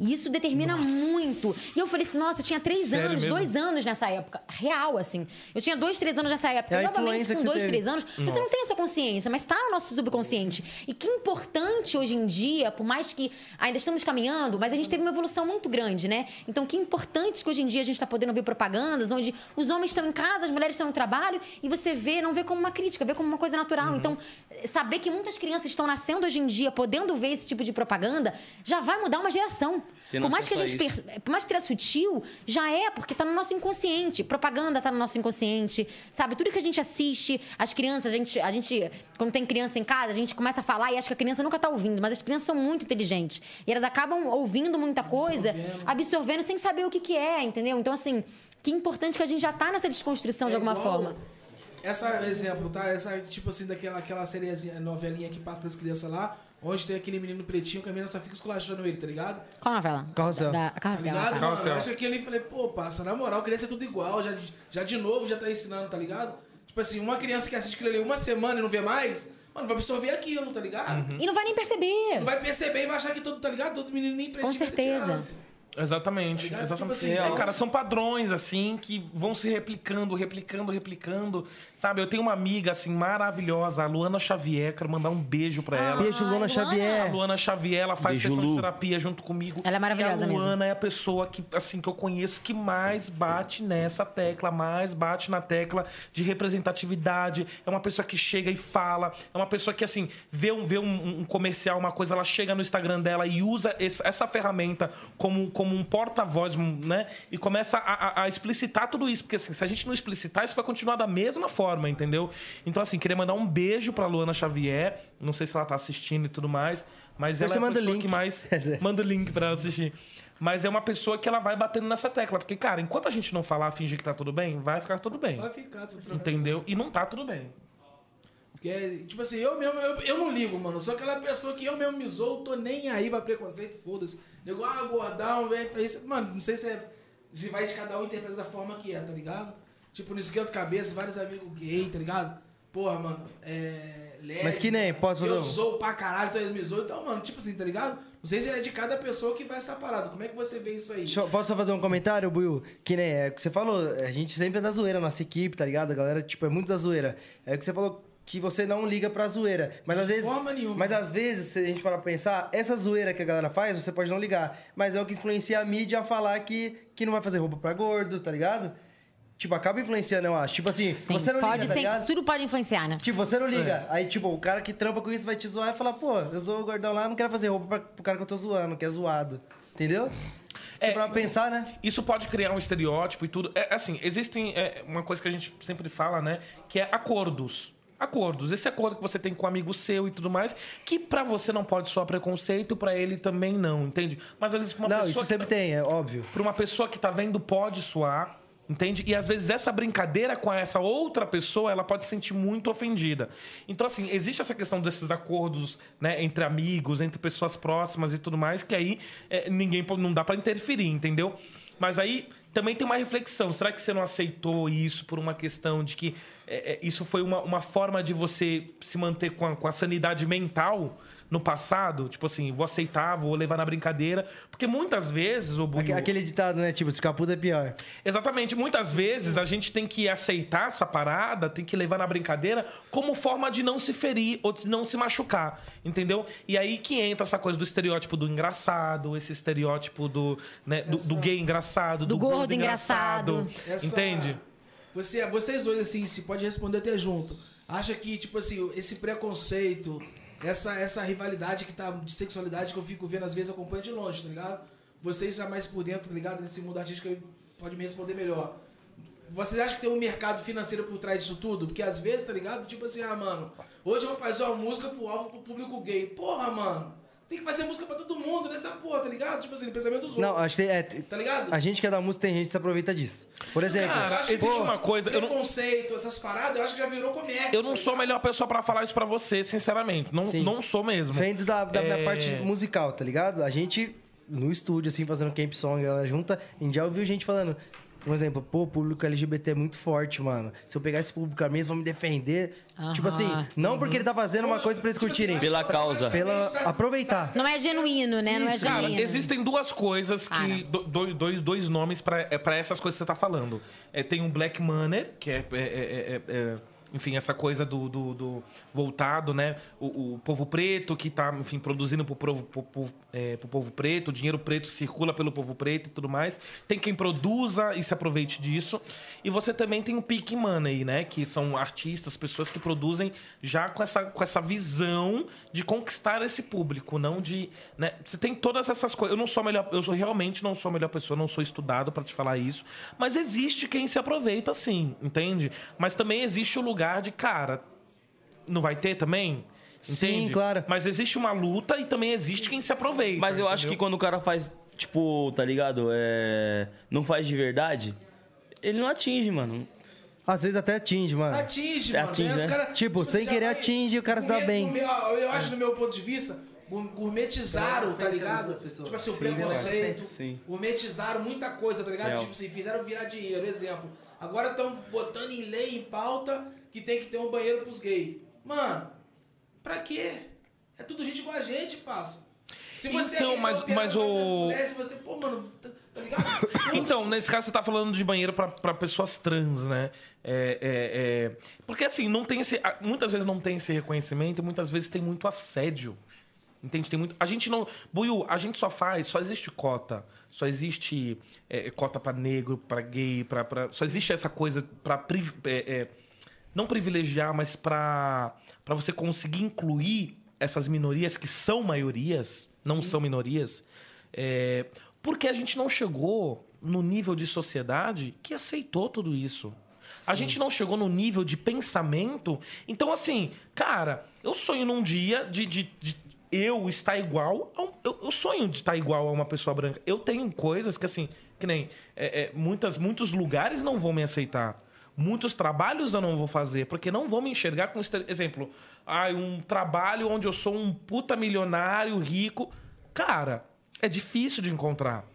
Speaker 3: E isso determina muito. E eu falei assim, nossa, eu tinha três
Speaker 4: Sério
Speaker 3: anos,
Speaker 4: mesmo?
Speaker 3: dois anos nessa época. Real, assim. Eu tinha dois, três anos nessa época.
Speaker 5: É a
Speaker 3: Provavelmente
Speaker 5: influência
Speaker 3: com
Speaker 5: que você
Speaker 3: dois,
Speaker 5: teve.
Speaker 3: três anos. Você não tem essa consciência, mas tá no nosso subconsciente. E que importante hoje em dia, por mais que ainda estamos caminhando, mas a gente teve uma evolução muito grande, né? Então, que importante que hoje em dia a gente tá podendo ver propagandas onde os homens estão em casa, as mulheres estão no trabalho, e você vê, não vê como uma crítica, vê como uma coisa natural. Então, saber que muitas crianças estão nascendo hoje em dia, podendo ver esse tipo de propaganda, já vai mudar uma geração.
Speaker 1: Porque
Speaker 3: Por mais que a
Speaker 1: nasceu
Speaker 3: gente
Speaker 1: só
Speaker 3: perceba. Por mais que seja sutil, já é, porque tá no nosso inconsciente. Propaganda tá no nosso inconsciente, sabe? Tudo que a gente assiste, as crianças, a gente, a gente quando tem criança em casa, a gente começa a falar e acha que a criança nunca tá ouvindo, mas as crianças são muito inteligentes. E elas acabam ouvindo muita coisa, absorvendo sem saber o que que é, entendeu? Então, assim, que importante que a gente já tá nessa
Speaker 5: É
Speaker 3: desconstrução de alguma
Speaker 2: É igual
Speaker 3: forma.
Speaker 2: Essa exemplo, tá? Essa, tipo assim, daquela aquela sériezinha, novelinha que passa das crianças lá, onde tem aquele menino pretinho que a menina só fica esculachando ele, tá ligado?
Speaker 3: Qual novela?
Speaker 5: Carrossel.
Speaker 3: Da, da-
Speaker 2: Tá
Speaker 3: Carrossel.
Speaker 2: ligado?
Speaker 3: tá.
Speaker 2: Mano,
Speaker 4: Carrossel.
Speaker 2: eu acho que ele falei, pô, passa, na moral, criança é tudo igual, já, já de novo já tá ensinando, tá ligado? Tipo assim, uma criança que assiste aquilo ali uma semana e não vê mais, mano, vai absorver aquilo, tá ligado?
Speaker 3: E não vai nem perceber.
Speaker 2: Não vai perceber e vai achar que todo, tá ligado? Todo menininho pretinho vai ser
Speaker 3: certeza.
Speaker 2: tirado.
Speaker 4: Exatamente,
Speaker 2: Tá ligado?
Speaker 4: exatamente.
Speaker 2: Tipo assim,
Speaker 4: É,
Speaker 5: um-
Speaker 2: nossa.
Speaker 4: cara, são padrões, assim, que vão se replicando, replicando, replicando. Sabe, eu tenho uma amiga, assim, maravilhosa, a Luana Xavier, quero mandar um beijo pra ela.
Speaker 5: Beijo,
Speaker 3: Ai,
Speaker 5: Lona
Speaker 3: Luana.
Speaker 4: A
Speaker 5: Xavier.
Speaker 4: Luana Xavier, ela faz
Speaker 1: Beijo,
Speaker 4: sessão de
Speaker 1: Lu.
Speaker 4: terapia junto comigo.
Speaker 3: Ela é maravilhosa
Speaker 4: E a
Speaker 3: mesmo.
Speaker 4: Luana é a pessoa que, assim, que eu conheço que mais bate nessa tecla, mais bate na tecla de representatividade. É uma pessoa que chega e fala. É uma pessoa que, assim, vê um, vê um, um comercial, uma coisa, ela chega no Instagram dela e usa esse- essa ferramenta como, como um porta-voz, um, né? E começa a, a- a explicitar tudo isso. Porque, assim, se a gente não explicitar, isso vai continuar da mesma forma, entendeu? Então, assim, queria mandar um beijo pra Luana Xavier. Não sei se ela tá assistindo e tudo mais. Mas ela
Speaker 5: Você
Speaker 4: é a
Speaker 5: manda o
Speaker 4: pessoa
Speaker 5: link.
Speaker 4: que mais. manda o link pra ela assistir. Mas é uma pessoa que ela vai batendo nessa tecla. Porque, cara, enquanto a gente não falar, fingir que tá tudo bem, vai ficar tudo bem.
Speaker 2: Ah, Vai ficar tudo tranquilo.
Speaker 4: Entendeu? E não tá tudo bem.
Speaker 2: Porque, é, tipo assim, eu mesmo, eu, eu não ligo, mano. Eu sou aquela pessoa que eu mesmo me zoo, tô nem aí pra preconceito, foda-se. Nego, ah, gordão, velho, faz isso. Mano, não sei se é. Se vai de cada um interpretar da forma que é, tá ligado? Tipo, no esquerdo cabeça, vários amigos gay, tá ligado? Porra, mano, é. leve,
Speaker 5: Mas que nem, posso fazer
Speaker 2: Eu
Speaker 5: um?
Speaker 2: zoo pra caralho, então eles me zoam. Então, mano, tipo assim, tá ligado? Não sei se é de cada pessoa que vai essa parada. Como é que você vê isso aí?
Speaker 5: Deixa eu- Posso só fazer um comentário, Buiu? Que nem é o que você falou, a gente sempre é da zoeira, nossa equipe, tá ligado? A galera, tipo, é muito da zoeira. É o que você falou que você não liga pra zoeira. Mas às
Speaker 2: De
Speaker 5: vezes.
Speaker 2: forma nenhuma.
Speaker 5: Mas às vezes, se a gente parar pra pensar, essa zoeira que a galera faz, você pode não ligar. Mas é o que influencia a mídia a falar que, que não vai fazer roupa pra gordo, tá ligado? Tipo, acaba influenciando, eu acho. Tipo assim,
Speaker 3: Sim,
Speaker 5: você não
Speaker 3: pode
Speaker 5: liga, tá
Speaker 3: ser-
Speaker 5: ligado?
Speaker 3: tudo pode influenciar, né?
Speaker 5: Tipo, você não
Speaker 4: É.
Speaker 5: liga. Aí, tipo, o cara que trampa com isso vai te zoar e falar, pô, eu sou o gordão lá, não quero fazer roupa pra, pro cara que eu tô zoando, que é zoado. Entendeu? Se
Speaker 4: É,
Speaker 5: pra pensar, né?
Speaker 4: Isso pode criar um estereótipo e tudo. É assim, existem é, uma coisa que a gente sempre fala, né? Que é acordos. Acordos. Esse acordo que você tem com um amigo seu e tudo mais, que pra você não pode soar preconceito, pra ele também não, entende? Mas às vezes com uma
Speaker 5: não,
Speaker 4: pessoa
Speaker 5: isso
Speaker 4: que- tá-
Speaker 5: sempre tem, é óbvio.
Speaker 4: para uma pessoa que tá vendo pode soar, entende? E às vezes essa brincadeira com essa outra pessoa, ela pode se sentir muito ofendida. Então assim, existe essa questão desses acordos, né, entre amigos, entre pessoas próximas e tudo mais, que aí é, ninguém po- não dá para interferir, entendeu? Mas aí também tem uma reflexão. Será que você não aceitou isso por uma questão de que é, é, isso foi uma, uma forma de você se manter com a- com a sanidade mental no passado? Tipo assim, vou aceitar, vou levar na brincadeira. Porque muitas vezes o
Speaker 5: Aque-
Speaker 4: Buiu-
Speaker 5: Aquele ditado, né? Tipo, se ficar puto é pior.
Speaker 4: Exatamente. Muitas vezes a gente tem que aceitar essa parada, tem que levar na brincadeira como forma de não se ferir ou de não se machucar, entendeu? E aí que entra essa coisa do estereótipo do engraçado, esse estereótipo do, né, do, do gay engraçado, do, gordo, engraçado,
Speaker 2: Essa-
Speaker 4: entende?
Speaker 2: Você, vocês dois, assim, se pode responder até junto. Acha que, tipo assim, esse preconceito essa, essa rivalidade que tá de sexualidade que eu fico vendo, às vezes acompanho de longe, tá ligado? Vocês já mais por dentro, tá ligado? Nesse mundo artístico aí, pode me responder melhor. Vocês acham que tem um mercado financeiro por trás disso tudo? Porque às vezes, tá ligado? Tipo assim, ah, mano, hoje eu vou fazer uma música pro alvo pro público gay. Porra, mano, tem que fazer música pra todo mundo nessa porra, tá ligado? Tipo assim, no pensamento dos
Speaker 5: Não,
Speaker 2: outros.
Speaker 5: acho que tem- é, t-
Speaker 2: Tá ligado?
Speaker 5: a gente que é da música tem gente que se aproveita disso. Por exemplo,
Speaker 4: Cara,
Speaker 2: acho que
Speaker 4: existe
Speaker 2: pô,
Speaker 4: uma coisa, eu não-
Speaker 2: Preconceito, essas paradas, eu acho que já virou comércio.
Speaker 4: Eu não sou a melhor pessoa pra falar isso pra você, sinceramente. Não,
Speaker 5: Sim.
Speaker 4: não sou mesmo.
Speaker 5: vendo da, da minha
Speaker 4: É,
Speaker 5: parte musical, tá ligado? A gente, no estúdio, assim, fazendo camp song, ela junta, a gente já ouviu gente falando. Um exemplo, pô, o público LGBT é muito forte, mano. Se eu pegar esse público a mesmo, vão me defender.
Speaker 3: Aham.
Speaker 5: Tipo assim, não porque ele tá fazendo uma coisa pra eles curtirem.
Speaker 1: tipo assim, Pela causa.
Speaker 5: Pela. Aproveitar.
Speaker 3: Não é genuíno, né? Ah, Não é
Speaker 5: Isso,
Speaker 3: genuíno.
Speaker 4: Cara, existem duas coisas que.
Speaker 3: Cara.
Speaker 4: do- Dois, dois, dois nomes pra é, pra essas coisas que você tá falando. É, tem um Black Money, que é. é- é- é- é- enfim, essa coisa do, do- do- voltado, né? O, o povo preto que tá, enfim, produzindo pro povo, pro, povo- é, pro povo preto, o dinheiro preto circula pelo povo preto e tudo mais. Tem quem produza e se aproveite disso. E você também tem o Peak Money, né? Que são artistas, pessoas que produzem já com essa, com essa visão de conquistar esse público, não de. Né? Você tem todas essas coisas. Eu não sou a melhor. Eu sou, realmente não sou a melhor pessoa, não sou estudado pra te falar isso. Mas existe quem se aproveita, sim, entende? Mas também existe o lugar de, cara, não vai ter também?
Speaker 5: Sim,
Speaker 4: Entende?
Speaker 5: claro.
Speaker 4: Mas existe uma luta e também existe quem se aproveita.
Speaker 1: Mas eu acho que
Speaker 4: entendeu?
Speaker 1: quando o cara faz, tipo, tá ligado? É, Não faz de verdade, ele não atinge, mano.
Speaker 5: Às vezes até atinge, mano.
Speaker 2: Atinge, mano.
Speaker 1: Atinge,
Speaker 2: né? Os
Speaker 1: né?
Speaker 2: cara,
Speaker 5: Tipo, sem
Speaker 2: já
Speaker 5: querer
Speaker 2: vai-
Speaker 5: atinge, o cara se dá
Speaker 2: gourmet-
Speaker 5: bem.
Speaker 2: gourmet- Eu, eu acho, no meu ponto de vista, gour- gourmetizaram,
Speaker 5: Não,
Speaker 2: tá
Speaker 5: sem
Speaker 2: ligado?
Speaker 5: essas pessoas.
Speaker 2: Tipo assim, o
Speaker 5: Sim, verdade.
Speaker 2: preconceito.
Speaker 1: Sim.
Speaker 2: Gourmetizaram muita coisa, tá ligado?
Speaker 1: Real.
Speaker 2: Tipo assim, fizeram virar dinheiro, exemplo. Agora estão botando em lei, em pauta, que tem que ter um banheiro pros gays. Mano, pra quê? É tudo gente igual a gente, passa. Se você
Speaker 4: Então,
Speaker 2: é gay,
Speaker 4: mas-
Speaker 2: tá operando
Speaker 4: mas o-
Speaker 2: outras mulheres, se você, pô, mano, tá, tá ligado?
Speaker 4: Então, nesse caso você tá falando de banheiro pra- pra pessoas trans, né? É, é, é. Porque assim, não tem esse, a- muitas vezes não tem esse reconhecimento e muitas vezes tem muito assédio. Entende? Tem muito. A gente não. Buiu, a gente só faz, só existe cota. Só existe é, cota pra negro, pra gay, pra. pra- só existe essa coisa pra. privi- é, é, não privilegiar, mas pra, pra você conseguir incluir essas minorias que são maiorias, não são minorias, é, porque a gente não chegou no nível de sociedade que aceitou tudo isso. A gente não chegou no nível de pensamento. Então, assim, cara, eu sonho num dia de, de- de eu estar igual. a um- eu, eu sonho de estar igual a uma pessoa branca. Eu tenho coisas que, assim, que nem é, é, muitas, muitos lugares não vão me aceitar. Muitos trabalhos eu não vou fazer, porque não vou me enxergar com... estere- Exemplo, ai, um trabalho onde eu sou um puta milionário, rico. Cara, é difícil de encontrar.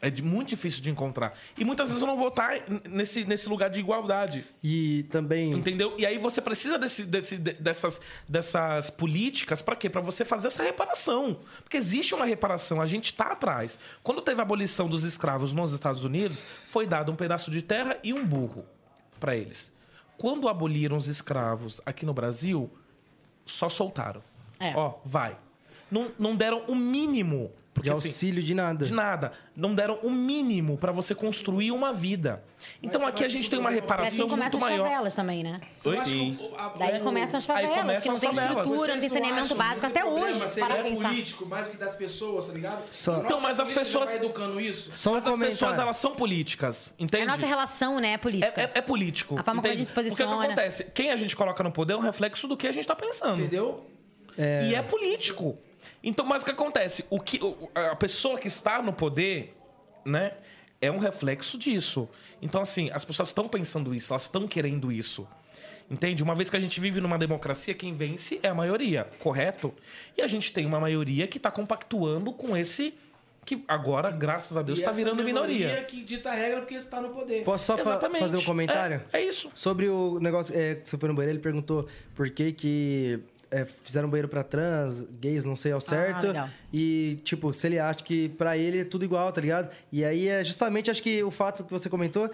Speaker 4: É de- muito difícil de encontrar. E muitas vezes eu não vou estar n- nesse, nesse lugar de igualdade.
Speaker 5: E também.
Speaker 4: Entendeu? E aí você precisa desse, desse- de- dessas, dessas políticas pra quê? Pra você fazer essa reparação. Porque existe uma reparação, a gente tá atrás. Quando teve a abolição dos escravos nos Estados Unidos, foi dado um pedaço de terra e um burro pra eles. Quando aboliram os escravos aqui no Brasil, só soltaram.
Speaker 3: É.
Speaker 4: Ó, vai. Não, não deram o mínimo. Porque,
Speaker 5: de
Speaker 4: assim,
Speaker 5: auxílio de nada.
Speaker 4: de nada. Não deram o mínimo pra você construir uma vida. Então
Speaker 2: Mas
Speaker 4: aqui a
Speaker 2: acho
Speaker 4: gente
Speaker 2: que
Speaker 4: tem uma
Speaker 2: isso é um problema.
Speaker 3: E
Speaker 4: reparação
Speaker 3: assim começam
Speaker 4: muito
Speaker 3: as
Speaker 4: maior. É.
Speaker 3: favelas também, né?
Speaker 2: Eu acho que
Speaker 1: Sim.
Speaker 2: o- a-
Speaker 3: Daí
Speaker 2: o-
Speaker 3: começam as
Speaker 4: Aí
Speaker 3: favelas,
Speaker 4: começam
Speaker 3: que não
Speaker 4: as
Speaker 3: tem
Speaker 4: favelas.
Speaker 3: estrutura, não
Speaker 2: Vocês
Speaker 3: tem saneamento
Speaker 2: acham
Speaker 3: básico
Speaker 2: que esse é
Speaker 3: até hoje,
Speaker 2: assim, um problema
Speaker 3: para
Speaker 2: seria
Speaker 3: pensar.
Speaker 2: político mais do que das pessoas, tá ligado?
Speaker 5: Só-
Speaker 2: A nossa
Speaker 4: Então, mas as
Speaker 2: política
Speaker 4: pessoas-
Speaker 2: vai educando isso.
Speaker 5: Só um
Speaker 4: Mas as
Speaker 5: comentário.
Speaker 4: pessoas, elas são políticas, entende?
Speaker 3: A É nossa relação, né, é política.
Speaker 4: É, é- é político.
Speaker 3: A forma como a gente se
Speaker 4: entende? O que,
Speaker 3: posiciona.
Speaker 4: que acontece? Quem a gente coloca no poder é um reflexo do que a gente tá pensando.
Speaker 2: Entendeu?
Speaker 4: E é político. Então, mas o que acontece? O que, o- a pessoa que está no poder, né? É um reflexo disso. Então, assim, as pessoas estão pensando isso, elas estão querendo isso. Entende? Uma vez que a gente vive numa democracia, quem vence é a maioria, correto? E a gente tem uma maioria que está compactuando com esse que agora, graças a Deus,
Speaker 2: E
Speaker 4: está
Speaker 2: essa
Speaker 4: virando minoria.
Speaker 2: que dita a regra porque está no poder.
Speaker 5: Posso só fa-
Speaker 4: Exatamente.
Speaker 5: fazer um comentário?
Speaker 4: É, é isso.
Speaker 5: Sobre o negócio é, que você foi no banheiro, ele perguntou por que que é, fizeram banheiro pra trans, gays, não sei ao certo.
Speaker 3: Ah, legal.
Speaker 5: e, tipo, se ele acha que pra ele é tudo igual, tá ligado? E aí é justamente, acho que o fato que você comentou...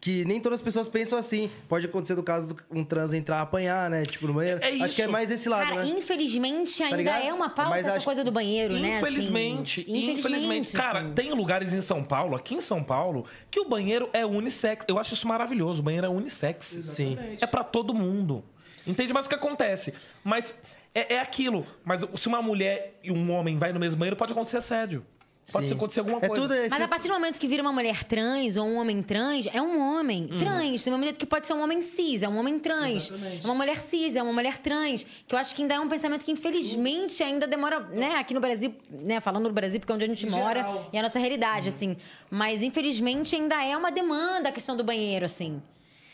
Speaker 5: Que nem todas as pessoas pensam assim. Pode acontecer do caso de um trans entrar apanhar, né? Tipo, no banheiro.
Speaker 4: É
Speaker 5: Acho que é
Speaker 4: isso.
Speaker 5: mais esse lado,
Speaker 3: Cara,
Speaker 5: né?
Speaker 2: Tá
Speaker 3: infelizmente ainda
Speaker 5: ligado?
Speaker 3: é uma pauta
Speaker 5: Mas
Speaker 3: essa
Speaker 5: acho-
Speaker 3: coisa do banheiro, né? assim.
Speaker 4: Infelizmente, infelizmente, Cara,
Speaker 3: assim.
Speaker 4: tem lugares em São Paulo, aqui em São Paulo, que o banheiro é unissex. Eu acho isso maravilhoso. O banheiro é unissex.
Speaker 5: Sim.
Speaker 4: É pra todo mundo. Entende mais o que acontece. Mas é, é aquilo. Mas se uma mulher e um homem vai no mesmo banheiro, pode acontecer assédio. Pode
Speaker 5: Sim.
Speaker 4: acontecer alguma
Speaker 5: É
Speaker 4: coisa.
Speaker 5: tudo esse...
Speaker 3: Mas a partir do momento que vira uma mulher trans ou um homem trans, é um homem trans. Do mesmo jeito que pode ser um homem cis, é um homem trans.
Speaker 2: Exatamente.
Speaker 3: É uma mulher cis, é uma mulher trans. Que eu acho que ainda é um pensamento que, infelizmente, ainda demora, né? Aqui no Brasil, né? Falando do Brasil, porque é onde a gente
Speaker 2: Em
Speaker 3: mora
Speaker 2: geral.
Speaker 3: e é a nossa realidade, assim. Mas, infelizmente, ainda é uma demanda a questão do banheiro, assim.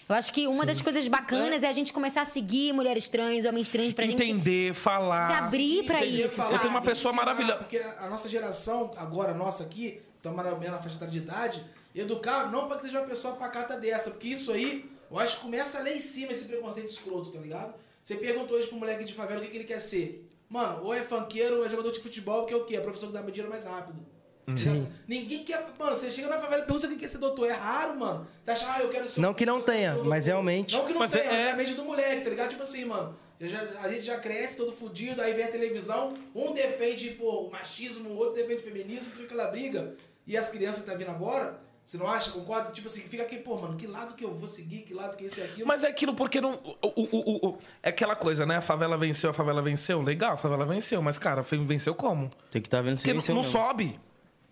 Speaker 3: Eu acho que uma das coisas bacanas é. a gente começar a seguir mulheres trans, homens trans, pra gente
Speaker 4: Entender, falar.
Speaker 3: se abrir pra
Speaker 2: Entender,
Speaker 3: isso.
Speaker 2: falar,
Speaker 3: sabe?
Speaker 4: Eu tenho uma pessoa
Speaker 2: ensinar,
Speaker 4: maravilhosa.
Speaker 2: Porque a a nossa geração, agora nossa aqui, tá maravilhosa na faixa etária de idade, educar não pra que seja uma pessoa pacata dessa, porque isso aí, eu acho que começa lá em cima esse preconceito escroto, tá ligado? Você pergunta hoje pro moleque de favela o que, que ele quer ser. Mano, ou é funkeiro ou é jogador de futebol, que é o quê? É professor que dá dinheiro mais rápido.
Speaker 5: Uhum.
Speaker 2: Certo? Ninguém quer. Mano, você chega na favela e pergunta quem quer ser doutor. É raro, mano. Você acha, ah, eu quero ser
Speaker 5: Não que não
Speaker 2: eu quero
Speaker 5: tenha,
Speaker 2: ser doutor.
Speaker 5: mas realmente-
Speaker 2: Não que não
Speaker 4: Mas
Speaker 2: tenha,
Speaker 4: é-
Speaker 2: mas
Speaker 4: é-
Speaker 2: é a mente do moleque, tá ligado? Tipo assim, mano. eu já- a gente já cresce todo fudido, aí vem a televisão, um defende, pô, o machismo, o outro defende o feminismo, fica aquela briga. E as crianças que tá vindo agora, você não acha? Concorda? Tipo assim, fica aqui, pô, mano, que lado que eu vou seguir, que lado que esse e aquilo.
Speaker 4: Mas é aquilo porque não. o- o- o- o- o- é aquela coisa, né? A favela venceu, a favela venceu. Legal, a favela venceu. Mas, cara, venceu como?
Speaker 1: Tem que estar vendo se
Speaker 4: Porque não,
Speaker 1: venceu
Speaker 4: não
Speaker 1: mesmo.
Speaker 4: sobe.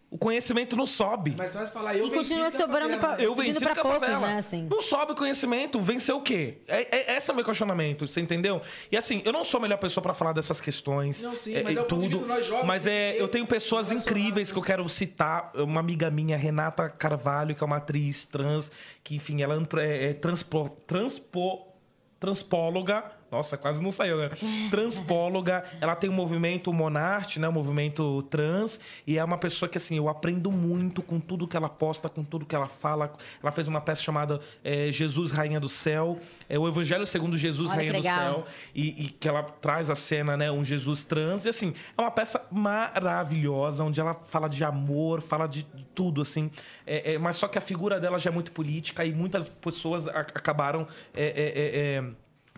Speaker 4: O conhecimento não sobe.
Speaker 2: Mas você vai falar, eu
Speaker 3: E
Speaker 2: venci
Speaker 3: continua
Speaker 2: porque eu
Speaker 3: sobrando
Speaker 2: falei,
Speaker 3: pra-
Speaker 2: né?
Speaker 4: Eu
Speaker 3: Subindo
Speaker 4: venci
Speaker 3: pra
Speaker 4: porque a
Speaker 3: poucos,
Speaker 4: favela.
Speaker 3: né, assim.
Speaker 4: Não sobe o conhecimento, venceu o quê? É, é, esse é o meu questionamento, você entendeu? E assim, eu não sou a melhor pessoa pra falar dessas questões.
Speaker 2: Não, sim,
Speaker 4: é,
Speaker 2: mas
Speaker 4: e
Speaker 2: é o ponto de
Speaker 4: tudo.
Speaker 2: vista de nós jovens,
Speaker 4: mas é,
Speaker 2: entender,
Speaker 4: eu tenho pessoas
Speaker 2: relacionar,
Speaker 4: incríveis
Speaker 2: né?
Speaker 4: que eu quero citar. Uma amiga minha, Renata Carvalho, que é uma atriz trans, que enfim, ela antra- é, é transpo, transpo- transpóloga. Nossa, quase não saiu. Né? Transpóloga, ela tem um movimento Monarte, né? Um movimento trans. E é uma pessoa que, assim, eu aprendo muito com tudo que ela posta, com tudo que ela fala. Ela fez uma peça chamada é, Jesus, Rainha do Céu. É o Evangelho segundo Jesus,
Speaker 3: Olha que
Speaker 4: Rainha do
Speaker 3: legal.
Speaker 4: Céu e, e que ela traz a cena, né? Um Jesus trans. E assim, é uma peça maravilhosa, onde ela fala de amor, fala de tudo, assim. É, é, mas só que a figura dela já é muito política e muitas pessoas a- acabaram. é, é, é, é,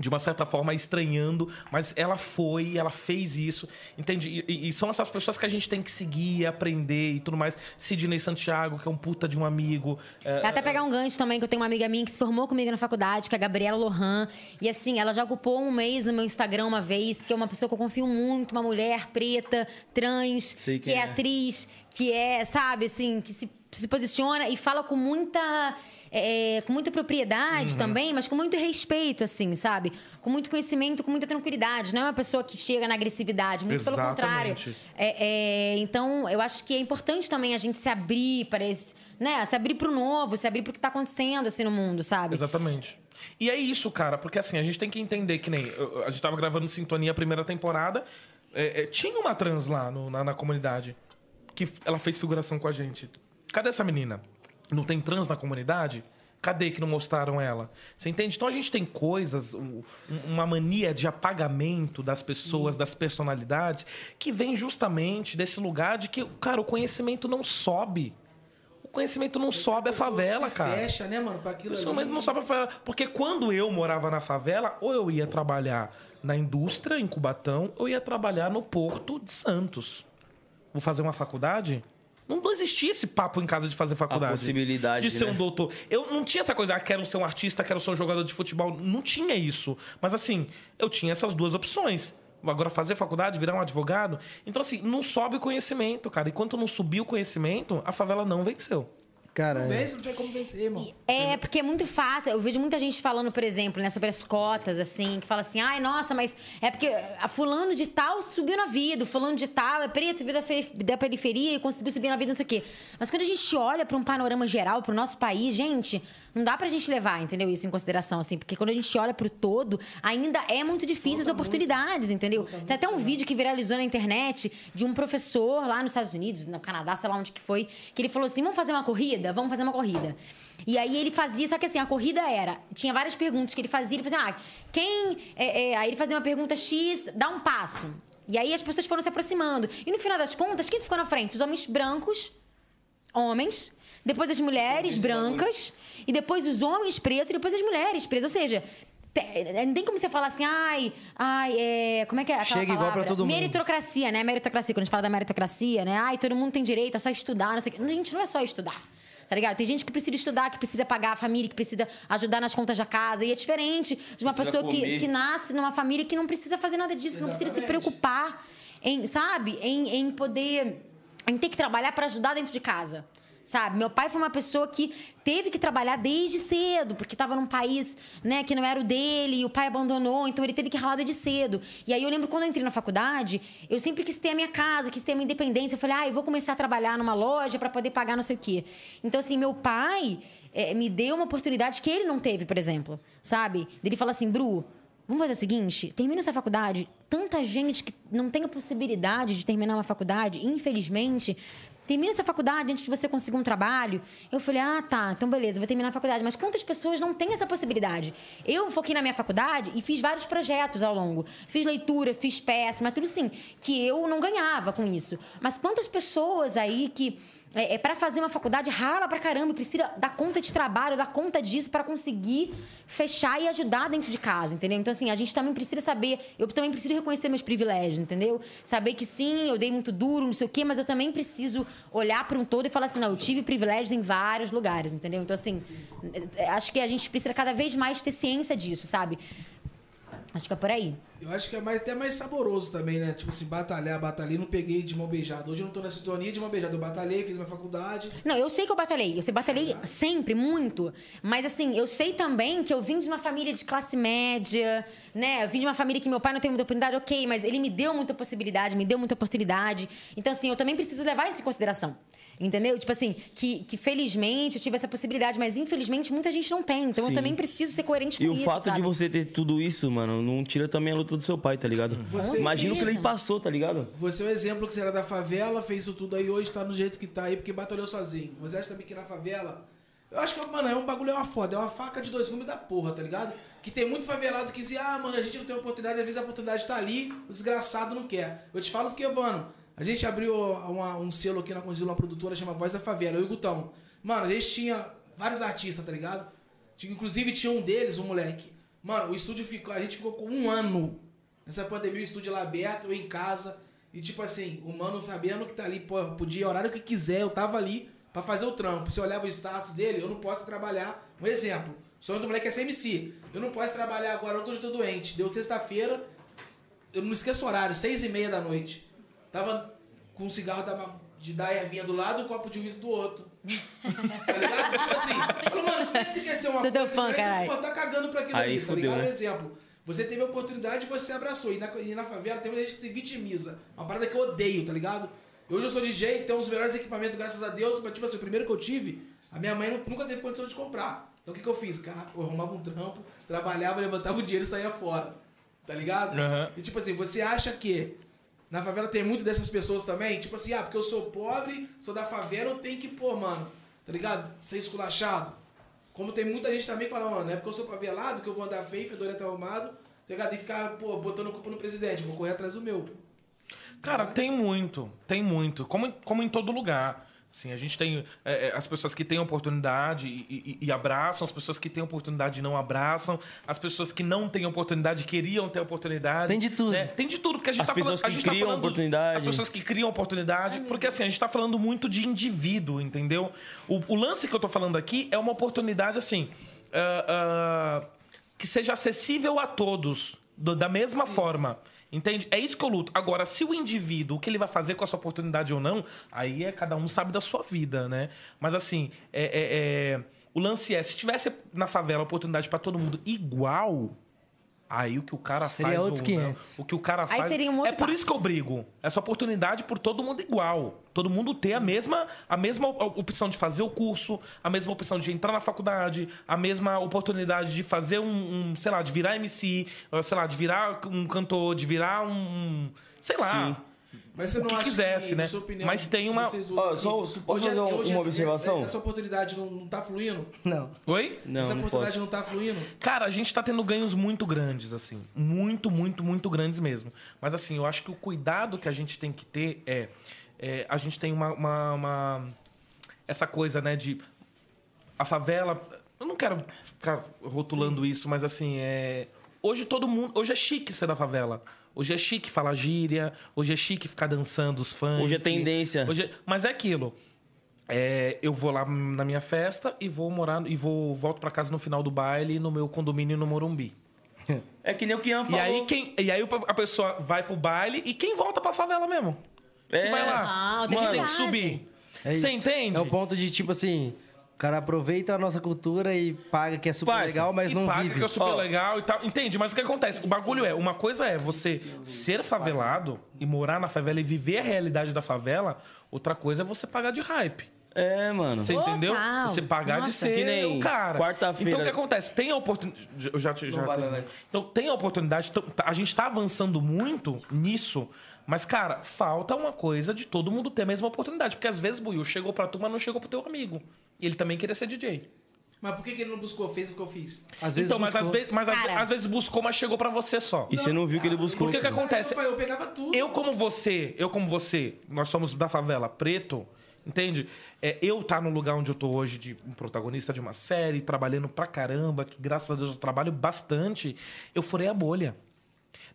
Speaker 4: de uma certa forma estranhando, mas ela foi, ela fez isso, entende? E- E, e são essas pessoas que a gente tem que seguir, aprender e tudo mais. Sidney Santiago, que é um puta de um amigo. é,
Speaker 3: Até pegar um gancho também, que eu tenho uma amiga minha que se formou comigo na faculdade, que é a Gabriela Lohan. E assim, ela já ocupou um mês no meu Instagram uma vez, que é uma pessoa que eu confio muito, uma mulher preta, trans,
Speaker 1: Sei
Speaker 3: que
Speaker 1: quem
Speaker 3: é
Speaker 1: é.
Speaker 3: atriz, que é, sabe, assim, que se, se posiciona e fala com muita. é, com muita propriedade também, mas com muito respeito, assim, sabe? Com muito conhecimento, com muita tranquilidade. Não é uma pessoa que chega na agressividade, muito pelo contrário.
Speaker 4: Exatamente.
Speaker 3: É, é, então, eu acho que é importante também a gente se abrir para esse. Né? Se abrir pro novo, se abrir pro que tá acontecendo assim no mundo, sabe?
Speaker 4: Exatamente. E é isso, cara, porque assim, a gente tem que entender que nem. eu- A gente tava gravando Sintonia a primeira temporada. é, é, tinha uma trans lá no- na, na comunidade. Que f- ela fez figuração com a gente. Cadê essa menina? Não tem trans na comunidade? Cadê que não mostraram ela? Você entende? Então a gente tem coisas, um- um- uma mania de apagamento das pessoas, das personalidades, que vem justamente desse lugar de que, cara, o conhecimento não sobe. O conhecimento não sobe a
Speaker 2: pessoa
Speaker 4: favela,
Speaker 2: se
Speaker 4: cara.
Speaker 2: Fecha, né, mano, pra aquilo
Speaker 4: Principalmente
Speaker 2: ali.
Speaker 4: não só pra favela. Porque quando eu morava na favela, ou eu ia trabalhar na indústria, em Cubatão, ou ia trabalhar no Porto de Santos. Vou fazer uma faculdade? Não não existia esse papo em casa de fazer faculdade.
Speaker 1: possibilidade,
Speaker 4: De ser um
Speaker 1: né?
Speaker 4: doutor. Eu não tinha essa coisa, ah, quero ser um artista, quero ser um jogador de futebol. Não tinha isso. Mas assim, eu tinha essas duas opções. Agora fazer faculdade, virar um advogado. Então assim, não sobe o conhecimento, cara. Enquanto não subir o conhecimento, a favela não venceu.
Speaker 5: Cara,
Speaker 2: Não
Speaker 5: é.
Speaker 2: vence, não tem como vencer, irmão.
Speaker 3: É, porque é muito fácil. Eu vejo muita gente falando, por exemplo, né, sobre as cotas, assim, que fala assim, ai, nossa, mas é porque a fulano de tal subiu na vida, o fulano de tal é preto, veio da, fe- da periferia e conseguiu subir na vida, não sei o quê. Mas quando a gente olha pra um panorama geral, pro nosso país, gente, não dá pra gente levar, entendeu, isso em consideração, assim, porque quando a gente olha pro todo, ainda é muito difícil as oportunidades, entendeu? Tem até um vídeo que viralizou na internet de um professor lá nos Estados Unidos, no Canadá, sei lá onde que foi, que ele falou assim: vamos fazer uma corrida? Vamos fazer uma corrida. E aí ele fazia, só que assim, a corrida era. Tinha várias perguntas que ele fazia, ele fazia, ah, quem. é, é, aí ele fazia uma pergunta X, dá um passo. E aí as pessoas foram se aproximando. E no final das contas, quem ficou na frente? Os homens brancos homens, depois as mulheres brancas, e depois os homens pretos, e depois as mulheres pretas. Ou seja, te- não tem como você falar assim, ai, ai, é, como é que é aquela
Speaker 5: Chega igual
Speaker 3: palavra?
Speaker 5: pra todo mundo.
Speaker 3: Meritocracia, né? Meritocracia. Quando a gente fala da meritocracia, né? Ai, todo mundo tem direito, é só estudar, não sei o quê. Não, Gente, não é só estudar. tá ligado? Tem gente que precisa estudar, que precisa pagar a família, que precisa ajudar nas contas da casa. E é diferente de uma
Speaker 1: Precisa
Speaker 3: pessoa que,
Speaker 1: comer.
Speaker 3: que nasce numa família que não precisa fazer nada disso, que não precisa se
Speaker 2: Exatamente.
Speaker 3: preocupar em, sabe, em, em poder. em ter que trabalhar pra ajudar dentro de casa. Sabe, meu pai foi uma pessoa que teve que trabalhar desde cedo, porque tava num país, né, que não era o dele, e o pai abandonou, então ele teve que ralar desde cedo. E aí eu lembro quando eu entrei na faculdade, eu sempre quis ter a minha casa, quis ter a minha independência. Eu falei, ah, eu vou começar a trabalhar numa loja pra poder pagar não sei o quê. Então, assim, meu pai eh, me deu uma oportunidade que ele não teve, por exemplo, sabe? Ele fala assim, Bru, Vamos fazer o seguinte, termina essa faculdade. Tanta gente que não tem a possibilidade de terminar uma faculdade, infelizmente, termina essa faculdade antes de você conseguir um trabalho. Eu falei, ah, tá, então beleza, vou terminar a faculdade. Mas quantas pessoas não têm essa possibilidade? Eu foquei na minha faculdade e fiz vários projetos ao longo. Fiz leitura, fiz peça, mas tudo assim, que eu não ganhava com isso. Mas quantas pessoas aí que é, é para fazer uma faculdade rala pra caramba, precisa dar conta de trabalho, dar conta disso pra conseguir fechar e ajudar dentro de casa, entendeu? Então assim, a gente também precisa saber, eu também preciso reconhecer meus privilégios, entendeu? Saber que sim, eu dei muito duro, não sei o quê, mas eu também preciso olhar pra um todo e falar assim, não, eu tive privilégios em vários lugares, entendeu? Então assim, é, é, acho que a gente precisa cada vez mais ter ciência disso, sabe? Acho que é por aí.
Speaker 2: Eu acho que é mais, até mais saboroso também, né? Tipo assim, batalhar, batalhei, não peguei de mão beijada. Hoje eu não tô na sintonia de mão beijada. Eu batalhei, fiz minha faculdade.
Speaker 3: Não, eu sei que eu batalhei. Eu sei batalhei sempre, muito. Mas assim, eu sei também que eu vim de uma família de classe média, né? Eu vim de uma família que meu pai não tem muita oportunidade, ok, mas ele me deu muita possibilidade, me deu muita oportunidade. Então, assim, eu também preciso levar isso em consideração. Entendeu? Tipo assim, que, que felizmente eu tive essa possibilidade, mas infelizmente muita gente não tem. Então
Speaker 1: Sim.
Speaker 3: eu também preciso ser coerente
Speaker 1: E
Speaker 3: com
Speaker 1: o
Speaker 3: isso.
Speaker 1: fato
Speaker 3: sabe?
Speaker 1: de você ter tudo isso, mano, não tira também a luta do seu pai, tá ligado?
Speaker 2: Você-
Speaker 1: Imagina o que ele
Speaker 3: Isso.
Speaker 1: passou, tá ligado?
Speaker 2: Você é um exemplo que você era da favela, fez isso tudo aí, hoje tá no jeito que tá aí, porque batalhou sozinho. Você acha também que na favela. Eu acho que, mano, é um bagulho, é uma foda, é uma faca de dois gumes da porra, tá ligado? Que tem muito favelado que diz, ah, mano, a gente não tem oportunidade, às vezes a oportunidade tá ali, o desgraçado não quer. Eu te falo porque, mano, a gente abriu uma- um selo aqui na Conzila, uma produtora, chama Voz da Favela, eu e o Gutão. Mmano, a gente tinha vários artistas, tá ligado? Tinha- Inclusive tinha um deles, um moleque. Mano, o estúdio ficou, a gente ficou com um ano Nessa pandemia, o estúdio é lá aberto, eu em casa. E tipo assim, o mano sabendo que tá ali, pô, podia ir horário que quiser, eu tava ali pra fazer o trampo. Se eu olhava o status dele, eu não posso trabalhar. Um exemplo, o sonho do moleque é ser MC. Eu não posso trabalhar agora, hoje eu tô doente. Deu sexta-feira, eu não esqueço o horário, seis e meia da noite. Tava com um cigarro da, ma- de, da ervinha do lado e um copo de uísque do outro. tá ligado? Tipo assim, falou, mano, como é que você quer ser uma
Speaker 3: Sou teu fã,
Speaker 2: Como é que você
Speaker 3: caralho.
Speaker 2: pode tá cagando pra aquilo
Speaker 1: Aí
Speaker 2: ali, tá
Speaker 1: fudeu,
Speaker 2: ligado?
Speaker 1: né?
Speaker 2: Um exemplo. Você teve a oportunidade e você abraçou. E na, e na favela tem muita gente que se vitimiza. Uma parada que eu odeio, tá ligado? Hoje eu sou DJ, tenho os melhores equipamentos, graças a Deus. Mas, tipo assim, o primeiro que eu tive, a minha mãe nu- nunca teve condição de comprar. Então o que, que eu fiz? Cara, eu arrumava um trampo, trabalhava, levantava o dinheiro e saía fora. Tá ligado?
Speaker 4: Aham.
Speaker 2: E tipo assim, você acha que na favela tem muito dessas pessoas também? Tipo assim, ah, porque eu sou pobre, sou da favela, eu tenho que, pô, mano, tá ligado? Ser esculachado. Como tem muita gente também que fala, mano, não é porque eu sou favelado que eu vou andar feio, fedorento até arrumado, tá ligado? E ficar, pô, botando culpa no presidente, vou correr atrás do meu.
Speaker 4: Cara, tem muito, tem muito. Como, em- como em todo lugar. Assim, a gente tem é, é, as pessoas que têm oportunidade e, e- e abraçam, as pessoas que têm oportunidade e não abraçam, as pessoas que não têm oportunidade queriam ter oportunidade.
Speaker 5: Tem de tudo.
Speaker 4: né? Tem de tudo, porque a gente
Speaker 1: As
Speaker 4: tá
Speaker 1: pessoas
Speaker 4: falando.
Speaker 1: que
Speaker 4: a gente tá
Speaker 1: criam
Speaker 4: falando-
Speaker 1: oportunidade.
Speaker 4: As pessoas que criam oportunidade. porque assim, a gente tá falando muito de indivíduo, entendeu? O, o lance que eu tô falando aqui é uma oportunidade, assim. ah, ah, que seja acessível a todos, do- da mesma forma. Entende? É isso que eu luto. Agora, se o indivíduo, o que ele vai fazer com essa oportunidade ou não, aí é cada um sabe da sua vida, né? Mas assim, é, é- é- o lance é, se tivesse na favela oportunidade pra todo mundo igual, aí o que o cara
Speaker 5: Seria
Speaker 4: faz.
Speaker 5: outros
Speaker 4: ou não,
Speaker 5: 500.
Speaker 4: o que o cara
Speaker 3: Aí
Speaker 4: faz.
Speaker 3: seria um outro
Speaker 4: é por
Speaker 3: papo.
Speaker 4: isso que eu brigo. Essa oportunidade por todo mundo igual. Todo mundo ter a mesma, a mesma op- opção de fazer o curso, a mesma opção de entrar na faculdade, a mesma oportunidade de fazer um, um, sei lá, de virar MC, ou, sei lá, de virar um cantor, de virar um. um- sei lá.
Speaker 2: Mas você
Speaker 4: O
Speaker 2: não
Speaker 4: que
Speaker 2: acha
Speaker 4: quisesse,
Speaker 2: que,
Speaker 4: né?
Speaker 2: na sua opinião,
Speaker 4: Mas tem uma-
Speaker 2: vocês usam
Speaker 1: Ó,
Speaker 2: que
Speaker 1: só- só posso
Speaker 2: hoje-
Speaker 1: fazer um-
Speaker 2: hoje
Speaker 1: uma
Speaker 2: essa-
Speaker 1: observação?
Speaker 2: Essa oportunidade não, não tá fluindo?
Speaker 5: Não.
Speaker 4: Oi?
Speaker 1: Não,
Speaker 2: essa
Speaker 1: não
Speaker 2: oportunidade
Speaker 1: posso.
Speaker 2: não tá fluindo?
Speaker 4: Cara, a gente tá tendo ganhos muito grandes, assim. Muito, muito, muito grandes mesmo. Mas, assim, eu acho que o cuidado que a gente tem que ter é. é, a gente tem uma, uma- uma- Essa coisa, né, de. A favela. Eu não quero ficar rotulando isso, mas, assim, é. Hoje todo mundo. Hoje é chique ser da favela. Hoje é chique falar gíria. Hoje é chique ficar dançando os fãs.
Speaker 1: Hoje é tendência.
Speaker 4: Hoje é- Mas é aquilo. é, eu vou lá na minha festa e vou morar e vou volto pra casa no final do baile no meu condomínio no Morumbi.
Speaker 1: É que nem o Kian
Speaker 4: E
Speaker 1: falou.
Speaker 4: aí quem e aí a pessoa vai pro baile e quem volta pra favela mesmo?
Speaker 1: É.
Speaker 4: Quem vai
Speaker 3: Ah,
Speaker 4: lá?
Speaker 3: tem
Speaker 4: Mano, tem que
Speaker 3: viagem.
Speaker 4: subir.
Speaker 5: É
Speaker 4: Você
Speaker 5: isso.
Speaker 4: entende?
Speaker 5: É o ponto de, tipo assim, o cara aproveita a nossa cultura e paga que é super
Speaker 1: Parça,
Speaker 5: legal, mas
Speaker 4: e
Speaker 5: não
Speaker 4: paga
Speaker 5: vive.
Speaker 4: que é super
Speaker 1: Ó.
Speaker 4: legal e tal. Entende? Mas o que acontece? O bagulho é, uma coisa é você ser favelado e morar na favela e viver a realidade da favela, outra coisa é você pagar de hype.
Speaker 1: É, mano.
Speaker 4: Você
Speaker 3: Total.
Speaker 4: entendeu? Você pagar de
Speaker 3: Nossa.
Speaker 4: ser
Speaker 1: Que nem
Speaker 4: o cara.
Speaker 1: quarta-feira-
Speaker 4: Então o que acontece? Tem a oportunidade. Eu já, te- já
Speaker 1: vai, vai,
Speaker 4: terminei.
Speaker 1: vai.
Speaker 4: Então tem a oportunidade. Então, tá- A gente tá avançando muito nisso. Mas, cara, falta uma coisa de todo mundo ter a mesma oportunidade. Porque às vezes, Buiu, chegou pra tu, mas não chegou pro teu amigo. E ele também queria ser DJ.
Speaker 2: Mas por que, que ele não buscou? Fez o que eu fiz?
Speaker 5: Às vezes
Speaker 4: Então, mas, às
Speaker 5: buscou.
Speaker 4: vezes, mas às-
Speaker 3: Cara.
Speaker 4: às vezes buscou, mas chegou pra você só.
Speaker 1: E você não viu que ele buscou.
Speaker 4: Ah, Por que que
Speaker 1: cara?
Speaker 4: acontece?
Speaker 2: Cara, Eu pegava tudo.
Speaker 4: Eu como você, eu como você, nós somos da favela preto, entende? É, eu tá no lugar onde eu tô hoje de um protagonista de uma série, trabalhando pra caramba, que graças a Deus eu trabalho bastante, eu furei a bolha.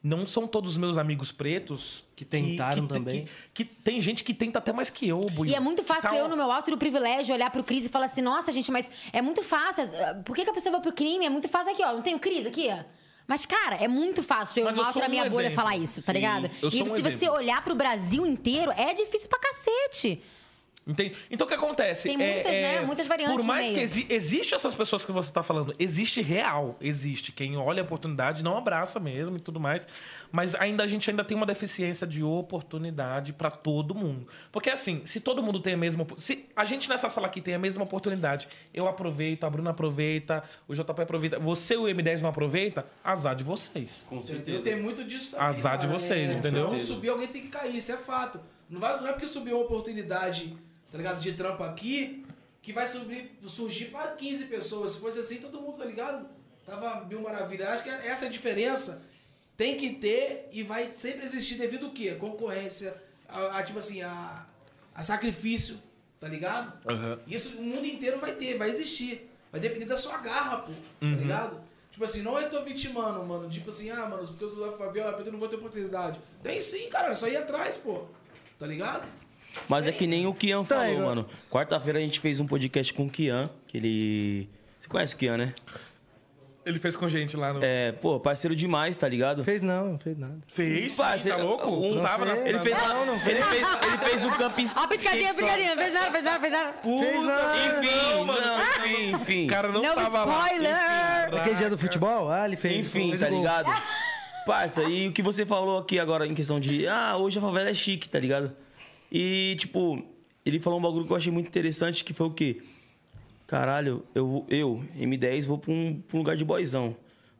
Speaker 4: Não são todos os meus amigos pretos
Speaker 5: Que tentaram
Speaker 4: que-
Speaker 5: também.
Speaker 4: Que, que tem gente que tenta até mais que eu, Buiu.
Speaker 3: E é muito
Speaker 4: Que
Speaker 3: fácil
Speaker 4: tá-
Speaker 3: eu, no meu alto do privilégio, olhar pro Cris e falar assim, nossa, gente, mas é muito fácil. Por que, que a pessoa vai pro crime? É muito fácil aqui, ó. Não tem o Cris aqui, ó. Mas, cara, é muito fácil eu,
Speaker 4: Mas
Speaker 3: no
Speaker 4: eu
Speaker 3: alto
Speaker 4: sou
Speaker 3: da
Speaker 4: um
Speaker 3: minha bolha
Speaker 4: exemplo.
Speaker 3: falar isso, tá
Speaker 4: Sim,
Speaker 3: ligado?
Speaker 4: eu
Speaker 3: E
Speaker 4: sou um
Speaker 3: se você
Speaker 4: exemplo.
Speaker 3: olhar pro Brasil inteiro, é difícil pra cacete.
Speaker 4: Entende? Então o que acontece? É,
Speaker 3: Tem muitas, né? Muitas variantes
Speaker 4: Por
Speaker 3: no
Speaker 4: mais
Speaker 3: meio.
Speaker 4: que exi existe essas pessoas que você tá falando, existe real, existe. Quem olha a oportunidade não abraça mesmo e tudo mais. Mas ainda a gente ainda tem uma deficiência de oportunidade para todo mundo. Porque assim, se todo mundo tem a mesma. opor- Se a gente nessa sala aqui tem a mesma oportunidade, eu aproveito, a Bruna aproveita, o JP aproveita, você e o M10 não aproveita, azar de vocês.
Speaker 1: Com certeza.
Speaker 2: Entendeu? Tem muito disso também.
Speaker 4: Azar de
Speaker 2: cara.
Speaker 4: vocês,
Speaker 2: É,
Speaker 4: entendeu?
Speaker 2: Não subir, alguém tem que cair, isso é fato. Não, vai, não é porque subiu uma oportunidade, tá ligado? De trampo aqui, que vai subir, surgir pra 15 pessoas. Se fosse assim, todo mundo, tá ligado? Tava mil maravilhas. Acho que essa é a diferença tem que ter e vai sempre existir devido o quê? A concorrência, a, a, tipo assim, a, a sacrifício, tá ligado?
Speaker 4: Aham.
Speaker 2: Isso o mundo inteiro vai ter, vai existir. Vai depender da sua garra, pô.
Speaker 4: Uhum.
Speaker 2: Tá ligado? Tipo assim, não é tô vitimando, mano. Tipo assim, ah, mano, porque eu sou da favela, preto, eu não vou ter oportunidade. Tem sim, cara, é só ir atrás, pô. Tá ligado?
Speaker 1: Mas é que nem o Kian falou,
Speaker 5: igual.
Speaker 1: mano. Quarta-feira a gente fez um podcast com o Kian, que ele. Você conhece o Kian, né?
Speaker 4: Ele fez com gente lá no.
Speaker 1: É, pô, parceiro demais, tá ligado?
Speaker 5: Fez não, não fez nada.
Speaker 4: Fez? sim,
Speaker 1: Parceiro-
Speaker 4: tá louco?
Speaker 1: um-
Speaker 4: Tu tava na
Speaker 1: Ele fez, uma- ele fez, ele fez um camping.
Speaker 3: Ó, piscadinha, piscadinha. Fez nada, fez nada, fez nada.
Speaker 5: Fez nada.
Speaker 1: Enfim, não, enfim, enfim.
Speaker 4: O cara não,
Speaker 3: Não,
Speaker 4: tava lá.
Speaker 3: spoiler!
Speaker 5: Aquele dia do futebol? Ah, ele fez.
Speaker 1: Enfim,
Speaker 5: fez
Speaker 1: tá
Speaker 5: o gol.
Speaker 1: ligado? Parça, e o que você falou aqui agora em questão de, ah, hoje a favela é chique, tá ligado? E, tipo, ele falou um bagulho que eu achei muito interessante, que foi o quê? Caralho, eu, vou- eu M10, vou pra um, pra um lugar de boizão.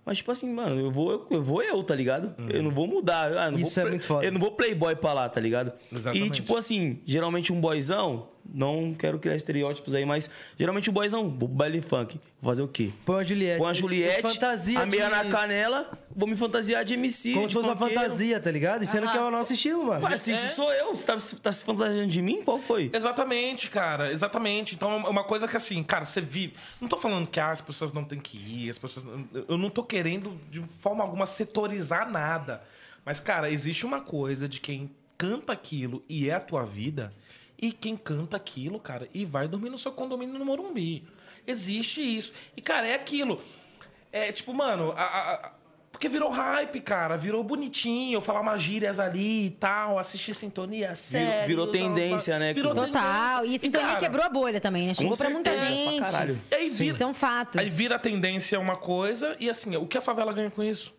Speaker 1: Mas, tipo assim, mano, eu vou eu, eu vou eu, tá ligado? Eu não vou mudar. Ah, eu não
Speaker 5: Isso
Speaker 1: vou
Speaker 5: é
Speaker 1: play-
Speaker 5: muito foda.
Speaker 1: Eu não vou playboy pra lá, tá ligado?
Speaker 4: Exatamente.
Speaker 1: E, tipo assim, geralmente um boizão, não quero criar estereótipos aí, mas geralmente um boizão, vou pro baile funk. Vou fazer o quê?
Speaker 5: Põe a Juliette.
Speaker 1: Com a Juliette,
Speaker 5: É, Fantasia
Speaker 1: a meia
Speaker 5: de-
Speaker 1: na canela, vou me fantasiar de MC.
Speaker 5: Como
Speaker 1: de
Speaker 5: se fosse uma
Speaker 1: funkeiro.
Speaker 5: fantasia, tá ligado? E sendo que é o nosso estilo, mano.
Speaker 1: Parece,
Speaker 3: É.
Speaker 1: isso sou eu. Você tá, se- tá se fantasiando de mim? Qual foi?
Speaker 4: Exatamente, cara, exatamente. Então é uma coisa que assim, cara, você vive. Não tô falando que ah, as pessoas não têm que ir, as pessoas. Eu não tô querendo de forma alguma setorizar nada. Mas, cara, existe uma coisa de quem canta aquilo e é a tua vida, e quem canta aquilo, cara, e vai dormir no seu condomínio no Morumbi. Existe isso. E, cara, é aquilo. É tipo, mano, a- a- a- porque virou hype, cara. Virou bonitinho, falar umas gírias ali e tal, assistir sintonia, sério.
Speaker 1: virou tendência, né,
Speaker 4: É, Virou
Speaker 1: Cris?
Speaker 3: Total. E sintonia
Speaker 4: cara,
Speaker 3: quebrou a bolha também, né? Chegou pra muita
Speaker 1: certeza, pra
Speaker 3: gente.
Speaker 1: caralho.
Speaker 4: E aí vira.
Speaker 3: Isso é um fato.
Speaker 4: Aí vira a tendência uma coisa e assim, o que a favela ganha com isso?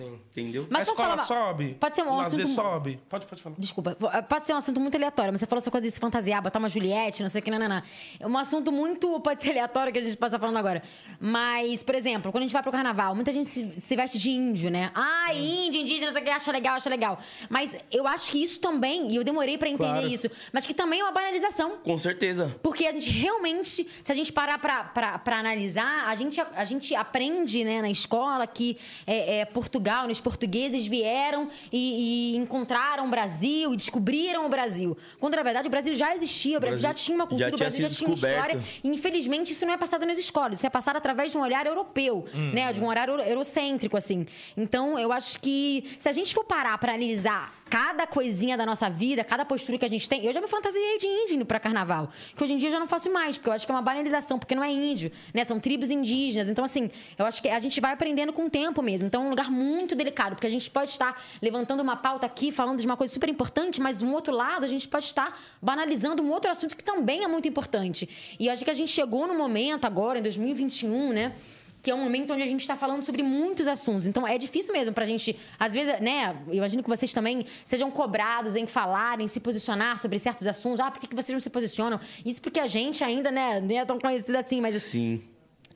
Speaker 1: Entendeu?
Speaker 3: Mas
Speaker 4: a
Speaker 3: posso
Speaker 4: escola
Speaker 3: falar uma-
Speaker 4: sobe?
Speaker 3: Pode ser um
Speaker 4: o lazer
Speaker 3: assunto-
Speaker 4: sobe? Pode, pode falar.
Speaker 3: Desculpa, vou- eh, pode ser um assunto muito aleatório, mas você falou essa coisa de se fantasiar, botar uma Juliette, não sei o que, nananã. É um assunto muito, pode ser aleatório que a gente passa falando agora. Mas, por exemplo, quando a gente vai pro carnaval, muita gente se, se veste de índio, né? Ah, índio, indígena, não sei o que, acha legal, acha legal. Mas eu acho que isso também, e eu demorei pra entender
Speaker 5: Claro.
Speaker 3: isso, mas que também é uma banalização.
Speaker 1: Com certeza.
Speaker 3: Porque a gente realmente, se a gente parar pra, pra, pra analisar, a gente, a gente aprende né, na escola que é, é, Portugal, né, os portugueses vieram e, e encontraram o Brasil e descobriram o Brasil. Quando na verdade o Brasil já existia, o Brasil,
Speaker 1: Brasil
Speaker 3: já tinha uma cultura,
Speaker 1: já
Speaker 3: o
Speaker 1: tinha
Speaker 3: Brasil já
Speaker 1: sido
Speaker 3: tinha uma
Speaker 1: descoberto.
Speaker 3: história. E, infelizmente isso não é passado nas escolas, isso é passado através de um olhar europeu, né, de um olhar euro- eurocêntrico assim. Então eu acho que se a gente for parar pra analisar Cada coisinha da nossa vida, cada postura que a gente tem. Eu já me fantasiei de índio indo pra carnaval. Que hoje em dia eu já não faço mais, porque eu acho que é uma banalização, porque não é índio, né? São tribos indígenas. Então, assim, eu acho que a gente vai aprendendo com o tempo mesmo. Então, é um lugar muito delicado, porque a gente pode estar levantando uma pauta aqui, falando de uma coisa super importante, mas do outro lado a gente pode estar banalizando um outro assunto que também é muito importante. E eu acho que a gente chegou no momento agora, em 2021, né? que é um momento onde a gente está falando sobre muitos assuntos. Então é difícil mesmo para a gente, às vezes, né? eu Imagino que vocês também sejam cobrados em falar, em se posicionar sobre certos assuntos. Ah, por que, que vocês não se posicionam? Isso porque a gente ainda, né, não é tão conhecida assim, mas
Speaker 1: Sim.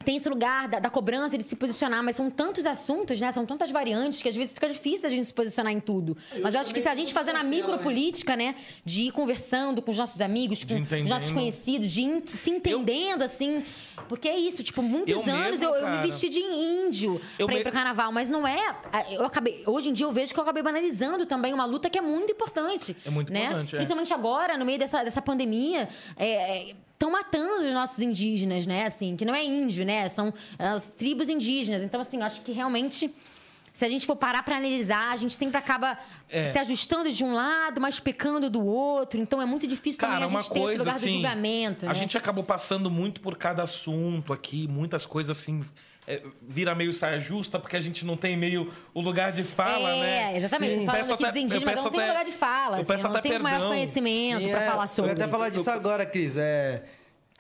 Speaker 3: tem esse lugar da, da cobrança de se posicionar, mas são tantos assuntos, né? São tantas variantes que às vezes fica difícil a gente se posicionar em tudo. Mas eu acho que se a gente fazer na
Speaker 4: é.
Speaker 2: também não se
Speaker 3: micropolítica, né? De ir conversando com os nossos amigos, com os
Speaker 4: entendendo.
Speaker 3: nossos conhecidos, de in- se entendendo, assim. Porque é isso, tipo, muitos
Speaker 4: Eu
Speaker 3: anos
Speaker 4: mesmo,
Speaker 3: eu, eu me
Speaker 4: cara.
Speaker 3: vesti de índio
Speaker 4: Eu
Speaker 3: pra ir
Speaker 4: me-
Speaker 3: pra carnaval, mas não é. Eu acabei, hoje em dia eu vejo que eu acabei banalizando também uma luta que é muito importante.
Speaker 4: É muito
Speaker 3: né?
Speaker 4: importante, é.
Speaker 3: Principalmente principalmente agora, no meio dessa, dessa pandemia, estão matando os nossos indígenas, né? Assim, que não é índio, né? São as tribos indígenas. Então, assim, eu acho que realmente. Se a gente for parar pra analisar, a gente sempre acaba
Speaker 4: É.
Speaker 3: se ajustando de um lado, mas pecando do outro. Então é muito difícil
Speaker 4: Cara,
Speaker 3: também a
Speaker 4: uma
Speaker 3: gente ter esse
Speaker 4: coisa
Speaker 3: lugar
Speaker 4: assim.
Speaker 3: do julgamento.
Speaker 4: a
Speaker 3: né?
Speaker 4: gente acabou passando muito por cada assunto aqui, muitas coisas assim. é, vira meio saia justa, porque a gente não tem meio o lugar de fala,
Speaker 3: é,
Speaker 4: né?
Speaker 3: exatamente.
Speaker 4: Eu
Speaker 3: Falando
Speaker 4: peço
Speaker 3: aqui dos
Speaker 4: até- eu
Speaker 3: indígenas, mas
Speaker 4: peço
Speaker 3: não tem
Speaker 4: até-
Speaker 3: lugar de fala.
Speaker 4: eu
Speaker 3: Assim,
Speaker 4: peço
Speaker 3: não
Speaker 4: até
Speaker 3: tem o maior
Speaker 4: perdão.
Speaker 3: conhecimento
Speaker 5: Sim,
Speaker 3: pra
Speaker 5: é,
Speaker 3: falar sobre.
Speaker 5: Eu ia até falar disso agora, Cris. É,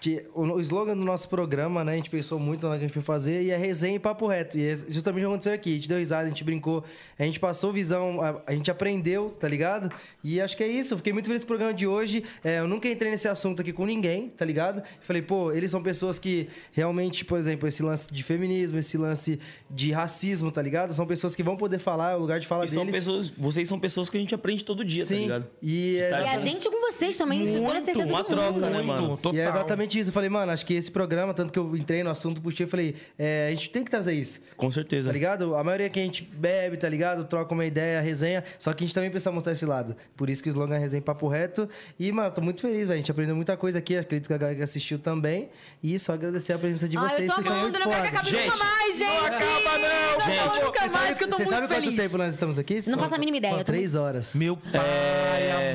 Speaker 5: que o, o slogan do nosso programa, né? A gente pensou muito na hora que a gente foi fazer, e é resenha e papo reto. E é justamente o que aconteceu aqui. A gente deu risada, a gente brincou, a gente passou visão, a, a gente aprendeu, tá ligado? E acho que é isso. Fiquei muito feliz com o programa de hoje. É, eu nunca entrei nesse assunto aqui com ninguém, tá ligado? Falei, pô, eles são pessoas que realmente, por exemplo, esse lance de feminismo, esse lance de racismo, tá ligado? São pessoas que vão poder falar, é o lugar de falar
Speaker 1: E são
Speaker 5: deles.
Speaker 1: pessoas, vocês são pessoas que a gente aprende todo dia, tá
Speaker 5: Sim.
Speaker 1: ligado?
Speaker 5: E é
Speaker 3: E a gente com vocês também, isso com toda a certeza
Speaker 1: uma
Speaker 3: do
Speaker 1: troca,
Speaker 3: mundo.
Speaker 1: né,
Speaker 4: Muito,
Speaker 1: mano?
Speaker 4: total.
Speaker 5: E é exatamente isso. Eu falei, mano, acho que esse programa, tanto que eu entrei no assunto, puxei, eu falei, é, a gente tem que trazer isso.
Speaker 1: Com certeza.
Speaker 5: Tá ligado? A maioria que a gente bebe, tá ligado? Troca uma ideia, resenha. Só que a gente também precisa montar esse lado. Por isso que o slogan é resenha e papo reto. E, mano, tô muito feliz, velho. A gente aprendeu muita coisa aqui. Acredito que a galera que assistiu também. E só agradecer a presença de
Speaker 3: Ah,
Speaker 5: vocês.
Speaker 3: eu tô
Speaker 5: vocês são
Speaker 3: amando,
Speaker 5: muito
Speaker 3: não quero que
Speaker 5: foda.
Speaker 3: acabe nunca
Speaker 1: Gente,
Speaker 3: mais, gente! Não acaba, não! Não acaba nunca mais, que eu tô
Speaker 5: Você
Speaker 3: muito
Speaker 5: sabe
Speaker 3: feliz.
Speaker 5: quanto tempo nós estamos aqui? São-
Speaker 3: faço a mínima ideia,
Speaker 5: são
Speaker 3: eu tô
Speaker 5: Três horas.
Speaker 4: Meu pai, amado.
Speaker 3: Eu não
Speaker 1: É.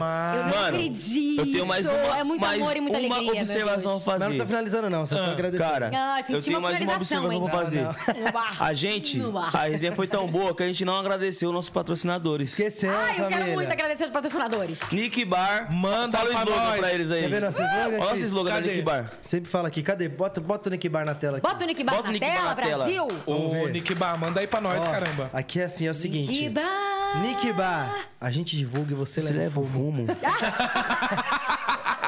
Speaker 1: Mano,
Speaker 3: acredito!
Speaker 1: Eu tenho mais uma,
Speaker 3: É muito
Speaker 1: mais
Speaker 3: amor e muita
Speaker 1: uma
Speaker 3: alegria, meu
Speaker 1: observação a
Speaker 3: Deus.
Speaker 5: Mas
Speaker 1: fazer.
Speaker 5: não tá finalizando, não. Só tô agradecendo.
Speaker 1: Cara,
Speaker 3: Ah, senti
Speaker 1: eu tenho
Speaker 3: uma
Speaker 1: mais uma
Speaker 3: finalização,
Speaker 1: observação pra fazer.
Speaker 3: hein? No ar.
Speaker 1: A gente,
Speaker 3: No ar.
Speaker 1: a resenha foi tão boa que a gente não agradeceu nossos patrocinadores.
Speaker 5: Esqueceu,
Speaker 3: Ai, eu
Speaker 5: família.
Speaker 3: quero muito agradecer os patrocinadores.
Speaker 1: Nick Bar,
Speaker 4: Manda
Speaker 1: fala o
Speaker 4: pra
Speaker 1: slogan
Speaker 4: nós.
Speaker 1: pra eles aí.
Speaker 5: Quer ver nosso slogan,
Speaker 1: Olha o nosso
Speaker 5: Cris?
Speaker 1: slogan da
Speaker 4: Cadê?
Speaker 1: Nick Bar.
Speaker 5: Sempre fala aqui, cadê? Bota, bota o Nick Bar na tela aqui.
Speaker 3: Bota o Nick Bar
Speaker 1: Bota o
Speaker 3: na
Speaker 1: Nick Bar
Speaker 3: tela,
Speaker 1: na tela.
Speaker 3: Brasil!
Speaker 4: Ô, Nick Bar, manda aí pra nós,
Speaker 5: Ó,
Speaker 4: caramba.
Speaker 5: Aqui é assim, é o seguinte.
Speaker 3: Nick Bar!
Speaker 5: Nick Bar, a gente divulga e você,
Speaker 1: Você leva o fumo.
Speaker 5: Esse é o nosso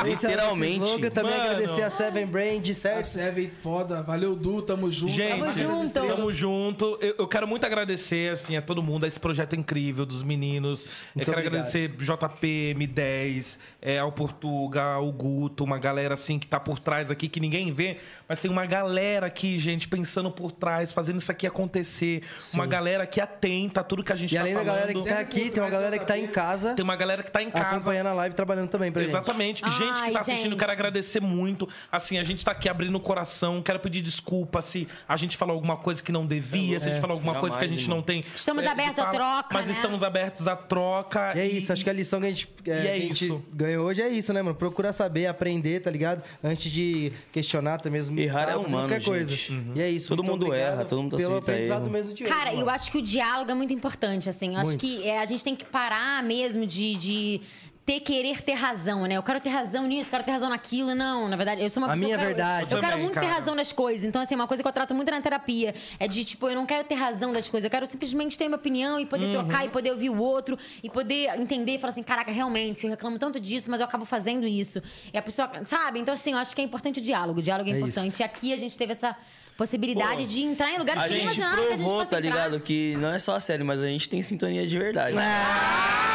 Speaker 1: Literalmente.
Speaker 5: slogan. Também
Speaker 4: Mano.
Speaker 5: agradecer a Seven Brand,
Speaker 2: A
Speaker 5: certo?
Speaker 2: Seven, É, foda. Valeu, Du. Tamo junto.
Speaker 4: Gente,
Speaker 3: Tamo junto.
Speaker 4: tamo tamo junto. Eu, eu quero muito agradecer enfim, a todo mundo, a esse projeto incrível dos meninos. eu
Speaker 5: Muito
Speaker 4: quero
Speaker 5: obrigado.
Speaker 4: agradecer JP, M10, é, ao Portuga, ao Guto, uma galera assim que tá por trás aqui, que ninguém vê, mas tem uma galera aqui, gente, pensando por trás, fazendo isso aqui acontecer. Uma galera que atenta a tudo que a gente
Speaker 5: E
Speaker 4: tá
Speaker 5: além da
Speaker 4: falando.
Speaker 5: galera que tá aqui, tem uma galera que tá em casa,
Speaker 4: Tem uma galera que tá em casa.
Speaker 5: acompanhando a live, trabalhando também pra gente.
Speaker 4: Exatamente. gente
Speaker 3: Ai,
Speaker 4: que tá assistindo,
Speaker 3: gente.
Speaker 4: quero agradecer muito. Assim, a gente tá aqui abrindo o coração. Quero pedir desculpa se a gente falou alguma coisa que não devia, se a
Speaker 5: É.
Speaker 4: gente falou alguma coisa que a gente
Speaker 1: irmão.
Speaker 4: não tem.
Speaker 3: Estamos
Speaker 4: eh, de
Speaker 3: abertos à
Speaker 4: fala,
Speaker 3: troca,
Speaker 4: Mas
Speaker 3: né?
Speaker 4: estamos abertos à troca.
Speaker 5: E é isso, acho que a lição que a gente, é,
Speaker 4: E é
Speaker 5: que a gente
Speaker 4: isso.
Speaker 5: ganhou hoje é isso, né, mano? Procurar saber, aprender, tá ligado? Antes de questionar, até mesmo.
Speaker 1: Errar
Speaker 5: tá,
Speaker 1: é
Speaker 5: fazer
Speaker 1: humano,
Speaker 5: qualquer
Speaker 1: gente.
Speaker 5: coisa.
Speaker 4: Uhum.
Speaker 5: E é isso,
Speaker 1: Todo
Speaker 5: muito
Speaker 1: mundo
Speaker 5: obrigado
Speaker 1: erra, todo mundo tá
Speaker 5: Pelo
Speaker 1: aceita
Speaker 5: aprendizado
Speaker 1: erro.
Speaker 5: mesmo de hoje.
Speaker 3: Cara,
Speaker 5: mano.
Speaker 3: eu acho que o diálogo é muito importante, assim. Eu acho
Speaker 5: Muito.
Speaker 3: que é, a gente tem que parar mesmo de. de ter querer ter razão, né? Eu quero ter razão nisso, eu quero ter razão naquilo. Não, na verdade, eu sou uma
Speaker 5: A
Speaker 3: pessoa
Speaker 5: minha
Speaker 3: que eu quero-
Speaker 5: verdade.
Speaker 3: Eu quero
Speaker 4: Também,
Speaker 3: muito ter
Speaker 4: cara.
Speaker 3: razão nas coisas. Então, assim, uma coisa que eu trato muito na terapia é de, tipo, eu não quero ter razão das coisas. Eu quero simplesmente ter minha opinião e
Speaker 5: Uhum.
Speaker 3: poder trocar e poder ouvir o outro e poder entender e falar assim: caraca, realmente, eu reclamo tanto disso, mas eu acabo fazendo isso. E a pessoa, sabe? Então, assim, eu acho que é importante o diálogo. O diálogo é,
Speaker 5: É isso.
Speaker 3: importante. E aqui a gente teve essa possibilidade de entrar em lugares
Speaker 1: A
Speaker 3: que nem
Speaker 1: gente
Speaker 3: imaginava que a gente
Speaker 1: provou,
Speaker 3: fosse
Speaker 1: tá
Speaker 3: entrar.
Speaker 1: ligado? Que não é só a série, mas a gente tem sintonia de verdade.
Speaker 3: É,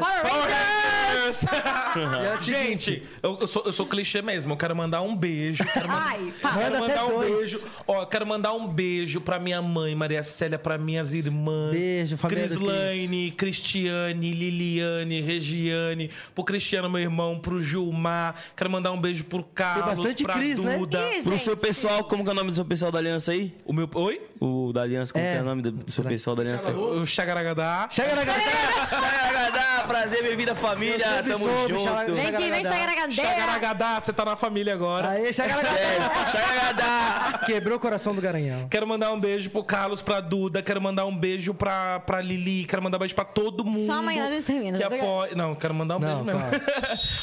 Speaker 3: Power Rangers!
Speaker 5: E é o seguinte,
Speaker 4: Gente, eu, eu sou, eu sou clichê mesmo. Eu quero mandar um beijo. Quero mandar...
Speaker 3: Ai, fala.
Speaker 4: Quero
Speaker 5: Manda até
Speaker 4: mandar um
Speaker 5: dois.
Speaker 4: beijo. Ó, quero mandar um beijo pra minha mãe, Maria Célia, pra minhas irmãs.
Speaker 5: Beijo, família do Cris.
Speaker 4: Crislaine, Cristiane, Liliane, Regiane, pro Cristiano, meu irmão, pro Gilmar. Quero mandar um beijo pro Carlos,
Speaker 5: bastante
Speaker 4: pra
Speaker 5: Cris, né?
Speaker 4: Duda.
Speaker 3: Ih,
Speaker 1: Pro
Speaker 3: gente.
Speaker 1: seu pessoal, como que é o nome do seu pessoal da aliança aí?
Speaker 4: O meu. Oi?
Speaker 1: O da Aliança, como
Speaker 5: É.
Speaker 1: que é o nome do, do seu pessoal da Aliança?
Speaker 4: O Xagaragadá.
Speaker 5: Chega na galera!
Speaker 1: Xaragadá, prazer, bem-vinda família,
Speaker 5: sempre
Speaker 1: tamo
Speaker 5: soube,
Speaker 1: junto.
Speaker 5: xara-
Speaker 3: Vem aqui, vem Xagaragandeia.
Speaker 4: Xagaragadá, você tá na família agora.
Speaker 5: Aí, chega na
Speaker 1: É,
Speaker 5: galera!
Speaker 1: Xaragadá.
Speaker 5: Quebrou o coração do Garanhão.
Speaker 4: Quero mandar um beijo pro Carlos, pra Duda, quero mandar um beijo pra, pra Lili, quero mandar um beijo pra todo mundo.
Speaker 3: Só amanhã a gente termina. tá
Speaker 4: Que apoia... Não, quero mandar um
Speaker 5: Não,
Speaker 4: beijo mesmo.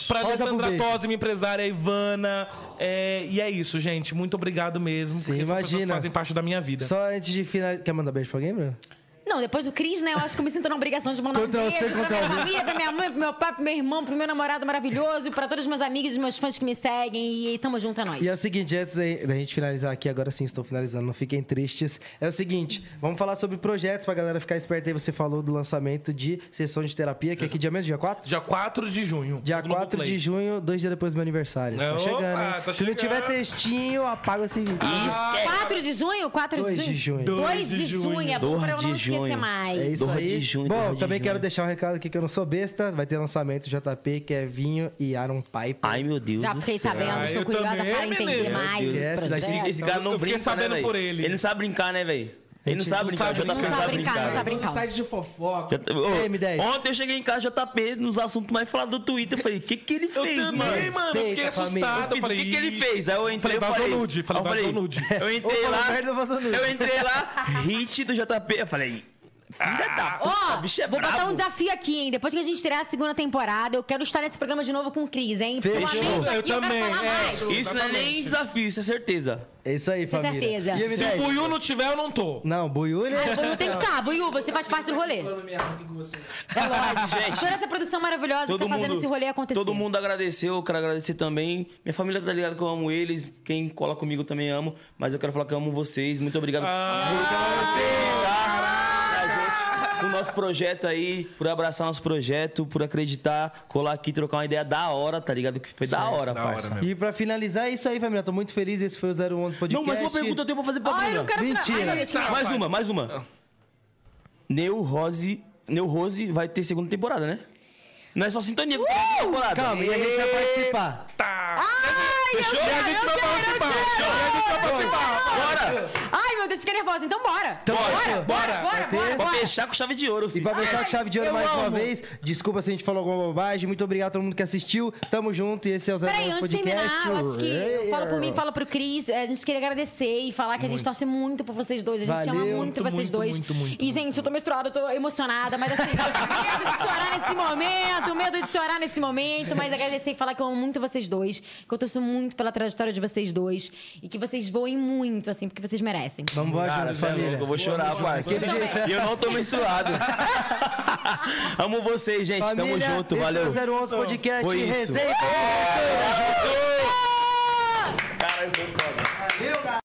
Speaker 4: pra
Speaker 5: Rosa pro
Speaker 4: Alessandra
Speaker 5: beijo.
Speaker 4: Tosi, minha empresária, a Ivana. É, E é isso, gente. Muito obrigado mesmo.
Speaker 5: Sim,
Speaker 4: porque são pessoas que
Speaker 5: imagina.
Speaker 4: fazem parte da minha vida.
Speaker 5: Só antes de finalizar. Quer mandar beijo pra alguém, Bruno?
Speaker 3: Não, depois do Cris, né? Eu acho que eu me sinto na obrigação de mandar
Speaker 5: Contra
Speaker 3: um
Speaker 5: você,
Speaker 3: beijo pra
Speaker 5: contra
Speaker 3: minha
Speaker 5: alguém.
Speaker 3: família, pra minha mãe, pro meu pai, pro meu irmão, pro meu namorado maravilhoso, pra todos os meus amigos e meus fãs que me seguem. E tamo junto, é nóis.
Speaker 5: E é o seguinte, antes da da gente finalizar aqui, agora sim estou finalizando, não fiquem tristes. É o seguinte, vamos falar sobre projetos pra galera ficar esperta aí. Você falou do lançamento de sessão de terapia, que é que dia mesmo? Dia 4?
Speaker 4: Dia 4 de junho.
Speaker 5: Dia 4 de junho, dois dias depois do meu aniversário.
Speaker 4: É,
Speaker 5: tá
Speaker 4: opa,
Speaker 5: chegando, hein?
Speaker 4: tá
Speaker 5: Se não
Speaker 4: chegando. Ah,
Speaker 5: tiver textinho, apaga esse vídeo.
Speaker 3: 4 de junho? 4 de
Speaker 5: 2
Speaker 3: junho?
Speaker 5: de junho.
Speaker 3: 2 de junho. É bom pra eu não
Speaker 1: Dois de
Speaker 3: esquecer
Speaker 1: junho.
Speaker 3: mais.
Speaker 5: É isso
Speaker 1: Dois de
Speaker 5: aí.
Speaker 1: junho, dois
Speaker 5: Bom,
Speaker 1: de
Speaker 5: também
Speaker 1: junho.
Speaker 5: quero deixar um recado aqui que eu não sou besta. Vai ter lançamento JP, Kevinho e Aaron Piper.
Speaker 1: Ai, meu Deus
Speaker 3: Já
Speaker 1: do
Speaker 3: fiquei
Speaker 1: céu.
Speaker 3: sabendo,
Speaker 4: Ah,
Speaker 3: sou
Speaker 4: eu
Speaker 3: curiosa
Speaker 4: também,
Speaker 3: para entender
Speaker 4: menino.
Speaker 3: mais.
Speaker 1: Meu
Speaker 3: esse
Speaker 5: Deus,
Speaker 3: projeto.
Speaker 5: esse-
Speaker 1: Esse cara não
Speaker 4: Eu fiquei
Speaker 1: brinca,
Speaker 4: sabendo
Speaker 1: né, véi?
Speaker 4: por ele.
Speaker 1: Ele não sabe brincar, né, velho? Ele não sabe
Speaker 4: não
Speaker 1: brincar,
Speaker 4: sabe
Speaker 1: JP não
Speaker 4: brincar.
Speaker 1: sabe
Speaker 3: Não sabe
Speaker 1: brincar. né?
Speaker 3: brincar,
Speaker 1: velho.
Speaker 3: Tá brincando.
Speaker 2: Todo site de fofoca.
Speaker 1: Já- ô,
Speaker 5: M10.
Speaker 1: Ontem eu cheguei em casa, JP, nos assuntos mais falados do Twitter. Eu falei, o que que ele
Speaker 4: Eu
Speaker 1: fez,
Speaker 4: também,
Speaker 1: mano?
Speaker 4: mano. eu fiquei
Speaker 5: Respeita, família.
Speaker 1: Eu
Speaker 4: assustado.
Speaker 1: fiz,
Speaker 4: Eu
Speaker 1: o
Speaker 4: falei,
Speaker 1: que, que ele
Speaker 4: "Ih".
Speaker 1: fez? Aí eu entrei,
Speaker 4: Falei,
Speaker 1: eu
Speaker 4: vazou
Speaker 1: falei...
Speaker 4: nude. Falei,
Speaker 1: eu falei,
Speaker 4: vazou nude.
Speaker 1: Eu entrei
Speaker 5: Opa,
Speaker 1: lá,
Speaker 5: merda, vazou nude.
Speaker 1: eu entrei lá, hit do JP. Eu falei, filha da
Speaker 4: Ah.
Speaker 1: puta,
Speaker 3: Ó,
Speaker 1: o bicho é
Speaker 3: vou botar
Speaker 1: brabo.
Speaker 3: um desafio aqui, hein? Depois que a gente tirar a segunda temporada, eu quero estar nesse programa de novo com o Cris, hein?
Speaker 5: Fechou.
Speaker 3: Fechou.
Speaker 4: Eu também, é.
Speaker 1: Isso não é nem desafio, isso é certeza.
Speaker 5: É isso aí,
Speaker 3: Com
Speaker 5: família.
Speaker 3: certeza.
Speaker 5: E
Speaker 4: Se o
Speaker 5: M10?
Speaker 4: Buiu não tiver, eu não tô.
Speaker 5: Não, Buiú, né?
Speaker 3: Buiu tem É, que estar, Buiu, você faz parte do rolê. É
Speaker 2: Falando merda aqui com você.
Speaker 3: lógico.
Speaker 1: Gente,
Speaker 3: Toda essa produção maravilhosa que tá fazendo esse rolê acontecer.
Speaker 1: Todo mundo agradeceu, eu quero agradecer também. Minha família tá ligada que eu amo eles. Quem cola comigo eu também amo. Mas eu quero falar que eu amo vocês. Muito obrigado tá? por acreditar no nosso projeto aí, por abraçar nosso projeto, por acreditar, colar aqui, trocar uma ideia da hora, tá ligado? Que foi da hora,
Speaker 4: da hora
Speaker 1: parça.
Speaker 4: mesmo.
Speaker 5: E pra finalizar, é isso aí, família. Tô muito feliz. Esse foi o 011 Podcast.
Speaker 1: não, mais uma pergunta eu tenho pra fazer pra
Speaker 3: Ai, eu não
Speaker 1: Bruna.
Speaker 3: quero
Speaker 5: Mentira.
Speaker 3: Ai, meu Deus, que merda.
Speaker 1: Mais uma, mais uma. Neu Rose, Neu Rose vai ter segunda temporada, né? Não é só sintonia que tem
Speaker 3: Uh!
Speaker 1: segunda temporada.
Speaker 5: Calma, e a gente vai participar.
Speaker 4: Tá.
Speaker 3: Ai, Ah, eu
Speaker 1: Fechou?
Speaker 3: quero,
Speaker 1: E a gente
Speaker 3: eu
Speaker 1: vai
Speaker 3: quero, eu
Speaker 1: participar.
Speaker 3: quero.
Speaker 1: Fechou? E a gente vai participar. Bora!
Speaker 3: Ai, meu Deus, fiquei nervosa. Então bora.
Speaker 1: bora,
Speaker 3: Bora, bora, bora,
Speaker 5: Vai ter-
Speaker 3: bora.
Speaker 1: Pra
Speaker 3: bora.
Speaker 1: fechar com chave de ouro,
Speaker 5: E
Speaker 1: filho.
Speaker 5: pra fechar com chave de ouro
Speaker 3: eu
Speaker 5: mais uma
Speaker 3: amo.
Speaker 5: vez, desculpa se a gente falou alguma bobagem. Muito obrigado a todo mundo que assistiu. Tamo junto e esse é o 011
Speaker 3: Peraí, antes de
Speaker 5: Podcast. é,
Speaker 3: terminar, eu acho que eu falo por mim,
Speaker 5: fala.
Speaker 3: falo pro Cris. eh, A gente queria agradecer e falar que a gente torce muito por vocês dois. A gente
Speaker 5: Valeu,
Speaker 3: ama muito,
Speaker 5: muito,
Speaker 3: vocês
Speaker 5: muito,
Speaker 3: dois.
Speaker 5: muito, muito,
Speaker 3: e, gente, eu tô misturada, eu tô emocionada, mas assim, medo de chorar nesse momento, medo de chorar nesse momento, mas agradecer e falar que eu amo muito vocês dois, que eu torço muito pela trajetória de vocês dois e que vocês voem muito, assim, porque vocês merecem.
Speaker 5: Vamos lá,
Speaker 1: Cara,
Speaker 5: Cara,
Speaker 1: você é
Speaker 5: família.
Speaker 1: louco, eu vou chorar, parceiro.
Speaker 5: Daquele jeito.
Speaker 1: E eu não tô menstruado. Amo vocês, gente. Tamo
Speaker 5: Família,
Speaker 1: junto,
Speaker 5: esse
Speaker 1: valeu.
Speaker 5: foi o 011 Podcast.
Speaker 1: Foi isso.
Speaker 5: Receita.
Speaker 1: Caralho, foi foda.